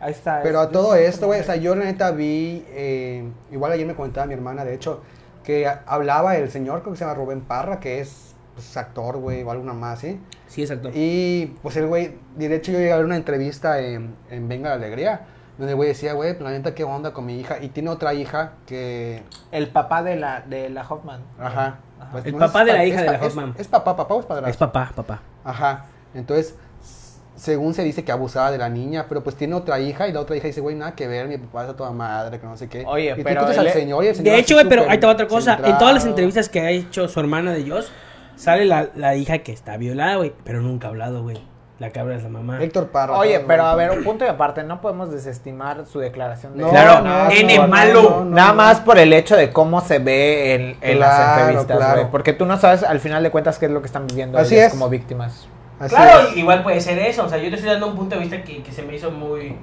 [SPEAKER 3] Ahí está.
[SPEAKER 2] Pero
[SPEAKER 3] es-
[SPEAKER 2] a todo
[SPEAKER 3] es-
[SPEAKER 2] esto, güey, o sea, yo la neta vi, eh, igual ayer me comentaba mi hermana, de hecho, que a- hablaba el señor, creo que se llama Rubén Parra, que es pues, actor, güey, o alguna más, ¿eh? ¿sí?
[SPEAKER 1] Sí, exacto.
[SPEAKER 2] Y pues el güey, de hecho yo llegué a ver una entrevista en, en Venga la Alegría, donde el güey decía, güey, pues, la neta, ¿qué onda con mi hija? Y tiene otra hija que,
[SPEAKER 3] El papá de la, de la Hoffman.
[SPEAKER 2] ajá.
[SPEAKER 3] Ajá.
[SPEAKER 2] pues,
[SPEAKER 1] El
[SPEAKER 2] no,
[SPEAKER 1] papá
[SPEAKER 2] es
[SPEAKER 1] de la
[SPEAKER 2] pa-
[SPEAKER 1] hija
[SPEAKER 2] es
[SPEAKER 1] de
[SPEAKER 2] pa-
[SPEAKER 1] la
[SPEAKER 2] es-
[SPEAKER 1] Hoffman.
[SPEAKER 2] Es, papá, papá o es padrastro.
[SPEAKER 1] Es papá, papá.
[SPEAKER 2] Ajá. Entonces, s- según se dice que abusaba de la niña, pero pues tiene otra hija y la otra hija dice, güey, nada que ver, mi papá es a toda madre, que no sé qué.
[SPEAKER 3] Oye,
[SPEAKER 2] y tú
[SPEAKER 3] pero
[SPEAKER 2] escuchas
[SPEAKER 3] él
[SPEAKER 2] al
[SPEAKER 3] es-
[SPEAKER 2] señor y el señor
[SPEAKER 1] e- De hecho, güey,
[SPEAKER 2] así
[SPEAKER 1] pero
[SPEAKER 2] súper
[SPEAKER 1] ahí te va otra cosa. En todas las
[SPEAKER 2] centrado.
[SPEAKER 1] entrevistas que ha hecho su hermana de Joss, sale la, la hija que está violada, güey. Pero nunca ha hablado, güey. La que habla es la mamá.
[SPEAKER 2] Héctor Parra.
[SPEAKER 3] Oye,
[SPEAKER 2] todo,
[SPEAKER 3] pero
[SPEAKER 2] güey.
[SPEAKER 3] a ver, un punto y aparte, no podemos desestimar su declaración. De
[SPEAKER 2] No,
[SPEAKER 1] Claro,
[SPEAKER 2] no,
[SPEAKER 1] N
[SPEAKER 2] no,
[SPEAKER 1] malo.
[SPEAKER 2] no, no,
[SPEAKER 3] Nada
[SPEAKER 2] no.
[SPEAKER 3] más por el hecho de cómo se ve en, en las
[SPEAKER 2] Claro,
[SPEAKER 3] entrevistas, güey.
[SPEAKER 2] claro.
[SPEAKER 3] Porque tú no sabes al final de cuentas qué es lo que están viviendo
[SPEAKER 2] Así
[SPEAKER 3] ellas
[SPEAKER 2] es.
[SPEAKER 3] como víctimas.
[SPEAKER 2] Así
[SPEAKER 1] claro,
[SPEAKER 2] es.
[SPEAKER 1] igual puede ser eso. O sea, yo te estoy dando un punto de vista que, que se me hizo muy,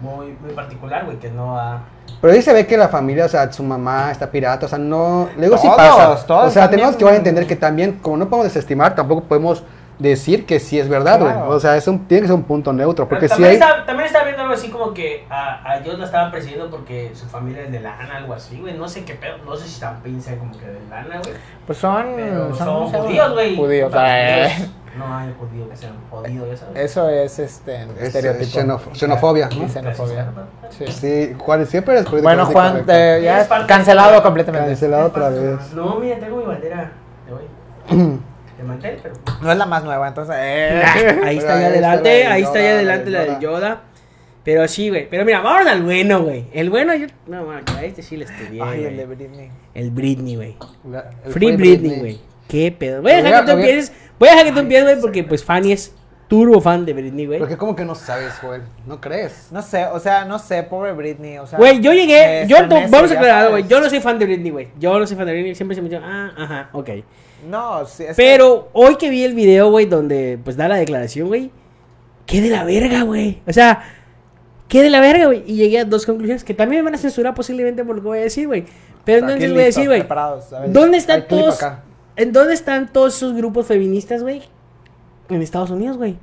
[SPEAKER 1] muy, muy particular, güey. Que no ha.
[SPEAKER 2] Pero ahí se ve que la familia, o sea, su mamá está pirata, o sea, no. Luego sí
[SPEAKER 3] Todos,
[SPEAKER 2] pasa.
[SPEAKER 3] todos
[SPEAKER 2] o sea,
[SPEAKER 3] también.
[SPEAKER 2] tenemos que igual entender que también, como no podemos desestimar, tampoco podemos decir que sí es verdad, güey.
[SPEAKER 3] Claro.
[SPEAKER 2] O sea, es un, tiene que ser un punto neutro, porque
[SPEAKER 1] Pero
[SPEAKER 2] si
[SPEAKER 1] Ah, también,
[SPEAKER 2] hay.
[SPEAKER 1] está, también está viendo algo así como que a, a Joss la estaban presidiendo porque su familia es de lana, algo así, güey. No sé qué pedo. No sé si tan pinza como que de lana, güey.
[SPEAKER 3] Pues son.
[SPEAKER 1] Pero son,
[SPEAKER 3] ¿cómo se llama?
[SPEAKER 1] judíos, güey.
[SPEAKER 3] Judíos.
[SPEAKER 1] O sea,
[SPEAKER 3] eh.
[SPEAKER 1] judíos.
[SPEAKER 4] no hay judío que sea jodido, ya sabes.
[SPEAKER 3] Eso es este
[SPEAKER 2] Es,
[SPEAKER 3] estereotipo.
[SPEAKER 2] es xenof- xenofobia,
[SPEAKER 3] Sí,
[SPEAKER 2] ¿no?
[SPEAKER 3] xenofobia. Sí.
[SPEAKER 2] Sí, Juan, siempre es políticamente
[SPEAKER 3] Bueno, Juan,
[SPEAKER 2] correcto.
[SPEAKER 1] eh,
[SPEAKER 3] te- ya
[SPEAKER 4] Es parte
[SPEAKER 3] cancelado
[SPEAKER 4] de-
[SPEAKER 3] completamente.
[SPEAKER 2] Cancelado otra vez.
[SPEAKER 4] No, mira, tengo mi bandera de hoy. De mantel, pero.
[SPEAKER 3] No es la más nueva, entonces. eh.
[SPEAKER 1] Ahí está allá adelante, ahí está allá
[SPEAKER 2] Yoda,
[SPEAKER 1] adelante la
[SPEAKER 2] la de
[SPEAKER 1] del Yoda. Pero sí, güey. Pero mira, vamos al bueno, güey. El bueno, yo. No, man, a este sí le estudié.
[SPEAKER 3] Ay, el
[SPEAKER 1] güey.
[SPEAKER 3] de Britney.
[SPEAKER 1] El Britney, güey.
[SPEAKER 2] La- el
[SPEAKER 1] Free Britney, güey. Qué pedo. Voy a dejar
[SPEAKER 2] Hubiera-
[SPEAKER 1] que tú
[SPEAKER 2] hubiera-
[SPEAKER 1] empieces. Voy a dejar que tú empieces, güey, porque pues Fanny es turbo fan de Britney, güey.
[SPEAKER 2] Porque como que no sabes, Joel, no crees.
[SPEAKER 3] No sé, o sea, no sé, pobre Britney. O sea,
[SPEAKER 1] Güey, yo llegué,
[SPEAKER 3] me
[SPEAKER 1] yo no-
[SPEAKER 3] estremece,
[SPEAKER 1] vamos a
[SPEAKER 3] ya
[SPEAKER 1] aclarar,
[SPEAKER 3] sabes.
[SPEAKER 1] güey, yo no soy fan de Britney, güey. Yo no soy fan de Britney, siempre se me dijo, ah, ajá, ok.
[SPEAKER 3] No, sí, es que-
[SPEAKER 1] Pero hoy que vi el video, güey, donde pues da la declaración, güey, qué de la verga, güey. O sea, qué de la verga, güey. Y llegué a dos conclusiones que también me van a censurar posiblemente por lo que voy a decir, güey. Pero
[SPEAKER 3] Aquí
[SPEAKER 1] entonces voy a
[SPEAKER 3] listos,
[SPEAKER 1] decir, güey,
[SPEAKER 3] preparados, a ver.
[SPEAKER 1] ¿dónde
[SPEAKER 2] Hay
[SPEAKER 1] están
[SPEAKER 2] clip
[SPEAKER 1] todos?
[SPEAKER 2] acá.
[SPEAKER 1] ¿En dónde están todos esos grupos feministas, güey? En Estados Unidos, güey.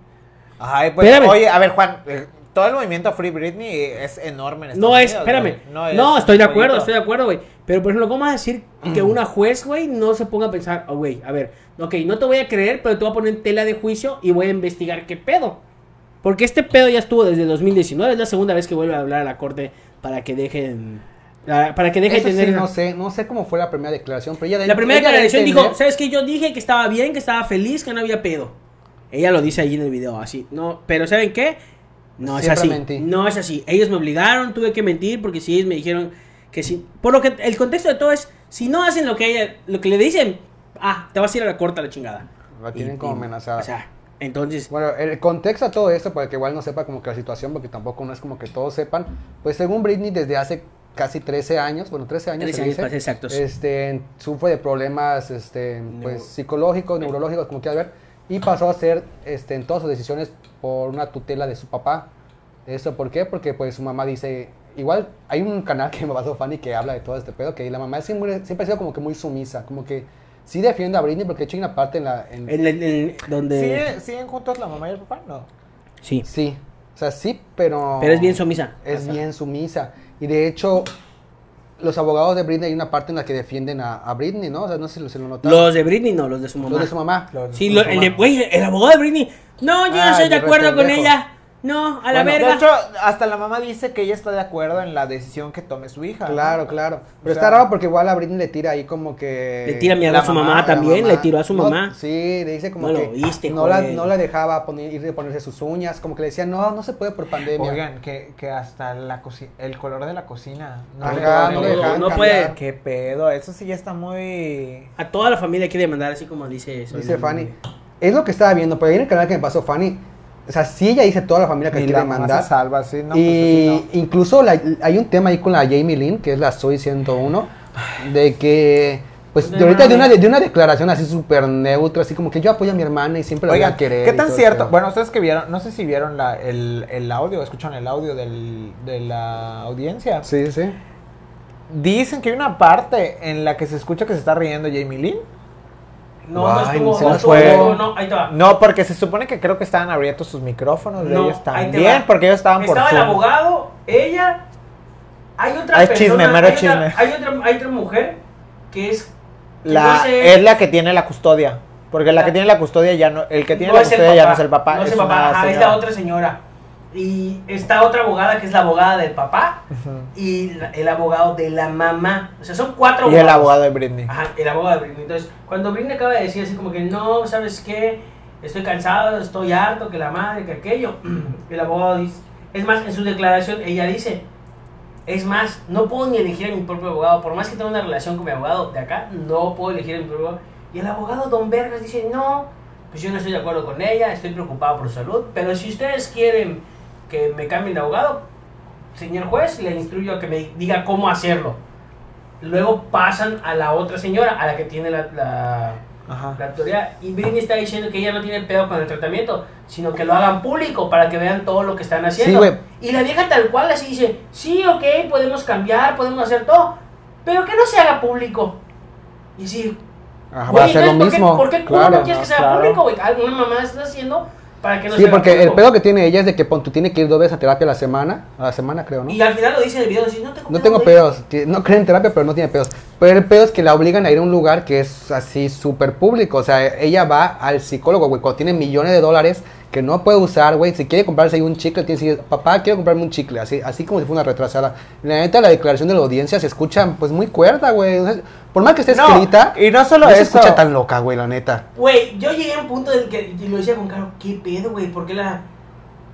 [SPEAKER 3] Ay, pues,
[SPEAKER 1] Espérame.
[SPEAKER 3] oye, a ver, Juan, eh, todo el movimiento Free Britney es enorme. en Estados
[SPEAKER 1] No es,
[SPEAKER 3] Unidos,
[SPEAKER 1] espérame.
[SPEAKER 3] güey.
[SPEAKER 1] No,
[SPEAKER 3] es
[SPEAKER 1] estoy de
[SPEAKER 3] un Mm.
[SPEAKER 1] acuerdo,
[SPEAKER 3] pollito.
[SPEAKER 1] estoy de acuerdo, güey. Pero por ejemplo, ¿cómo vas a decir que una juez, güey, no se ponga a pensar, "Oh, güey, a ver, ok, no te voy a creer, pero te voy a poner en tela de juicio y voy a investigar qué pedo? Porque este pedo ya estuvo desde 2019, es la segunda vez que vuelve a hablar a la corte para que dejen. la- Para que deje
[SPEAKER 2] Eso
[SPEAKER 1] de tener.
[SPEAKER 2] sí, no sé, no sé cómo fue la primera declaración, pero ella
[SPEAKER 1] La primera
[SPEAKER 2] ella
[SPEAKER 1] declaración dijo,
[SPEAKER 2] entender-
[SPEAKER 1] ¿sabes qué? Yo dije que estaba bien, que estaba feliz, que no había pedo. Ella lo dice ahí en el video, así. No, pero ¿saben qué? No es
[SPEAKER 2] Siempre
[SPEAKER 1] así.
[SPEAKER 2] mentí.
[SPEAKER 1] No es así. Ellos me obligaron, tuve que mentir porque si ellos me dijeron que sí. Por lo que el contexto de todo es, si no hacen lo que ella, lo que le dicen, ah, te vas a ir a la corta la chingada.
[SPEAKER 2] La tienen
[SPEAKER 1] Y-
[SPEAKER 2] como
[SPEAKER 1] y-
[SPEAKER 2] amenazada.
[SPEAKER 1] O sea, entonces,
[SPEAKER 2] Bueno, el contexto a todo esto, para que igual no sepa como que la situación, porque tampoco no es como que todos sepan, pues según Britney desde hace casi 13 años, bueno, 13 años,
[SPEAKER 1] 13
[SPEAKER 2] se
[SPEAKER 1] años
[SPEAKER 2] dice,
[SPEAKER 1] para ser exactos.
[SPEAKER 2] Este, sufre de problemas este,
[SPEAKER 1] Neuro-
[SPEAKER 2] pues, psicológicos, neurológicos, como quieras ver, y pasó a ser este, en todas sus decisiones por una tutela de su papá. ¿Esto por qué? Porque pues su mamá dice, igual hay un canal que me pasó Fanny que habla de todo este pedo, que la mamá siempre, siempre ha sido como que muy sumisa, como que sí defiende a Britney, porque de hecho hay una parte en la... en-
[SPEAKER 1] en, en- en- donde...
[SPEAKER 3] ¿Siguen, siguen juntos la mamá y el papá? No.
[SPEAKER 1] Sí,
[SPEAKER 2] Sí, o sea, sí, pero...
[SPEAKER 1] pero es bien sumisa.
[SPEAKER 2] Es
[SPEAKER 1] O sea,
[SPEAKER 2] bien sumisa. Y de hecho, los abogados de Britney hay una parte en la que defienden a, a Britney, ¿no? O sea, no sé si lo, si lo notaron.
[SPEAKER 1] Los de Britney no, los de su mamá.
[SPEAKER 2] Los de su mamá.
[SPEAKER 1] Sí, lo- el, de, güey, el abogado de Britney. No, yo no
[SPEAKER 2] Ah,
[SPEAKER 1] estoy de
[SPEAKER 2] yo
[SPEAKER 1] acuerdo con
[SPEAKER 2] pendejo.
[SPEAKER 1] ella. No, a la
[SPEAKER 3] Bueno,
[SPEAKER 1] verga.
[SPEAKER 3] De hecho, hasta la mamá dice que ella está de acuerdo en la decisión que tome su hija.
[SPEAKER 2] Claro, claro. Pero
[SPEAKER 3] O sea-
[SPEAKER 2] está raro porque igual a Britney le tira ahí como que...
[SPEAKER 1] Le tira mierda
[SPEAKER 2] la
[SPEAKER 1] a su mamá
[SPEAKER 2] la
[SPEAKER 1] también, le tiró a su
[SPEAKER 2] No,
[SPEAKER 1] mamá.
[SPEAKER 2] Sí, le dice como
[SPEAKER 1] No lo
[SPEAKER 2] que
[SPEAKER 1] oíste,
[SPEAKER 2] no, la,
[SPEAKER 1] joder.
[SPEAKER 2] no la dejaba poner, ir de ponerse sus uñas, como que le decía, no, no se puede por pandemia.
[SPEAKER 3] Oigan, que, que hasta la coci- el color de la cocina.
[SPEAKER 2] Ajá,
[SPEAKER 3] le
[SPEAKER 2] no
[SPEAKER 3] dan
[SPEAKER 2] lo
[SPEAKER 3] el-
[SPEAKER 2] dejaban
[SPEAKER 1] no
[SPEAKER 2] cambiar.
[SPEAKER 1] puede.
[SPEAKER 3] Qué pedo, eso sí ya está muy...
[SPEAKER 1] A toda la familia quiere mandar así como dice eso.
[SPEAKER 2] Dice Fanny. Es lo que estaba viendo, pero ahí en el canal que me pasó Fanny, o sea, sí ella dice toda la familia que
[SPEAKER 3] Ni
[SPEAKER 2] quiere
[SPEAKER 3] la mamá
[SPEAKER 2] mandar.
[SPEAKER 3] se salva, sí, no,
[SPEAKER 2] y
[SPEAKER 3] pues, sí,
[SPEAKER 2] incluso la- hay un tema ahí con la Jamie Lynn, que es la Soy 101, de que, pues,
[SPEAKER 1] No
[SPEAKER 2] de ahorita de una,
[SPEAKER 1] mames.
[SPEAKER 2] de una declaración así súper neutra, así como que yo apoyo a mi hermana y siempre
[SPEAKER 3] no.
[SPEAKER 2] la voy
[SPEAKER 3] Oigan,
[SPEAKER 2] a querer.
[SPEAKER 3] ¿qué
[SPEAKER 2] y
[SPEAKER 3] tan
[SPEAKER 2] todo
[SPEAKER 3] cierto?
[SPEAKER 2] eso.
[SPEAKER 3] Bueno, ustedes que vieron, no sé si vieron la, el, el audio, escucharon el audio del, de la audiencia.
[SPEAKER 2] Sí, sí.
[SPEAKER 3] Dicen que hay una parte en la que se escucha que se está riendo Jamie Lynn.
[SPEAKER 4] No, no
[SPEAKER 2] Ay,
[SPEAKER 4] estuvo.
[SPEAKER 2] se
[SPEAKER 4] No,
[SPEAKER 2] la
[SPEAKER 4] estuvo,
[SPEAKER 3] fue.
[SPEAKER 4] no, no, ahí estaba.
[SPEAKER 3] No, porque se supone que creo que estaban abiertos sus micrófonos de
[SPEAKER 4] No,
[SPEAKER 3] ellos
[SPEAKER 4] ahí te
[SPEAKER 3] también,
[SPEAKER 4] va.
[SPEAKER 3] porque ellos estaban por
[SPEAKER 4] Estaba el
[SPEAKER 3] Zoom.
[SPEAKER 4] abogado, ella. Hay otra
[SPEAKER 3] Hay
[SPEAKER 4] persona.
[SPEAKER 3] chisme, mero
[SPEAKER 4] hay,
[SPEAKER 3] chisme.
[SPEAKER 4] Otra, hay, otra, hay otra mujer que es. que
[SPEAKER 3] La,
[SPEAKER 4] no sé-
[SPEAKER 3] es la que tiene la custodia. Porque la que tiene la custodia ya no. El que tiene
[SPEAKER 4] no
[SPEAKER 3] la
[SPEAKER 4] es el
[SPEAKER 3] custodia
[SPEAKER 4] papá.
[SPEAKER 3] ya no es el papá.
[SPEAKER 4] No es el
[SPEAKER 3] una
[SPEAKER 4] papá, ajá, es
[SPEAKER 3] señora.
[SPEAKER 4] la otra señora. Y está otra abogada que es la abogada del papá
[SPEAKER 3] Ujú.
[SPEAKER 4] y la- el abogado de la mamá. O sea, son cuatro
[SPEAKER 3] Y el
[SPEAKER 4] abogados.
[SPEAKER 3] abogado de Britney.
[SPEAKER 2] Ah,
[SPEAKER 4] Ajá, el abogado de Britney. Entonces, cuando Britney acaba de decir así como que no, ¿sabes qué? Estoy cansado, estoy harto, que la madre, que aquello. El abogado dice, es más, en su declaración ella dice, es más, no puedo ni elegir a mi propio abogado, por más que tenga una relación con mi abogado de acá, no puedo elegir a mi propio abogado. Y el abogado Don Vergas dice, no, pues yo no estoy de acuerdo con ella, estoy preocupado por su salud, pero si ustedes quieren que me cambien de abogado, señor juez, le instruyo a que me diga cómo hacerlo. Luego pasan a la otra señora, a la que tiene la, la,
[SPEAKER 3] Ajá.
[SPEAKER 4] la autoridad. Y Britney está diciendo que ella no tiene pedo con el tratamiento, sino que lo hagan público para que vean todo lo que están haciendo.
[SPEAKER 2] güey.
[SPEAKER 4] y la vieja tal cual así dice, sí, ok, podemos cambiar, podemos hacer todo, pero que no se haga público. Y sí,
[SPEAKER 2] Ajá,
[SPEAKER 4] güey,
[SPEAKER 2] va a ser lo
[SPEAKER 4] entonces, ¿por qué-
[SPEAKER 2] mismo.
[SPEAKER 4] ¿Por qué culo
[SPEAKER 2] claro.
[SPEAKER 4] no quieres que sea
[SPEAKER 3] claro.
[SPEAKER 4] público, güey? Alguna mamá está haciendo Para que no
[SPEAKER 2] Sí,
[SPEAKER 4] se haga
[SPEAKER 2] porque el
[SPEAKER 4] polvo.
[SPEAKER 2] pedo que tiene ella es de que pon, tú tienes que ir dos veces a terapia a la semana, a la semana creo, ¿no?
[SPEAKER 4] Y al final lo dice en el video, dice, no tengo
[SPEAKER 2] No tengo
[SPEAKER 4] güey".
[SPEAKER 2] pedos, que- no creen en terapia, pero no tiene pedos. Pero el pedo es que la obligan a ir a un lugar que es así súper público. O sea, ella va al psicólogo, güey, cuando tiene millones de dólares que no puede usar, güey. Si quiere comprarse ahí un chicle, tiene que decir, papá, quiero comprarme un chicle. Así, así como si fuera una retrasada. La neta, la declaración de la audiencia se escucha, pues, muy cuerda, güey. O sea, por más que esté
[SPEAKER 3] No,
[SPEAKER 2] escrita,
[SPEAKER 3] y no solo
[SPEAKER 2] no se
[SPEAKER 3] eso.
[SPEAKER 2] escucha tan loca, güey, la neta.
[SPEAKER 4] Güey, yo llegué a un punto en el que y lo decía con Caro, ¿qué pedo, güey? ¿Por qué la.?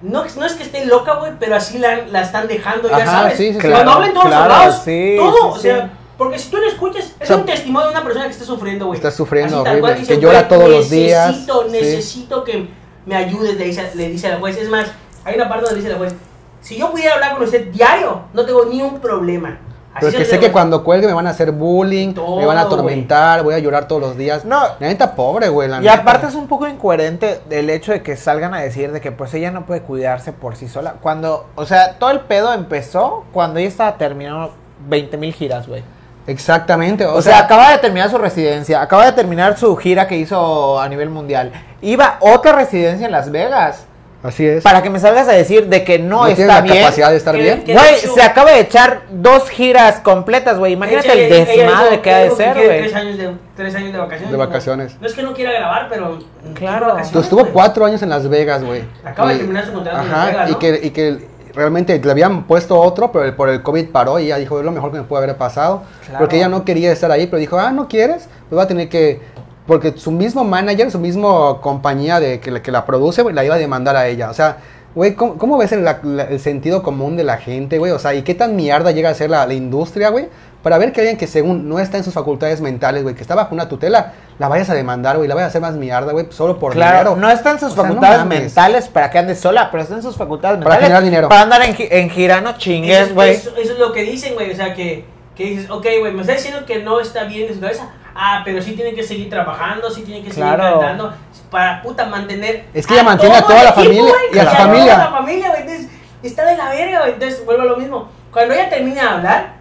[SPEAKER 4] No, no es que esté loca, güey, pero así la, la están dejando, ya
[SPEAKER 2] Ajá,
[SPEAKER 4] sabes.
[SPEAKER 2] sí, sí, sí.
[SPEAKER 4] Cuando
[SPEAKER 3] Claro,
[SPEAKER 4] hablen todos
[SPEAKER 3] claro,
[SPEAKER 4] los lados,
[SPEAKER 3] sí,
[SPEAKER 4] todo,
[SPEAKER 3] sí,
[SPEAKER 4] o
[SPEAKER 3] sí.
[SPEAKER 4] sea, porque si tú lo escuchas, es
[SPEAKER 2] O sea,
[SPEAKER 4] un testimonio de una persona que está sufriendo, güey.
[SPEAKER 2] Está sufriendo
[SPEAKER 4] Así tal cual
[SPEAKER 2] horrible,
[SPEAKER 4] dice,
[SPEAKER 2] que llora
[SPEAKER 4] "Güey,
[SPEAKER 2] todos los días",
[SPEAKER 4] Necesito,
[SPEAKER 2] sí.
[SPEAKER 4] necesito que me ayudes, le dice, le dice al juez. Es más, hay una parte donde dice el juez, si yo pudiera hablar con usted diario, no tengo ni un problema. Así
[SPEAKER 2] Pero
[SPEAKER 4] se
[SPEAKER 2] que sé
[SPEAKER 4] lo dice
[SPEAKER 2] que
[SPEAKER 4] el juez.
[SPEAKER 2] cuando cuelgue me van a hacer bullying, me van a
[SPEAKER 4] Todo, güey.
[SPEAKER 2] atormentar, voy a llorar todos los días.
[SPEAKER 3] No.
[SPEAKER 2] La neta, pobre, güey, la
[SPEAKER 3] Y
[SPEAKER 2] neta.
[SPEAKER 3] aparte es un poco incoherente el hecho de que salgan a decir de que pues ella no puede cuidarse por sí sola. Cuando, o sea, todo el pedo empezó cuando ella estaba terminando 20 mil giras, güey.
[SPEAKER 2] Exactamente.
[SPEAKER 3] O, sea, acaba de terminar su residencia, acaba de terminar su gira que hizo a nivel mundial. Iba a otra residencia en Las Vegas.
[SPEAKER 2] así es.
[SPEAKER 3] Para que me salgas a decir de que no,
[SPEAKER 2] tiene
[SPEAKER 3] está
[SPEAKER 2] la
[SPEAKER 3] bien.
[SPEAKER 2] capacidad de estar
[SPEAKER 4] Que-
[SPEAKER 2] bien.
[SPEAKER 4] que-
[SPEAKER 3] Güey,
[SPEAKER 4] de hecho-
[SPEAKER 3] se acaba de echar dos giras completas, güey. Imagínate
[SPEAKER 4] Ella-
[SPEAKER 3] el
[SPEAKER 4] ella dijo-
[SPEAKER 3] desmadre que ha de
[SPEAKER 4] dijo
[SPEAKER 3] ser,
[SPEAKER 4] quiere
[SPEAKER 3] güey.
[SPEAKER 4] Tres años de, tres años de vacaciones.
[SPEAKER 2] De
[SPEAKER 4] Dijo,
[SPEAKER 2] vacaciones.
[SPEAKER 4] No es que no quiera grabar, pero.
[SPEAKER 3] Claro.
[SPEAKER 2] Tú estuvo cuatro años en Las Vegas, güey.
[SPEAKER 4] Acaba de
[SPEAKER 2] Y-
[SPEAKER 4] terminar su contrato en
[SPEAKER 2] Ajá,
[SPEAKER 4] Las Vegas,
[SPEAKER 2] y,
[SPEAKER 4] ¿no?
[SPEAKER 2] que, y que realmente le habían puesto otro, pero el- por el COVID paró y ella dijo, es lo mejor que me puede haber pasado.
[SPEAKER 3] Claro.
[SPEAKER 2] Porque ella no quería estar ahí, pero dijo, ah, ¿no quieres? Pues va a tener que... Porque su mismo manager, su mismo compañía de que, la- que la produce, güey, la iba a demandar a ella. O sea, güey, ¿cómo, cómo ves el, la- la- el sentido común de la gente, güey? O sea, ¿y qué tan mierda llega a ser la, la industria, güey? Para ver que alguien que según no está en sus facultades mentales, güey, que está bajo una tutela, la vayas a demandar, güey, la vayas a hacer más mierda, güey, solo por
[SPEAKER 3] Claro,
[SPEAKER 2] dinero.
[SPEAKER 3] no está en sus
[SPEAKER 2] O sea, no
[SPEAKER 3] facultades
[SPEAKER 2] mames.
[SPEAKER 3] mentales para que ande sola, pero está en sus facultades
[SPEAKER 2] Para
[SPEAKER 3] mentales.
[SPEAKER 2] generar dinero.
[SPEAKER 3] Para andar en, gi- en girano chingues,
[SPEAKER 4] Eso-
[SPEAKER 3] güey.
[SPEAKER 4] Eso, eso es lo que dicen, güey. O sea, que, que dices, ok, güey, me está diciendo que no está bien en su cabeza. Ah, pero sí tienen que seguir trabajando, sí tienen que
[SPEAKER 3] Claro.
[SPEAKER 4] seguir cantando para puta mantener.
[SPEAKER 2] Es que ella mantiene a
[SPEAKER 4] todo
[SPEAKER 2] toda
[SPEAKER 4] el
[SPEAKER 2] la
[SPEAKER 4] equipo,
[SPEAKER 2] familia
[SPEAKER 4] güey,
[SPEAKER 2] y a la familia.
[SPEAKER 4] toda la familia, güey. Entonces, está de la verga, güey. Entonces, vuelvo a lo mismo. Cuando ella termina de hablar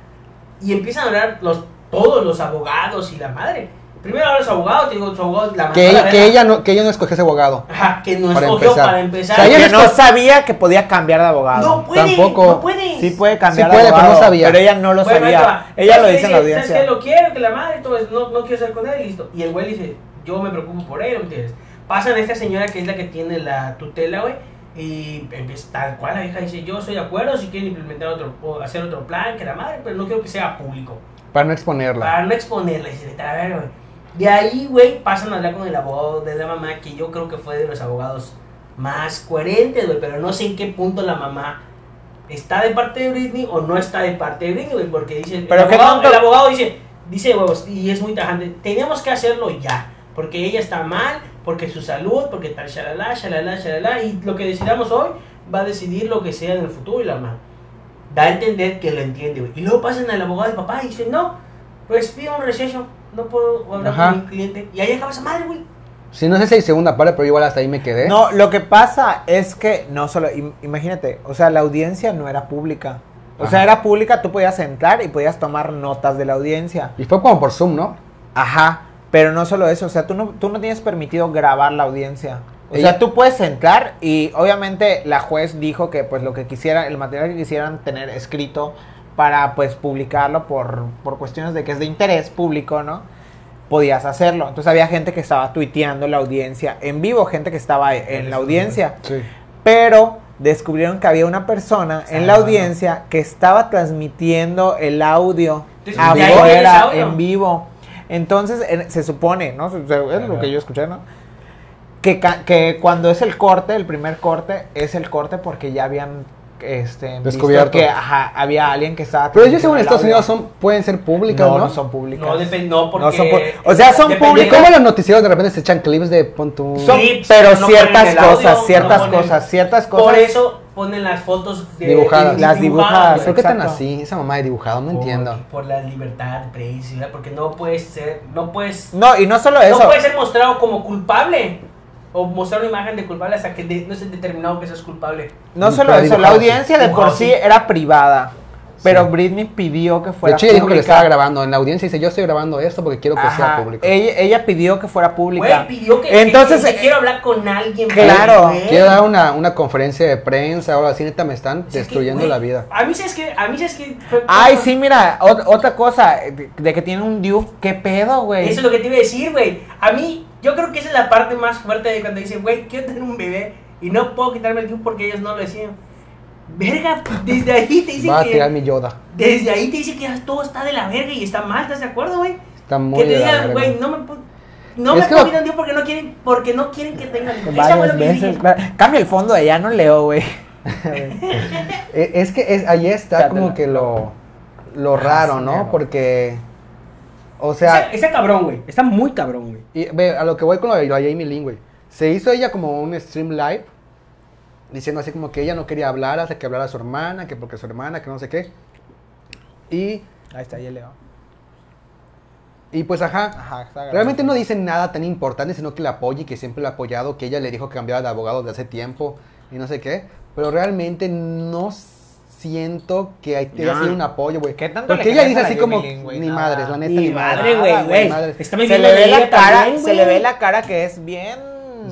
[SPEAKER 4] y empiezan a hablar los, todos los abogados y la madre. Primero hablan los abogados, te digo, su abogado la mandó a
[SPEAKER 2] Que,
[SPEAKER 4] la
[SPEAKER 2] ella- que
[SPEAKER 4] verga.
[SPEAKER 2] ella no, que ella no escogió ese abogado.
[SPEAKER 4] Ajá, que no
[SPEAKER 2] Para
[SPEAKER 4] escogió
[SPEAKER 2] empezar.
[SPEAKER 4] para empezar.
[SPEAKER 2] O sea, ella
[SPEAKER 3] que
[SPEAKER 2] no
[SPEAKER 3] no
[SPEAKER 2] esco-
[SPEAKER 3] sabía que podía cambiar de abogado.
[SPEAKER 4] no puede,
[SPEAKER 2] tampoco.
[SPEAKER 4] no puede.
[SPEAKER 3] Sí puede cambiar
[SPEAKER 2] Sí puede,
[SPEAKER 3] de
[SPEAKER 2] pero no
[SPEAKER 3] abogado.
[SPEAKER 2] sabía.
[SPEAKER 3] pero ella no lo
[SPEAKER 4] Bueno, ahí te
[SPEAKER 3] sabía.
[SPEAKER 4] va.
[SPEAKER 3] Ella
[SPEAKER 4] ¿Sabes
[SPEAKER 3] lo
[SPEAKER 4] qué
[SPEAKER 3] dice en la
[SPEAKER 4] ¿Sabes qué?
[SPEAKER 3] audiencia.
[SPEAKER 4] Lo quiero, que la madre, entonces no, no quiero estar con él, y listo. Y el güey dice, yo me preocupo por él, ¿me entiendes? Pasan a esta señora que es la que tiene la tutela, güey, y empieza tal cual, la hija dice, yo estoy de acuerdo si quieren implementar otro, o hacer otro plan, que la madre, pero no quiero que sea público.
[SPEAKER 2] Para no exponerla.
[SPEAKER 4] Para no exponerla, y se vete a la verga, güey. De ahí, güey, pasan a hablar con el abogado de la mamá, que yo creo que fue de los abogados más coherentes, güey, pero no sé en qué punto la mamá está de parte de Britney o no está de parte de Britney, güey, porque dice,
[SPEAKER 3] Pero
[SPEAKER 4] el,
[SPEAKER 3] qué
[SPEAKER 4] abogado,
[SPEAKER 3] tanto-
[SPEAKER 4] el abogado dice, dice, huevos, y es muy tajante, tenemos que hacerlo ya, porque ella está mal, porque su salud, porque tal, shalala, shalala, shalala, y lo que decidamos hoy va a decidir lo que sea en el futuro y la mamá. Da a entender que lo entiende, güey. Y luego pasan al abogado del papá y dicen, no, pues pido un receso, no puedo hablar
[SPEAKER 2] Ajá.
[SPEAKER 4] con mi cliente. Y ahí acaba esa madre, güey.
[SPEAKER 2] Si no sé si hay segunda parte, pero igual hasta ahí me quedé.
[SPEAKER 3] No, lo que pasa es que no solo, im- imagínate, o sea, la audiencia no era pública. O sea,
[SPEAKER 2] Ajá.
[SPEAKER 3] era pública, tú podías entrar y podías tomar notas de la audiencia.
[SPEAKER 2] Y fue como por Zoom, ¿no?
[SPEAKER 3] Ajá, pero no solo eso, o sea, tú no, tú no tienes permitido grabar la audiencia. O
[SPEAKER 2] Ella-
[SPEAKER 3] sea, tú puedes entrar y obviamente la juez dijo que pues lo que quisiera, el material que quisieran tener escrito para pues publicarlo por, por cuestiones de que es de interés público, ¿no? Podías hacerlo. Entonces había gente que estaba tuiteando la audiencia en vivo, gente que estaba en la audiencia
[SPEAKER 2] Sí.
[SPEAKER 3] pero descubrieron que había una persona en la
[SPEAKER 2] Sábado.
[SPEAKER 3] audiencia que estaba transmitiendo el audio
[SPEAKER 4] Entonces,
[SPEAKER 2] ¿de ahí
[SPEAKER 4] viene ese
[SPEAKER 3] afuera,
[SPEAKER 4] audio?
[SPEAKER 3] en vivo. Entonces, en- se supone, ¿no? O sea, es lo
[SPEAKER 2] Ajá.
[SPEAKER 3] que yo escuché, ¿no? Que, ca- que cuando es el corte, el primer corte, es el corte porque ya habían este, visto
[SPEAKER 2] Descubierto.
[SPEAKER 3] que ajá, había alguien que estaba...
[SPEAKER 2] Pero yo según
[SPEAKER 3] transmitiendo el
[SPEAKER 2] Estados
[SPEAKER 3] audio.
[SPEAKER 2] Unidos son, pueden ser públicas, ¿no?
[SPEAKER 3] No, no son públicas.
[SPEAKER 4] No, depende, no, porque.
[SPEAKER 3] son pu- o sea, son
[SPEAKER 4] depende-
[SPEAKER 2] ¿Y
[SPEAKER 3] públicos.
[SPEAKER 2] cómo los noticieros de repente se echan clips de pon tu-
[SPEAKER 3] Son-
[SPEAKER 4] clips,
[SPEAKER 3] pero
[SPEAKER 4] no ponen
[SPEAKER 3] ciertas
[SPEAKER 4] el audio,
[SPEAKER 3] cosas,
[SPEAKER 4] no
[SPEAKER 3] ciertas
[SPEAKER 4] ponen-
[SPEAKER 3] cosas, ciertas cosas.
[SPEAKER 4] Por eso ponen las fotos de,
[SPEAKER 2] Dibujadas.
[SPEAKER 3] Las dibujadas,
[SPEAKER 2] ¿Por
[SPEAKER 4] güey.
[SPEAKER 2] qué tan
[SPEAKER 3] exacto.
[SPEAKER 2] así? Esa mamá de dibujado, no entiendo.
[SPEAKER 4] Por, por la libertad de prensa, ¿verdad? porque no puedes ser. No puedes.
[SPEAKER 3] No, y no solo eso.
[SPEAKER 4] No puedes ser mostrado como culpable. O mostrar una imagen de culpable hasta que de- no estés determinado que seas culpable.
[SPEAKER 3] No
[SPEAKER 2] Mm,
[SPEAKER 3] solo
[SPEAKER 2] pero
[SPEAKER 3] eso, la
[SPEAKER 2] dibujado, sí.
[SPEAKER 3] audiencia de por
[SPEAKER 4] Dibujado,
[SPEAKER 3] sí
[SPEAKER 4] sí.
[SPEAKER 3] era privada. Pero Britney pidió que
[SPEAKER 2] De
[SPEAKER 3] fuera
[SPEAKER 2] hecho, ella dijo que lo
[SPEAKER 3] pública.
[SPEAKER 2] estaba grabando. En la audiencia dice, yo estoy grabando esto porque quiero que sea
[SPEAKER 3] Ajá,
[SPEAKER 2] público.
[SPEAKER 3] Ella, ella pidió que fuera pública.
[SPEAKER 4] Güey, pidió que.
[SPEAKER 3] Entonces,
[SPEAKER 4] que- que
[SPEAKER 3] eh,
[SPEAKER 4] quiero hablar con alguien.
[SPEAKER 3] claro.
[SPEAKER 4] güey.
[SPEAKER 2] Quiero dar una, una conferencia de prensa, ahora sí, neta, me están
[SPEAKER 4] O sea, que,
[SPEAKER 2] destruyendo
[SPEAKER 4] güey,
[SPEAKER 2] la vida.
[SPEAKER 4] A mí sí es que. A mí sí es que. fue-
[SPEAKER 3] Ay, sí, mira, ot- otra cosa, eh, de, de que tiene un Duke, qué pedo, güey.
[SPEAKER 4] Eso es lo que te iba a decir, güey. A mí, yo creo que esa es la parte más fuerte de cuando dicen, güey, quiero tener un bebé y no puedo quitarme el club porque ellos no lo hacían. Verga, desde ahí te dicen
[SPEAKER 2] Va a tirar
[SPEAKER 4] que.
[SPEAKER 2] mi Yoda.
[SPEAKER 4] Desde ahí te dicen que ya todo está de la verga y está mal, ¿estás de acuerdo, güey?
[SPEAKER 2] Está muy
[SPEAKER 4] Que te
[SPEAKER 2] de la
[SPEAKER 4] digan,
[SPEAKER 2] verga.
[SPEAKER 4] güey, no me pu- no
[SPEAKER 2] Es
[SPEAKER 4] me
[SPEAKER 2] que
[SPEAKER 4] puedo
[SPEAKER 2] lo-
[SPEAKER 4] quitar un tío porque no quieren, porque no quieren que tengan Esa fue
[SPEAKER 3] Varias
[SPEAKER 4] lo que yo dije.
[SPEAKER 3] veces, claro. Cambia el fondo de allá, no leo, güey.
[SPEAKER 2] Eh, Es que es, ahí está
[SPEAKER 3] Cátela.
[SPEAKER 2] como que lo, lo raro, ¿no?
[SPEAKER 3] Racinero.
[SPEAKER 2] Porque, o sea,
[SPEAKER 1] Está, está cabrón, güey. Está muy cabrón, güey.
[SPEAKER 2] Y ve, a lo que voy con lo de lo de Jamie Lin, güey. Se hizo ella como un stream live diciendo así como que ella no quería hablar hasta que hablara su hermana, que porque su hermana, que no sé qué. Y,
[SPEAKER 3] Ahí está, ya leo.
[SPEAKER 2] y pues ajá.
[SPEAKER 3] Ajá, está
[SPEAKER 2] Realmente no dicen nada tan importante, sino que la apoya y que siempre la ha apoyado, que ella le dijo que cambiara de abogado desde hace tiempo y no sé qué. Pero realmente no siento que hay- que haya
[SPEAKER 1] No.
[SPEAKER 2] sido un apoyo, güey.
[SPEAKER 3] ¿Qué tanto
[SPEAKER 2] Porque
[SPEAKER 3] le
[SPEAKER 2] ella
[SPEAKER 3] crees
[SPEAKER 2] dice
[SPEAKER 3] a la
[SPEAKER 2] así como,
[SPEAKER 3] Jamie Lin, güey?
[SPEAKER 2] ni
[SPEAKER 3] Nada.
[SPEAKER 2] madre, la neta,
[SPEAKER 1] Ni madre,
[SPEAKER 2] nada,
[SPEAKER 1] güey, güey.
[SPEAKER 2] madre.
[SPEAKER 1] Está
[SPEAKER 3] Se
[SPEAKER 1] viviendo
[SPEAKER 3] le ve
[SPEAKER 1] de
[SPEAKER 3] la
[SPEAKER 1] ella
[SPEAKER 3] cara,
[SPEAKER 1] también,
[SPEAKER 3] se
[SPEAKER 1] güey.
[SPEAKER 3] le ve la cara que es bien.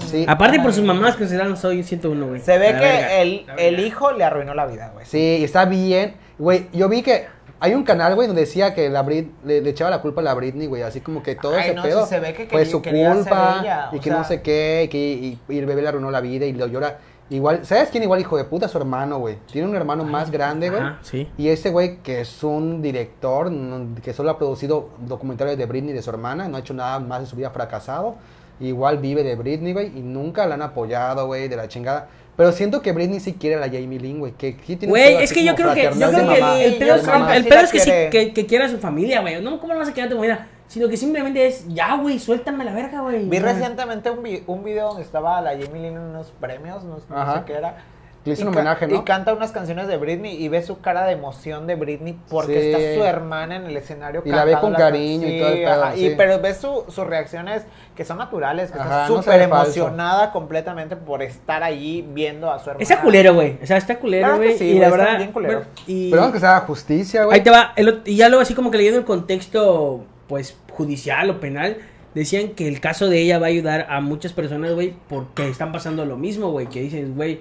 [SPEAKER 2] Sí.
[SPEAKER 1] Aparte por sus mamás que se dan soy 101, güey.
[SPEAKER 3] Se ve
[SPEAKER 1] La verga.
[SPEAKER 3] que el,
[SPEAKER 4] la verga.
[SPEAKER 3] el hijo le arruinó la vida, güey.
[SPEAKER 2] Sí, y está bien. Güey, yo vi que hay un canal, güey, donde decía que la Brit le, le echaba la culpa a la Britney, güey, así como que todo
[SPEAKER 3] Ay,
[SPEAKER 2] ese
[SPEAKER 3] no,
[SPEAKER 2] pedo
[SPEAKER 3] sí se ve que
[SPEAKER 2] fue
[SPEAKER 3] quería-
[SPEAKER 2] su
[SPEAKER 3] quería ser
[SPEAKER 2] culpa
[SPEAKER 3] ella,
[SPEAKER 2] y
[SPEAKER 3] o
[SPEAKER 2] que
[SPEAKER 3] sea.
[SPEAKER 2] no sé qué, y, que, y- y el bebé le arruinó la vida y lo llora. Igual, ¿sabes quién igual hijo de puta? Su hermano, güey. Tiene un hermano más grande, güey.
[SPEAKER 1] Ajá, sí.
[SPEAKER 2] Y ese güey que es un director no- que solo ha producido documentales de Britney y de su hermana, no ha hecho nada más de su vida fracasado. Igual vive de Britney, güey, y nunca la han apoyado, güey, de la chingada. Pero siento que Britney sí quiere a la Jamie Lin, güey, que sí tiene
[SPEAKER 1] Güey,
[SPEAKER 2] todo
[SPEAKER 1] es
[SPEAKER 2] así
[SPEAKER 1] que yo
[SPEAKER 2] como
[SPEAKER 1] creo que, yo
[SPEAKER 2] fraternal
[SPEAKER 1] creo
[SPEAKER 2] de
[SPEAKER 1] que
[SPEAKER 2] mamá.
[SPEAKER 1] el pedo es,
[SPEAKER 2] De mamá.
[SPEAKER 1] el
[SPEAKER 3] Sí
[SPEAKER 1] pedo
[SPEAKER 3] la
[SPEAKER 1] es que, sí-
[SPEAKER 3] quiere.
[SPEAKER 1] que, que quiera a su familia, güey. No, ¿cómo no vas a quedar a tu familia? Sino que simplemente es, ya, güey, suéltame la verga, güey.
[SPEAKER 3] Vi
[SPEAKER 1] Ya.
[SPEAKER 3] recientemente un, vi- un video donde estaba la Jamie Lynn en unos premios, no, no sé
[SPEAKER 2] Ajá.
[SPEAKER 3] qué era.
[SPEAKER 2] Le hizo
[SPEAKER 3] Y
[SPEAKER 2] un
[SPEAKER 3] ca-
[SPEAKER 2] homenaje, ¿no?
[SPEAKER 3] Y canta unas canciones de Britney y ve su cara de emoción de Britney porque
[SPEAKER 2] Sí.
[SPEAKER 3] está su hermana en el escenario
[SPEAKER 2] Y la ve
[SPEAKER 3] cantando
[SPEAKER 2] con
[SPEAKER 3] can-
[SPEAKER 2] cariño y
[SPEAKER 3] Sí,
[SPEAKER 2] todo el pedo,
[SPEAKER 3] ajá, y-
[SPEAKER 2] sí.
[SPEAKER 3] pero ves su- sus reacciones que son naturales, que
[SPEAKER 2] Ajá,
[SPEAKER 3] está
[SPEAKER 2] no se
[SPEAKER 3] súper
[SPEAKER 2] ve falso.
[SPEAKER 3] emocionada completamente por estar allí viendo a su hermana.
[SPEAKER 1] Está culero, güey. O sea, está culero,
[SPEAKER 3] Claro que
[SPEAKER 1] güey.
[SPEAKER 3] sí,
[SPEAKER 1] y
[SPEAKER 3] güey,
[SPEAKER 1] la
[SPEAKER 3] está
[SPEAKER 1] verdad.
[SPEAKER 3] bien culero.
[SPEAKER 1] bueno, y
[SPEAKER 2] Pero vamos que sea justicia, güey.
[SPEAKER 1] ahí te va. el ot- y ya luego, así como que leyendo el contexto, pues, judicial o penal, decían que el caso de ella va a ayudar a muchas personas, güey, porque están pasando lo mismo, güey. Que dicen, güey,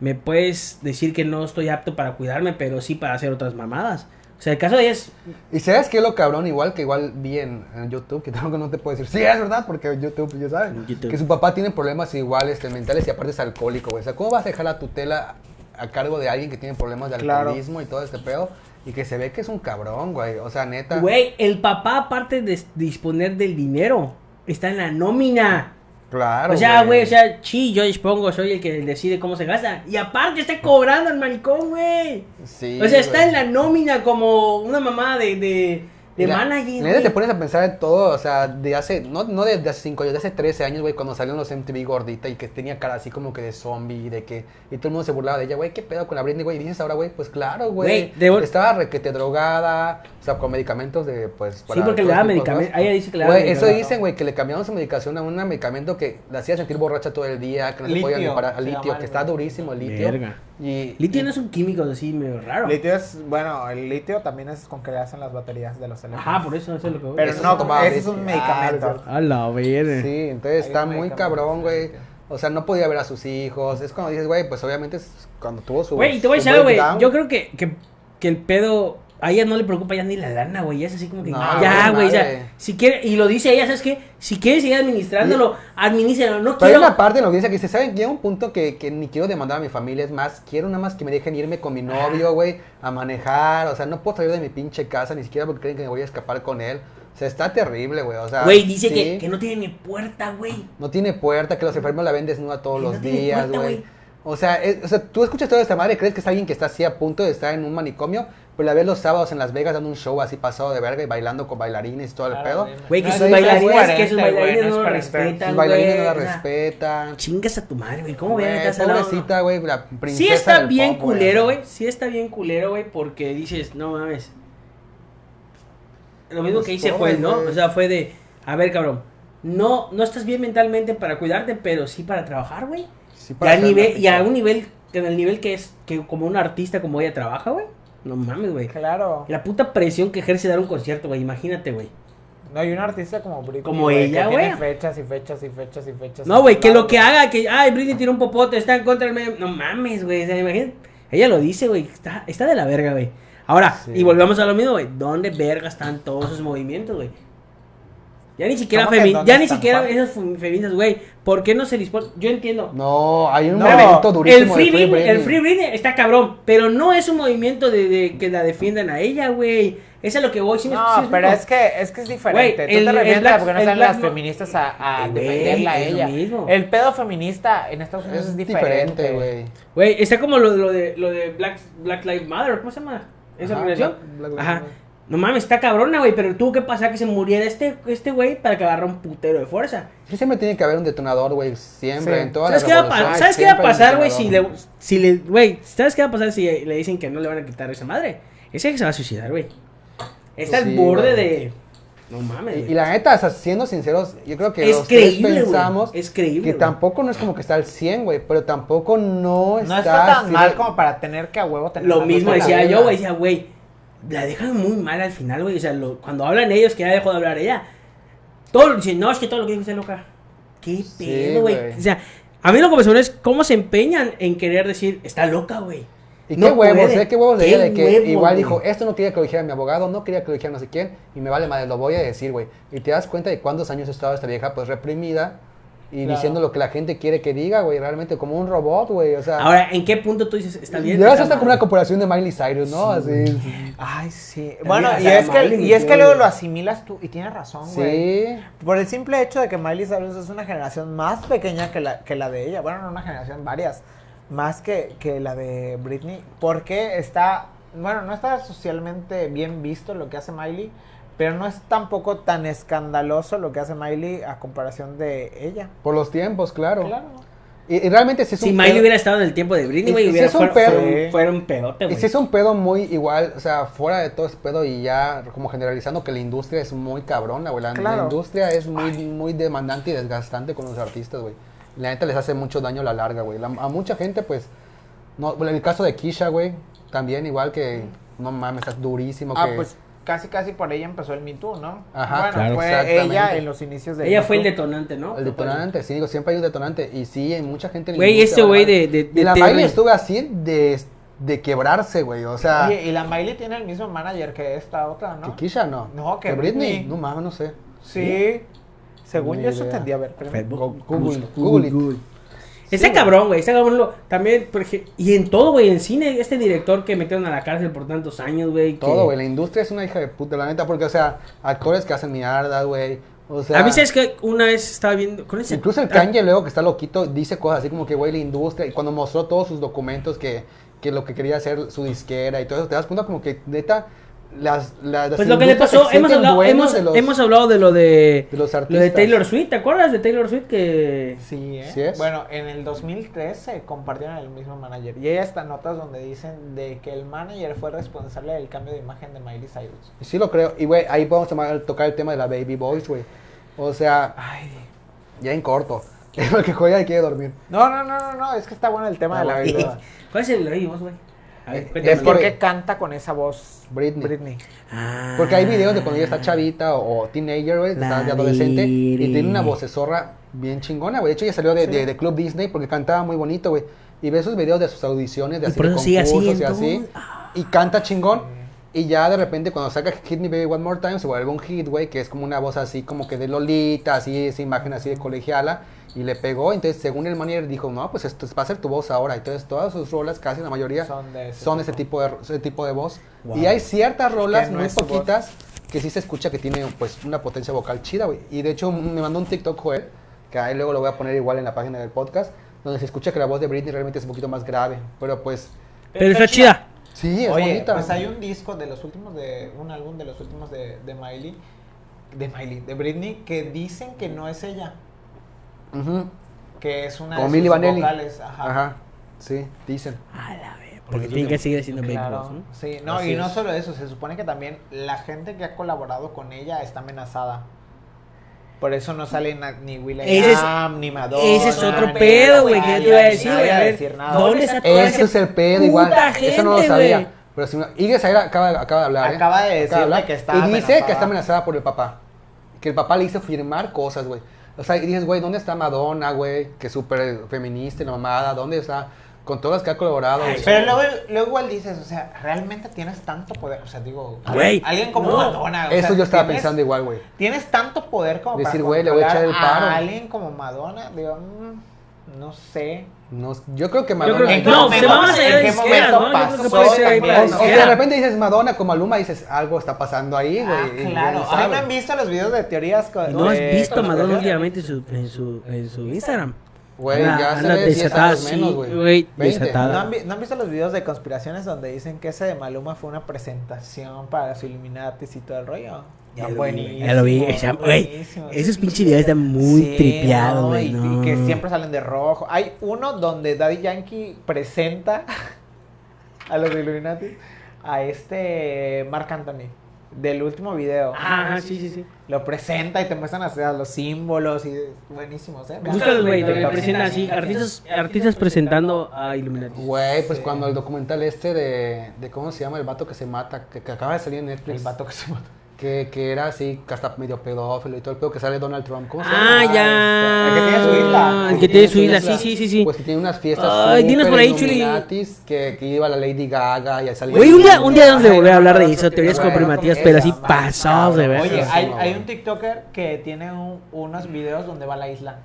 [SPEAKER 1] me puedes decir que no estoy apto para cuidarme, pero sí para hacer otras mamadas. O sea, el caso de ella es
[SPEAKER 2] Y sabes que lo cabrón, igual que igual vi en, en YouTube, que tampoco no te puedo decir, sí, es verdad, porque YouTube, pues, ya saben,
[SPEAKER 1] YouTube.
[SPEAKER 2] que su papá tiene problemas iguales este, mentales y aparte es alcohólico, güey. O sea, ¿cómo vas a dejar la tutela a cargo de alguien que tiene problemas de
[SPEAKER 3] Claro.
[SPEAKER 2] alcoholismo y todo este pedo? Y que se ve que es un cabrón, güey. O sea, neta.
[SPEAKER 1] Güey, el papá, aparte de s- disponer del dinero, está en la nómina.
[SPEAKER 2] Claro.
[SPEAKER 1] o sea, güey, o sea, sí, yo dispongo, soy el que decide cómo se gasta. Y aparte está cobrando el maricón, güey.
[SPEAKER 2] Sí,
[SPEAKER 1] o sea, está
[SPEAKER 2] güey.
[SPEAKER 1] en la nómina como una mamá de, de, de
[SPEAKER 2] Mira,
[SPEAKER 1] manager.
[SPEAKER 2] Neta,
[SPEAKER 1] güey.
[SPEAKER 2] te pones a pensar en todo, o sea, de hace, no, no desde hace 5 años, de hace 13 años, güey, cuando salieron los MTV gordita y que tenía cara así como que de zombie, de que, y todo el mundo se burlaba de ella, güey, qué pedo con la Britney, güey, y dices ahora, güey, pues claro, güey,
[SPEAKER 1] Güey, de vol-
[SPEAKER 2] estaba requete drogada, o sea, con medicamentos de, pues,
[SPEAKER 1] porque le daba
[SPEAKER 2] todo tipo de cosas.
[SPEAKER 1] medicamento- ella dice que le daba
[SPEAKER 2] Güey, eso
[SPEAKER 1] medicamento.
[SPEAKER 2] dicen, güey, que le cambiaron su medicación a un medicamento que la hacía sentir borracha todo el día, que no se podía ni
[SPEAKER 3] Litio,
[SPEAKER 2] parar, a
[SPEAKER 3] se
[SPEAKER 2] litio,
[SPEAKER 3] llama
[SPEAKER 2] que
[SPEAKER 3] el
[SPEAKER 2] está durísimo el litio.
[SPEAKER 1] Verga.
[SPEAKER 2] Y,
[SPEAKER 1] Litio
[SPEAKER 2] y-
[SPEAKER 1] no es un químico así medio raro.
[SPEAKER 3] Litio es, bueno, el litio también es con que le hacen las baterías de los teléfonos.
[SPEAKER 1] Ajá, por eso, eso es lo que voy.
[SPEAKER 3] Pero
[SPEAKER 2] Eso se
[SPEAKER 3] no,
[SPEAKER 2] tomaba
[SPEAKER 3] ese es un
[SPEAKER 2] litio. Ah,
[SPEAKER 3] medicamento.
[SPEAKER 1] A la verga.
[SPEAKER 2] Sí, entonces
[SPEAKER 3] Hay
[SPEAKER 2] está
[SPEAKER 3] un
[SPEAKER 2] muy
[SPEAKER 3] medicamento
[SPEAKER 2] cabrón,
[SPEAKER 3] que
[SPEAKER 2] güey.
[SPEAKER 3] se llama
[SPEAKER 2] O sea, no podía ver a sus hijos. Es cuando dices, güey, pues obviamente es cuando tuvo su.
[SPEAKER 1] Güey, y te voy a
[SPEAKER 2] su
[SPEAKER 1] decir algo, güey.
[SPEAKER 2] breakdown.
[SPEAKER 1] Yo creo que, que, que el pedo. A ella no le preocupa ya ni la lana, güey. Ya es así como que.
[SPEAKER 2] No,
[SPEAKER 1] ya,
[SPEAKER 2] güey,
[SPEAKER 1] güey.
[SPEAKER 2] madre.
[SPEAKER 1] Ya. Si quiere, y lo dice ella, ¿sabes qué? Si quieres seguir administrándolo, administralo. No
[SPEAKER 2] Pero hay
[SPEAKER 1] quiero.
[SPEAKER 2] una parte en la audiencia que dice, ¿saben? Llega un punto que, que ni quiero demandar a mi familia, es más, quiero nada más que me dejen irme con mi
[SPEAKER 1] Ah.
[SPEAKER 2] novio, güey, a manejar. O sea, no puedo salir de mi pinche casa, ni siquiera porque creen que me voy a escapar con él. O sea, está terrible, güey. O sea,
[SPEAKER 1] Güey, dice
[SPEAKER 2] sí,
[SPEAKER 1] que, que no tiene ni puerta, güey.
[SPEAKER 2] no tiene puerta, que los enfermos la ven desnuda todos
[SPEAKER 1] Que no
[SPEAKER 2] los
[SPEAKER 1] tiene
[SPEAKER 2] días,
[SPEAKER 1] puerta,
[SPEAKER 2] güey.
[SPEAKER 1] güey.
[SPEAKER 2] O sea, es- o sea, tú escuchas toda esta madre, crees que es alguien que está así a punto de estar en un manicomio, pero la ves los sábados en Las Vegas dando un show así pasado de verga y bailando con bailarines y todo el
[SPEAKER 3] Ah,
[SPEAKER 2] pedo.
[SPEAKER 1] Güey, que
[SPEAKER 2] No,
[SPEAKER 1] sus
[SPEAKER 2] sí,
[SPEAKER 1] bailarines,
[SPEAKER 3] es
[SPEAKER 1] que sus
[SPEAKER 3] 40, güey,
[SPEAKER 1] bailarines
[SPEAKER 3] no es
[SPEAKER 1] no lo
[SPEAKER 3] 40.
[SPEAKER 1] respetan,
[SPEAKER 2] Sus
[SPEAKER 1] güey.
[SPEAKER 2] bailarines no la
[SPEAKER 1] o sea,
[SPEAKER 2] respetan.
[SPEAKER 1] Chingas a tu madre, güey. ¿Cómo voy a
[SPEAKER 2] Güey,
[SPEAKER 1] estar al lado, no?
[SPEAKER 2] pobrecita, güey, la princesa
[SPEAKER 1] Sí está
[SPEAKER 2] del
[SPEAKER 1] bien
[SPEAKER 2] pop, güey.
[SPEAKER 1] culero, güey. Sí está bien culero, güey, porque dices, no mames. Lo mismo
[SPEAKER 2] Pues
[SPEAKER 1] que dice
[SPEAKER 2] pobre,
[SPEAKER 1] Juez, ¿no?
[SPEAKER 2] güey.
[SPEAKER 1] O sea, fue de, a ver, cabrón, no, no estás bien mentalmente para cuidarte, pero sí para trabajar, güey.
[SPEAKER 2] Sí,
[SPEAKER 1] Y,
[SPEAKER 2] para
[SPEAKER 1] a
[SPEAKER 2] hacer una
[SPEAKER 1] nivel- y a
[SPEAKER 2] pinche-
[SPEAKER 1] un nivel, en el nivel que es, que como un artista como ella trabaja, güey. No mames, güey.
[SPEAKER 3] Claro.
[SPEAKER 1] La puta presión que ejerce dar un concierto, güey. Imagínate, güey.
[SPEAKER 3] No, y un artista como Britney.
[SPEAKER 1] Como ella,
[SPEAKER 3] que Tiene
[SPEAKER 1] güey.
[SPEAKER 3] fechas y fechas y fechas y fechas.
[SPEAKER 1] No, güey,
[SPEAKER 3] y-
[SPEAKER 1] que lo que haga, que, ay, Britney tiene un popote, está en contra del medio. No mames, güey, o sea, imagínate. Ella lo dice, güey, está, está de la verga, güey. Ahora,
[SPEAKER 2] Sí.
[SPEAKER 1] y volvemos a lo mismo, güey, ¿dónde verga están todos esos movimientos, güey? Ya ni siquiera,
[SPEAKER 3] ¿Cómo que
[SPEAKER 1] femi-
[SPEAKER 3] dónde
[SPEAKER 1] ya ni
[SPEAKER 3] están,
[SPEAKER 1] siquiera
[SPEAKER 3] pa?
[SPEAKER 1] esas fu- feministas, güey, ¿por qué no se dispone? Yo entiendo.
[SPEAKER 2] No, hay un
[SPEAKER 3] No,
[SPEAKER 2] momento
[SPEAKER 1] el
[SPEAKER 2] durísimo
[SPEAKER 1] free,
[SPEAKER 2] de
[SPEAKER 1] Britney, el free Britney está cabrón, pero no es un movimiento de, de que la defiendan a ella, güey. Eso es lo que voy, sí me- sí
[SPEAKER 3] No,
[SPEAKER 1] me
[SPEAKER 3] pero
[SPEAKER 1] explico.
[SPEAKER 3] es que es que es diferente.
[SPEAKER 1] Güey,
[SPEAKER 3] Tú
[SPEAKER 1] el-
[SPEAKER 3] te
[SPEAKER 1] el
[SPEAKER 3] revientas
[SPEAKER 1] Black-
[SPEAKER 3] porque no
[SPEAKER 1] el
[SPEAKER 3] están
[SPEAKER 1] Black
[SPEAKER 3] las
[SPEAKER 1] no-
[SPEAKER 3] feministas a, a
[SPEAKER 1] Eh, güey,
[SPEAKER 3] defenderla a
[SPEAKER 1] es lo
[SPEAKER 3] ella.
[SPEAKER 1] mismo.
[SPEAKER 3] El pedo feminista en Estados Unidos es,
[SPEAKER 2] Es
[SPEAKER 3] diferente.
[SPEAKER 2] diferente, güey.
[SPEAKER 1] Güey, está como lo, lo de, lo de Black, Black Lives Matter, ¿cómo se llama? Esa
[SPEAKER 2] Ajá,
[SPEAKER 1] organización.
[SPEAKER 2] Black- Black
[SPEAKER 1] Ajá.
[SPEAKER 2] Lives Matter.
[SPEAKER 1] No mames, está cabrona, güey, pero tuvo que pasar que se muriera este este güey para que agarra un putero de fuerza.
[SPEAKER 2] Sí, siempre tiene que haber un detonador, güey. Siempre,
[SPEAKER 3] Sí.
[SPEAKER 2] en todas
[SPEAKER 1] ¿Sabes
[SPEAKER 2] las
[SPEAKER 1] qué, va a pa-
[SPEAKER 2] revoluciones,
[SPEAKER 1] ¿sabes qué va a
[SPEAKER 2] siempre hay un
[SPEAKER 1] pasar, güey, si le,
[SPEAKER 2] detonador.
[SPEAKER 1] si le, güey, ¿sabes qué va a pasar si le dicen que no le van a quitar esa madre? Ese que se va a suicidar, güey. Está
[SPEAKER 2] Pues Sí,
[SPEAKER 1] al borde
[SPEAKER 2] güey.
[SPEAKER 1] de... No mames,
[SPEAKER 2] Y,
[SPEAKER 1] güey.
[SPEAKER 2] y la neta, o sea, siendo sinceros, yo creo que
[SPEAKER 1] Es
[SPEAKER 2] los tres
[SPEAKER 1] creíble, güey.
[SPEAKER 2] pensamos
[SPEAKER 1] Es creíble,
[SPEAKER 2] que
[SPEAKER 1] güey.
[SPEAKER 2] tampoco no es como que está al 100, güey, pero tampoco no está,
[SPEAKER 3] No está tan
[SPEAKER 2] así de-
[SPEAKER 3] mal como para tener que a huevo tener
[SPEAKER 1] Lo
[SPEAKER 3] una
[SPEAKER 1] mismo
[SPEAKER 3] cosa
[SPEAKER 1] decía
[SPEAKER 3] buena.
[SPEAKER 1] yo, güey, decía, güey, la dejan muy mal al final, güey, o sea, lo- cuando hablan ellos que ya dejó de hablar ella, todo, dicen, no, es que todo lo que dijo está loca, qué pedo, güey,
[SPEAKER 2] güey.
[SPEAKER 1] o sea, a mí lo que me sorprende es cómo se empeñan en querer decir, está loca, güey.
[SPEAKER 2] Y
[SPEAKER 1] No
[SPEAKER 2] qué huevos,
[SPEAKER 1] puede.
[SPEAKER 2] ¿eh? Qué huevos de
[SPEAKER 1] Qué
[SPEAKER 2] ella de que
[SPEAKER 1] huevo,
[SPEAKER 2] igual
[SPEAKER 1] güey.
[SPEAKER 2] dijo, "Eh, esto no quería que lo dijera mi abogado, no quería que lo dijera no sé quién, y me vale madre, lo voy a decir, güey. Y te das cuenta de cuántos años estaba esta vieja, pues, reprimida y
[SPEAKER 3] Claro.
[SPEAKER 2] diciendo lo que la gente quiere que diga, güey, realmente como un robot, güey, o sea...
[SPEAKER 1] Ahora, ¿en qué punto tú dices, está bien?
[SPEAKER 2] Llegas
[SPEAKER 1] está
[SPEAKER 2] hasta
[SPEAKER 1] mal"?
[SPEAKER 2] como una corporación de Miley Cyrus, ¿no? Así...
[SPEAKER 3] Ay, sí.
[SPEAKER 1] También
[SPEAKER 3] Bueno, y
[SPEAKER 1] hasta
[SPEAKER 3] es, que,
[SPEAKER 1] Marilyn
[SPEAKER 3] y es que
[SPEAKER 1] Monroe.
[SPEAKER 3] luego lo asimilas tú y tienes razón, güey.
[SPEAKER 2] Sí.
[SPEAKER 3] Por el simple hecho de que Miley Cyrus es una generación más pequeña que la, que la de ella. Bueno, no una generación, varias. Más que, que la de Britney. Porque está, bueno, no está socialmente bien visto lo que hace Miley. Pero no es tampoco tan escandaloso lo que hace Miley a comparación de ella.
[SPEAKER 2] Por los tiempos, claro.
[SPEAKER 3] Claro.
[SPEAKER 2] Y, y realmente sí es un
[SPEAKER 1] Si Miley
[SPEAKER 2] pedo-
[SPEAKER 1] hubiera estado en el tiempo de Britney,
[SPEAKER 2] Y-
[SPEAKER 1] güey,
[SPEAKER 2] y si
[SPEAKER 1] hubiera
[SPEAKER 2] es un
[SPEAKER 1] fuera,
[SPEAKER 2] pedo,
[SPEAKER 1] fuera un-
[SPEAKER 3] eh.
[SPEAKER 1] fuera un pedote,
[SPEAKER 2] Y
[SPEAKER 1] güey.
[SPEAKER 2] sí es un pedo muy igual, o sea, fuera de todo ese pedo y ya como generalizando que la industria es muy cabrona, güey. La, la
[SPEAKER 3] Claro.
[SPEAKER 2] industria es muy, muy demandante y desgastante con los artistas, güey. La neta les hace mucho daño a la larga, güey. La- a mucha gente, pues, no, bueno, en el caso de Kisha, güey, también igual que, no mames, estás durísimo.
[SPEAKER 3] Mm. Ah,
[SPEAKER 2] que,
[SPEAKER 3] pues casi, casi por ella empezó el Me Too, ¿no?
[SPEAKER 2] Ajá,
[SPEAKER 3] bueno,
[SPEAKER 2] claro,
[SPEAKER 3] fue
[SPEAKER 2] exactamente.
[SPEAKER 3] ella en los inicios de
[SPEAKER 1] Ella fue el detonante, ¿no?
[SPEAKER 2] El detonante, sí, digo, siempre hay un detonante. Y sí, hay mucha gente... en la
[SPEAKER 1] Güey,
[SPEAKER 2] industria,
[SPEAKER 1] este güey
[SPEAKER 2] vale.
[SPEAKER 1] de- de-
[SPEAKER 2] Y
[SPEAKER 1] de
[SPEAKER 2] la
[SPEAKER 1] Terry.
[SPEAKER 2] Miley estuvo así de, de quebrarse, güey, o sea...
[SPEAKER 3] Oye, y la Miley tiene el mismo manager que esta otra, ¿no?
[SPEAKER 2] Que Kisha no.
[SPEAKER 3] No, que Britney.
[SPEAKER 2] No mames, no sé.
[SPEAKER 3] Sí. Según
[SPEAKER 2] Ni
[SPEAKER 3] yo eso
[SPEAKER 2] idea.
[SPEAKER 3] entendí. A ver, espérame.
[SPEAKER 2] Google,
[SPEAKER 1] Google,
[SPEAKER 2] Google it.
[SPEAKER 1] Ese
[SPEAKER 2] güey.
[SPEAKER 1] cabrón, güey, ese cabrón lo- también, por ej- y en todo, güey, en cine, este director que metieron a la cárcel por tantos años, güey. que-
[SPEAKER 2] Todo, güey. La industria es una hija de puta, la neta. Porque, o sea, actores que hacen mierda, güey. O sea,
[SPEAKER 1] a mí, ¿sabes que Una vez estaba viendo, con ese...
[SPEAKER 2] incluso el
[SPEAKER 1] ah,
[SPEAKER 2] Kanye, luego que está loquito, dice cosas así como que, güey, la industria. Y cuando mostró todos sus documentos que, que lo que quería hacer su disquera y todo eso, te das cuenta como que, neta, las. las las
[SPEAKER 1] Pues lo que le
[SPEAKER 2] industrias se
[SPEAKER 1] pasó, hemos
[SPEAKER 2] sienten
[SPEAKER 1] hablado,
[SPEAKER 2] dueños
[SPEAKER 1] hemos,
[SPEAKER 2] de los-
[SPEAKER 1] hemos hablado de lo de,
[SPEAKER 2] de los
[SPEAKER 1] lo de
[SPEAKER 2] artistas.
[SPEAKER 1] Taylor Swift, ¿te acuerdas de Taylor Swift que...
[SPEAKER 3] Sí, ¿eh?
[SPEAKER 2] Sí es.
[SPEAKER 3] Bueno, en el 2013 compartieron el mismo manager. Y hay hasta notas donde dicen de que el manager fue responsable del cambio de imagen de Miley Cyrus.
[SPEAKER 2] Sí, lo creo. Y, güey, ahí podemos tomar- tocar el tema de la Baby Boys, güey. O sea,
[SPEAKER 3] Ay.
[SPEAKER 2] ya en corto. Porque juega y quiere dormir.
[SPEAKER 3] No, no, no, no, no. Es que está bueno el tema de la
[SPEAKER 1] Güey,
[SPEAKER 3] bebida.
[SPEAKER 1] ¿Cuál es el de vos, güey? A ver,
[SPEAKER 2] Eh,
[SPEAKER 1] cuéntame.
[SPEAKER 2] Ah, es
[SPEAKER 3] ¿Por
[SPEAKER 2] que-
[SPEAKER 3] qué canta con esa voz
[SPEAKER 2] Britney.
[SPEAKER 3] Britney?
[SPEAKER 1] Ah.
[SPEAKER 2] Porque hay videos de cuando ella está chavita o, o teenager, güey,
[SPEAKER 1] La
[SPEAKER 2] está de adolescente, y
[SPEAKER 1] Britney.
[SPEAKER 2] tiene una vocezorra bien chingona, güey. De hecho, ella salió de, de- de Club Disney porque cantaba muy bonito, güey. Y ve sus videos de sus audiciones, de
[SPEAKER 1] Y
[SPEAKER 2] así,
[SPEAKER 1] por
[SPEAKER 2] de
[SPEAKER 1] eso sigue así,
[SPEAKER 2] concursos y así.
[SPEAKER 1] entonces. ah.
[SPEAKER 2] Y canta chingón. Y ya de repente, cuando saca Hit Me Baby One More Time, se vuelve un hit, güey, que es como una voz así, como que de Lolita, así, esa imagen así de colegiala. Y le pegó, entonces según el manager dijo, no, pues esto va a ser tu voz ahora. Entonces todas sus rolas, casi la mayoría,
[SPEAKER 3] Son de ese
[SPEAKER 2] son ese tipo de, ese tipo de voz.
[SPEAKER 1] Wow.
[SPEAKER 2] Y hay ciertas rolas,
[SPEAKER 3] no
[SPEAKER 2] muy
[SPEAKER 3] es su voz.
[SPEAKER 2] poquitas, que sí se escucha que tiene pues una potencia vocal chida, güey. Y de hecho me mandó un TikTok, Joel, que ahí luego lo voy a poner igual en la página del podcast, donde se escucha que la voz de Britney realmente es un poquito más grave. Pero pues,
[SPEAKER 1] Pero está chida.
[SPEAKER 2] sí, es
[SPEAKER 3] Oye,
[SPEAKER 2] bonita.
[SPEAKER 3] pues hay un disco de los últimos de un álbum de los últimos de, de Miley, de Miley, de Britney que dicen que no es ella,
[SPEAKER 2] Ujú.
[SPEAKER 3] que es una
[SPEAKER 2] Como
[SPEAKER 3] de
[SPEAKER 2] Milli
[SPEAKER 3] sus
[SPEAKER 2] Vanilli.
[SPEAKER 3] vocales, ajá.
[SPEAKER 2] Ajá. sí, dicen.
[SPEAKER 1] A la ver, porque tiene que seguir haciendo Baby
[SPEAKER 3] Claro,
[SPEAKER 1] Boss, ¿no?
[SPEAKER 3] sí, no,
[SPEAKER 2] Así
[SPEAKER 3] y no
[SPEAKER 2] es.
[SPEAKER 3] solo eso, se supone que también la gente que ha colaborado con ella está amenazada. Por eso no salen na- ni Will.i.am,
[SPEAKER 1] Ese es-
[SPEAKER 3] ni Madonna.
[SPEAKER 1] ese es otro
[SPEAKER 3] ni
[SPEAKER 1] pedo, güey,
[SPEAKER 3] Miley,
[SPEAKER 1] que yo te iba a
[SPEAKER 3] ni
[SPEAKER 1] decir,
[SPEAKER 3] Ah, nadie
[SPEAKER 1] güey,
[SPEAKER 3] va
[SPEAKER 1] a
[SPEAKER 3] a
[SPEAKER 1] ver,
[SPEAKER 3] decir nada.
[SPEAKER 1] ¿dónde está toda
[SPEAKER 2] Ese
[SPEAKER 1] esa
[SPEAKER 2] es el pedo
[SPEAKER 1] puta
[SPEAKER 2] igual. Eso no lo
[SPEAKER 1] gente,
[SPEAKER 2] sabía.
[SPEAKER 1] güey?
[SPEAKER 2] Pero si no, Igles ahí acaba, acaba de hablar. ¿eh?
[SPEAKER 3] Acaba de decirle
[SPEAKER 2] hablar.
[SPEAKER 3] que está
[SPEAKER 2] Y dice
[SPEAKER 3] amenazada.
[SPEAKER 2] que está amenazada por el papá. Que el papá le hizo firmar cosas, güey. O sea, y dices, güey, ¿dónde está Madonna, güey? Que es súper feminista y la mamada. ¿Dónde está? Con todas las que ha colaborado, güey.
[SPEAKER 3] Pero luego, luego igual dices, o sea, realmente tienes tanto poder. O sea, digo,
[SPEAKER 1] Güey,
[SPEAKER 3] alguien como
[SPEAKER 1] no.
[SPEAKER 3] Madonna. o
[SPEAKER 2] Eso
[SPEAKER 3] sea,
[SPEAKER 2] yo estaba
[SPEAKER 3] tienes-
[SPEAKER 2] pensando igual, güey.
[SPEAKER 3] Tienes tanto poder como
[SPEAKER 2] Decir,
[SPEAKER 3] para
[SPEAKER 2] güey, le voy a
[SPEAKER 3] controlar
[SPEAKER 2] echar el paro.
[SPEAKER 3] A alguien como Madonna, digo, mm, no sé.
[SPEAKER 2] No, yo creo que
[SPEAKER 4] creo
[SPEAKER 2] Madonna...
[SPEAKER 4] que-
[SPEAKER 3] ¿En qué
[SPEAKER 4] No,
[SPEAKER 3] momento-
[SPEAKER 4] se va más allá
[SPEAKER 3] en
[SPEAKER 4] de
[SPEAKER 3] qué
[SPEAKER 4] disqueras,
[SPEAKER 3] momento
[SPEAKER 4] ¿no? Yo creo que
[SPEAKER 3] pasó
[SPEAKER 4] puede ser ahí
[SPEAKER 3] también?
[SPEAKER 4] para
[SPEAKER 2] O-
[SPEAKER 3] ¿no?
[SPEAKER 2] O,
[SPEAKER 4] disquera.
[SPEAKER 2] de repente dices Madonna con Maluma dices algo está pasando ahí,
[SPEAKER 3] Ah,
[SPEAKER 2] güey. y- y
[SPEAKER 3] claro.
[SPEAKER 2] ya
[SPEAKER 3] Ahí no
[SPEAKER 2] saben.
[SPEAKER 3] han visto los videos de teorías con-
[SPEAKER 1] ¿No has
[SPEAKER 3] de
[SPEAKER 1] visto a Madonna
[SPEAKER 3] conspiraciones?
[SPEAKER 1] últimamente en su, en su, en su Instagram?
[SPEAKER 2] Güey,
[SPEAKER 1] Anda-
[SPEAKER 2] ya se
[SPEAKER 1] anda
[SPEAKER 2] ve 10
[SPEAKER 1] desatada,
[SPEAKER 2] años
[SPEAKER 1] sí,
[SPEAKER 2] menos, güey.
[SPEAKER 1] güey,
[SPEAKER 2] 20.
[SPEAKER 1] desatada.
[SPEAKER 3] ¿No han, vi- no han visto los videos de conspiraciones donde dicen que ese de Maluma fue una presentación para su Illuminatis y todo el rollo?
[SPEAKER 1] Ya lo vi, güey.
[SPEAKER 3] buenísimo,
[SPEAKER 1] Ya lo vi. o sea, güey,
[SPEAKER 3] buenísimo.
[SPEAKER 1] esos pinches videos están muy
[SPEAKER 3] eh, Sí,
[SPEAKER 1] tripeados,
[SPEAKER 3] no,
[SPEAKER 1] güey.
[SPEAKER 3] y-
[SPEAKER 1] no.
[SPEAKER 3] Y que siempre salen de rojo. Hay uno donde Daddy Yankee presenta a los de Illuminati a este Mark Anthony del último video.
[SPEAKER 4] Ah, sí, sí, sí.
[SPEAKER 3] Lo presenta y te muestran hacer los símbolos y buenísimos, ¿eh?
[SPEAKER 4] Búscalos, güey,
[SPEAKER 3] Vean,
[SPEAKER 4] donde presentan así, artistas, artistas presentando a Illuminati.
[SPEAKER 2] Güey, pues cuando el documental este de, de cómo se llama el vato que se mata, que, que acaba de salir en Netflix.
[SPEAKER 3] El vato que se mató.
[SPEAKER 2] Que, que era así, que hasta medio pedófilo y todo el pedo que sale Donald Trump. ¿Cómo se
[SPEAKER 1] Ah,
[SPEAKER 2] llama?
[SPEAKER 1] ya.
[SPEAKER 3] El que tiene su isla.
[SPEAKER 1] El que tiene su isla, sí, sí, sí. sí.
[SPEAKER 2] Pues que tiene unas fiestas
[SPEAKER 1] Ay, dinos por
[SPEAKER 2] súper
[SPEAKER 1] ahí, Chuli.
[SPEAKER 2] illuminatis, que, que iba la Lady Gaga y ahí salía.
[SPEAKER 1] Güey, un día,
[SPEAKER 2] Madonna.
[SPEAKER 1] un día debemos de volver a hablar de eso, teorías
[SPEAKER 2] Bueno,
[SPEAKER 1] compromativas,
[SPEAKER 3] con
[SPEAKER 1] pero
[SPEAKER 3] esa,
[SPEAKER 1] así
[SPEAKER 3] man,
[SPEAKER 1] pasados de ver.
[SPEAKER 2] cabrón.
[SPEAKER 3] Oye,
[SPEAKER 2] Sí,
[SPEAKER 3] hay,
[SPEAKER 2] no,
[SPEAKER 3] hay
[SPEAKER 2] güey.
[SPEAKER 3] un TikToker que tiene un- unos videos donde va a la isla.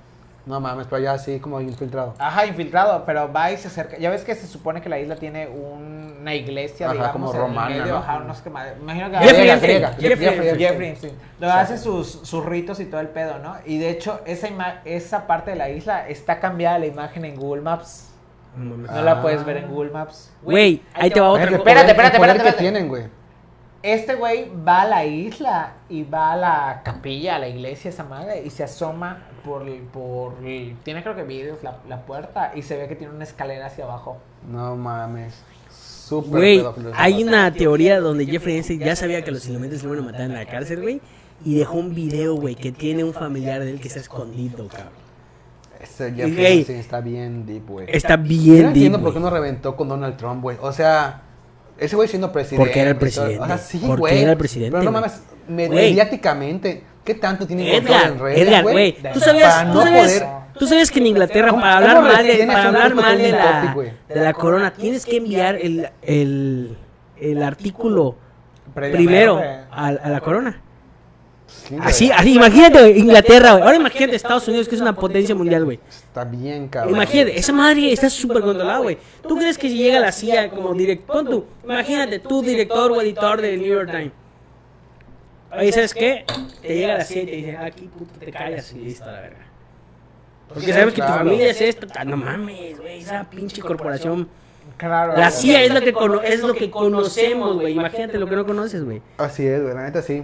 [SPEAKER 2] No mames, pero ya así como infiltrado.
[SPEAKER 1] Ah,
[SPEAKER 3] Ajá, infiltrado, pero va y se acerca. Ya ves que se supone que la isla tiene una iglesia,
[SPEAKER 2] Ajá,
[SPEAKER 3] digamos,
[SPEAKER 2] como
[SPEAKER 3] en el
[SPEAKER 2] romana,
[SPEAKER 3] medio,
[SPEAKER 2] ¿no?
[SPEAKER 3] ajá, no sé qué madre. Imagino que
[SPEAKER 1] Jeffrey
[SPEAKER 2] Griega,
[SPEAKER 1] Epstein,
[SPEAKER 2] griega,
[SPEAKER 1] Jeffrey
[SPEAKER 2] Jeffrey
[SPEAKER 1] Epstein.
[SPEAKER 3] Jeffrey Epstein. Lo hace sus, sus ritos y todo el pedo, ¿no? Y de hecho, esa, ima- esa parte de la isla está cambiada la imagen en Google Maps. No
[SPEAKER 2] Ah.
[SPEAKER 3] la puedes ver en Google Maps.
[SPEAKER 1] Güey, ahí te va otra
[SPEAKER 2] Oye, el
[SPEAKER 1] cosa.
[SPEAKER 2] poder-
[SPEAKER 3] espérate, espérate,
[SPEAKER 2] el poder
[SPEAKER 3] espérate,
[SPEAKER 2] que
[SPEAKER 3] espérate.
[SPEAKER 2] tienen, güey.
[SPEAKER 3] Este güey va a la isla y va a la capilla, a la iglesia esa madre, y se asoma por, el- por el- tiene creo que vidrios la, la puerta y se ve que tiene una escalera hacia abajo.
[SPEAKER 2] No mames. Súper
[SPEAKER 1] Güey,
[SPEAKER 2] pedófilo ese
[SPEAKER 1] hay
[SPEAKER 2] vato.
[SPEAKER 1] una teoría donde Jeffrey Epstein ya sabía que los iluminantes le iban a matar en la cárcel, güey. Y dejó un video, güey, que tiene un familiar de él que está escondido, cabrón.
[SPEAKER 2] Ese
[SPEAKER 1] Y,
[SPEAKER 2] Jeffrey
[SPEAKER 1] güey,
[SPEAKER 2] Epstein está bien deep, güey.
[SPEAKER 1] Está
[SPEAKER 2] Yo
[SPEAKER 1] bien
[SPEAKER 2] no entiendo
[SPEAKER 1] deep,
[SPEAKER 2] por qué
[SPEAKER 1] güey.
[SPEAKER 2] no reventó con Donald Trump, güey. O sea, ese güey siendo presidente.
[SPEAKER 1] Porque era el
[SPEAKER 2] y todo.
[SPEAKER 1] presidente.
[SPEAKER 2] O sea, sí,
[SPEAKER 1] Porque
[SPEAKER 2] güey.
[SPEAKER 1] era el presidente,
[SPEAKER 2] Pero no
[SPEAKER 1] güey.
[SPEAKER 2] mames, me-
[SPEAKER 1] Güey.
[SPEAKER 2] mediáticamente, ¿qué tanto tiene
[SPEAKER 1] Edgar,
[SPEAKER 2] en redes,
[SPEAKER 1] Edgar, güey. Tú
[SPEAKER 3] Para
[SPEAKER 1] sabías, tú
[SPEAKER 2] no
[SPEAKER 1] sabías,
[SPEAKER 2] poder-
[SPEAKER 1] tú sabías que en Inglaterra
[SPEAKER 2] ¿Cómo-
[SPEAKER 1] para
[SPEAKER 2] cómo
[SPEAKER 1] hablar mal de,
[SPEAKER 2] retienes
[SPEAKER 1] para
[SPEAKER 2] un
[SPEAKER 1] hablar
[SPEAKER 2] artículo
[SPEAKER 1] mal de
[SPEAKER 2] trending topic,
[SPEAKER 1] la,
[SPEAKER 2] güey?
[SPEAKER 1] de la corona tienes que enviar el, el, el artículo
[SPEAKER 3] Previamente.
[SPEAKER 1] primero a, a la corona.
[SPEAKER 2] Sí, güey.
[SPEAKER 1] Así, así, imagínate güey, Inglaterra, güey. Ahora imagínate Estados Unidos, que es una potencia mundial, güey.
[SPEAKER 2] Está bien, cabrón.
[SPEAKER 1] Imagínate, esa madre está súper controlada, güey. ¿Tú crees que si llega la CIA como director, pon tú, imagínate, tú director o editor del New York Times. Oye, ¿sabes qué? Te llega la CIA y te dice, "Ah, aquí puto te callas y listo, la verga. Porque sabes que tu
[SPEAKER 2] Claro.
[SPEAKER 1] familia es esta, ta- no mames, güey, esa pinche corporación.
[SPEAKER 3] Claro.
[SPEAKER 1] La CIA es lo que, cono- es lo que conocemos, güey. Imagínate lo que no conoces, güey.
[SPEAKER 2] Así es, güey. La neta sí.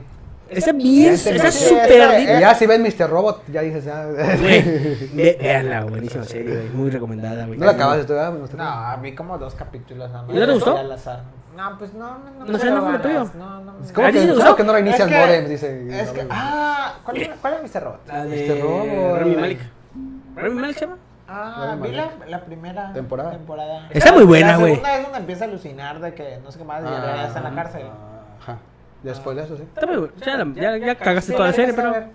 [SPEAKER 1] Está bien,
[SPEAKER 2] Ya
[SPEAKER 1] está
[SPEAKER 2] entendí.
[SPEAKER 1] súper...
[SPEAKER 2] Y Eh, ya si ves Mr. Robot, ya dices. ah,
[SPEAKER 1] Güey, ve- véanla, buenísima serie, güey. Muy recomendada, güey.
[SPEAKER 2] no la acabas de estudiar, güey.
[SPEAKER 3] No, vi como dos capítulos nada más.
[SPEAKER 1] ¿Y no te gustó?
[SPEAKER 3] Al azar. No, pues no, no, no.
[SPEAKER 1] No sé, no fue lo tuyo.
[SPEAKER 3] No, no.
[SPEAKER 2] Es
[SPEAKER 3] no.
[SPEAKER 2] como
[SPEAKER 1] ¿A ti sí
[SPEAKER 2] que,
[SPEAKER 1] te
[SPEAKER 2] es
[SPEAKER 1] gustó?
[SPEAKER 2] como que no reinicias
[SPEAKER 3] Es que-
[SPEAKER 2] modem, dice.
[SPEAKER 3] Es que, ah, ¿cuál, era- cuál era Mr. Robot?
[SPEAKER 1] La de
[SPEAKER 2] Este robo,
[SPEAKER 1] Rami
[SPEAKER 2] eh.
[SPEAKER 1] Malek. ¿Rami Malek se llama?
[SPEAKER 3] Ah,
[SPEAKER 2] Vale,
[SPEAKER 3] vi la, la primera
[SPEAKER 2] Temporada.
[SPEAKER 3] temporada.
[SPEAKER 1] Está muy buena,
[SPEAKER 3] La
[SPEAKER 1] güey.
[SPEAKER 3] segunda es donde empieza a alucinar de que no sé qué más, y ahora ah, ya está en la cárcel.
[SPEAKER 2] Ajá. Después de eso, sí.
[SPEAKER 1] Está muy bueno. Ya, la- ya, ya cagaste
[SPEAKER 3] Sí,
[SPEAKER 1] toda la
[SPEAKER 3] la
[SPEAKER 1] serie,
[SPEAKER 3] empecé a
[SPEAKER 1] pero.
[SPEAKER 3] ver.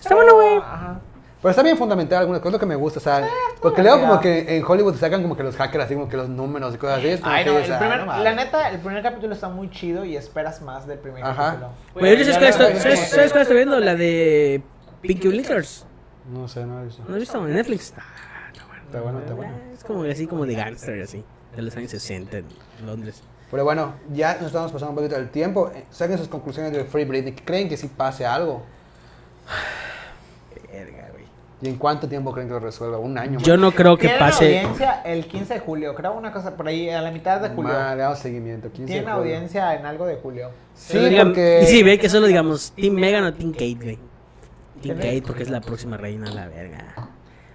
[SPEAKER 1] Está bueno, güey.
[SPEAKER 3] Ajá.
[SPEAKER 2] Pero está bien fundamental algunas cosas, lo que me gusta, o sea, porque luego
[SPEAKER 3] bien.
[SPEAKER 2] como que en Hollywood sacan como que los hackers, así como que los números y cosas así. es como
[SPEAKER 3] Ay,
[SPEAKER 2] que
[SPEAKER 3] no,
[SPEAKER 2] dices,
[SPEAKER 3] el
[SPEAKER 2] ah,
[SPEAKER 3] primer-
[SPEAKER 2] no mames.
[SPEAKER 3] la neta, el primer capítulo está muy chido y esperas más del primer
[SPEAKER 2] Ajá.
[SPEAKER 3] capítulo.
[SPEAKER 1] Güey, ahorita sabes
[SPEAKER 2] ya
[SPEAKER 1] cuál
[SPEAKER 2] la-
[SPEAKER 1] estoy- ¿sabes- ¿sabes cuál estoy viendo? La de Pinky Blinkers.
[SPEAKER 2] No sé, no he visto.
[SPEAKER 1] ¿No has visto? En Netflix. Ah, está bueno.
[SPEAKER 2] Está bueno, está bueno.
[SPEAKER 1] Es como así como de gangster, así. De los años 60 en Londres.
[SPEAKER 2] Pero bueno, ya nos estamos pasando un poquito del tiempo. Eh, Saquen sus conclusiones del Free Britney. ¿Creen que sí pase algo?
[SPEAKER 1] Verga, güey.
[SPEAKER 2] ¿Y en cuánto tiempo creen que lo resuelva? ¿Un año?
[SPEAKER 1] Yo no creo que
[SPEAKER 3] Tienen
[SPEAKER 1] pase.
[SPEAKER 3] audiencia el 15 de julio, creo una cosa por ahí, a la mitad de
[SPEAKER 2] más?
[SPEAKER 3] julio.
[SPEAKER 2] Mal, le damos seguimiento. 15 de
[SPEAKER 3] Tienen
[SPEAKER 2] julio.
[SPEAKER 3] audiencia en algo de julio.
[SPEAKER 2] Sí,
[SPEAKER 1] Solo digan-
[SPEAKER 2] porque...
[SPEAKER 1] Y sí, ve que solo digamos Team Megan o Team Kate, güey. Team
[SPEAKER 3] Megan?
[SPEAKER 1] Kate porque es la próxima reina, la verga.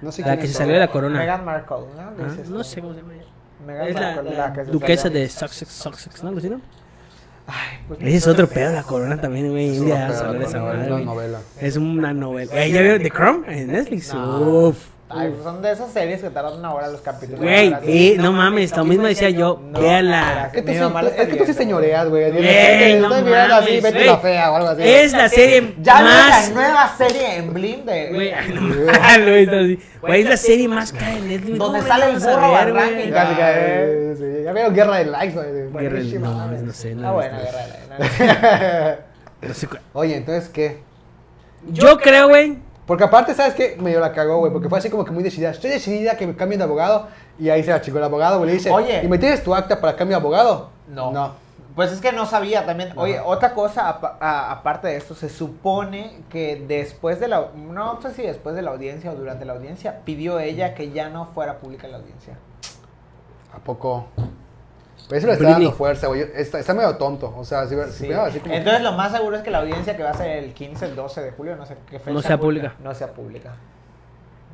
[SPEAKER 2] No sé
[SPEAKER 1] La
[SPEAKER 2] quiénes
[SPEAKER 1] que se
[SPEAKER 2] son.
[SPEAKER 1] salió de la corona.
[SPEAKER 3] Meghan Markle, ¿no?
[SPEAKER 1] Ah,
[SPEAKER 3] Dices
[SPEAKER 1] No
[SPEAKER 3] tú.
[SPEAKER 1] sé cómo se llama. ella.
[SPEAKER 3] Meghan
[SPEAKER 1] Es la,
[SPEAKER 3] Markle,
[SPEAKER 1] la
[SPEAKER 3] que se
[SPEAKER 1] duquesa
[SPEAKER 3] salió.
[SPEAKER 1] de Sussex, Sussex, ¿no? ¿Lucino?
[SPEAKER 3] Ay, pues,
[SPEAKER 1] Ese es otro pedo, la corona también, güey. Un
[SPEAKER 2] Solo
[SPEAKER 1] día
[SPEAKER 2] pega
[SPEAKER 1] vamos a hablar de
[SPEAKER 2] la
[SPEAKER 1] esa
[SPEAKER 2] corona,
[SPEAKER 1] madre,
[SPEAKER 2] Es una
[SPEAKER 1] güey.
[SPEAKER 2] novela.
[SPEAKER 1] Es una novela. Güey, ¿ya vieron The Crown en Netflix?
[SPEAKER 3] No.
[SPEAKER 1] Uf.
[SPEAKER 3] Ay, pues son de esas series que tardan una hora los capítulos.
[SPEAKER 1] Güey,
[SPEAKER 3] Gracias.
[SPEAKER 1] eh,
[SPEAKER 4] no
[SPEAKER 1] no mames,
[SPEAKER 4] mames, lo
[SPEAKER 1] lo
[SPEAKER 4] mismo
[SPEAKER 1] mismo decía
[SPEAKER 4] decía
[SPEAKER 1] yo.
[SPEAKER 3] No,
[SPEAKER 1] Véanla.
[SPEAKER 3] gracias.
[SPEAKER 2] Es que
[SPEAKER 3] Mi
[SPEAKER 2] tú sí-
[SPEAKER 3] mamá la
[SPEAKER 2] es que tú sí
[SPEAKER 3] está viendo.
[SPEAKER 2] señoreas, güey. Estoy
[SPEAKER 1] Güey, no
[SPEAKER 2] mirando así,
[SPEAKER 1] mames,
[SPEAKER 2] vete
[SPEAKER 1] güey.
[SPEAKER 2] la fea o algo así.
[SPEAKER 1] Es la serie
[SPEAKER 3] Ya
[SPEAKER 1] más.
[SPEAKER 3] vi la nueva serie en Blim de-
[SPEAKER 4] Güey, ay, no mames.
[SPEAKER 1] Ah, lo hizo así. Güey, es la serie más cara de Netflix.
[SPEAKER 3] Donde
[SPEAKER 1] No,
[SPEAKER 3] sale
[SPEAKER 1] güey,
[SPEAKER 3] el
[SPEAKER 1] vamos a
[SPEAKER 3] burro
[SPEAKER 1] ver, güey.
[SPEAKER 3] Barranca y
[SPEAKER 2] Ya,
[SPEAKER 3] Ah,
[SPEAKER 2] ya, ya, ya, ya veo guerra de likes, güey.
[SPEAKER 1] Guerra del-
[SPEAKER 2] Buenísima,
[SPEAKER 1] no,
[SPEAKER 2] mames.
[SPEAKER 1] no sé,
[SPEAKER 3] Está
[SPEAKER 1] no,
[SPEAKER 3] buena,
[SPEAKER 1] no sé.
[SPEAKER 3] guerra, la neta.
[SPEAKER 1] No sé cuál.
[SPEAKER 2] Oye, entonces, ¿qué?
[SPEAKER 1] Yo creo, güey.
[SPEAKER 2] Porque aparte, ¿sabes qué? Medio la cagó, güey. Porque fue así como que muy decidida. Estoy decidida que me cambien de abogado. Y ahí se la chingó el abogado, güey. Le dice,
[SPEAKER 3] Oye.
[SPEAKER 2] ¿y me tienes tu acta para cambio de abogado?
[SPEAKER 3] No.
[SPEAKER 2] No.
[SPEAKER 3] Pues es que no sabía también. Oye, otra cosa apa- a- aparte de esto, se supone que después de la. No sé si después de la audiencia o durante la audiencia, pidió ella que ya no fuera pública la audiencia.
[SPEAKER 2] ¿A poco? Pero eso le está dando
[SPEAKER 1] Britney.
[SPEAKER 2] fuerza, güey. Está, está medio tonto. O sea, si, si
[SPEAKER 3] Sí.
[SPEAKER 2] pegaba así como.
[SPEAKER 3] Entonces, lo más seguro es que la audiencia que va a ser el 15, el 12 de julio, no sé qué fecha.
[SPEAKER 1] No sea pública.
[SPEAKER 3] No sea pública.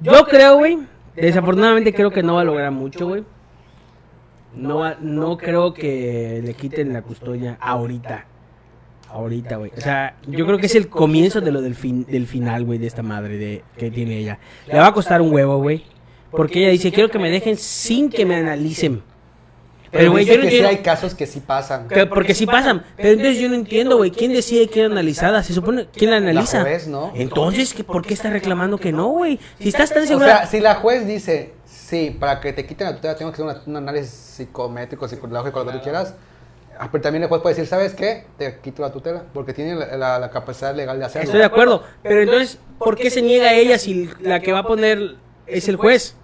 [SPEAKER 1] Yo creo, güey. Desafortunadamente creo que no va a lograr mucho, güey. No, va- no creo que le quiten la custodia ahorita. Ahorita, güey. O sea, yo creo que es el comienzo de lo del, fin, del final, güey, de esta madre de, que tiene ella. Le va a costar un huevo, güey. Porque ella dice, quiero que me dejen sin que me analicen. Pero, güey, yo
[SPEAKER 2] dice
[SPEAKER 1] no
[SPEAKER 2] que sí
[SPEAKER 1] entiendo...
[SPEAKER 2] hay casos que sí pasan.
[SPEAKER 1] que- Porque sí pasan. Pero entonces yo no entiendo, güey. ¿Quién decide quién es analizada? Se supone... ¿Quién la
[SPEAKER 2] La
[SPEAKER 1] analiza?
[SPEAKER 2] juez, ¿no?
[SPEAKER 1] Entonces, ¿qué- ¿por qué estás reclamando que no, güey? Si estás tan
[SPEAKER 2] O
[SPEAKER 1] segura...
[SPEAKER 2] sea, si la juez dice, sí, para que te quiten la tutela tengo que hacer una- un análisis psicométrico, psicológico, lo que tú quieras. ah, Pero también el juez puede decir, ¿sabes qué? Te quito la tutela, porque tiene la, la- la capacidad legal de hacerlo.
[SPEAKER 1] Estoy de acuerdo. Pero entonces, ¿por qué se niega a ella si la que va a poner es el juez?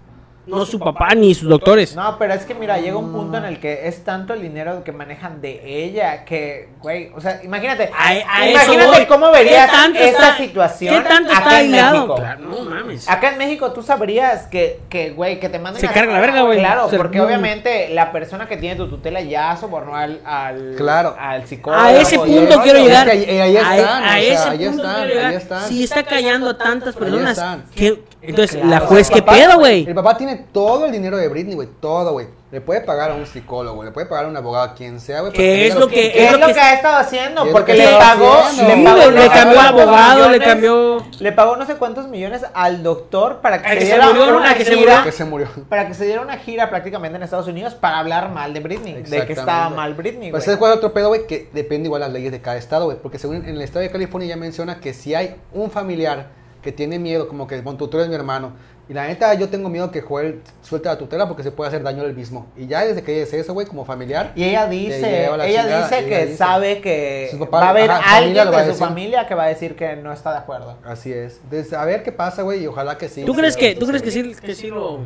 [SPEAKER 1] No su papá ni sus doctores.
[SPEAKER 3] No, pero es que mira, llega un punto
[SPEAKER 1] Ah.
[SPEAKER 3] en el que es tanto el dinero que manejan de ella que, güey, o sea, imagínate.
[SPEAKER 1] A, a eso
[SPEAKER 3] imagínate
[SPEAKER 1] voy.
[SPEAKER 3] cómo
[SPEAKER 1] ¿Qué
[SPEAKER 3] verías
[SPEAKER 1] tanto
[SPEAKER 3] esta
[SPEAKER 1] está-
[SPEAKER 3] situación.
[SPEAKER 1] ¿Qué tanto
[SPEAKER 3] acá
[SPEAKER 1] está
[SPEAKER 3] en
[SPEAKER 1] aislado?
[SPEAKER 3] México?
[SPEAKER 1] Claro, no mames.
[SPEAKER 3] Acá en México tú sabrías que, que, güey, que te mandan
[SPEAKER 1] Se
[SPEAKER 3] a-
[SPEAKER 1] carga la verga, güey.
[SPEAKER 3] Claro,
[SPEAKER 1] Se-
[SPEAKER 3] porque
[SPEAKER 1] no.
[SPEAKER 3] obviamente la persona que tiene tu tutela ya sobornó al, al,
[SPEAKER 2] Claro.
[SPEAKER 3] al psicólogo.
[SPEAKER 1] A ese
[SPEAKER 2] no,
[SPEAKER 3] y-
[SPEAKER 1] punto
[SPEAKER 2] no,
[SPEAKER 1] quiero
[SPEAKER 2] no, es
[SPEAKER 1] llegar.
[SPEAKER 2] que ahí- ahí están,
[SPEAKER 1] A- a
[SPEAKER 2] o sea,
[SPEAKER 1] ese
[SPEAKER 2] ahí
[SPEAKER 1] punto
[SPEAKER 2] están,
[SPEAKER 1] quiero llegar.
[SPEAKER 2] ahí están.
[SPEAKER 1] Si está callando a tantas personas,
[SPEAKER 2] están.
[SPEAKER 1] ¿qué- entonces
[SPEAKER 3] Claro.
[SPEAKER 1] la juez, ¿qué
[SPEAKER 2] El papá-
[SPEAKER 1] pedo, güey?
[SPEAKER 2] El papá tiene todo el dinero de Britney, güey, todo, güey. Le puede pagar a un psicólogo, le puede pagar a un abogado, quien sea, güey.
[SPEAKER 1] Que
[SPEAKER 2] para
[SPEAKER 1] es
[SPEAKER 2] tenga
[SPEAKER 1] lo
[SPEAKER 3] ¿Qué es lo que ha estado haciendo?
[SPEAKER 2] ¿Qué es lo
[SPEAKER 3] Porque
[SPEAKER 2] que
[SPEAKER 3] le
[SPEAKER 2] está
[SPEAKER 3] pagó,
[SPEAKER 2] haciendo?
[SPEAKER 3] le
[SPEAKER 2] Sí,
[SPEAKER 3] pagó,
[SPEAKER 2] güey,
[SPEAKER 1] le cambió
[SPEAKER 3] cuántos
[SPEAKER 1] abogado, le
[SPEAKER 3] millones-
[SPEAKER 1] cambió.
[SPEAKER 3] Le pagó no sé cuántos millones al doctor para que,
[SPEAKER 1] Al
[SPEAKER 3] se
[SPEAKER 1] que se
[SPEAKER 3] diera
[SPEAKER 1] murió,
[SPEAKER 3] una
[SPEAKER 1] al que se
[SPEAKER 3] gira,
[SPEAKER 2] Que se murió.
[SPEAKER 3] para que se diera una gira prácticamente en Estados Unidos para hablar mal de Britney, de que estaba
[SPEAKER 2] Exactamente.
[SPEAKER 3] mal Britney,
[SPEAKER 2] Pues
[SPEAKER 3] güey.
[SPEAKER 2] es cuál es otro pedo, güey, que depende igual las leyes de cada estado, güey. Porque según en el estado de California ya menciona que si hay un familiar que tiene miedo, como que, bueno, tú, tú eres mi hermano. Y la neta, yo tengo miedo que Joel suelte la tutela porque se puede hacer daño él mismo. Y ya desde que dice eso, güey, como familiar.
[SPEAKER 3] Y ella
[SPEAKER 2] Te
[SPEAKER 3] dice,
[SPEAKER 2] lleva la
[SPEAKER 3] ella
[SPEAKER 2] chingada,
[SPEAKER 3] dice
[SPEAKER 2] ella
[SPEAKER 3] que
[SPEAKER 2] dice.
[SPEAKER 3] sabe que
[SPEAKER 2] Su papá-
[SPEAKER 3] va a haber
[SPEAKER 2] ajá, familia
[SPEAKER 3] alguien
[SPEAKER 2] lo va a
[SPEAKER 3] de su
[SPEAKER 2] decir.
[SPEAKER 3] familia que va a decir que no está de acuerdo.
[SPEAKER 2] Así es. Entonces, a ver qué pasa, güey, y ojalá que sí.
[SPEAKER 1] ¿Tú
[SPEAKER 2] se-
[SPEAKER 1] crees que, tú
[SPEAKER 2] se-
[SPEAKER 1] crees que sí, que sí lo,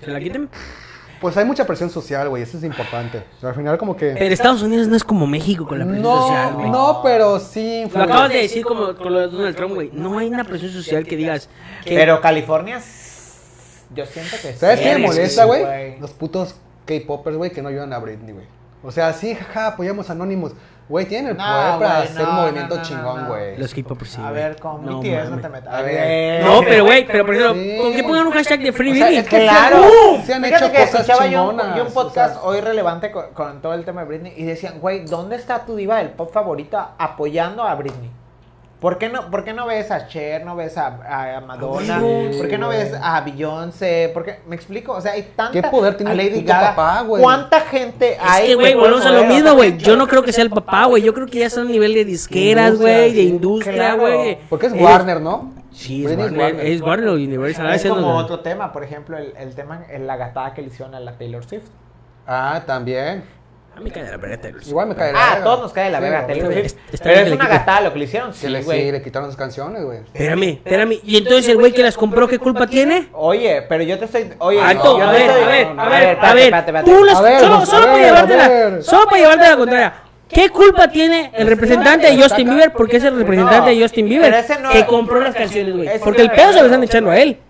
[SPEAKER 1] se la quiten?
[SPEAKER 2] Pues hay mucha presión social, güey, eso es importante. O sea, al final como que...
[SPEAKER 1] Pero Estados Unidos no es como México con la presión social,
[SPEAKER 2] No,
[SPEAKER 1] güey.
[SPEAKER 2] no, pero sí
[SPEAKER 1] Lo
[SPEAKER 2] influye.
[SPEAKER 1] acabas de decir como con lo de Donald Trump, güey. No hay una presión social que digas que
[SPEAKER 3] Pero California, s- yo siento que
[SPEAKER 2] ¿Sabes
[SPEAKER 3] sí,
[SPEAKER 2] qué me
[SPEAKER 1] Verga,
[SPEAKER 2] molesta,
[SPEAKER 3] sí,
[SPEAKER 2] güey? Los putos K-popers, güey, que no ayudan a Britney, güey. O sea, sí, jaja, apoyamos a Anonymous. Güey, tienen el
[SPEAKER 3] No,
[SPEAKER 2] poder para
[SPEAKER 3] güey,
[SPEAKER 2] hacer
[SPEAKER 3] no,
[SPEAKER 2] movimiento
[SPEAKER 3] no, no,
[SPEAKER 2] chingón,
[SPEAKER 3] no.
[SPEAKER 2] güey.
[SPEAKER 1] los K-popers sí,
[SPEAKER 3] A
[SPEAKER 1] güey.
[SPEAKER 3] ver, con
[SPEAKER 1] No
[SPEAKER 3] BTS no
[SPEAKER 1] mames. Eh,
[SPEAKER 3] te metas.
[SPEAKER 2] A
[SPEAKER 3] A
[SPEAKER 2] ver.
[SPEAKER 3] ver.
[SPEAKER 1] No, pero güey, pero por ejemplo,
[SPEAKER 2] Sí.
[SPEAKER 1] con que pongan un hashtag de Free
[SPEAKER 2] O sea,
[SPEAKER 1] Britney.
[SPEAKER 2] es que
[SPEAKER 3] Claro.
[SPEAKER 2] ¡Bum! Se han
[SPEAKER 3] Fíjate
[SPEAKER 2] hecho
[SPEAKER 3] que
[SPEAKER 2] cosas
[SPEAKER 3] escuchaba yo un,
[SPEAKER 2] chingonas,
[SPEAKER 3] yo un podcast
[SPEAKER 2] o sea.
[SPEAKER 3] hoy relevante con, con todo el tema de Britney y decían, güey, ¿dónde está tu diva del pop favorita apoyando a Britney? ¿Por qué no, por qué no ves a Cher, no ves a, a- a Madonna?
[SPEAKER 2] huevo.
[SPEAKER 3] ¿Por qué no ves a Beyoncé? ¿por qué? ¿Me explico? O sea, hay tanta...
[SPEAKER 2] ¿Qué poder tiene
[SPEAKER 3] a
[SPEAKER 2] el
[SPEAKER 3] Lady
[SPEAKER 2] puto
[SPEAKER 3] Gaga.
[SPEAKER 2] papá, güey?
[SPEAKER 3] ¿Cuánta gente hay?
[SPEAKER 1] Es que, güey,
[SPEAKER 3] puede
[SPEAKER 1] volvemos a lo
[SPEAKER 3] mover? O sea,
[SPEAKER 1] mismo, güey.
[SPEAKER 3] ¿quién-
[SPEAKER 1] Yo no creo que sea el papá, güey. Yo creo que ya está a nivel de disqueras,
[SPEAKER 2] Industria,
[SPEAKER 1] güey, de
[SPEAKER 2] sí.
[SPEAKER 1] industria,
[SPEAKER 3] Claro.
[SPEAKER 1] güey.
[SPEAKER 2] Porque es
[SPEAKER 1] Eh,
[SPEAKER 2] Warner, ¿no?
[SPEAKER 1] Sí, es
[SPEAKER 2] Britney
[SPEAKER 1] Warner. Es Warner o Universal.
[SPEAKER 3] Es
[SPEAKER 1] ese
[SPEAKER 3] como
[SPEAKER 1] no-
[SPEAKER 3] otro tema, por ejemplo, el, el tema, el- la gatada que le hicieron a la Taylor Swift.
[SPEAKER 2] Ah, también.
[SPEAKER 1] A mí Ah, cae de la verga, Taylor Swift.
[SPEAKER 2] Igual me cae de la
[SPEAKER 3] Ah, a
[SPEAKER 2] verga.
[SPEAKER 3] todos nos cae de la
[SPEAKER 2] Sí,
[SPEAKER 3] verga
[SPEAKER 2] güey.
[SPEAKER 3] Taylor Swift.
[SPEAKER 1] Está bien que
[SPEAKER 3] Pero es
[SPEAKER 1] le
[SPEAKER 3] una
[SPEAKER 1] quiten.
[SPEAKER 3] gatada lo que le hicieron,
[SPEAKER 2] Que
[SPEAKER 3] sí,
[SPEAKER 2] le, sí,
[SPEAKER 3] güey.
[SPEAKER 2] le quitaron sus canciones, güey.
[SPEAKER 1] Espérame, espérame. ¿Y entonces el güey que las compró qué culpa tiene?
[SPEAKER 3] Oye, pero yo te estoy. Oye,
[SPEAKER 1] Alto,
[SPEAKER 3] yo
[SPEAKER 1] a
[SPEAKER 3] te
[SPEAKER 1] ver,
[SPEAKER 3] estoy-
[SPEAKER 1] a ver,
[SPEAKER 3] no,
[SPEAKER 1] a ver, a
[SPEAKER 3] espérate,
[SPEAKER 1] ver.
[SPEAKER 3] espérate, espérate.
[SPEAKER 1] Tú las-
[SPEAKER 2] A ver,
[SPEAKER 1] solo,
[SPEAKER 2] pues,
[SPEAKER 1] solo
[SPEAKER 2] a
[SPEAKER 1] para
[SPEAKER 2] ver, a
[SPEAKER 1] llevártela,
[SPEAKER 2] ver.
[SPEAKER 1] solo para llevártela la contraria. ¿Qué culpa tiene el representante de Justin Bieber? Porque es el representante de Justin Bieber
[SPEAKER 3] pero ese no-
[SPEAKER 1] que compró las canciones, güey.
[SPEAKER 3] ese
[SPEAKER 1] Porque el
[SPEAKER 3] no-
[SPEAKER 1] pedo se lo están echando a él.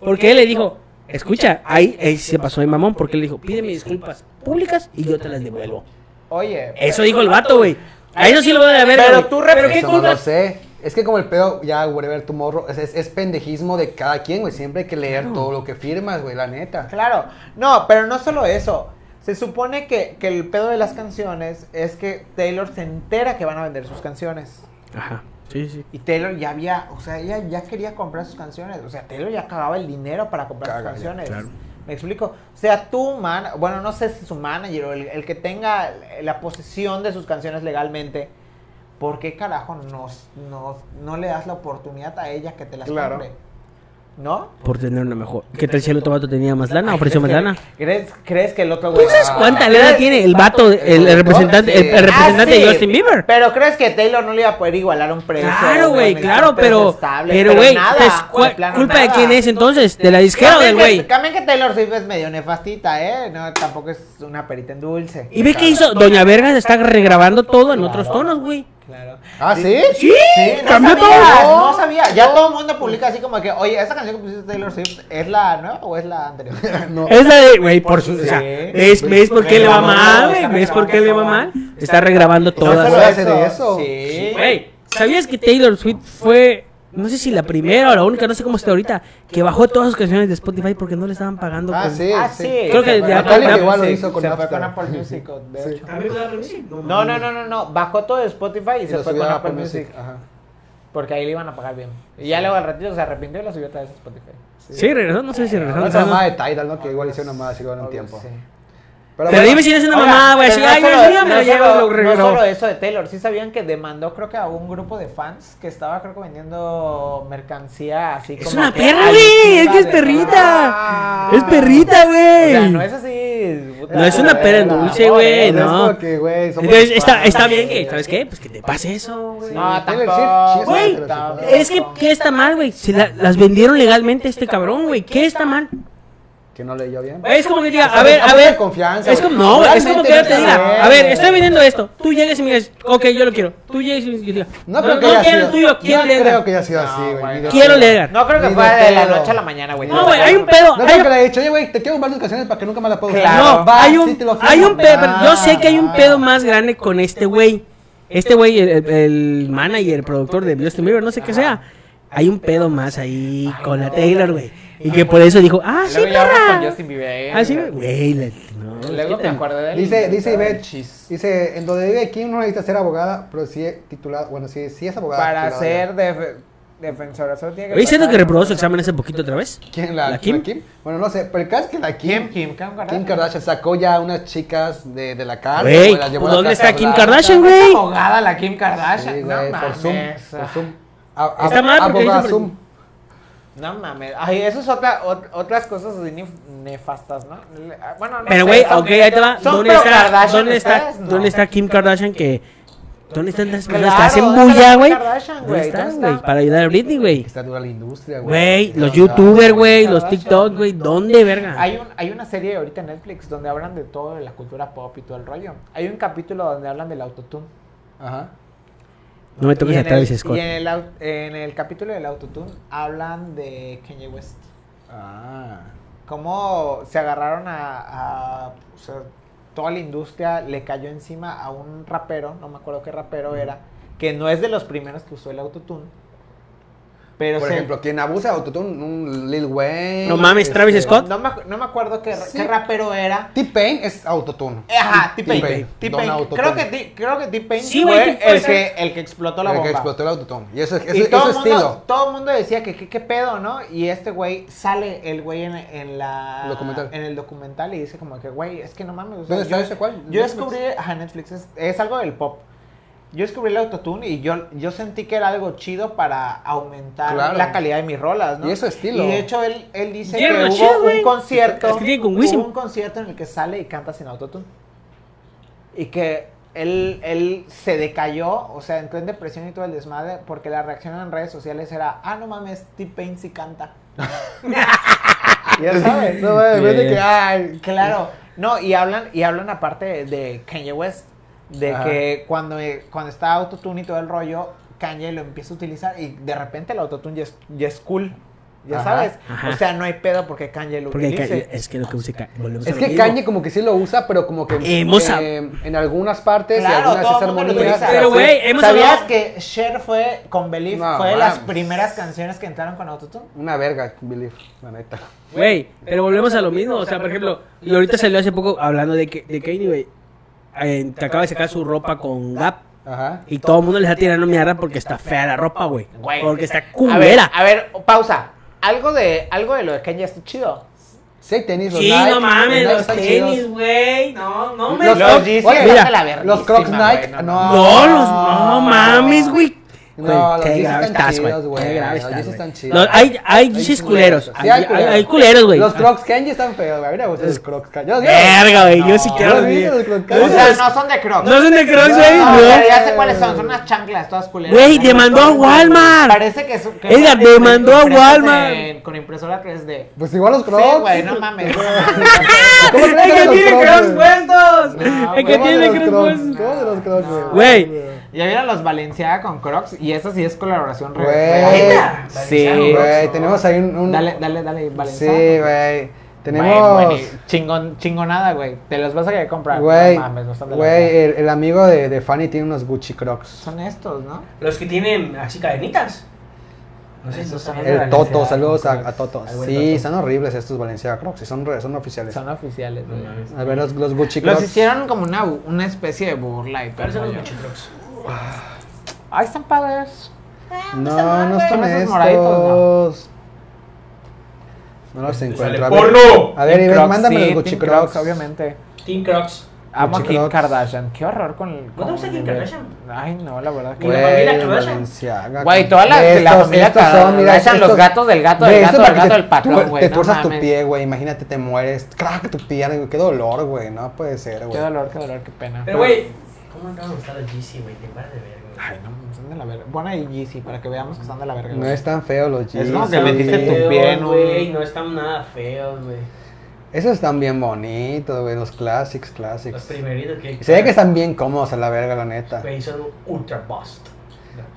[SPEAKER 1] Porque él le dijo, escucha, ahí, ahí se pasó de mamón. Porque él dijo, pídeme disculpas públicas y yo te las devuelvo.
[SPEAKER 3] Oye.
[SPEAKER 2] Eh,
[SPEAKER 1] Eso dijo el vato, güey. A eso sí lo voy a ver.
[SPEAKER 3] Pero tú
[SPEAKER 1] ¿Pero qué
[SPEAKER 3] representa-
[SPEAKER 2] Eso no
[SPEAKER 1] culpa?
[SPEAKER 2] lo sé. Es que como el pedo, ya, whatever, tu morro, es, es, es pendejismo de cada quien, güey. Siempre hay que leer todo lo que firmas, güey, la neta.
[SPEAKER 3] Claro. No, pero no solo eso. Se supone que, que el pedo de las canciones es que Taylor se entera que van a vender sus canciones.
[SPEAKER 1] Ajá.
[SPEAKER 5] Sí, sí.
[SPEAKER 3] Y Taylor ya había, o sea, ella ya quería comprar sus canciones. O sea, Taylor ya cagaba el dinero para comprar
[SPEAKER 2] Caga,
[SPEAKER 3] sus canciones.
[SPEAKER 5] claro.
[SPEAKER 3] Me explico. O sea, tu man, bueno, no sé si su manager o el, el que tenga la posesión de sus canciones legalmente, ¿por qué carajo no, no, no le das la oportunidad a ella que te las
[SPEAKER 2] Claro.
[SPEAKER 3] compre? ¿No?
[SPEAKER 1] Por tener una mejor. ¿Qué tal si el otro vato tenía más lana? ¿Ofreció más
[SPEAKER 3] ¿Crees que-
[SPEAKER 1] lana?
[SPEAKER 3] ¿Crees, crees que el otro güey-
[SPEAKER 1] Entonces, Pues, ¿cuánta lana tiene el Ah, vato, el, el representante, el, el
[SPEAKER 3] Ah,
[SPEAKER 1] representante
[SPEAKER 3] sí,
[SPEAKER 1] de Justin Bieber?
[SPEAKER 3] Pero crees que Taylor no le iba a poder igualar un precio.
[SPEAKER 1] Claro, güey,
[SPEAKER 3] Necesita
[SPEAKER 1] claro,
[SPEAKER 3] precios
[SPEAKER 1] pero.
[SPEAKER 3] estables,
[SPEAKER 1] Pero, güey,
[SPEAKER 3] nada,
[SPEAKER 1] pues,
[SPEAKER 3] de
[SPEAKER 1] ¿cuál-
[SPEAKER 3] plano
[SPEAKER 1] ¿culpa de
[SPEAKER 3] nada.
[SPEAKER 1] quién es entonces? ¿De la disquera o del
[SPEAKER 3] También que-
[SPEAKER 1] güey?
[SPEAKER 3] También que Taylor Swift es medio nefastita, ¿eh? No, tampoco es una perita en dulce.
[SPEAKER 1] ¿Y ve qué hizo? Doña Vergas está regrabando todo en otros tonos, güey.
[SPEAKER 3] Claro.
[SPEAKER 2] ¿Ah, sí?
[SPEAKER 3] Sí, no
[SPEAKER 2] cambió
[SPEAKER 3] sabía,
[SPEAKER 2] todo.
[SPEAKER 3] No sabía. Ya todo el mundo publica así como que, oye, ¿esa canción que pusiste de Taylor Swift es la nueva o es la anterior?
[SPEAKER 2] No.
[SPEAKER 1] Es la de, güey, por su.
[SPEAKER 3] Sí.
[SPEAKER 1] O sea, ¿ves, ves por qué le va mal, güey? ¿Ves por qué le va mal? Está regrabando
[SPEAKER 2] No se
[SPEAKER 1] todas.
[SPEAKER 2] lo hace de eso.
[SPEAKER 3] Sí.
[SPEAKER 1] Güey, ¿sabías que Taylor Swift fue, no sé si la primera o la única, no sé cómo está ahorita, que bajó todas sus canciones de Spotify porque no le estaban pagando?
[SPEAKER 2] Ah,
[SPEAKER 1] con-
[SPEAKER 2] sí,
[SPEAKER 3] Ah,
[SPEAKER 2] sí.
[SPEAKER 3] sí.
[SPEAKER 1] Creo que de
[SPEAKER 3] Se fue
[SPEAKER 1] acá-
[SPEAKER 3] con Apple
[SPEAKER 2] igual lo
[SPEAKER 3] Music,
[SPEAKER 2] hizo con
[SPEAKER 3] Se fue
[SPEAKER 2] Napster.
[SPEAKER 3] con Apple Music, de
[SPEAKER 2] Sí.
[SPEAKER 3] hecho.
[SPEAKER 4] ¿También Claro, sí.
[SPEAKER 3] No, no, no, no, no. Bajó todo de Spotify y,
[SPEAKER 2] Y
[SPEAKER 3] se
[SPEAKER 2] lo
[SPEAKER 3] fue
[SPEAKER 2] subió
[SPEAKER 3] con
[SPEAKER 2] a
[SPEAKER 3] Apple Music.
[SPEAKER 2] Ajá.
[SPEAKER 3] Porque ahí le iban a pagar bien. Y ya luego al ratito se arrepintió y lo subió otra vez a Spotify.
[SPEAKER 1] Sí, regresó, no sé si regresó.
[SPEAKER 2] Otra
[SPEAKER 1] o sea, no-
[SPEAKER 2] mamada de Tidal, ¿no? Que igual hizo una mamada así con un tiempo.
[SPEAKER 3] Sí.
[SPEAKER 2] Pero
[SPEAKER 1] Pero
[SPEAKER 2] bueno,
[SPEAKER 1] dime si no es una
[SPEAKER 3] Oiga,
[SPEAKER 1] mamada, güey.
[SPEAKER 3] pero
[SPEAKER 1] Así,
[SPEAKER 3] no
[SPEAKER 1] ay,
[SPEAKER 3] solo-
[SPEAKER 1] no, mira, me
[SPEAKER 3] no
[SPEAKER 1] lo llevo
[SPEAKER 3] solo-
[SPEAKER 1] y lo regresó.
[SPEAKER 3] No solo eso de Taylor, sí sabían que demandó creo que a un grupo de fans que estaba creo que vendiendo mercancía así como
[SPEAKER 1] una
[SPEAKER 3] que
[SPEAKER 1] perra, güey, es que es
[SPEAKER 3] adictiva de-
[SPEAKER 1] perrita.
[SPEAKER 3] Ah.
[SPEAKER 1] Es perrita,
[SPEAKER 3] O
[SPEAKER 1] güey.
[SPEAKER 3] sea, no es así. puta,
[SPEAKER 1] No es una
[SPEAKER 3] de
[SPEAKER 1] pera en
[SPEAKER 3] verdad.
[SPEAKER 1] dulce, güey,
[SPEAKER 2] es
[SPEAKER 1] no.
[SPEAKER 2] porque, güey, somos
[SPEAKER 1] Entonces, está,
[SPEAKER 2] fans.
[SPEAKER 1] está bien que, ¿sabes qué? Pues que te pase eso, güey.
[SPEAKER 2] Sí,
[SPEAKER 3] No,
[SPEAKER 2] Taylor
[SPEAKER 3] tampoco,
[SPEAKER 2] Swift, sí,
[SPEAKER 3] güey,
[SPEAKER 2] tampoco.
[SPEAKER 3] tampoco.
[SPEAKER 1] Es que, ¿qué está mal, güey? Si la- las vendieron legalmente a este cabrón, güey. ¿Qué está mal?
[SPEAKER 2] Que no leyó bien.
[SPEAKER 1] Güey, Es como que diga,
[SPEAKER 2] O sea,
[SPEAKER 1] a ver, a
[SPEAKER 2] abusa de
[SPEAKER 1] ver.
[SPEAKER 2] confianza,
[SPEAKER 1] Es
[SPEAKER 2] güey.
[SPEAKER 1] como, no, güey, es
[SPEAKER 2] Realmente
[SPEAKER 1] como que yo
[SPEAKER 2] no
[SPEAKER 1] te
[SPEAKER 2] está bien,
[SPEAKER 1] diga, a ver,
[SPEAKER 2] güey.
[SPEAKER 1] estoy vendiendo esto. Tú llegas y me dices, ok, yo lo quiero. Tú llegas y me dices,
[SPEAKER 2] No creo que
[SPEAKER 1] este, no
[SPEAKER 2] haya
[SPEAKER 1] quiero el
[SPEAKER 2] sido.
[SPEAKER 1] tuyo, quiero
[SPEAKER 2] No
[SPEAKER 1] el Edgar.
[SPEAKER 2] creo que haya sido así,
[SPEAKER 3] No,
[SPEAKER 2] güey.
[SPEAKER 3] güey,
[SPEAKER 2] ni
[SPEAKER 3] no.
[SPEAKER 2] de
[SPEAKER 1] Quiero el
[SPEAKER 2] pedo.
[SPEAKER 1] Edgar.
[SPEAKER 3] No creo que
[SPEAKER 2] Ni
[SPEAKER 3] fue
[SPEAKER 2] de
[SPEAKER 3] de la
[SPEAKER 2] pedo.
[SPEAKER 3] noche a la mañana, güey.
[SPEAKER 1] No, güey, hay un pedo.
[SPEAKER 2] No
[SPEAKER 1] hay
[SPEAKER 2] creo
[SPEAKER 1] un-
[SPEAKER 2] que le haya dicho, oye, güey, te quiero comprar tus canciones para que nunca más las puedo usar.
[SPEAKER 3] Claro.
[SPEAKER 1] No,
[SPEAKER 2] Va,
[SPEAKER 1] hay
[SPEAKER 2] sí
[SPEAKER 1] un,
[SPEAKER 2] te lo
[SPEAKER 1] hay
[SPEAKER 2] firmo.
[SPEAKER 1] un pedo, pero yo sé que hay un
[SPEAKER 2] Ah.
[SPEAKER 1] pedo más grande con este güey. Este güey, el, el- el manager, el productor de Justin Bieber, no sé qué sea. Hay un pedo más ahí con la Taylor, güey. Y que por eso dijo, ah, sí,
[SPEAKER 3] Luego ya vamos con
[SPEAKER 1] perra.
[SPEAKER 3] Justin Bieber. eh,
[SPEAKER 1] Ah, sí, güey. la- no, es que
[SPEAKER 3] Luego me
[SPEAKER 1] tan-
[SPEAKER 3] acordé de él.
[SPEAKER 2] Dice, dice Ivette,
[SPEAKER 3] Chis.
[SPEAKER 2] dice, en donde vive Kim no necesita ser abogada, pero sí es titulada, bueno, sí, sí es abogada.
[SPEAKER 3] Para
[SPEAKER 2] titulada.
[SPEAKER 3] ser def- defensora, solo tiene que.
[SPEAKER 1] Oye, ¿siento
[SPEAKER 3] pasar-
[SPEAKER 1] que reprobó su examen hace poquito otra vez?
[SPEAKER 2] ¿Quién? ¿La,
[SPEAKER 1] ¿La Kim?
[SPEAKER 2] Bueno, no sé, pero el caso es que la Kim,
[SPEAKER 3] Kim, Kim, Kim Kardashian.
[SPEAKER 2] Kim Kardashian sacó ya a unas chicas de, de la cárcel.
[SPEAKER 1] Güey,
[SPEAKER 2] güey, las llevó a la
[SPEAKER 1] ¿dónde
[SPEAKER 2] Casa
[SPEAKER 1] está Kim
[SPEAKER 2] Blanca.
[SPEAKER 1] Kardashian,
[SPEAKER 3] Es
[SPEAKER 1] güey?
[SPEAKER 3] abogada la Kim Kardashian.
[SPEAKER 2] Sí,
[SPEAKER 3] no
[SPEAKER 2] güey, por
[SPEAKER 3] mames. ah.
[SPEAKER 2] Zoom. Por Zoom. A- a-
[SPEAKER 1] Está mal porque
[SPEAKER 2] abogada
[SPEAKER 1] dice-
[SPEAKER 2] Zoom.
[SPEAKER 3] No mames. Ay, eso es otra, ot- otras cosas así nef- nefastas, ¿no? Le- ah, Bueno, no
[SPEAKER 1] Pero,
[SPEAKER 3] sé,
[SPEAKER 1] güey,
[SPEAKER 3] son-
[SPEAKER 1] ok, ahí te va.
[SPEAKER 3] son
[SPEAKER 1] ¿Dónde
[SPEAKER 3] pro
[SPEAKER 1] está,
[SPEAKER 3] Kardashian
[SPEAKER 1] ¿dónde, está,
[SPEAKER 3] ustedes? No.
[SPEAKER 1] ¿Dónde está Kim Kardashian que... ¿Dónde están las personas
[SPEAKER 3] Claro,
[SPEAKER 1] que hacen
[SPEAKER 3] ¿dónde está
[SPEAKER 1] bulla,
[SPEAKER 3] Kim
[SPEAKER 1] güey?
[SPEAKER 3] Kardashian,
[SPEAKER 1] ¿Dónde
[SPEAKER 3] güey?
[SPEAKER 1] están,
[SPEAKER 3] ¿Dónde
[SPEAKER 1] güey?
[SPEAKER 3] está?
[SPEAKER 1] Para ayudar a Britney, güey.
[SPEAKER 2] Está dura la industria, güey.
[SPEAKER 1] Güey, los
[SPEAKER 2] No, no.
[SPEAKER 1] youtubers, güey, los
[SPEAKER 3] Kardashian.
[SPEAKER 1] TikTok, güey, ¿dónde, verga?
[SPEAKER 3] Hay, un- hay una serie ahorita en Netflix donde hablan de todo, de la cultura pop y todo el rollo. Hay un capítulo donde hablan del autotune.
[SPEAKER 2] Ajá.
[SPEAKER 1] No me toques
[SPEAKER 3] Y
[SPEAKER 1] a
[SPEAKER 3] en
[SPEAKER 1] Travis
[SPEAKER 3] el-
[SPEAKER 1] Scott.
[SPEAKER 3] Y en el, au- en el capítulo del autotune hablan de Kanye West.
[SPEAKER 2] Ah.
[SPEAKER 3] Cómo se agarraron a, a, o sea, toda la industria le cayó encima a un rapero, no me acuerdo qué rapero era, que no es de los primeros que usó el autotune. Pero
[SPEAKER 2] Por
[SPEAKER 3] se-
[SPEAKER 2] ejemplo, quien abusa de autotune, un Lil Wayne.
[SPEAKER 1] No mames, Travis
[SPEAKER 2] este,
[SPEAKER 1] Scott.
[SPEAKER 3] no me, acu- no me acuerdo qué, ra-
[SPEAKER 2] Sí.
[SPEAKER 3] qué rapero era.
[SPEAKER 2] T-Pain es autotune.
[SPEAKER 3] Eh, Ajá, T-Pain.
[SPEAKER 2] T-Pain.
[SPEAKER 3] T-Pain.
[SPEAKER 2] Don
[SPEAKER 3] Creo que
[SPEAKER 2] Autotune.
[SPEAKER 3] T- creo que T-Pain
[SPEAKER 1] Sí, güey,
[SPEAKER 3] fue
[SPEAKER 1] T-Pain
[SPEAKER 3] el
[SPEAKER 1] fue-
[SPEAKER 3] que, el que explotó la
[SPEAKER 2] El
[SPEAKER 3] bomba.
[SPEAKER 2] que explotó el autotune. Y eso es
[SPEAKER 3] y
[SPEAKER 2] ese,
[SPEAKER 3] todo,
[SPEAKER 2] ese
[SPEAKER 3] el mundo,
[SPEAKER 2] estilo.
[SPEAKER 3] todo el mundo decía que que- qué pedo, ¿no? Y este güey sale el güey en, en la
[SPEAKER 2] Documental.
[SPEAKER 3] en el documental y dice como que güey, es que no mames, o sea,
[SPEAKER 2] ¿Dónde
[SPEAKER 3] yo,
[SPEAKER 2] está ese cuál?
[SPEAKER 3] yo
[SPEAKER 2] Netflix.
[SPEAKER 3] descubrí a Netflix es, es algo del pop. Yo descubrí el autotune y yo, yo sentí que era algo chido para aumentar
[SPEAKER 2] Claro.
[SPEAKER 3] la calidad de mis rolas, ¿no?
[SPEAKER 2] Y eso estilo.
[SPEAKER 3] Y de hecho él, él dice
[SPEAKER 1] Ya
[SPEAKER 3] que
[SPEAKER 1] era
[SPEAKER 3] hubo
[SPEAKER 1] chido,
[SPEAKER 3] un
[SPEAKER 1] güey.
[SPEAKER 3] concierto,
[SPEAKER 1] Es que tiene con
[SPEAKER 3] hubo
[SPEAKER 1] Wisin.
[SPEAKER 3] un concierto en el que sale y canta sin autotune. Y que él, él se decayó, o sea, entró en depresión y todo el desmadre, porque la reacción en redes sociales era, ah, no mames, T-Pain sí canta. ya sabes.
[SPEAKER 2] No, güey, en vez de que,
[SPEAKER 3] ay, claro. No, y hablan, y hablan aparte de Kanye West, de
[SPEAKER 2] Ajá.
[SPEAKER 3] que cuando, eh, cuando está autotune y todo el rollo, Kanye lo empieza a utilizar y de repente el autotune ya es, ya es cool. Ya
[SPEAKER 2] Ajá.
[SPEAKER 3] sabes.
[SPEAKER 1] Ajá.
[SPEAKER 3] O sea, no hay pedo porque Kanye lo
[SPEAKER 1] Porque
[SPEAKER 3] utilice.
[SPEAKER 1] Kanye- eh, es que lo que usa Kanye- volvemos Pues a
[SPEAKER 2] Es
[SPEAKER 1] lo
[SPEAKER 2] que
[SPEAKER 1] mismo.
[SPEAKER 2] Kanye como que sí lo usa, pero como que
[SPEAKER 1] Eh, moza.
[SPEAKER 2] eh, en algunas partes
[SPEAKER 3] Claro,
[SPEAKER 2] y
[SPEAKER 3] todo
[SPEAKER 2] algunas
[SPEAKER 3] el mundo lo
[SPEAKER 2] armonías.
[SPEAKER 3] utiliza.
[SPEAKER 1] Pero,
[SPEAKER 2] así.
[SPEAKER 1] güey, hemos
[SPEAKER 3] ¿Sabías
[SPEAKER 1] hablado-
[SPEAKER 3] que Cher fue con Believe?
[SPEAKER 2] No,
[SPEAKER 3] fue de las
[SPEAKER 2] mames.
[SPEAKER 3] primeras canciones que entraron con Autotune.
[SPEAKER 2] Una verga, Believe, la neta.
[SPEAKER 1] Güey, pero volvemos a lo mismo. O sea, por ejemplo, y ahorita salió hace poco hablando de, que, de Kanye, güey. eh, que acaba de sacar su ropa con Gap.
[SPEAKER 2] Ajá.
[SPEAKER 1] Y todo el mundo le está tirando mierda porque está fea la ropa, güey.
[SPEAKER 3] Güey,
[SPEAKER 1] Porque está
[SPEAKER 3] A ver,
[SPEAKER 1] culera.
[SPEAKER 3] a ver, pausa. Algo de, algo de lo de Kanye está chido.
[SPEAKER 2] Sí, hay tenis, los
[SPEAKER 4] Sí,
[SPEAKER 2] Nike,
[SPEAKER 4] no mames,
[SPEAKER 2] Nike
[SPEAKER 4] los
[SPEAKER 2] están
[SPEAKER 4] tenis,
[SPEAKER 2] chidos.
[SPEAKER 4] güey. No, no me.
[SPEAKER 2] Los
[SPEAKER 3] Los
[SPEAKER 2] Crocs,
[SPEAKER 3] Yeezy
[SPEAKER 2] oye,
[SPEAKER 3] están
[SPEAKER 1] mira,
[SPEAKER 3] de la verguísima,
[SPEAKER 2] los Crocs
[SPEAKER 3] güey,
[SPEAKER 2] Nike,
[SPEAKER 3] no
[SPEAKER 2] no.
[SPEAKER 1] No, los, no
[SPEAKER 2] ah, no,
[SPEAKER 1] mames,
[SPEAKER 2] no.
[SPEAKER 1] güey.
[SPEAKER 2] No, los
[SPEAKER 1] Qué
[SPEAKER 2] Yeezy
[SPEAKER 1] grave
[SPEAKER 2] están
[SPEAKER 1] estás, güey.
[SPEAKER 2] chidos, güey.
[SPEAKER 1] Qué grave
[SPEAKER 2] Los Yeezy
[SPEAKER 1] estás,
[SPEAKER 2] están
[SPEAKER 1] güey.
[SPEAKER 2] chidos.
[SPEAKER 1] No, hay, hay
[SPEAKER 2] Hay
[SPEAKER 1] Yeezys culeros.
[SPEAKER 2] culeros. Sí,
[SPEAKER 1] Hay,
[SPEAKER 2] hay
[SPEAKER 1] hay-
[SPEAKER 2] culeros.
[SPEAKER 1] hay culeros, güey. Ah,
[SPEAKER 2] Los Crocs Kenji están feos, güey. A mí me gustan los Crocs Kenji. Yo los veo.
[SPEAKER 1] Verga, güey. Yo sí
[SPEAKER 4] No,
[SPEAKER 1] quiero
[SPEAKER 2] los
[SPEAKER 1] los
[SPEAKER 2] míos,
[SPEAKER 1] míos.
[SPEAKER 2] los Crocs.
[SPEAKER 3] O sea,
[SPEAKER 1] Esos-
[SPEAKER 3] no son de Crocs.
[SPEAKER 1] No son de Crocs,
[SPEAKER 2] No,
[SPEAKER 1] güey.
[SPEAKER 3] No,
[SPEAKER 1] no.
[SPEAKER 3] pero Ah, ya sé cuáles son, son unas chanclas todas culeras.
[SPEAKER 1] Güey,
[SPEAKER 3] Parece
[SPEAKER 1] demandó a
[SPEAKER 3] que son-
[SPEAKER 1] Walmart.
[SPEAKER 3] Parece que, su- que
[SPEAKER 1] Edgar,
[SPEAKER 3] son de-
[SPEAKER 1] demandó a
[SPEAKER 3] impresas
[SPEAKER 1] Walmart.
[SPEAKER 3] en- con impresora 3D.
[SPEAKER 2] Pues igual los Crocs.
[SPEAKER 3] Sí, güey, no mames.
[SPEAKER 2] ¿Cómo
[SPEAKER 1] Es
[SPEAKER 2] crees
[SPEAKER 1] que
[SPEAKER 2] los
[SPEAKER 1] tiene
[SPEAKER 2] Crocs,
[SPEAKER 1] Crocs
[SPEAKER 2] güey?
[SPEAKER 1] puestos.
[SPEAKER 3] No,
[SPEAKER 1] Es que
[SPEAKER 3] huevos
[SPEAKER 2] ¿Cómo de
[SPEAKER 1] tiene
[SPEAKER 2] los
[SPEAKER 1] Crocs
[SPEAKER 2] Crocs?
[SPEAKER 1] puestos.
[SPEAKER 2] ¿Cómo de los Crocs,
[SPEAKER 1] Güey.
[SPEAKER 3] Ya vieron los Valenciaga con Crocs y esa sí es colaboración
[SPEAKER 2] Güey.
[SPEAKER 3] real.
[SPEAKER 4] Neta.
[SPEAKER 3] Sí.
[SPEAKER 2] Güey, tenemos ahí un... un-
[SPEAKER 3] Dale, dale, dale,
[SPEAKER 2] Sí,
[SPEAKER 3] Valenciaga.
[SPEAKER 2] güey.
[SPEAKER 3] Güey,
[SPEAKER 2] Tenemos...
[SPEAKER 3] güey, chingón, chingonada, güey. Te los vas a querer comprar.
[SPEAKER 2] Güey,
[SPEAKER 3] No mames, no están de la
[SPEAKER 2] güey, eh.
[SPEAKER 3] verga.
[SPEAKER 2] el, el amigo de, de Fanny tiene unos Gucci Crocs.
[SPEAKER 3] Son estos, ¿no?
[SPEAKER 4] Los que tienen así cadenitas. No sé,
[SPEAKER 3] Esos
[SPEAKER 4] estos
[SPEAKER 3] son
[SPEAKER 4] también
[SPEAKER 3] de
[SPEAKER 2] El
[SPEAKER 4] eran-
[SPEAKER 2] Toto, saludos
[SPEAKER 3] con Crocs.
[SPEAKER 2] a, a Toto.
[SPEAKER 3] Al buen
[SPEAKER 2] Sí,
[SPEAKER 3] Toto.
[SPEAKER 2] son horribles estos Valenciaga Crocs, sí, son, re- son oficiales.
[SPEAKER 3] Son oficiales, güey.
[SPEAKER 2] A ver, los, los Gucci Crocs.
[SPEAKER 3] Los hicieron como una, bu- una especie de burla y
[SPEAKER 4] Pero
[SPEAKER 3] todo.
[SPEAKER 4] son los
[SPEAKER 3] rollo.
[SPEAKER 4] Crocs.
[SPEAKER 3] Ay, están padres.
[SPEAKER 2] No, no son
[SPEAKER 3] güey. Son esos
[SPEAKER 2] estos.
[SPEAKER 3] moraditos,
[SPEAKER 2] no. los
[SPEAKER 4] ¡Sale
[SPEAKER 2] encuentro. A ver,
[SPEAKER 4] porno!
[SPEAKER 2] a ver
[SPEAKER 3] Team
[SPEAKER 2] Iván,
[SPEAKER 3] Crocs,
[SPEAKER 2] mándame
[SPEAKER 3] sí,
[SPEAKER 2] los Gucci
[SPEAKER 3] Team
[SPEAKER 2] Crocs.
[SPEAKER 3] obviamente.
[SPEAKER 4] Team Crocs.
[SPEAKER 3] Amo a
[SPEAKER 2] Gucci
[SPEAKER 3] Kim
[SPEAKER 2] Crocs.
[SPEAKER 3] Kardashian. Qué horror con.
[SPEAKER 4] te
[SPEAKER 3] con-
[SPEAKER 4] gusta Kim Kardashian?
[SPEAKER 3] Ay, no, la verdad que.
[SPEAKER 4] Güey.
[SPEAKER 2] Güey,
[SPEAKER 4] familia
[SPEAKER 2] Valenciaga.
[SPEAKER 3] Güey, toda la,
[SPEAKER 2] Estos-
[SPEAKER 3] la familia
[SPEAKER 2] estos son, mira,
[SPEAKER 3] Kardashian, los
[SPEAKER 2] estos-
[SPEAKER 3] gatos del gato,
[SPEAKER 2] Güey,
[SPEAKER 3] del
[SPEAKER 2] esto
[SPEAKER 3] gato,
[SPEAKER 2] para
[SPEAKER 3] del
[SPEAKER 2] que
[SPEAKER 3] gato,
[SPEAKER 2] te-
[SPEAKER 3] del patrón,
[SPEAKER 2] tú-
[SPEAKER 3] güey.
[SPEAKER 2] Te
[SPEAKER 3] no
[SPEAKER 2] tuerzas tu
[SPEAKER 3] mames.
[SPEAKER 2] pie, güey. Imagínate, te mueres. Crack, tu pierna. güey, Qué dolor, güey. No puede ser,
[SPEAKER 3] Qué
[SPEAKER 2] güey.
[SPEAKER 3] dolor, qué dolor, qué pena.
[SPEAKER 4] Pero, güey, ¿cómo acaban de usar los GC, güey? Te paras de ver, güey.
[SPEAKER 3] Ay, no, están de la verga. Buena y Yeezy, para que veamos que están de la verga.
[SPEAKER 2] No
[SPEAKER 3] güey.
[SPEAKER 2] es tan feo los jeans.
[SPEAKER 3] Es como que
[SPEAKER 2] güey.
[SPEAKER 3] metiste tu pie en un-
[SPEAKER 4] güey. No están nada feos, güey.
[SPEAKER 2] Esos están bien bonitos, güey. Los classics,
[SPEAKER 4] Los
[SPEAKER 2] classics.
[SPEAKER 4] primeritos que.
[SPEAKER 2] Se ve que están bien cómodos a la verga, la neta.
[SPEAKER 4] Güey, son ultra bust.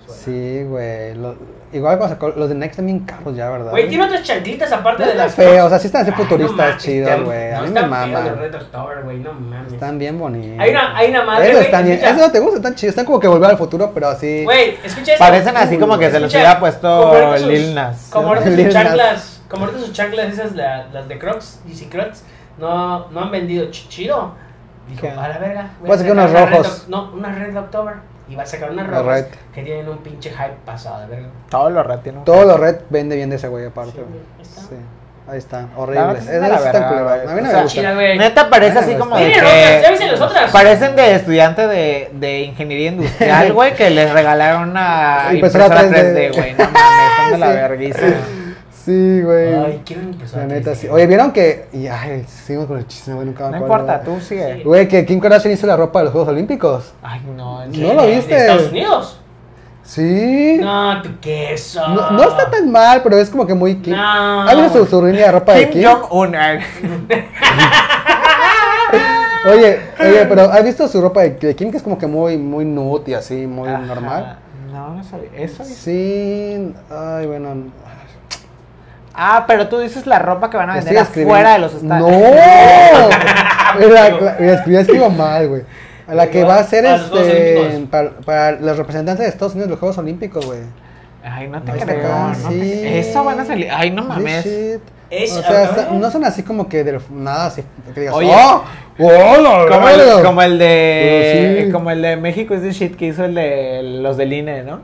[SPEAKER 2] Sí, güey. Lo- Igual cuando sacó- los de Next están bien caros ya, ¿verdad?
[SPEAKER 4] Güey, tiene otras chanclitas aparte
[SPEAKER 2] No
[SPEAKER 4] de
[SPEAKER 2] están
[SPEAKER 4] las.
[SPEAKER 2] feos, o sea, sí están así
[SPEAKER 4] Ay,
[SPEAKER 2] futuristas
[SPEAKER 4] no mames,
[SPEAKER 2] chidos,
[SPEAKER 4] están-
[SPEAKER 2] güey. A mí
[SPEAKER 4] no
[SPEAKER 2] me
[SPEAKER 4] están feos
[SPEAKER 2] maman.
[SPEAKER 4] los Retro Tower, güey, no mames.
[SPEAKER 2] Están bien bonitos.
[SPEAKER 4] Hay una- hay una madre,
[SPEAKER 2] Esos
[SPEAKER 4] güey,
[SPEAKER 2] están bien-
[SPEAKER 4] escucha.
[SPEAKER 2] esos no te gustan, están chidos. Están como que volver al futuro, pero así.
[SPEAKER 4] Güey, escucha eso.
[SPEAKER 3] Parecen así como que se los
[SPEAKER 4] Escucha,
[SPEAKER 3] hubiera puesto
[SPEAKER 4] como ahorita
[SPEAKER 3] Lil Nas.
[SPEAKER 4] Como ahorita
[SPEAKER 2] Lil
[SPEAKER 4] sus
[SPEAKER 2] Nas.
[SPEAKER 4] chanclas, como ahorita sus chanclas esas, la- las de Crocs, DC Crocs, no, no han vendido ch- chido. Dijo,
[SPEAKER 3] ¿Qué?
[SPEAKER 4] a la verga. voy
[SPEAKER 2] Voy a sacar
[SPEAKER 4] sacar
[SPEAKER 2] unos
[SPEAKER 4] una Red
[SPEAKER 2] rojos.
[SPEAKER 4] Oc- no, unas Red October. Y va a sacar unas
[SPEAKER 2] Una
[SPEAKER 4] rojas
[SPEAKER 2] Red.
[SPEAKER 4] que tienen un pinche hype pasado, de verga.
[SPEAKER 3] Todos los red tienen un-
[SPEAKER 2] Todo lo red vende bien de ese güey, aparte.
[SPEAKER 4] Sí,
[SPEAKER 2] güey.
[SPEAKER 4] ahí está.
[SPEAKER 2] Sí. Ahí están,
[SPEAKER 3] La
[SPEAKER 2] horribles.
[SPEAKER 3] verdad
[SPEAKER 2] Es
[SPEAKER 3] que es de la
[SPEAKER 2] esas están
[SPEAKER 3] verga,
[SPEAKER 2] culeras.
[SPEAKER 3] güey.
[SPEAKER 2] A mí no
[SPEAKER 3] O
[SPEAKER 2] me
[SPEAKER 3] sea,
[SPEAKER 2] gustan.
[SPEAKER 4] Chida, güey.
[SPEAKER 3] Neta parece
[SPEAKER 2] Ah,
[SPEAKER 3] así
[SPEAKER 2] no,
[SPEAKER 3] como
[SPEAKER 2] está
[SPEAKER 3] de
[SPEAKER 4] Miren, otras, ya
[SPEAKER 3] que...
[SPEAKER 4] viste las otras.
[SPEAKER 3] Parecen de estudiante de, de ingeniería industrial, güey, que les regalaron una
[SPEAKER 2] Impresora
[SPEAKER 3] impresora
[SPEAKER 2] 3D.
[SPEAKER 3] 3D, güey. No mames, están de la
[SPEAKER 2] Sí.
[SPEAKER 3] verguísima.
[SPEAKER 2] Sí, güey.
[SPEAKER 4] Ay, quiero una impresora
[SPEAKER 2] La neta,
[SPEAKER 4] 3D.
[SPEAKER 2] sí. Oye, ¿vieron que.? Y, ay, seguimos con el chisme, güey, nunca me
[SPEAKER 3] No
[SPEAKER 2] acuerdo,
[SPEAKER 3] importa,
[SPEAKER 2] güey.
[SPEAKER 3] tú sigue.
[SPEAKER 2] Güey, que Kim Kardashian hizo la ropa de los Juegos Olímpicos.
[SPEAKER 3] Ay, no. en
[SPEAKER 2] No
[SPEAKER 3] serio.
[SPEAKER 2] lo
[SPEAKER 4] ¿De- de
[SPEAKER 2] viste?
[SPEAKER 4] Estados Unidos.
[SPEAKER 2] Sí.
[SPEAKER 4] No, tu queso.
[SPEAKER 2] No, no está tan mal, pero es como que muy Kim.
[SPEAKER 4] No.
[SPEAKER 2] ¿Has visto su, su línea de ropa de
[SPEAKER 3] Kim
[SPEAKER 2] Kim?
[SPEAKER 3] Jong-un. ay.
[SPEAKER 2] Oye, oye, pero ¿has visto su ropa de, de Kim que es como que muy, muy nude y así, muy
[SPEAKER 3] Ajá.
[SPEAKER 2] normal?
[SPEAKER 3] No, no sabía. Eso es-
[SPEAKER 2] Sí. Ay, bueno.
[SPEAKER 3] Ah, pero tú dices la ropa que van a
[SPEAKER 2] Estoy
[SPEAKER 3] vender
[SPEAKER 2] escribiendo-
[SPEAKER 3] afuera Ah, de los estados.
[SPEAKER 2] ¡No! Mira, la- mira, escri- yo escribo mal, güey. A la que va a ser
[SPEAKER 4] Para los Juegos
[SPEAKER 2] este.
[SPEAKER 4] Olímpicos.
[SPEAKER 2] Para, para los representantes de Estados Unidos de los Juegos Olímpicos, güey.
[SPEAKER 3] Ay, no te
[SPEAKER 2] Ahí está
[SPEAKER 3] creo.
[SPEAKER 2] acá,
[SPEAKER 3] no
[SPEAKER 2] sí.
[SPEAKER 3] te- Eso van a salir. Ay, no mames.
[SPEAKER 2] This shit.
[SPEAKER 4] Es-
[SPEAKER 2] o sea,
[SPEAKER 4] a ver.
[SPEAKER 2] sa- no son así como que de nada así que digas,
[SPEAKER 3] Oye.
[SPEAKER 2] ¡Oh! ¡Oh, la
[SPEAKER 3] Como
[SPEAKER 2] verga!
[SPEAKER 3] el, como el de.
[SPEAKER 2] Pero sí.
[SPEAKER 3] Como el de México es de shit que hizo el de los del INE, ¿no?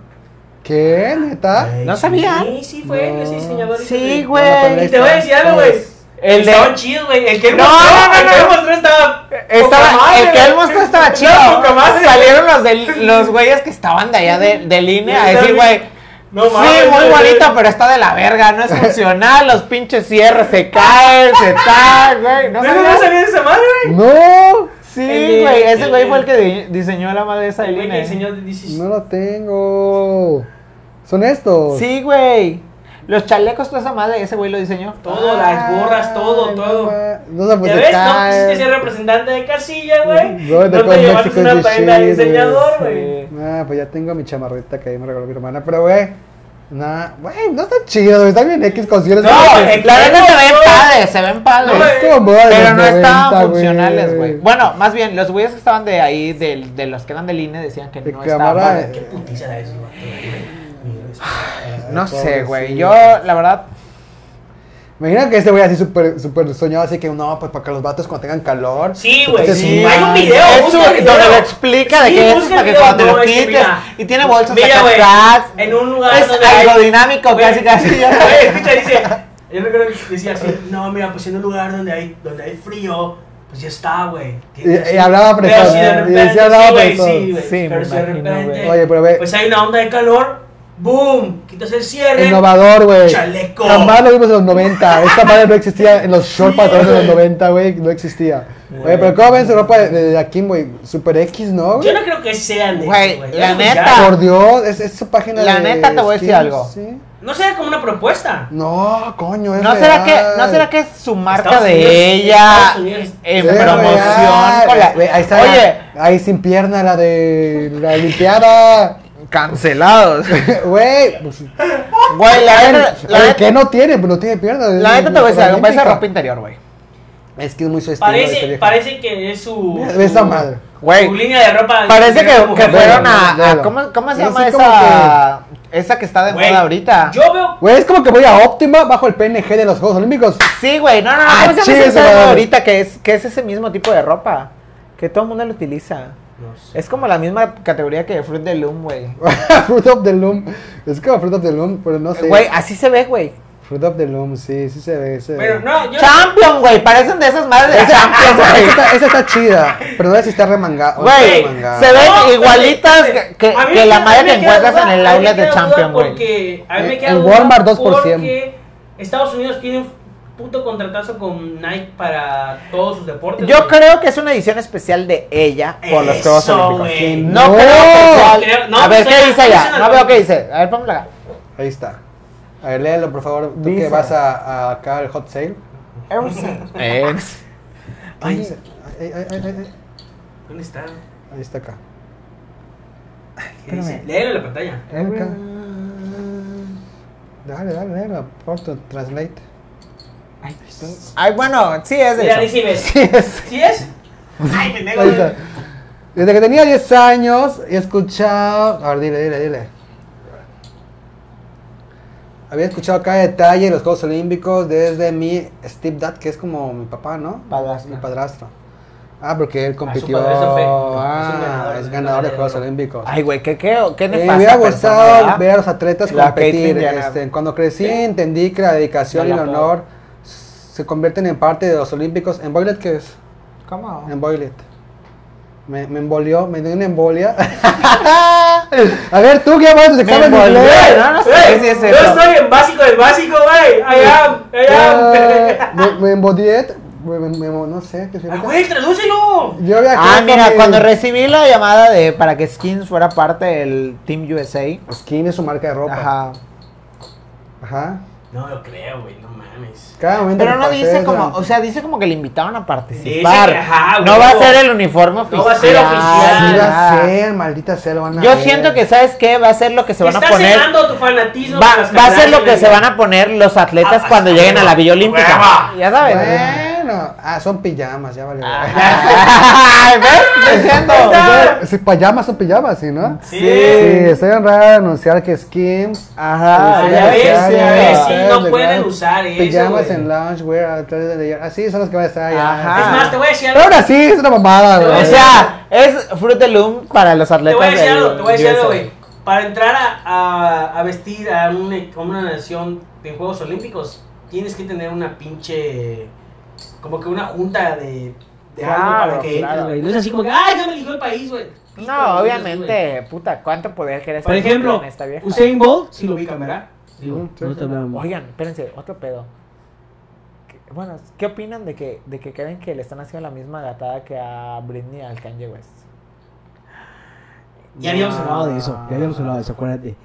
[SPEAKER 2] ¿Qué? ¿Neta?
[SPEAKER 3] No sabía.
[SPEAKER 4] Sí, sí, fue
[SPEAKER 2] No.
[SPEAKER 4] ese diseñador.
[SPEAKER 3] Sí,
[SPEAKER 4] hizo-
[SPEAKER 3] güey.
[SPEAKER 4] Y te voy a decir algo, güey.
[SPEAKER 2] pues.
[SPEAKER 3] El de-
[SPEAKER 4] Estaban chidos, güey. El que él
[SPEAKER 3] No,
[SPEAKER 4] mostró,
[SPEAKER 3] no, no,
[SPEAKER 4] el que él
[SPEAKER 3] no.
[SPEAKER 4] mostró estaba. poca
[SPEAKER 3] Estaba,
[SPEAKER 4] madre,
[SPEAKER 3] el que
[SPEAKER 4] güey.
[SPEAKER 3] él mostró estaba chido.
[SPEAKER 4] No, poca madre.
[SPEAKER 3] Salieron los del- los güeyes que estaban de allá de- del INE a decir, güey.
[SPEAKER 4] No mames.
[SPEAKER 3] sí, muy
[SPEAKER 4] güey.
[SPEAKER 3] bonito, pero está de la verga, no es funcional, los pinches cierres se caen, se tal, güey. No
[SPEAKER 4] No, no, no
[SPEAKER 3] sabía.
[SPEAKER 4] sabía de esa madre, güey.
[SPEAKER 2] ¡No!
[SPEAKER 3] Sí,
[SPEAKER 4] El de-
[SPEAKER 3] güey, ese
[SPEAKER 4] el
[SPEAKER 3] güey
[SPEAKER 4] de-
[SPEAKER 3] fue el que di- diseñó la madre esa del
[SPEAKER 4] El güey que
[SPEAKER 3] INE.
[SPEAKER 4] diseñó de DC.
[SPEAKER 2] No lo tengo. ¿Son estos?
[SPEAKER 3] Sí, güey. Los chalecos, toda esa madre, ese güey lo diseñó.
[SPEAKER 4] Todo,
[SPEAKER 3] Ah,
[SPEAKER 4] las gorras, todo,
[SPEAKER 2] Ay,
[SPEAKER 4] todo.
[SPEAKER 2] ma- No pues, se puede
[SPEAKER 4] ¿Ya ves? No Pues,
[SPEAKER 2] caer.
[SPEAKER 4] quisiste ser representante de casilla, güey.
[SPEAKER 2] No,
[SPEAKER 4] No,
[SPEAKER 2] de con
[SPEAKER 4] te llevaste
[SPEAKER 2] México
[SPEAKER 4] una
[SPEAKER 2] es de
[SPEAKER 4] prenda de
[SPEAKER 2] shit, güey.
[SPEAKER 4] diseñador, güey.
[SPEAKER 3] Sí.
[SPEAKER 2] Ah, pues ya tengo mi chamarrita que ahí me regaló mi hermana, pero güey. Nah, güey, no está chido, güey, está bien X canciones.
[SPEAKER 4] No,
[SPEAKER 2] güey.
[SPEAKER 4] eh,
[SPEAKER 3] La verdad se ven padres, se ven padres.
[SPEAKER 4] No, eh,
[SPEAKER 2] es como moda de
[SPEAKER 3] pero
[SPEAKER 2] los
[SPEAKER 3] no
[SPEAKER 2] 90,
[SPEAKER 3] estaban funcionales, güey. Bueno, más bien, los güeyes que estaban de ahí, del- de, los que eran del INE, decían que
[SPEAKER 2] De
[SPEAKER 3] no estaban.
[SPEAKER 2] cámara, eh,
[SPEAKER 3] padres.
[SPEAKER 4] Qué putiza da eso, güey.
[SPEAKER 3] No sé,
[SPEAKER 2] pobrecillo.
[SPEAKER 3] güey. Yo, la verdad,
[SPEAKER 2] Imagina que este güey así súper super soñado, así que no, pues para que los vatos cuando tengan calor.
[SPEAKER 4] Sí, güey.
[SPEAKER 2] se
[SPEAKER 4] sí,
[SPEAKER 2] suban.
[SPEAKER 4] Hay un video.
[SPEAKER 5] Es
[SPEAKER 4] busca
[SPEAKER 5] un-
[SPEAKER 4] el
[SPEAKER 5] donde
[SPEAKER 4] video.
[SPEAKER 5] lo explica de
[SPEAKER 4] Sí,
[SPEAKER 5] que es
[SPEAKER 4] busca
[SPEAKER 5] para
[SPEAKER 4] el
[SPEAKER 5] que
[SPEAKER 4] video,
[SPEAKER 5] cuando te
[SPEAKER 4] no,
[SPEAKER 5] lo
[SPEAKER 4] es que
[SPEAKER 5] quites.
[SPEAKER 4] mira.
[SPEAKER 5] y tiene bolsas
[SPEAKER 4] Mira,
[SPEAKER 5] acá
[SPEAKER 4] güey,
[SPEAKER 5] atrás.
[SPEAKER 4] en un lugar
[SPEAKER 5] Es
[SPEAKER 4] donde hay-
[SPEAKER 5] aerodinámico,
[SPEAKER 4] Güey,
[SPEAKER 5] casi, casi. ya sabes.
[SPEAKER 4] Güey, escucha, dice. Yo recuerdo que decía así, no, mira, pues en un lugar donde hay, donde hay frío, pues ya está, güey.
[SPEAKER 2] Y- y hablaba
[SPEAKER 4] Pero
[SPEAKER 2] prestado,
[SPEAKER 4] si de
[SPEAKER 2] ¿no? Y
[SPEAKER 4] repente,
[SPEAKER 2] decía, hablaba
[SPEAKER 4] sí, güey,
[SPEAKER 2] prestado.
[SPEAKER 4] sí, güey.
[SPEAKER 3] Sí, me
[SPEAKER 4] pero si de
[SPEAKER 3] imagino, güey.
[SPEAKER 4] repente,
[SPEAKER 2] Oye, pero ve-
[SPEAKER 4] pues hay una onda de calor, boom, quitas el cierre.
[SPEAKER 2] Innovador, güey.
[SPEAKER 4] Chaleco.
[SPEAKER 2] Jamás lo vimos en los 90. Esta madre no existía en los short
[SPEAKER 4] Sí,
[SPEAKER 2] pantalones de los
[SPEAKER 4] güey.
[SPEAKER 2] 90, güey. No existía. Güey, pero ¿cómo ven su ropa de, de aquí, güey? Super X, ¿no? güey?
[SPEAKER 4] Yo no creo que sean de
[SPEAKER 3] Güey,
[SPEAKER 4] eso, güey.
[SPEAKER 3] la
[SPEAKER 4] Eso
[SPEAKER 3] neta.
[SPEAKER 4] ya-
[SPEAKER 2] Por Dios, es, es su página
[SPEAKER 3] Ah. La
[SPEAKER 2] de
[SPEAKER 3] neta, te voy a decir
[SPEAKER 2] skins,
[SPEAKER 3] algo.
[SPEAKER 2] ¿sí?
[SPEAKER 4] No sea como una propuesta.
[SPEAKER 2] No, coño, es
[SPEAKER 3] ¿No
[SPEAKER 2] real.
[SPEAKER 3] será, que, ¿No será que su marca
[SPEAKER 4] Estados
[SPEAKER 3] de
[SPEAKER 4] Unidos,
[SPEAKER 3] ella
[SPEAKER 4] Estados Unidos.
[SPEAKER 3] en
[SPEAKER 2] Es
[SPEAKER 3] promoción?
[SPEAKER 2] real,
[SPEAKER 3] con la-
[SPEAKER 2] güey, ahí está.
[SPEAKER 3] Oye,
[SPEAKER 2] Ahí sin pierna la de la Olimpiada.
[SPEAKER 3] cancelados.
[SPEAKER 2] Güey, pues,
[SPEAKER 3] Güey, la neta, la
[SPEAKER 2] ¿el
[SPEAKER 3] neta-
[SPEAKER 2] que no tiene? Pues no tiene pierna.
[SPEAKER 3] la neta te voy a decir algo, parece
[SPEAKER 2] Olímpica.
[SPEAKER 3] ropa interior, güey.
[SPEAKER 2] Es que es muy su estilo. ese
[SPEAKER 4] Parece,
[SPEAKER 2] este viejo.
[SPEAKER 4] parece que es su.
[SPEAKER 2] Ve esa madre.
[SPEAKER 4] Su,
[SPEAKER 3] Güey,
[SPEAKER 4] su línea de ropa.
[SPEAKER 3] Parece que,
[SPEAKER 4] Como
[SPEAKER 3] que
[SPEAKER 4] mujer.
[SPEAKER 3] fueron a,
[SPEAKER 2] Velo, velo.
[SPEAKER 3] a- ¿cómo, cómo se
[SPEAKER 2] Yo
[SPEAKER 3] llama
[SPEAKER 2] sí como
[SPEAKER 3] esa esa que está de
[SPEAKER 4] Güey,
[SPEAKER 3] moda ahorita?
[SPEAKER 4] Yo veo.
[SPEAKER 2] Güey, es como que voy a Optima bajo el PNG de los Juegos Olímpicos.
[SPEAKER 3] Sí, güey, no, no, no,
[SPEAKER 2] Ah,
[SPEAKER 3] ¿cómo se llama
[SPEAKER 2] chingue
[SPEAKER 3] esa
[SPEAKER 2] su
[SPEAKER 3] que está de moda
[SPEAKER 2] madre.
[SPEAKER 3] ahorita que es que es ese mismo tipo de ropa que todo el mundo lo utiliza?
[SPEAKER 4] No sé.
[SPEAKER 3] Es como la misma categoría que Fruit de Loom, güey.
[SPEAKER 2] Fruit of the Loom. Es como Fruit of the Loom, pero no sé.
[SPEAKER 3] Güey, así se ve, güey.
[SPEAKER 2] Fruit of the Loom, sí, sí se ve. Se ve.
[SPEAKER 4] Pero no, yo.
[SPEAKER 3] Champion, güey, parecen de esas madres de Champion,
[SPEAKER 2] Esa,
[SPEAKER 3] güey.
[SPEAKER 2] esa está, esa está chida, pero no sé si está remangada.
[SPEAKER 3] Güey, se ven
[SPEAKER 4] No,
[SPEAKER 3] igualitas
[SPEAKER 4] espérate,
[SPEAKER 3] que,
[SPEAKER 4] a mí
[SPEAKER 3] que
[SPEAKER 4] me
[SPEAKER 3] la
[SPEAKER 4] queda- a
[SPEAKER 3] madre
[SPEAKER 4] mí me
[SPEAKER 3] que
[SPEAKER 4] queda
[SPEAKER 3] encuentras en
[SPEAKER 4] duda,
[SPEAKER 3] el
[SPEAKER 4] a mí
[SPEAKER 3] aula
[SPEAKER 4] me
[SPEAKER 3] de
[SPEAKER 4] queda
[SPEAKER 3] Champion,
[SPEAKER 4] duda
[SPEAKER 3] güey.
[SPEAKER 4] Porque a mí me
[SPEAKER 2] En-
[SPEAKER 4] queda
[SPEAKER 2] en
[SPEAKER 4] duda
[SPEAKER 2] Eh, Walmart, dos por cien.
[SPEAKER 4] porque Estados Unidos tiene un puto contratazo con Nike para todos sus deportes.
[SPEAKER 3] Yo
[SPEAKER 4] güey.
[SPEAKER 3] creo que es una edición especial de ella por los
[SPEAKER 4] Eso,
[SPEAKER 3] Juegos Olímpicos.
[SPEAKER 4] güey.
[SPEAKER 2] Que
[SPEAKER 3] No,
[SPEAKER 2] No.
[SPEAKER 3] creo que sea-
[SPEAKER 4] Creo- no,
[SPEAKER 3] a ver,
[SPEAKER 4] suena-
[SPEAKER 3] ¿qué dice
[SPEAKER 4] suena
[SPEAKER 3] allá? No veo
[SPEAKER 4] lógico.
[SPEAKER 3] qué dice. A ver, pónmela acá.
[SPEAKER 2] Ahí está. A ver, léelo, por favor. Tú que
[SPEAKER 3] Dice.
[SPEAKER 2] vas a, a acá al hot sale. Ahí,
[SPEAKER 3] Ay,
[SPEAKER 2] dice- ahí, ahí, ahí, ahí,
[SPEAKER 4] ¿Dónde está?
[SPEAKER 2] ahí está acá.
[SPEAKER 4] ¿Qué dice?
[SPEAKER 3] Espérame.
[SPEAKER 4] Léelo en la pantalla.
[SPEAKER 2] acá. Dale, dale, léelo. Por tu translate.
[SPEAKER 3] Ay, bueno, sí es
[SPEAKER 4] Mira, ahí
[SPEAKER 3] de eso.
[SPEAKER 4] sí ves.
[SPEAKER 2] Sí, es.
[SPEAKER 4] ¿Sí es? Ay, me
[SPEAKER 2] Ahí está.
[SPEAKER 4] niego.
[SPEAKER 2] Desde que tenía 10 años he escuchado. A ver, dile, dile, dile. Había escuchado cada detalle de los Juegos Olímpicos desde mi Steve Dad, que es como mi papá, ¿no?
[SPEAKER 3] Padrastro.
[SPEAKER 2] Mi padrastro. Ah, porque él compitió.
[SPEAKER 4] padrastro fue-
[SPEAKER 2] Ah,
[SPEAKER 4] es
[SPEAKER 2] es
[SPEAKER 4] un ganador, es
[SPEAKER 2] ganador de
[SPEAKER 4] ganador de
[SPEAKER 2] Juegos
[SPEAKER 4] oro.
[SPEAKER 2] Olímpicos.
[SPEAKER 3] Ay, güey, qué, qué, qué
[SPEAKER 2] Eh,
[SPEAKER 3] nefasta
[SPEAKER 2] me hubiera
[SPEAKER 3] persona,
[SPEAKER 2] gustado
[SPEAKER 3] ¿verdad?
[SPEAKER 2] ver a los atletas
[SPEAKER 3] La
[SPEAKER 2] competir.
[SPEAKER 3] Caitlyn Jenner.
[SPEAKER 2] este, cuando crecí entendí que la dedicación y el
[SPEAKER 3] Me la puedo.
[SPEAKER 2] honor se convierten en parte de los olímpicos. ¿En Boilet qué es?
[SPEAKER 3] ¿Cómo?
[SPEAKER 2] En Boilet. Me, me embolió, me dio una embolia. a ver, tú qué vas a
[SPEAKER 3] Me
[SPEAKER 2] examen de
[SPEAKER 3] envolvió,
[SPEAKER 2] inglés.
[SPEAKER 3] No, no sé
[SPEAKER 4] Güey,
[SPEAKER 3] si es
[SPEAKER 4] yo
[SPEAKER 3] eso.
[SPEAKER 4] estoy en básico del básico, güey. I am, I
[SPEAKER 2] Eh,
[SPEAKER 4] am.
[SPEAKER 2] me, me embodié, me- me- me- no sé qué
[SPEAKER 4] Ah,
[SPEAKER 2] significa.
[SPEAKER 4] güey, tradúcelo.
[SPEAKER 2] Yo viajé
[SPEAKER 3] Ah,
[SPEAKER 2] con
[SPEAKER 3] mira,
[SPEAKER 2] mi-
[SPEAKER 3] cuando recibí la llamada de para que Skins fuera parte del Team USA.
[SPEAKER 2] Skin es su marca de ropa. Ajá.
[SPEAKER 3] Ajá.
[SPEAKER 4] No lo creo, güey, no mames.
[SPEAKER 2] Cada momento
[SPEAKER 3] Pero
[SPEAKER 2] que
[SPEAKER 3] no
[SPEAKER 2] pasé
[SPEAKER 3] dice
[SPEAKER 2] durante-
[SPEAKER 3] como, o sea, dice como que le invitaron a
[SPEAKER 4] Dice
[SPEAKER 3] participar.
[SPEAKER 4] que, ajá,
[SPEAKER 3] no va a
[SPEAKER 4] huevo.
[SPEAKER 3] ser el uniforme oficial.
[SPEAKER 4] No va a ser oficial.
[SPEAKER 2] Sí va a
[SPEAKER 3] ajá.
[SPEAKER 2] ser, maldita sea, lo van a
[SPEAKER 3] Yo
[SPEAKER 2] ver.
[SPEAKER 3] siento que, ¿sabes qué? Va a ser lo que se van a
[SPEAKER 4] Estás
[SPEAKER 3] poner.
[SPEAKER 4] cenando tu fanatismo.
[SPEAKER 3] Va,
[SPEAKER 4] con las
[SPEAKER 3] va a ser
[SPEAKER 4] catalanas,
[SPEAKER 3] lo que se
[SPEAKER 4] güey.
[SPEAKER 3] van a poner los atletas
[SPEAKER 4] Ah,
[SPEAKER 3] cuando
[SPEAKER 4] ah,
[SPEAKER 3] lleguen a la Villa
[SPEAKER 4] hueva.
[SPEAKER 3] Olímpica. Ya sabes.
[SPEAKER 2] Bueno, ah, son pijamas, ya vale.
[SPEAKER 4] Ah.
[SPEAKER 3] Ay, ¿Ves? Estoy diciendo.
[SPEAKER 2] Si pijamas son pijamas, ¿sí, no?
[SPEAKER 4] Sí.
[SPEAKER 2] Sí, estoy honrado de anunciar que Skims.
[SPEAKER 3] Ajá.
[SPEAKER 4] Ah,
[SPEAKER 2] Sí,
[SPEAKER 4] ya
[SPEAKER 2] sí,
[SPEAKER 4] ves, ya
[SPEAKER 2] sí,
[SPEAKER 4] ves,
[SPEAKER 2] sí,
[SPEAKER 4] sí, no
[SPEAKER 2] de
[SPEAKER 4] pueden
[SPEAKER 2] verdad.
[SPEAKER 4] usar eso,
[SPEAKER 2] Pijamas
[SPEAKER 4] güey.
[SPEAKER 2] en loungewear, atletas de ayer. Así son los que van a estar
[SPEAKER 3] Ajá.
[SPEAKER 2] allá.
[SPEAKER 4] Es más, te voy a decir
[SPEAKER 2] Pero
[SPEAKER 4] algo.
[SPEAKER 2] aún así, es una mamada,
[SPEAKER 4] voy a
[SPEAKER 2] güey.
[SPEAKER 3] O sea, es Fruit de Loom para los
[SPEAKER 4] Te
[SPEAKER 3] atletas.
[SPEAKER 4] voy a decir
[SPEAKER 3] del
[SPEAKER 4] algo, te voy a decir algo,
[SPEAKER 3] USA.
[SPEAKER 4] güey. Para entrar a, a- a vestir a una, a una nación de Juegos Olímpicos, tienes que tener una pinche. como que una junta de. de algo
[SPEAKER 3] Claro,
[SPEAKER 4] para que.
[SPEAKER 3] claro.
[SPEAKER 4] güey. No es así como que, ¡ay, ya me eligió el país, güey!
[SPEAKER 3] No, obviamente, puta, ¿cuánto poder querés
[SPEAKER 4] Por
[SPEAKER 3] tener
[SPEAKER 4] ejemplo,
[SPEAKER 3] en esta vieja?
[SPEAKER 1] Usain Bolt,
[SPEAKER 4] Si lo ubican, ¿verdad? Digo,
[SPEAKER 2] Sí,
[SPEAKER 1] no te hablamos.
[SPEAKER 3] Oigan, espérense, otro pedo. ¿Qué- Bueno, ¿qué opinan de que, de que creen que le están haciendo la misma gatada que a Britney al Kanye West?
[SPEAKER 4] Ya habíamos
[SPEAKER 1] No,
[SPEAKER 4] hablado
[SPEAKER 1] de eso, ya habíamos hablado de eso, acuérdate.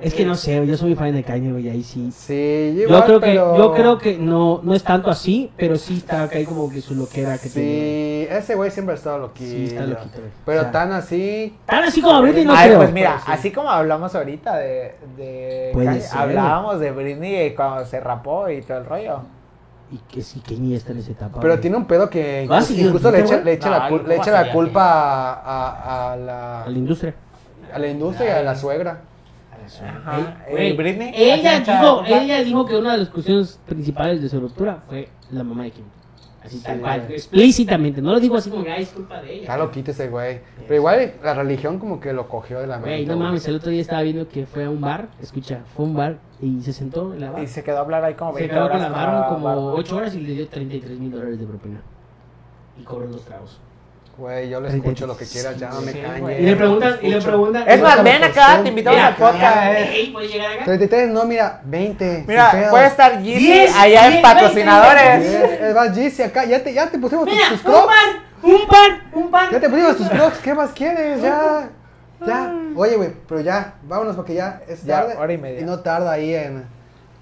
[SPEAKER 1] Es que no sé, yo soy muy fan de Kanye, güey, ahí sí.
[SPEAKER 2] Sí,
[SPEAKER 1] Yo
[SPEAKER 2] igual,
[SPEAKER 1] creo que,
[SPEAKER 2] pero-
[SPEAKER 1] yo creo que no, no es tanto así, pero sí está acá hay como que su loquera que tiene.
[SPEAKER 2] Sí, ese güey siempre ha estado loquillo.
[SPEAKER 1] Sí, está loquito, güey.
[SPEAKER 2] Pero
[SPEAKER 1] O sea,
[SPEAKER 2] tan así.
[SPEAKER 1] Tan así como Britney no
[SPEAKER 3] Ay,
[SPEAKER 1] creo.
[SPEAKER 3] pues mira,
[SPEAKER 2] sí.
[SPEAKER 3] así como hablamos ahorita de, de
[SPEAKER 1] Puede
[SPEAKER 3] Kanye,
[SPEAKER 1] ser.
[SPEAKER 3] hablábamos de Britney cuando se rapó y todo el rollo.
[SPEAKER 1] Y que sí, que ni está en esa etapa.
[SPEAKER 2] Pero
[SPEAKER 1] güey.
[SPEAKER 2] tiene un pedo que
[SPEAKER 1] Ah,
[SPEAKER 2] incluso,
[SPEAKER 1] sí,
[SPEAKER 2] incluso le
[SPEAKER 1] ¿no,
[SPEAKER 2] echa,
[SPEAKER 1] güey?
[SPEAKER 2] le echa
[SPEAKER 3] No,
[SPEAKER 2] la, cul-
[SPEAKER 3] Ah, ¿cómo
[SPEAKER 2] le echa la
[SPEAKER 3] sería que-
[SPEAKER 2] culpa a, a- a la,
[SPEAKER 1] a la industria.
[SPEAKER 2] a la industria y a la suegra.
[SPEAKER 3] A
[SPEAKER 4] Ah,
[SPEAKER 3] Ajá.
[SPEAKER 4] Güey,
[SPEAKER 3] Eh, Britney. la
[SPEAKER 4] Ella
[SPEAKER 3] chancha
[SPEAKER 4] dijo,
[SPEAKER 3] roja.
[SPEAKER 4] ella dijo que una de las cuestiones principales de su ruptura fue la mamá de Kim. Así tal cual,
[SPEAKER 2] güey.
[SPEAKER 4] explícitamente. No lo digo así como que, ay, es culpa de ella.
[SPEAKER 2] Está loquito ese güey. Pero igual la religión como que lo cogió de la mente.
[SPEAKER 4] Güey, no
[SPEAKER 2] güey.
[SPEAKER 4] mames, el otro día estaba viendo que fue a un bar, escucha, fue a un bar y se sentó en la
[SPEAKER 3] Y
[SPEAKER 4] bar.
[SPEAKER 3] se quedó a hablar ahí como
[SPEAKER 4] Se
[SPEAKER 3] 20
[SPEAKER 4] quedó
[SPEAKER 3] horas.
[SPEAKER 4] con la
[SPEAKER 3] con la
[SPEAKER 4] bar como
[SPEAKER 3] barba.
[SPEAKER 4] 8 horas y le dio 33 mil dólares de propina. Y cobró los tragos.
[SPEAKER 2] Güey, yo le escucho lo que quiera, ya no me
[SPEAKER 3] Sí,
[SPEAKER 2] cañe.
[SPEAKER 3] güey.
[SPEAKER 4] Y le preguntas, y le preguntas.
[SPEAKER 3] Es más,
[SPEAKER 2] Cuéntame
[SPEAKER 3] ven
[SPEAKER 2] tu
[SPEAKER 3] acá,
[SPEAKER 2] opción.
[SPEAKER 3] te invitamos
[SPEAKER 4] Mira,
[SPEAKER 3] al podcast. eh.
[SPEAKER 4] Ey, ¿puedes llegar acá?
[SPEAKER 2] 33, no, mira, 20.
[SPEAKER 3] Mira,
[SPEAKER 2] sin pedos.
[SPEAKER 3] puede estar Yeezy
[SPEAKER 4] Diez,
[SPEAKER 3] allá
[SPEAKER 4] diez,
[SPEAKER 3] en patrocinadores.
[SPEAKER 2] Bien, eh, Va Jesse acá, ya te, ya te pusimos tus,
[SPEAKER 4] Mira,
[SPEAKER 2] tus
[SPEAKER 4] un
[SPEAKER 2] crocs.
[SPEAKER 4] pan, un pan, un pan.
[SPEAKER 2] Ya te pusimos tus crocs, ¿qué más quieres? Ya, ya. Oye, güey, pero ya, vámonos porque ya es
[SPEAKER 3] Ya,
[SPEAKER 2] tarde.
[SPEAKER 3] hora y media.
[SPEAKER 2] no tarda ahí en...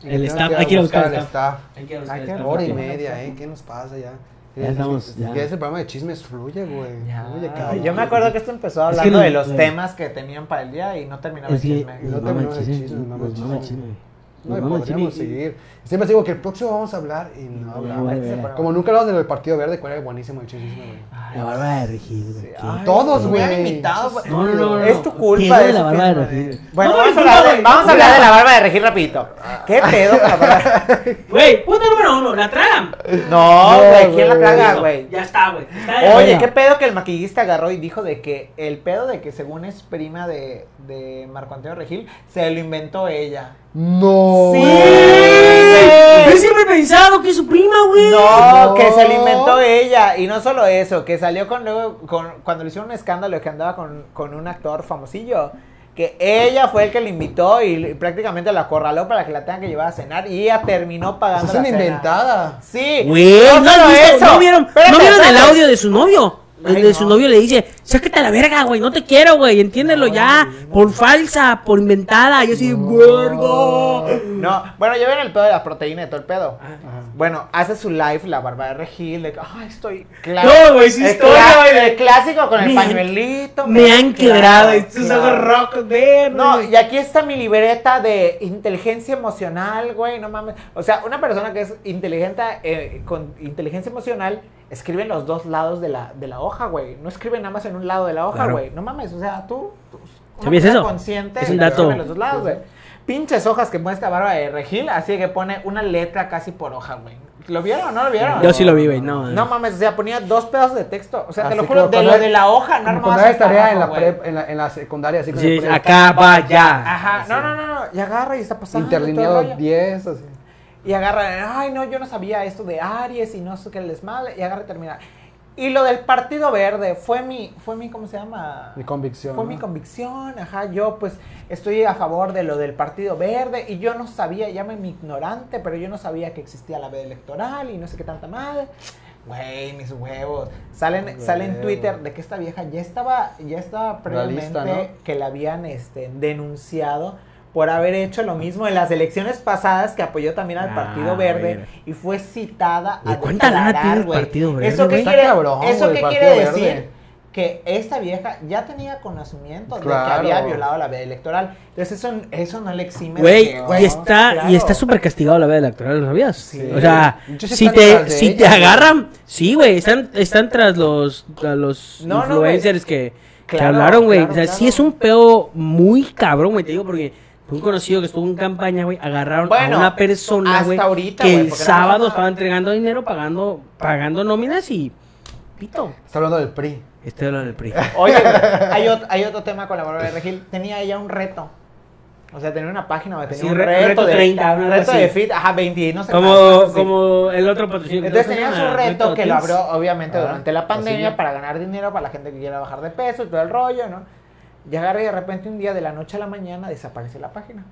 [SPEAKER 2] en
[SPEAKER 1] El
[SPEAKER 2] que
[SPEAKER 1] staff,
[SPEAKER 2] tengo
[SPEAKER 1] hay que ir a buscar
[SPEAKER 2] el
[SPEAKER 1] el
[SPEAKER 2] staff.
[SPEAKER 4] Hay que buscar
[SPEAKER 3] Ay, qué
[SPEAKER 4] esta
[SPEAKER 2] Hora y
[SPEAKER 4] foto.
[SPEAKER 2] media, ¿eh? ¿Qué nos pasa ya?
[SPEAKER 1] Ya estamos, ya.
[SPEAKER 2] ese programa de chismes fluye, güey. Fluye,
[SPEAKER 3] Ya,
[SPEAKER 2] cabrón.
[SPEAKER 3] Yo me acuerdo que esto empezó
[SPEAKER 1] Es que
[SPEAKER 3] hablando
[SPEAKER 1] no-
[SPEAKER 3] de los
[SPEAKER 1] eh.
[SPEAKER 3] temas que tenían para el día y no terminaba el
[SPEAKER 1] Es que
[SPEAKER 3] chisme.
[SPEAKER 2] Pues no
[SPEAKER 1] nos
[SPEAKER 2] terminó
[SPEAKER 1] mama
[SPEAKER 2] el
[SPEAKER 1] el chisme,
[SPEAKER 2] chisme,
[SPEAKER 1] nos
[SPEAKER 2] mama el
[SPEAKER 1] mama el
[SPEAKER 2] chisme.
[SPEAKER 1] chisme.
[SPEAKER 2] No,
[SPEAKER 1] Nos
[SPEAKER 2] y
[SPEAKER 1] mama el
[SPEAKER 2] podríamos
[SPEAKER 1] chisme y-
[SPEAKER 2] seguir. Siempre digo que el próximo vamos a hablar y no hablamos. Como nunca hablamos del Partido Verde, cuál era buenísimo el chisme, güey.
[SPEAKER 1] La barba de Regil, güey. ¿Qué?
[SPEAKER 3] Ay,
[SPEAKER 2] Todos,
[SPEAKER 3] me han
[SPEAKER 2] güey.
[SPEAKER 3] invitado, güey.
[SPEAKER 4] No, no, no, no.
[SPEAKER 3] Es tu
[SPEAKER 1] ¿Qué
[SPEAKER 3] culpa.
[SPEAKER 1] era
[SPEAKER 3] de
[SPEAKER 1] la
[SPEAKER 3] ese
[SPEAKER 1] barba de
[SPEAKER 3] tema,
[SPEAKER 1] Regil?
[SPEAKER 3] güey. Bueno,
[SPEAKER 4] No,
[SPEAKER 3] vamos, a
[SPEAKER 4] no,
[SPEAKER 3] hablar de,
[SPEAKER 4] güey.
[SPEAKER 3] vamos a hablar de la barba de Regil rapidito. ¿Qué pedo con la barba?
[SPEAKER 4] Güey, punto número uno, la tragan.
[SPEAKER 3] No,
[SPEAKER 2] No,
[SPEAKER 3] güey, ¿quién la
[SPEAKER 2] güey.
[SPEAKER 3] caga, güey?
[SPEAKER 4] Ya está, güey. Está de-
[SPEAKER 3] Oye,
[SPEAKER 1] Mira.
[SPEAKER 3] ¿qué pedo que el maquillista agarró y dijo de que el pedo de que según es prima de, de Marco Antonio Regil, se lo inventó ella?
[SPEAKER 2] No.
[SPEAKER 3] Sí,
[SPEAKER 4] Yo
[SPEAKER 3] güey.
[SPEAKER 4] siempre he pensado que es su prima, güey.
[SPEAKER 3] No,
[SPEAKER 2] No.
[SPEAKER 3] que se lo inventó ella. Y no solo eso, que salió con luego, con, cuando le hicieron un escándalo que andaba con, con un actor famosillo. Que ella fue el que le invitó y le- prácticamente la acorraló para que la tengan que llevar a cenar. Y ella terminó pagando.
[SPEAKER 2] Es
[SPEAKER 3] la
[SPEAKER 2] una
[SPEAKER 3] cena.
[SPEAKER 2] inventada.
[SPEAKER 3] Sí,
[SPEAKER 1] Güey,
[SPEAKER 3] no solo
[SPEAKER 1] has visto?
[SPEAKER 3] eso.
[SPEAKER 1] ¿No vieron,
[SPEAKER 3] Espérate,
[SPEAKER 1] ¿no vieron el
[SPEAKER 3] espérate.
[SPEAKER 1] audio de su novio? El
[SPEAKER 3] Ay,
[SPEAKER 1] de
[SPEAKER 3] no.
[SPEAKER 1] su novio le dice, sácate a la verga, güey, no te quiero, güey, entiéndelo ya, por falsa, por inventada, yo soy vergo.
[SPEAKER 3] No, bueno, ya ven el pedo de la proteína y todo el pedo.
[SPEAKER 1] Ah.
[SPEAKER 2] Ajá.
[SPEAKER 3] Bueno, hace su live la barba de Regil, de que, ay, estoy claro.
[SPEAKER 1] No, güey, sí
[SPEAKER 3] el,
[SPEAKER 1] estoy,
[SPEAKER 3] cla-
[SPEAKER 1] güey.
[SPEAKER 3] el clásico con el
[SPEAKER 1] Me han-
[SPEAKER 3] pañuelito.
[SPEAKER 1] Me han quebrado,
[SPEAKER 3] claro,
[SPEAKER 1] estos
[SPEAKER 3] claro.
[SPEAKER 1] ojos rojos, verdes.
[SPEAKER 3] No, y aquí está mi libreta de inteligencia emocional, güey, no mames. O sea, una persona que es inteligente, eh, con inteligencia emocional, escribe en los dos lados de la, de la hoja, güey. No escribe nada más en un lado de la hoja,
[SPEAKER 1] Claro.
[SPEAKER 3] güey. No mames, o sea, tú... tú- una
[SPEAKER 1] ¿Sabías
[SPEAKER 3] persona
[SPEAKER 1] eso?
[SPEAKER 3] Consciente
[SPEAKER 1] Es un
[SPEAKER 3] escribe
[SPEAKER 1] dato.
[SPEAKER 3] En los dos lados, güey. Pinches hojas que pone esta barba de regil, así que pone una letra casi por hoja, güey. ¿Lo vieron o no lo vieron?
[SPEAKER 1] Yo sí lo vi, güey, no.
[SPEAKER 3] No mames, o sea, ponía dos pedazos de texto. O sea, te
[SPEAKER 2] Así
[SPEAKER 3] lo juro,
[SPEAKER 2] como
[SPEAKER 3] de
[SPEAKER 2] cuando
[SPEAKER 3] lo
[SPEAKER 2] hay-
[SPEAKER 3] de la hoja, no
[SPEAKER 2] Como
[SPEAKER 3] armabas
[SPEAKER 2] cuando haces
[SPEAKER 3] hasta
[SPEAKER 2] tarea
[SPEAKER 3] abajo,
[SPEAKER 2] en la,
[SPEAKER 3] güey.
[SPEAKER 2] prep, en, la, en la se- secundaria, así que le
[SPEAKER 1] Sí,
[SPEAKER 2] pones
[SPEAKER 1] acá va ya.
[SPEAKER 3] Ajá, no, no, no, no, y agarra y está pasando. todo el
[SPEAKER 2] Ah, interlineado
[SPEAKER 3] rollo.
[SPEAKER 2] 10, así.
[SPEAKER 3] Y agarra, ay, no, yo no sabía esto de Aries y no sé qué les mal. Y agarra y termina. Y lo del Partido Verde fue mi, fue mi, ¿cómo se llama?
[SPEAKER 2] Mi convicción.
[SPEAKER 3] Fue
[SPEAKER 2] ¿no?
[SPEAKER 3] mi convicción, ajá, yo pues estoy a favor de lo del Partido Verde y yo no sabía, llámeme ignorante, pero yo no sabía que existía la veda electoral y no sé qué tanta madre. Güey, mis huevos. Salen,
[SPEAKER 2] Güey.
[SPEAKER 3] sale en Twitter de que esta vieja ya estaba, ya estaba
[SPEAKER 2] La
[SPEAKER 3] previamente
[SPEAKER 2] lista,
[SPEAKER 3] que la habían este, denunciado por haber hecho lo mismo en las elecciones pasadas que apoyó también al
[SPEAKER 1] Ah,
[SPEAKER 3] Partido Verde
[SPEAKER 1] mira.
[SPEAKER 3] y fue citada
[SPEAKER 1] Güey,
[SPEAKER 3] a
[SPEAKER 1] ¿cuánta lana
[SPEAKER 3] declarar,
[SPEAKER 1] tiene el
[SPEAKER 3] güey.
[SPEAKER 1] Partido Verde,
[SPEAKER 3] ¿Eso qué
[SPEAKER 1] güey?
[SPEAKER 2] Está
[SPEAKER 3] quiere,
[SPEAKER 2] cabrón,
[SPEAKER 3] eso
[SPEAKER 2] güey,
[SPEAKER 3] qué
[SPEAKER 2] el
[SPEAKER 3] quiere
[SPEAKER 2] Partido
[SPEAKER 3] decir?
[SPEAKER 2] Verde.
[SPEAKER 3] que esta vieja ya tenía conocimiento de
[SPEAKER 2] Claro.
[SPEAKER 3] que había violado la ley electoral. Entonces eso, eso no le exime. de
[SPEAKER 1] Güey, y
[SPEAKER 3] que, no,
[SPEAKER 1] está,
[SPEAKER 3] claro.
[SPEAKER 1] y está súper castigado la veda electoral, ¿lo sabías?
[SPEAKER 3] Sí.
[SPEAKER 1] O sea,
[SPEAKER 2] Muchos
[SPEAKER 1] si
[SPEAKER 2] están
[SPEAKER 1] te,
[SPEAKER 2] tras de
[SPEAKER 1] si
[SPEAKER 2] ella,
[SPEAKER 1] te
[SPEAKER 2] güey.
[SPEAKER 1] agarran, sí, güey, están, están tras los, tras los
[SPEAKER 3] No, no,
[SPEAKER 1] influencers que, que
[SPEAKER 3] Claro,
[SPEAKER 1] hablaron, güey.
[SPEAKER 3] claro,
[SPEAKER 1] o sea, sí
[SPEAKER 3] claro.
[SPEAKER 1] es un peo muy cabrón, güey, te digo, porque fue un conocido que estuvo en campaña, güey, agarraron
[SPEAKER 3] Bueno,
[SPEAKER 1] a una persona,
[SPEAKER 3] hasta
[SPEAKER 1] güey,
[SPEAKER 3] ahorita,
[SPEAKER 1] que
[SPEAKER 3] güey,
[SPEAKER 1] el
[SPEAKER 3] porque no
[SPEAKER 1] sábado
[SPEAKER 3] pasa nada.
[SPEAKER 1] estaba entregando dinero, pagando, pagando nóminas y pito.
[SPEAKER 2] Está hablando del PRI.
[SPEAKER 1] Este era el PRI.
[SPEAKER 3] Oye, güey, hay, ot- hay otro tema con la Bárbara de Regil. Tenía ella un reto. O sea, tenía una página donde tenía
[SPEAKER 1] Sí,
[SPEAKER 3] un
[SPEAKER 1] re-
[SPEAKER 3] reto,
[SPEAKER 1] reto
[SPEAKER 3] de
[SPEAKER 1] 30, una
[SPEAKER 3] reto
[SPEAKER 1] cosa
[SPEAKER 3] de
[SPEAKER 1] así.
[SPEAKER 3] fit, ajá, 20, no sé cuántos,
[SPEAKER 1] Como,
[SPEAKER 3] sí.
[SPEAKER 1] como el otro patrocinio.
[SPEAKER 3] Entonces tenía su reto que lo
[SPEAKER 1] Teams.
[SPEAKER 3] abrió obviamente
[SPEAKER 2] Ah,
[SPEAKER 3] durante la pandemia
[SPEAKER 2] así.
[SPEAKER 3] para ganar dinero para la gente que quiera bajar de peso y todo el rollo, ¿no? Y agarra y de repente un día de la noche a la mañana desaparece la página.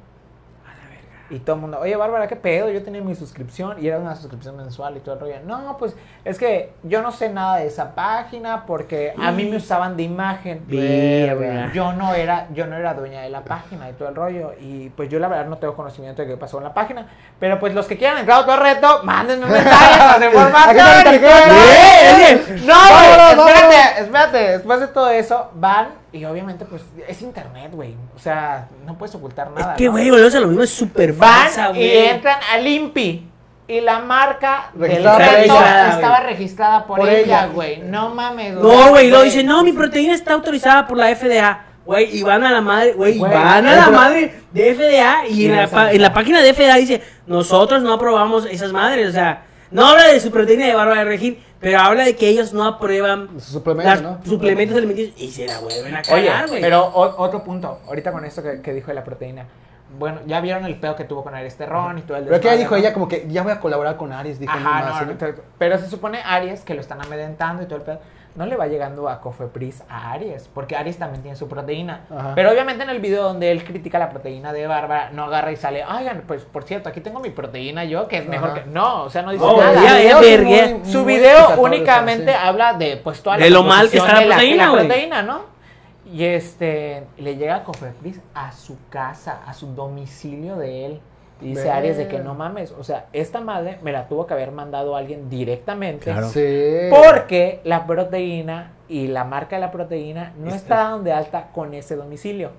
[SPEAKER 3] Y todo el mundo, oye Bárbara, ¿qué pedo? Yo tenía mi suscripción y era una suscripción mensual y todo el rollo. No, pues es que yo no sé nada de esa página porque a mí me usaban de imagen.
[SPEAKER 1] Verga.
[SPEAKER 3] Yo no era, yo no era dueña de la página y todo el rollo. Y pues yo la verdad no tengo conocimiento de qué pasó en la página. Pero pues los que quieran entrar a otro reto, mándenme un mensaje para
[SPEAKER 2] Aquí
[SPEAKER 3] hacer
[SPEAKER 2] está mi
[SPEAKER 3] información. y todo
[SPEAKER 2] tarjeta.
[SPEAKER 3] el rollo. No,
[SPEAKER 2] Vámonos,
[SPEAKER 3] güey,
[SPEAKER 2] vámonos.
[SPEAKER 3] espérate, espérate. Después de todo eso, van y obviamente pues es internet, güey. O sea, no puedes ocultar
[SPEAKER 1] Es
[SPEAKER 3] nada.
[SPEAKER 1] que,
[SPEAKER 3] ¿no?
[SPEAKER 1] güey, volvemos a lo mismo, es súper
[SPEAKER 3] Van eh,
[SPEAKER 1] falsa,
[SPEAKER 3] y
[SPEAKER 1] güey.
[SPEAKER 3] entran al IMPI. Y la marca del
[SPEAKER 2] Registrada
[SPEAKER 1] por
[SPEAKER 3] reto
[SPEAKER 1] ella,
[SPEAKER 3] estaba
[SPEAKER 1] güey.
[SPEAKER 3] registrada por,
[SPEAKER 2] Por
[SPEAKER 3] ella,
[SPEAKER 2] ella.
[SPEAKER 3] güey. No mames,
[SPEAKER 1] No, güey, lo dice, no, mi proteína está autorizada por la FDA. Güey, y van a la madre, güey,
[SPEAKER 3] Güey,
[SPEAKER 1] van a
[SPEAKER 3] es
[SPEAKER 1] la
[SPEAKER 3] lo-
[SPEAKER 1] madre de FDA y en la, pa- en la página de FDA dice, nosotros no aprobamos esas madres, o sea, no habla de su proteína de barba de regir, pero habla de que ellos no aprueban
[SPEAKER 2] Su suplemento,
[SPEAKER 1] las-
[SPEAKER 2] ¿no?
[SPEAKER 1] suplementos alimenticios y se la vuelven a
[SPEAKER 3] Oye,
[SPEAKER 1] cagar, güey.
[SPEAKER 3] pero o- otro punto, ahorita con esto que, que dijo de la proteína. Bueno, ya vieron el pedo que tuvo con Aries Terrón y todo el
[SPEAKER 2] Pero que
[SPEAKER 3] desmadre,
[SPEAKER 2] ella dijo
[SPEAKER 3] ¿no?
[SPEAKER 2] ella como que ya voy a colaborar con Aries, dijo
[SPEAKER 3] Ajá,
[SPEAKER 2] no,
[SPEAKER 3] no,
[SPEAKER 2] así,
[SPEAKER 3] no,
[SPEAKER 2] ¿no?
[SPEAKER 3] te- pero se supone Aries que lo están amedrentando y todo el pedo. No le va llegando a Cofepris a Aries, porque Aries también tiene su proteína.
[SPEAKER 2] Ajá.
[SPEAKER 3] Pero obviamente en el video donde él critica la proteína de Bárbara, no agarra y sale, oigan, pues por cierto, aquí tengo mi proteína yo, que es mejor
[SPEAKER 2] Ajá.
[SPEAKER 3] que. No, o sea, no dice
[SPEAKER 1] No,
[SPEAKER 3] nada.
[SPEAKER 1] ya, ya,
[SPEAKER 2] es
[SPEAKER 1] vergué.
[SPEAKER 2] muy-
[SPEAKER 3] Su
[SPEAKER 2] muy
[SPEAKER 3] video
[SPEAKER 2] explicatorio,
[SPEAKER 3] únicamente
[SPEAKER 2] o sea, sí.
[SPEAKER 3] habla de pues toda la
[SPEAKER 1] De lo mal que
[SPEAKER 3] composición
[SPEAKER 1] está la
[SPEAKER 3] de
[SPEAKER 1] proteína,
[SPEAKER 3] la
[SPEAKER 1] güey.
[SPEAKER 3] proteína, ¿no? Y este le llega Cofepris a su casa, a su domicilio de él. Y dice
[SPEAKER 2] Ver.
[SPEAKER 3] Aries de que no mames, o sea, esta madre me la tuvo que haber mandado alguien directamente
[SPEAKER 5] Claro.
[SPEAKER 2] Sí.
[SPEAKER 3] porque la proteína y la marca de la proteína no
[SPEAKER 1] Este.
[SPEAKER 3] está dado de alta con ese domicilio.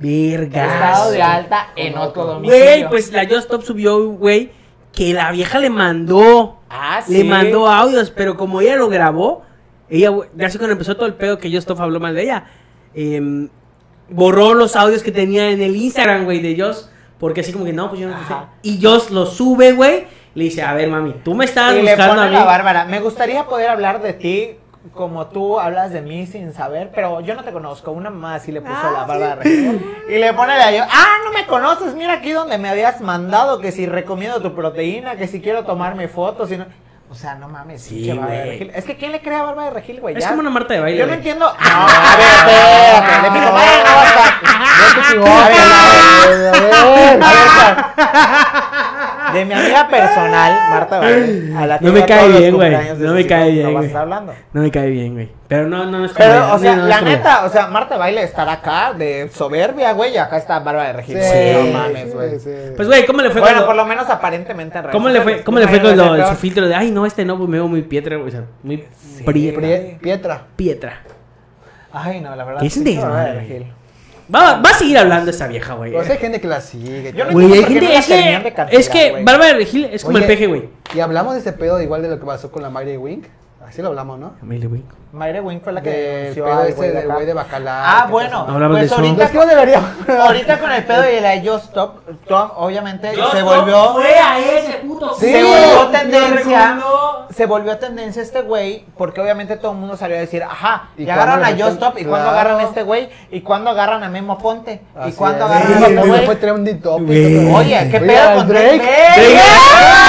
[SPEAKER 3] Está dado de
[SPEAKER 1] Vergas.
[SPEAKER 3] alta en
[SPEAKER 2] Con
[SPEAKER 3] otro
[SPEAKER 2] otro.
[SPEAKER 3] domicilio.
[SPEAKER 1] Güey, pues la Just Stop subió, güey, que la vieja le mandó
[SPEAKER 3] Ah,
[SPEAKER 1] Le mandó audios, pero como ella lo grabó, ella, güey, ya así cuando empezó todo el pedo que Just Stop habló mal de ella, em, borró los audios que tenía en el Instagram, güey, de Just, porque así como que no, pues yo no sé.
[SPEAKER 3] Ajá.
[SPEAKER 1] Y Just lo sube, güey, le dice, a ver, mami, tú me estabas
[SPEAKER 3] Y le
[SPEAKER 1] buscando
[SPEAKER 3] pone
[SPEAKER 1] a
[SPEAKER 3] a
[SPEAKER 1] mí.
[SPEAKER 3] la Bárbara, me gustaría poder hablar de ti como tú hablas de mí sin saber, pero yo no te conozco. Una mamá así le puso la Bárbara. Regil. Y le pone la yo, ah, no me conoces, mira aquí donde me habías mandado que si recomiendo tu proteína, que si quiero tomarme fotos. y no- O sea, no mames,
[SPEAKER 1] Sí,
[SPEAKER 3] pinche Bárbara
[SPEAKER 1] güey.
[SPEAKER 3] Regil. Es que ¿quién le crea a Bárbara Regil, güey?
[SPEAKER 1] es
[SPEAKER 3] Ya.
[SPEAKER 1] como una Marta de baile.
[SPEAKER 3] Yo no
[SPEAKER 1] güey.
[SPEAKER 3] entiendo. No, a ver, espérate. Le pico, bueno,
[SPEAKER 2] A
[SPEAKER 3] A ver, a ver.
[SPEAKER 2] ver, a ver.
[SPEAKER 3] A ver, Juan. De mi amiga personal, Marta Valle, a la que
[SPEAKER 1] No me
[SPEAKER 3] iba
[SPEAKER 1] cae
[SPEAKER 3] todos los
[SPEAKER 1] bien, güey.
[SPEAKER 3] cumpleaños de
[SPEAKER 1] No
[SPEAKER 3] sus
[SPEAKER 1] me
[SPEAKER 3] hijos,
[SPEAKER 1] cae bien,
[SPEAKER 3] No vas a
[SPEAKER 1] güey.
[SPEAKER 3] estar hablando.
[SPEAKER 1] No me cae bien, güey. Pero no, no, no es como-
[SPEAKER 3] Pero, o
[SPEAKER 1] no,
[SPEAKER 3] sea,
[SPEAKER 1] no, no
[SPEAKER 3] la
[SPEAKER 1] es como-
[SPEAKER 3] neta, o sea, Marta Baile estará acá de soberbia, güey, y acá está Bárbara de
[SPEAKER 2] Sí,
[SPEAKER 3] Regil.
[SPEAKER 1] Sí,
[SPEAKER 3] no mames,
[SPEAKER 2] sí,
[SPEAKER 3] güey.
[SPEAKER 2] sí.
[SPEAKER 1] Pues, güey, ¿cómo le fue
[SPEAKER 3] Bueno,
[SPEAKER 1] cuando-
[SPEAKER 3] por lo menos aparentemente en redes
[SPEAKER 1] ¿Cómo le fue,
[SPEAKER 3] sociales,
[SPEAKER 1] cómo le fue con lo
[SPEAKER 3] imagínate,
[SPEAKER 1] de su
[SPEAKER 3] peor.
[SPEAKER 1] filtro de, ay, no, este no, pues, me veo muy pietra, güey, o sea, muy
[SPEAKER 2] Pie-
[SPEAKER 1] prieta,
[SPEAKER 2] Pietra.
[SPEAKER 1] pietra.
[SPEAKER 3] Ay, no, la verdad.
[SPEAKER 1] Qué es un
[SPEAKER 3] pinche Bárbara
[SPEAKER 1] desmadre.
[SPEAKER 3] Regil.
[SPEAKER 1] Va, va a seguir hablando esta vieja, güey.
[SPEAKER 2] Pues hay gente que la sigue.
[SPEAKER 3] Yo no
[SPEAKER 2] cabrón.
[SPEAKER 1] Güey, hay
[SPEAKER 3] ¿Por qué
[SPEAKER 1] gente.
[SPEAKER 3] no la
[SPEAKER 1] es, que,
[SPEAKER 3] terminan de cancelar,
[SPEAKER 1] es que
[SPEAKER 3] güey?
[SPEAKER 1] Bárbara de Regil es como
[SPEAKER 2] Oye,
[SPEAKER 1] el peje, güey.
[SPEAKER 2] Y hablamos de ese pedo igual de lo que pasó con la Mary Wink. Así lo hablamos, ¿no?
[SPEAKER 1] Ándale, güey.
[SPEAKER 3] Mayre Wing fue la que
[SPEAKER 2] Del
[SPEAKER 3] denunció
[SPEAKER 2] pedo
[SPEAKER 3] al
[SPEAKER 2] ese del
[SPEAKER 3] acá.
[SPEAKER 2] güey de Bacalar.
[SPEAKER 3] Ah,
[SPEAKER 2] que
[SPEAKER 3] bueno.
[SPEAKER 2] pasó.
[SPEAKER 1] Hablamos
[SPEAKER 3] pues
[SPEAKER 1] de eso.
[SPEAKER 3] ahorita
[SPEAKER 2] Es que no debería.
[SPEAKER 3] Ahorita con el pedo de la Yo Stop, Tom, obviamente
[SPEAKER 4] Yo
[SPEAKER 3] se
[SPEAKER 4] no
[SPEAKER 3] volvió.
[SPEAKER 4] Fue a ese puto.
[SPEAKER 2] Sí,
[SPEAKER 3] se
[SPEAKER 4] sitio,
[SPEAKER 3] volvió
[SPEAKER 4] lo
[SPEAKER 3] tendencia.
[SPEAKER 4] recomendó.
[SPEAKER 3] Se volvió tendencia este güey, porque obviamente todo el mundo salió a decir, ajá,
[SPEAKER 2] ¿Y
[SPEAKER 3] ya agarran
[SPEAKER 2] cuándo
[SPEAKER 3] a
[SPEAKER 2] le
[SPEAKER 3] Yo
[SPEAKER 2] meten-
[SPEAKER 3] Stop, y cuando
[SPEAKER 2] Claro.
[SPEAKER 3] agarran a este güey, y cuando agarran a Memo Ponte, y
[SPEAKER 2] Así
[SPEAKER 3] cuando
[SPEAKER 2] es. Sí,
[SPEAKER 3] agarran a
[SPEAKER 2] pues,
[SPEAKER 3] este
[SPEAKER 2] güey,
[SPEAKER 3] güey.
[SPEAKER 2] Fue trending topic.
[SPEAKER 1] Güey.
[SPEAKER 3] Oye, qué
[SPEAKER 2] Oye,
[SPEAKER 3] pedo
[SPEAKER 2] al
[SPEAKER 3] con
[SPEAKER 2] Drake.
[SPEAKER 3] Drake.
[SPEAKER 2] Drake.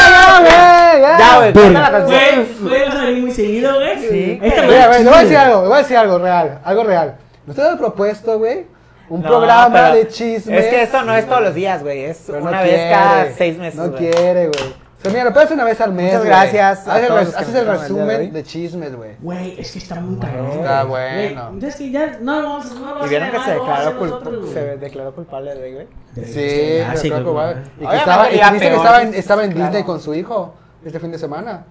[SPEAKER 3] Ya, güey, ya. Ya, güey,
[SPEAKER 1] Verga.
[SPEAKER 3] canta la canción.
[SPEAKER 4] Güey, güey, vas a venir muy seguido, güey.
[SPEAKER 3] Sí.
[SPEAKER 1] Esta
[SPEAKER 2] Mira,
[SPEAKER 1] madre-
[SPEAKER 2] güey, le voy a decir algo, le voy a decir algo real, algo real. Nosotros hemos propuesto, güey, un
[SPEAKER 3] No,
[SPEAKER 2] programa
[SPEAKER 3] pero
[SPEAKER 2] de chismes.
[SPEAKER 3] Es que esto no es todos los días, güey. Es
[SPEAKER 2] Pero
[SPEAKER 3] una
[SPEAKER 2] no
[SPEAKER 3] vez
[SPEAKER 2] quiere,
[SPEAKER 3] cada seis meses.
[SPEAKER 2] No
[SPEAKER 3] güey.
[SPEAKER 2] quiere, güey. O sea, mira, lo puedes una vez al mes.
[SPEAKER 3] Muchas
[SPEAKER 2] güey.
[SPEAKER 3] gracias a
[SPEAKER 2] Haz el
[SPEAKER 3] todos
[SPEAKER 2] res-
[SPEAKER 3] los que
[SPEAKER 2] Haces
[SPEAKER 3] nos
[SPEAKER 2] el
[SPEAKER 3] vieron el día de hoy.
[SPEAKER 2] resumen de chismes, güey.
[SPEAKER 1] Güey, es que está muy cabrón.
[SPEAKER 2] Está
[SPEAKER 1] güey.
[SPEAKER 2] bueno.
[SPEAKER 1] Güey, Es que ya no lo vamos a no lo vamos
[SPEAKER 3] Y
[SPEAKER 1] a
[SPEAKER 3] vieron que
[SPEAKER 1] hacer
[SPEAKER 3] se
[SPEAKER 1] mal, lo vamos a
[SPEAKER 3] declaró,
[SPEAKER 1] hacer
[SPEAKER 3] culp-
[SPEAKER 1] nosotros,
[SPEAKER 3] se
[SPEAKER 1] güey.
[SPEAKER 3] declaró culpable de güey. Este,
[SPEAKER 2] Sí,
[SPEAKER 1] Ah,
[SPEAKER 2] yo creo que
[SPEAKER 1] güey.
[SPEAKER 2] va. Y que
[SPEAKER 3] Obviamente
[SPEAKER 2] estaba, y
[SPEAKER 3] iría
[SPEAKER 2] que viste que
[SPEAKER 3] peor.
[SPEAKER 2] estaba en, estaba en Disney
[SPEAKER 3] Claro.
[SPEAKER 2] con su hijo este fin de semana.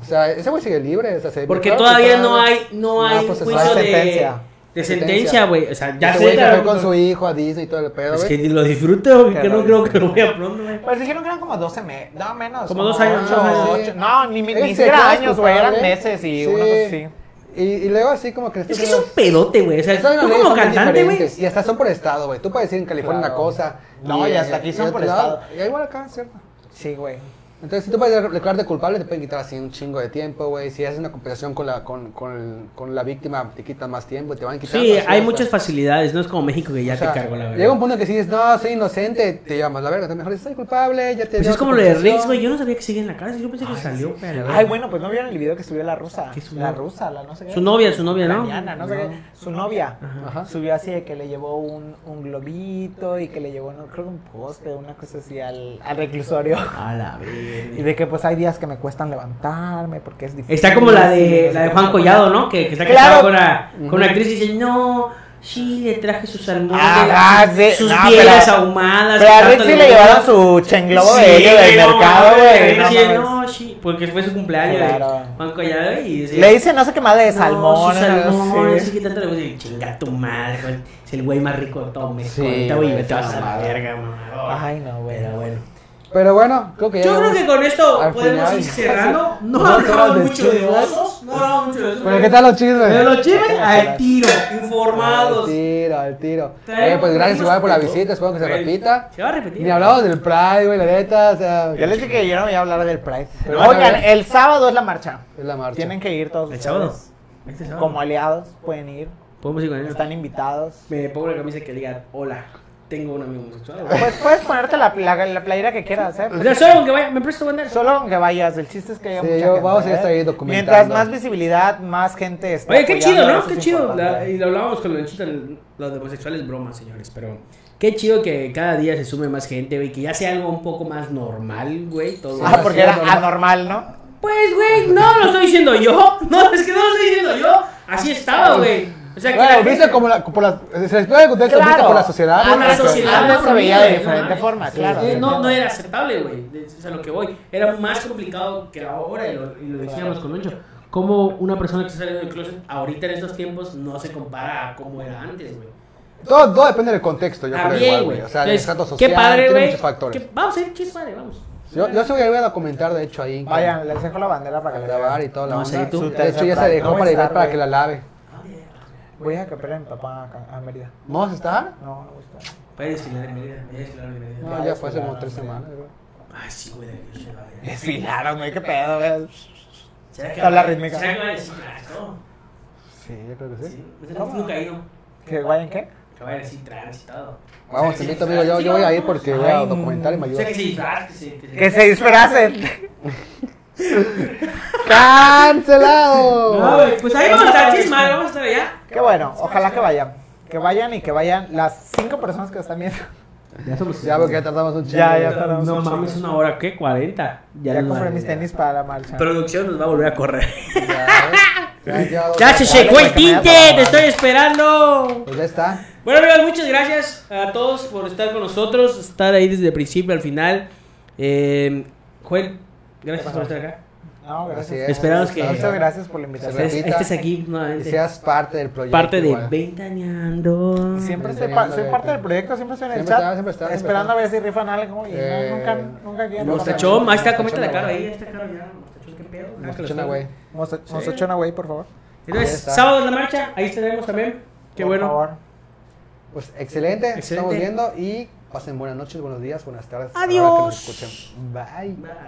[SPEAKER 2] O sea, ese güey sigue libre. O sea, se-
[SPEAKER 1] Porque
[SPEAKER 2] claro que
[SPEAKER 1] todavía no hay, no
[SPEAKER 2] no
[SPEAKER 1] hay
[SPEAKER 2] procesado.
[SPEAKER 1] juicio
[SPEAKER 3] No hay
[SPEAKER 1] de,
[SPEAKER 3] sentencia.
[SPEAKER 1] de sentencia,
[SPEAKER 2] Sentencia.
[SPEAKER 1] güey. O sea, ya
[SPEAKER 2] Ya
[SPEAKER 1] se
[SPEAKER 2] se güey se fue con su hijo a Disney y todo el pedo,
[SPEAKER 1] Es
[SPEAKER 2] güey.
[SPEAKER 1] que ni lo disfrute, güey,
[SPEAKER 3] Que
[SPEAKER 1] que no
[SPEAKER 3] lo
[SPEAKER 1] creo que lo vea pronto, güey.
[SPEAKER 3] Pues dijeron que eran como 12 meses, no menos.
[SPEAKER 1] Como dos años,
[SPEAKER 3] ocho,
[SPEAKER 2] dos años.
[SPEAKER 3] ocho- No, ni, ni
[SPEAKER 2] Él se
[SPEAKER 3] siquiera
[SPEAKER 2] declara
[SPEAKER 3] años, güey, eran
[SPEAKER 2] culpable.
[SPEAKER 3] meses y
[SPEAKER 2] Sí.
[SPEAKER 3] una cosa así.
[SPEAKER 2] Y, y luego así como que... este
[SPEAKER 1] Es
[SPEAKER 2] estos
[SPEAKER 1] que es
[SPEAKER 2] son
[SPEAKER 1] un pedote, güey. O sea,
[SPEAKER 2] Estas
[SPEAKER 1] tú
[SPEAKER 2] leyes
[SPEAKER 1] como
[SPEAKER 2] son bien
[SPEAKER 1] cantante, güey.
[SPEAKER 2] diferentes, Y hasta son por estado, güey. Tú puedes decir en California
[SPEAKER 3] Claro.
[SPEAKER 2] una cosa.
[SPEAKER 3] No, y hasta aquí son
[SPEAKER 2] otro
[SPEAKER 3] por
[SPEAKER 2] lado,
[SPEAKER 3] estado.
[SPEAKER 2] Y igual acá, ¿cierto?
[SPEAKER 3] Sí, güey.
[SPEAKER 2] Entonces, si tú puedes declararte culpable, te pueden quitar así un chingo de tiempo, güey. Si haces una compensación con la, con, con, el- con la víctima, te quitan más tiempo, te van quitando.
[SPEAKER 1] Sí,
[SPEAKER 2] así,
[SPEAKER 1] hay
[SPEAKER 2] o
[SPEAKER 1] muchas
[SPEAKER 2] sea,
[SPEAKER 1] facilidades. No es como México que ya
[SPEAKER 2] o sea,
[SPEAKER 1] te cargo la
[SPEAKER 2] Llega un
[SPEAKER 1] verdad.
[SPEAKER 2] punto en que si dices, no, soy inocente, te llamas la verga. Te mejor dices, soy culpable, ya te
[SPEAKER 1] Pues
[SPEAKER 2] dio
[SPEAKER 1] es
[SPEAKER 2] tu
[SPEAKER 1] como lo de Riggs,
[SPEAKER 2] compensación.
[SPEAKER 1] güey. Yo no sabía que sigue en la cárcel. Yo pensé que salió, güey. a la
[SPEAKER 3] Ay,
[SPEAKER 1] verga.
[SPEAKER 3] bueno, pues no vieron el video que subió la rusa.
[SPEAKER 1] ¿Qué subió?
[SPEAKER 3] La rusa, la no sé qué.
[SPEAKER 1] Su novia, su novia, ¿no?
[SPEAKER 3] Ucraniana, no sé qué. Su novia.
[SPEAKER 2] Ajá.
[SPEAKER 3] Subió así de que le llevó un, un globito y que le llevó, no, creo que un poste, una cosa así al, al reclusorio.
[SPEAKER 1] A la verga.
[SPEAKER 3] Y de que pues hay días que me cuestan levantarme porque es difícil.
[SPEAKER 1] Está como la de,
[SPEAKER 3] y no sé
[SPEAKER 1] la de
[SPEAKER 3] qué.
[SPEAKER 1] Juan Collado, ¿no? Que, que está
[SPEAKER 3] Claro.
[SPEAKER 1] casado con una, con una actriz y dice, no, sí, le traje sus almohadas,
[SPEAKER 3] Ajá,
[SPEAKER 1] sus-
[SPEAKER 3] Ah, sí.
[SPEAKER 1] sus
[SPEAKER 3] No,
[SPEAKER 1] bielas
[SPEAKER 3] pero-
[SPEAKER 1] ahumadas.
[SPEAKER 3] Pero
[SPEAKER 1] que
[SPEAKER 3] a
[SPEAKER 1] tanto
[SPEAKER 3] Rick sí le
[SPEAKER 1] gusta".
[SPEAKER 3] llevaron su chenglobo de
[SPEAKER 1] Sí,
[SPEAKER 3] ello del
[SPEAKER 1] no,
[SPEAKER 3] mercado, güey. no
[SPEAKER 1] Y dice,
[SPEAKER 3] mames.
[SPEAKER 1] no, sí, porque fue su cumpleaños
[SPEAKER 3] Claro.
[SPEAKER 1] de Juan Collado y dice...
[SPEAKER 3] Le dice no sé qué más de
[SPEAKER 1] "No,
[SPEAKER 3] salmón.
[SPEAKER 1] sus
[SPEAKER 3] no sé.
[SPEAKER 1] salmones, sí, que tanto le gusta. Y chinga tu madre, güey. Es el güey más rico de todo México.
[SPEAKER 2] Sí,
[SPEAKER 1] ahorita, güey,
[SPEAKER 2] güey,
[SPEAKER 1] vete a
[SPEAKER 2] esa
[SPEAKER 1] la
[SPEAKER 2] madre.
[SPEAKER 1] verga, mamá.
[SPEAKER 3] Ay, no, güey.
[SPEAKER 1] Pero bueno.
[SPEAKER 2] Pero bueno, creo que ya.
[SPEAKER 1] Yo creo que
[SPEAKER 2] llegamos
[SPEAKER 1] con esto
[SPEAKER 2] al
[SPEAKER 1] podemos
[SPEAKER 2] final.
[SPEAKER 1] ir cerrando. No
[SPEAKER 2] Dos
[SPEAKER 1] hablamos
[SPEAKER 2] horas de
[SPEAKER 1] mucho de
[SPEAKER 2] chismes.
[SPEAKER 1] osos. No hablamos mucho de osos.
[SPEAKER 2] Pero ¿qué tal los chismes?
[SPEAKER 1] Pero los chismes al tiro,
[SPEAKER 2] Al
[SPEAKER 1] informados.
[SPEAKER 2] tiro, al tiro.
[SPEAKER 1] Traemos-
[SPEAKER 2] Eh, pues gracias igual por la
[SPEAKER 1] traemos-
[SPEAKER 2] visita, espero que se
[SPEAKER 1] Güey,
[SPEAKER 2] repita.
[SPEAKER 1] Se va a repetir.
[SPEAKER 2] Ni hablamos del Pride, güey, la neta, o sea,
[SPEAKER 3] Ya les dije que yo no voy a hablar del Pride.
[SPEAKER 2] Pero
[SPEAKER 3] Oigan,
[SPEAKER 2] bueno, a ver.
[SPEAKER 3] el sábado es la marcha.
[SPEAKER 2] es la marcha.
[SPEAKER 3] Tienen que ir todos.
[SPEAKER 1] El
[SPEAKER 3] ustedes.
[SPEAKER 1] sábado. Este sábado.
[SPEAKER 3] Como aliados pueden ir.
[SPEAKER 1] Podemos ir con él.
[SPEAKER 3] Están invitados.
[SPEAKER 1] Me pongo una camisa que diga, hola, tengo un amigo homosexual. güey.
[SPEAKER 3] Pues puedes ponerte la, la, la playera que quieras, ¿eh?
[SPEAKER 1] O sea, solo aunque vaya, me presto bandera.
[SPEAKER 3] Solo aunque vayas, el chiste es que haya
[SPEAKER 2] Sí,
[SPEAKER 3] mucha
[SPEAKER 2] yo-
[SPEAKER 3] gente,
[SPEAKER 2] vamos a estar ahí
[SPEAKER 3] ¿eh?
[SPEAKER 2] documentando.
[SPEAKER 3] Mientras más visibilidad, más gente está
[SPEAKER 1] Oye, qué
[SPEAKER 3] apoyando,
[SPEAKER 1] chido, ¿no?
[SPEAKER 3] eso
[SPEAKER 1] Qué
[SPEAKER 3] es
[SPEAKER 1] chido.
[SPEAKER 3] importante.
[SPEAKER 1] La- y lo hablábamos con los chicos, los homosexuales, broma, señores. Pero qué chido que cada día se sume más gente, güey. Que ya sea algo un poco más normal, güey. Todo.
[SPEAKER 3] Ah, porque era
[SPEAKER 2] normal.
[SPEAKER 3] anormal, ¿no?
[SPEAKER 1] Pues, güey, no lo estoy diciendo yo. No, es que no lo estoy diciendo yo. Así estaba, güey. O sea, que. la
[SPEAKER 2] Bueno,
[SPEAKER 1] gente-
[SPEAKER 2] viste como la, por la, se les pone el contexto, viste por la sociedad.
[SPEAKER 1] Por la
[SPEAKER 2] Exacto.
[SPEAKER 1] sociedad.
[SPEAKER 3] Antes
[SPEAKER 1] no
[SPEAKER 3] se
[SPEAKER 1] por mí,
[SPEAKER 3] veía de
[SPEAKER 1] güey,
[SPEAKER 3] diferente
[SPEAKER 1] mames.
[SPEAKER 3] forma, claro.
[SPEAKER 1] Eh, No, no era aceptable, güey. Es a lo que voy. Era más complicado que ahora, y lo, y lo decíamos con Mencho. Como una persona que sale del closet ahorita en estos tiempos no se compara a cómo era antes, güey.
[SPEAKER 2] Todo, todo depende del contexto, yo creo
[SPEAKER 1] También,
[SPEAKER 2] igual,
[SPEAKER 1] güey.
[SPEAKER 2] güey. O sea, el
[SPEAKER 1] Entonces,
[SPEAKER 2] estrato social,
[SPEAKER 1] Qué padre,
[SPEAKER 2] tiene
[SPEAKER 1] güey.
[SPEAKER 2] muchos factores.
[SPEAKER 1] Qué- Vamos a ir, qué padre, vamos.
[SPEAKER 2] Yo, yo sí voy a ir a documentar, de hecho, ahí.
[SPEAKER 3] Vayan, les dejo la bandera
[SPEAKER 2] Para
[SPEAKER 3] para que la
[SPEAKER 2] grabar y toda la
[SPEAKER 1] No sé,
[SPEAKER 2] onda.
[SPEAKER 1] tú.
[SPEAKER 2] De hecho, ya se dejó
[SPEAKER 3] No
[SPEAKER 2] para
[SPEAKER 3] estar,
[SPEAKER 2] llegar para
[SPEAKER 3] güey.
[SPEAKER 2] que la lave.
[SPEAKER 3] Voy a capar a mi papá acá, a Mérida.
[SPEAKER 2] ¿No vas a estar?
[SPEAKER 3] No, no gusta.
[SPEAKER 1] Para ir a desfilar en Mérida, voy a desfilar en Mérida.
[SPEAKER 2] No, ya fue hace como tres semanas. güey.
[SPEAKER 1] Ay, sí, güey, de Dios, ya va, ya.
[SPEAKER 3] Desfilaron, güey, qué pedo, güey.
[SPEAKER 1] ¿Será
[SPEAKER 3] Tabla rítmica.
[SPEAKER 1] ¿Será que van a decir trans, no?
[SPEAKER 2] Sí, yo creo que sí.
[SPEAKER 1] Sí, pues, nunca he ido.
[SPEAKER 3] ¿Que vayan qué?
[SPEAKER 1] Que vayan así trans y todo.
[SPEAKER 2] Vamos, te invito, amigo. Yo, yo voy a ir porque voy a
[SPEAKER 3] Ay,
[SPEAKER 2] documentar y me
[SPEAKER 1] O sea,
[SPEAKER 2] ayudas.
[SPEAKER 1] que sí, trans, que sí. que sí.
[SPEAKER 3] Que se disfracen.
[SPEAKER 1] No,
[SPEAKER 2] ¡Cancelado!
[SPEAKER 1] güey, pues ahí vamos a estar, chismar, vamos a estar allá.
[SPEAKER 3] Qué bueno, ojalá que vayan. Que vayan y que vayan las cinco personas que están viendo.
[SPEAKER 1] Ya somos.
[SPEAKER 2] Ya, porque ya tardamos un chingo.
[SPEAKER 3] Ya, ya. tardamos
[SPEAKER 1] No
[SPEAKER 3] mucho.
[SPEAKER 1] mames, una hora, ¿qué? 40.
[SPEAKER 3] Ya,
[SPEAKER 1] nos
[SPEAKER 3] compré
[SPEAKER 1] vale,
[SPEAKER 3] mis
[SPEAKER 1] ya.
[SPEAKER 3] tenis para la marcha.
[SPEAKER 1] Producción nos va a volver a correr.
[SPEAKER 2] Ya, ¿eh? ya,
[SPEAKER 1] Ya se secó el tinte,
[SPEAKER 3] mañana.
[SPEAKER 1] te estoy esperando.
[SPEAKER 2] Pues ya está.
[SPEAKER 1] Bueno amigos, muchas gracias a todos por estar con nosotros, estar ahí desde el principio al final. Eh, Joel, gracias por estar acá.
[SPEAKER 3] No, gracias.
[SPEAKER 2] Así es.
[SPEAKER 1] Esperamos que-
[SPEAKER 3] Muchas gracias por la invitación.
[SPEAKER 1] Estés,
[SPEAKER 2] repita.
[SPEAKER 1] estés aquí
[SPEAKER 2] Que
[SPEAKER 1] nuevamente.
[SPEAKER 2] seas parte del proyecto.
[SPEAKER 1] Parte de
[SPEAKER 2] igual.
[SPEAKER 1] Ventaneando.
[SPEAKER 3] Siempre
[SPEAKER 2] Estoy
[SPEAKER 3] soy, pa-
[SPEAKER 2] enseñando,
[SPEAKER 3] soy
[SPEAKER 2] güey,
[SPEAKER 3] parte
[SPEAKER 2] te-
[SPEAKER 3] del proyecto, siempre estoy en el
[SPEAKER 2] Siempre
[SPEAKER 3] chat.
[SPEAKER 2] está, siempre está, siempre
[SPEAKER 3] esperando
[SPEAKER 2] está.
[SPEAKER 3] a ver si rifan algo. Y no,
[SPEAKER 2] Eh,
[SPEAKER 3] nunca, nunca quieren.
[SPEAKER 1] Mostachón, ahí está,
[SPEAKER 2] Mostachón,
[SPEAKER 1] comete la
[SPEAKER 2] güey.
[SPEAKER 1] cara ahí, ahí está cara ya. Mostachón, qué pedo. Ah,
[SPEAKER 2] Chona, Pues, güey.
[SPEAKER 3] Mosta- Mostachón away, por favor.
[SPEAKER 2] Ahí
[SPEAKER 1] Entonces,
[SPEAKER 2] está.
[SPEAKER 1] sábado en la marcha, ahí estaremos también. Qué
[SPEAKER 3] por
[SPEAKER 1] bueno.
[SPEAKER 3] favor.
[SPEAKER 2] Pues excelente,
[SPEAKER 1] Excelente.
[SPEAKER 2] estamos viendo y pasen buenas noches, buenos días, buenas tardes. a la hora
[SPEAKER 1] Adiós.
[SPEAKER 2] que nos escuchen. Bye.
[SPEAKER 1] Bye.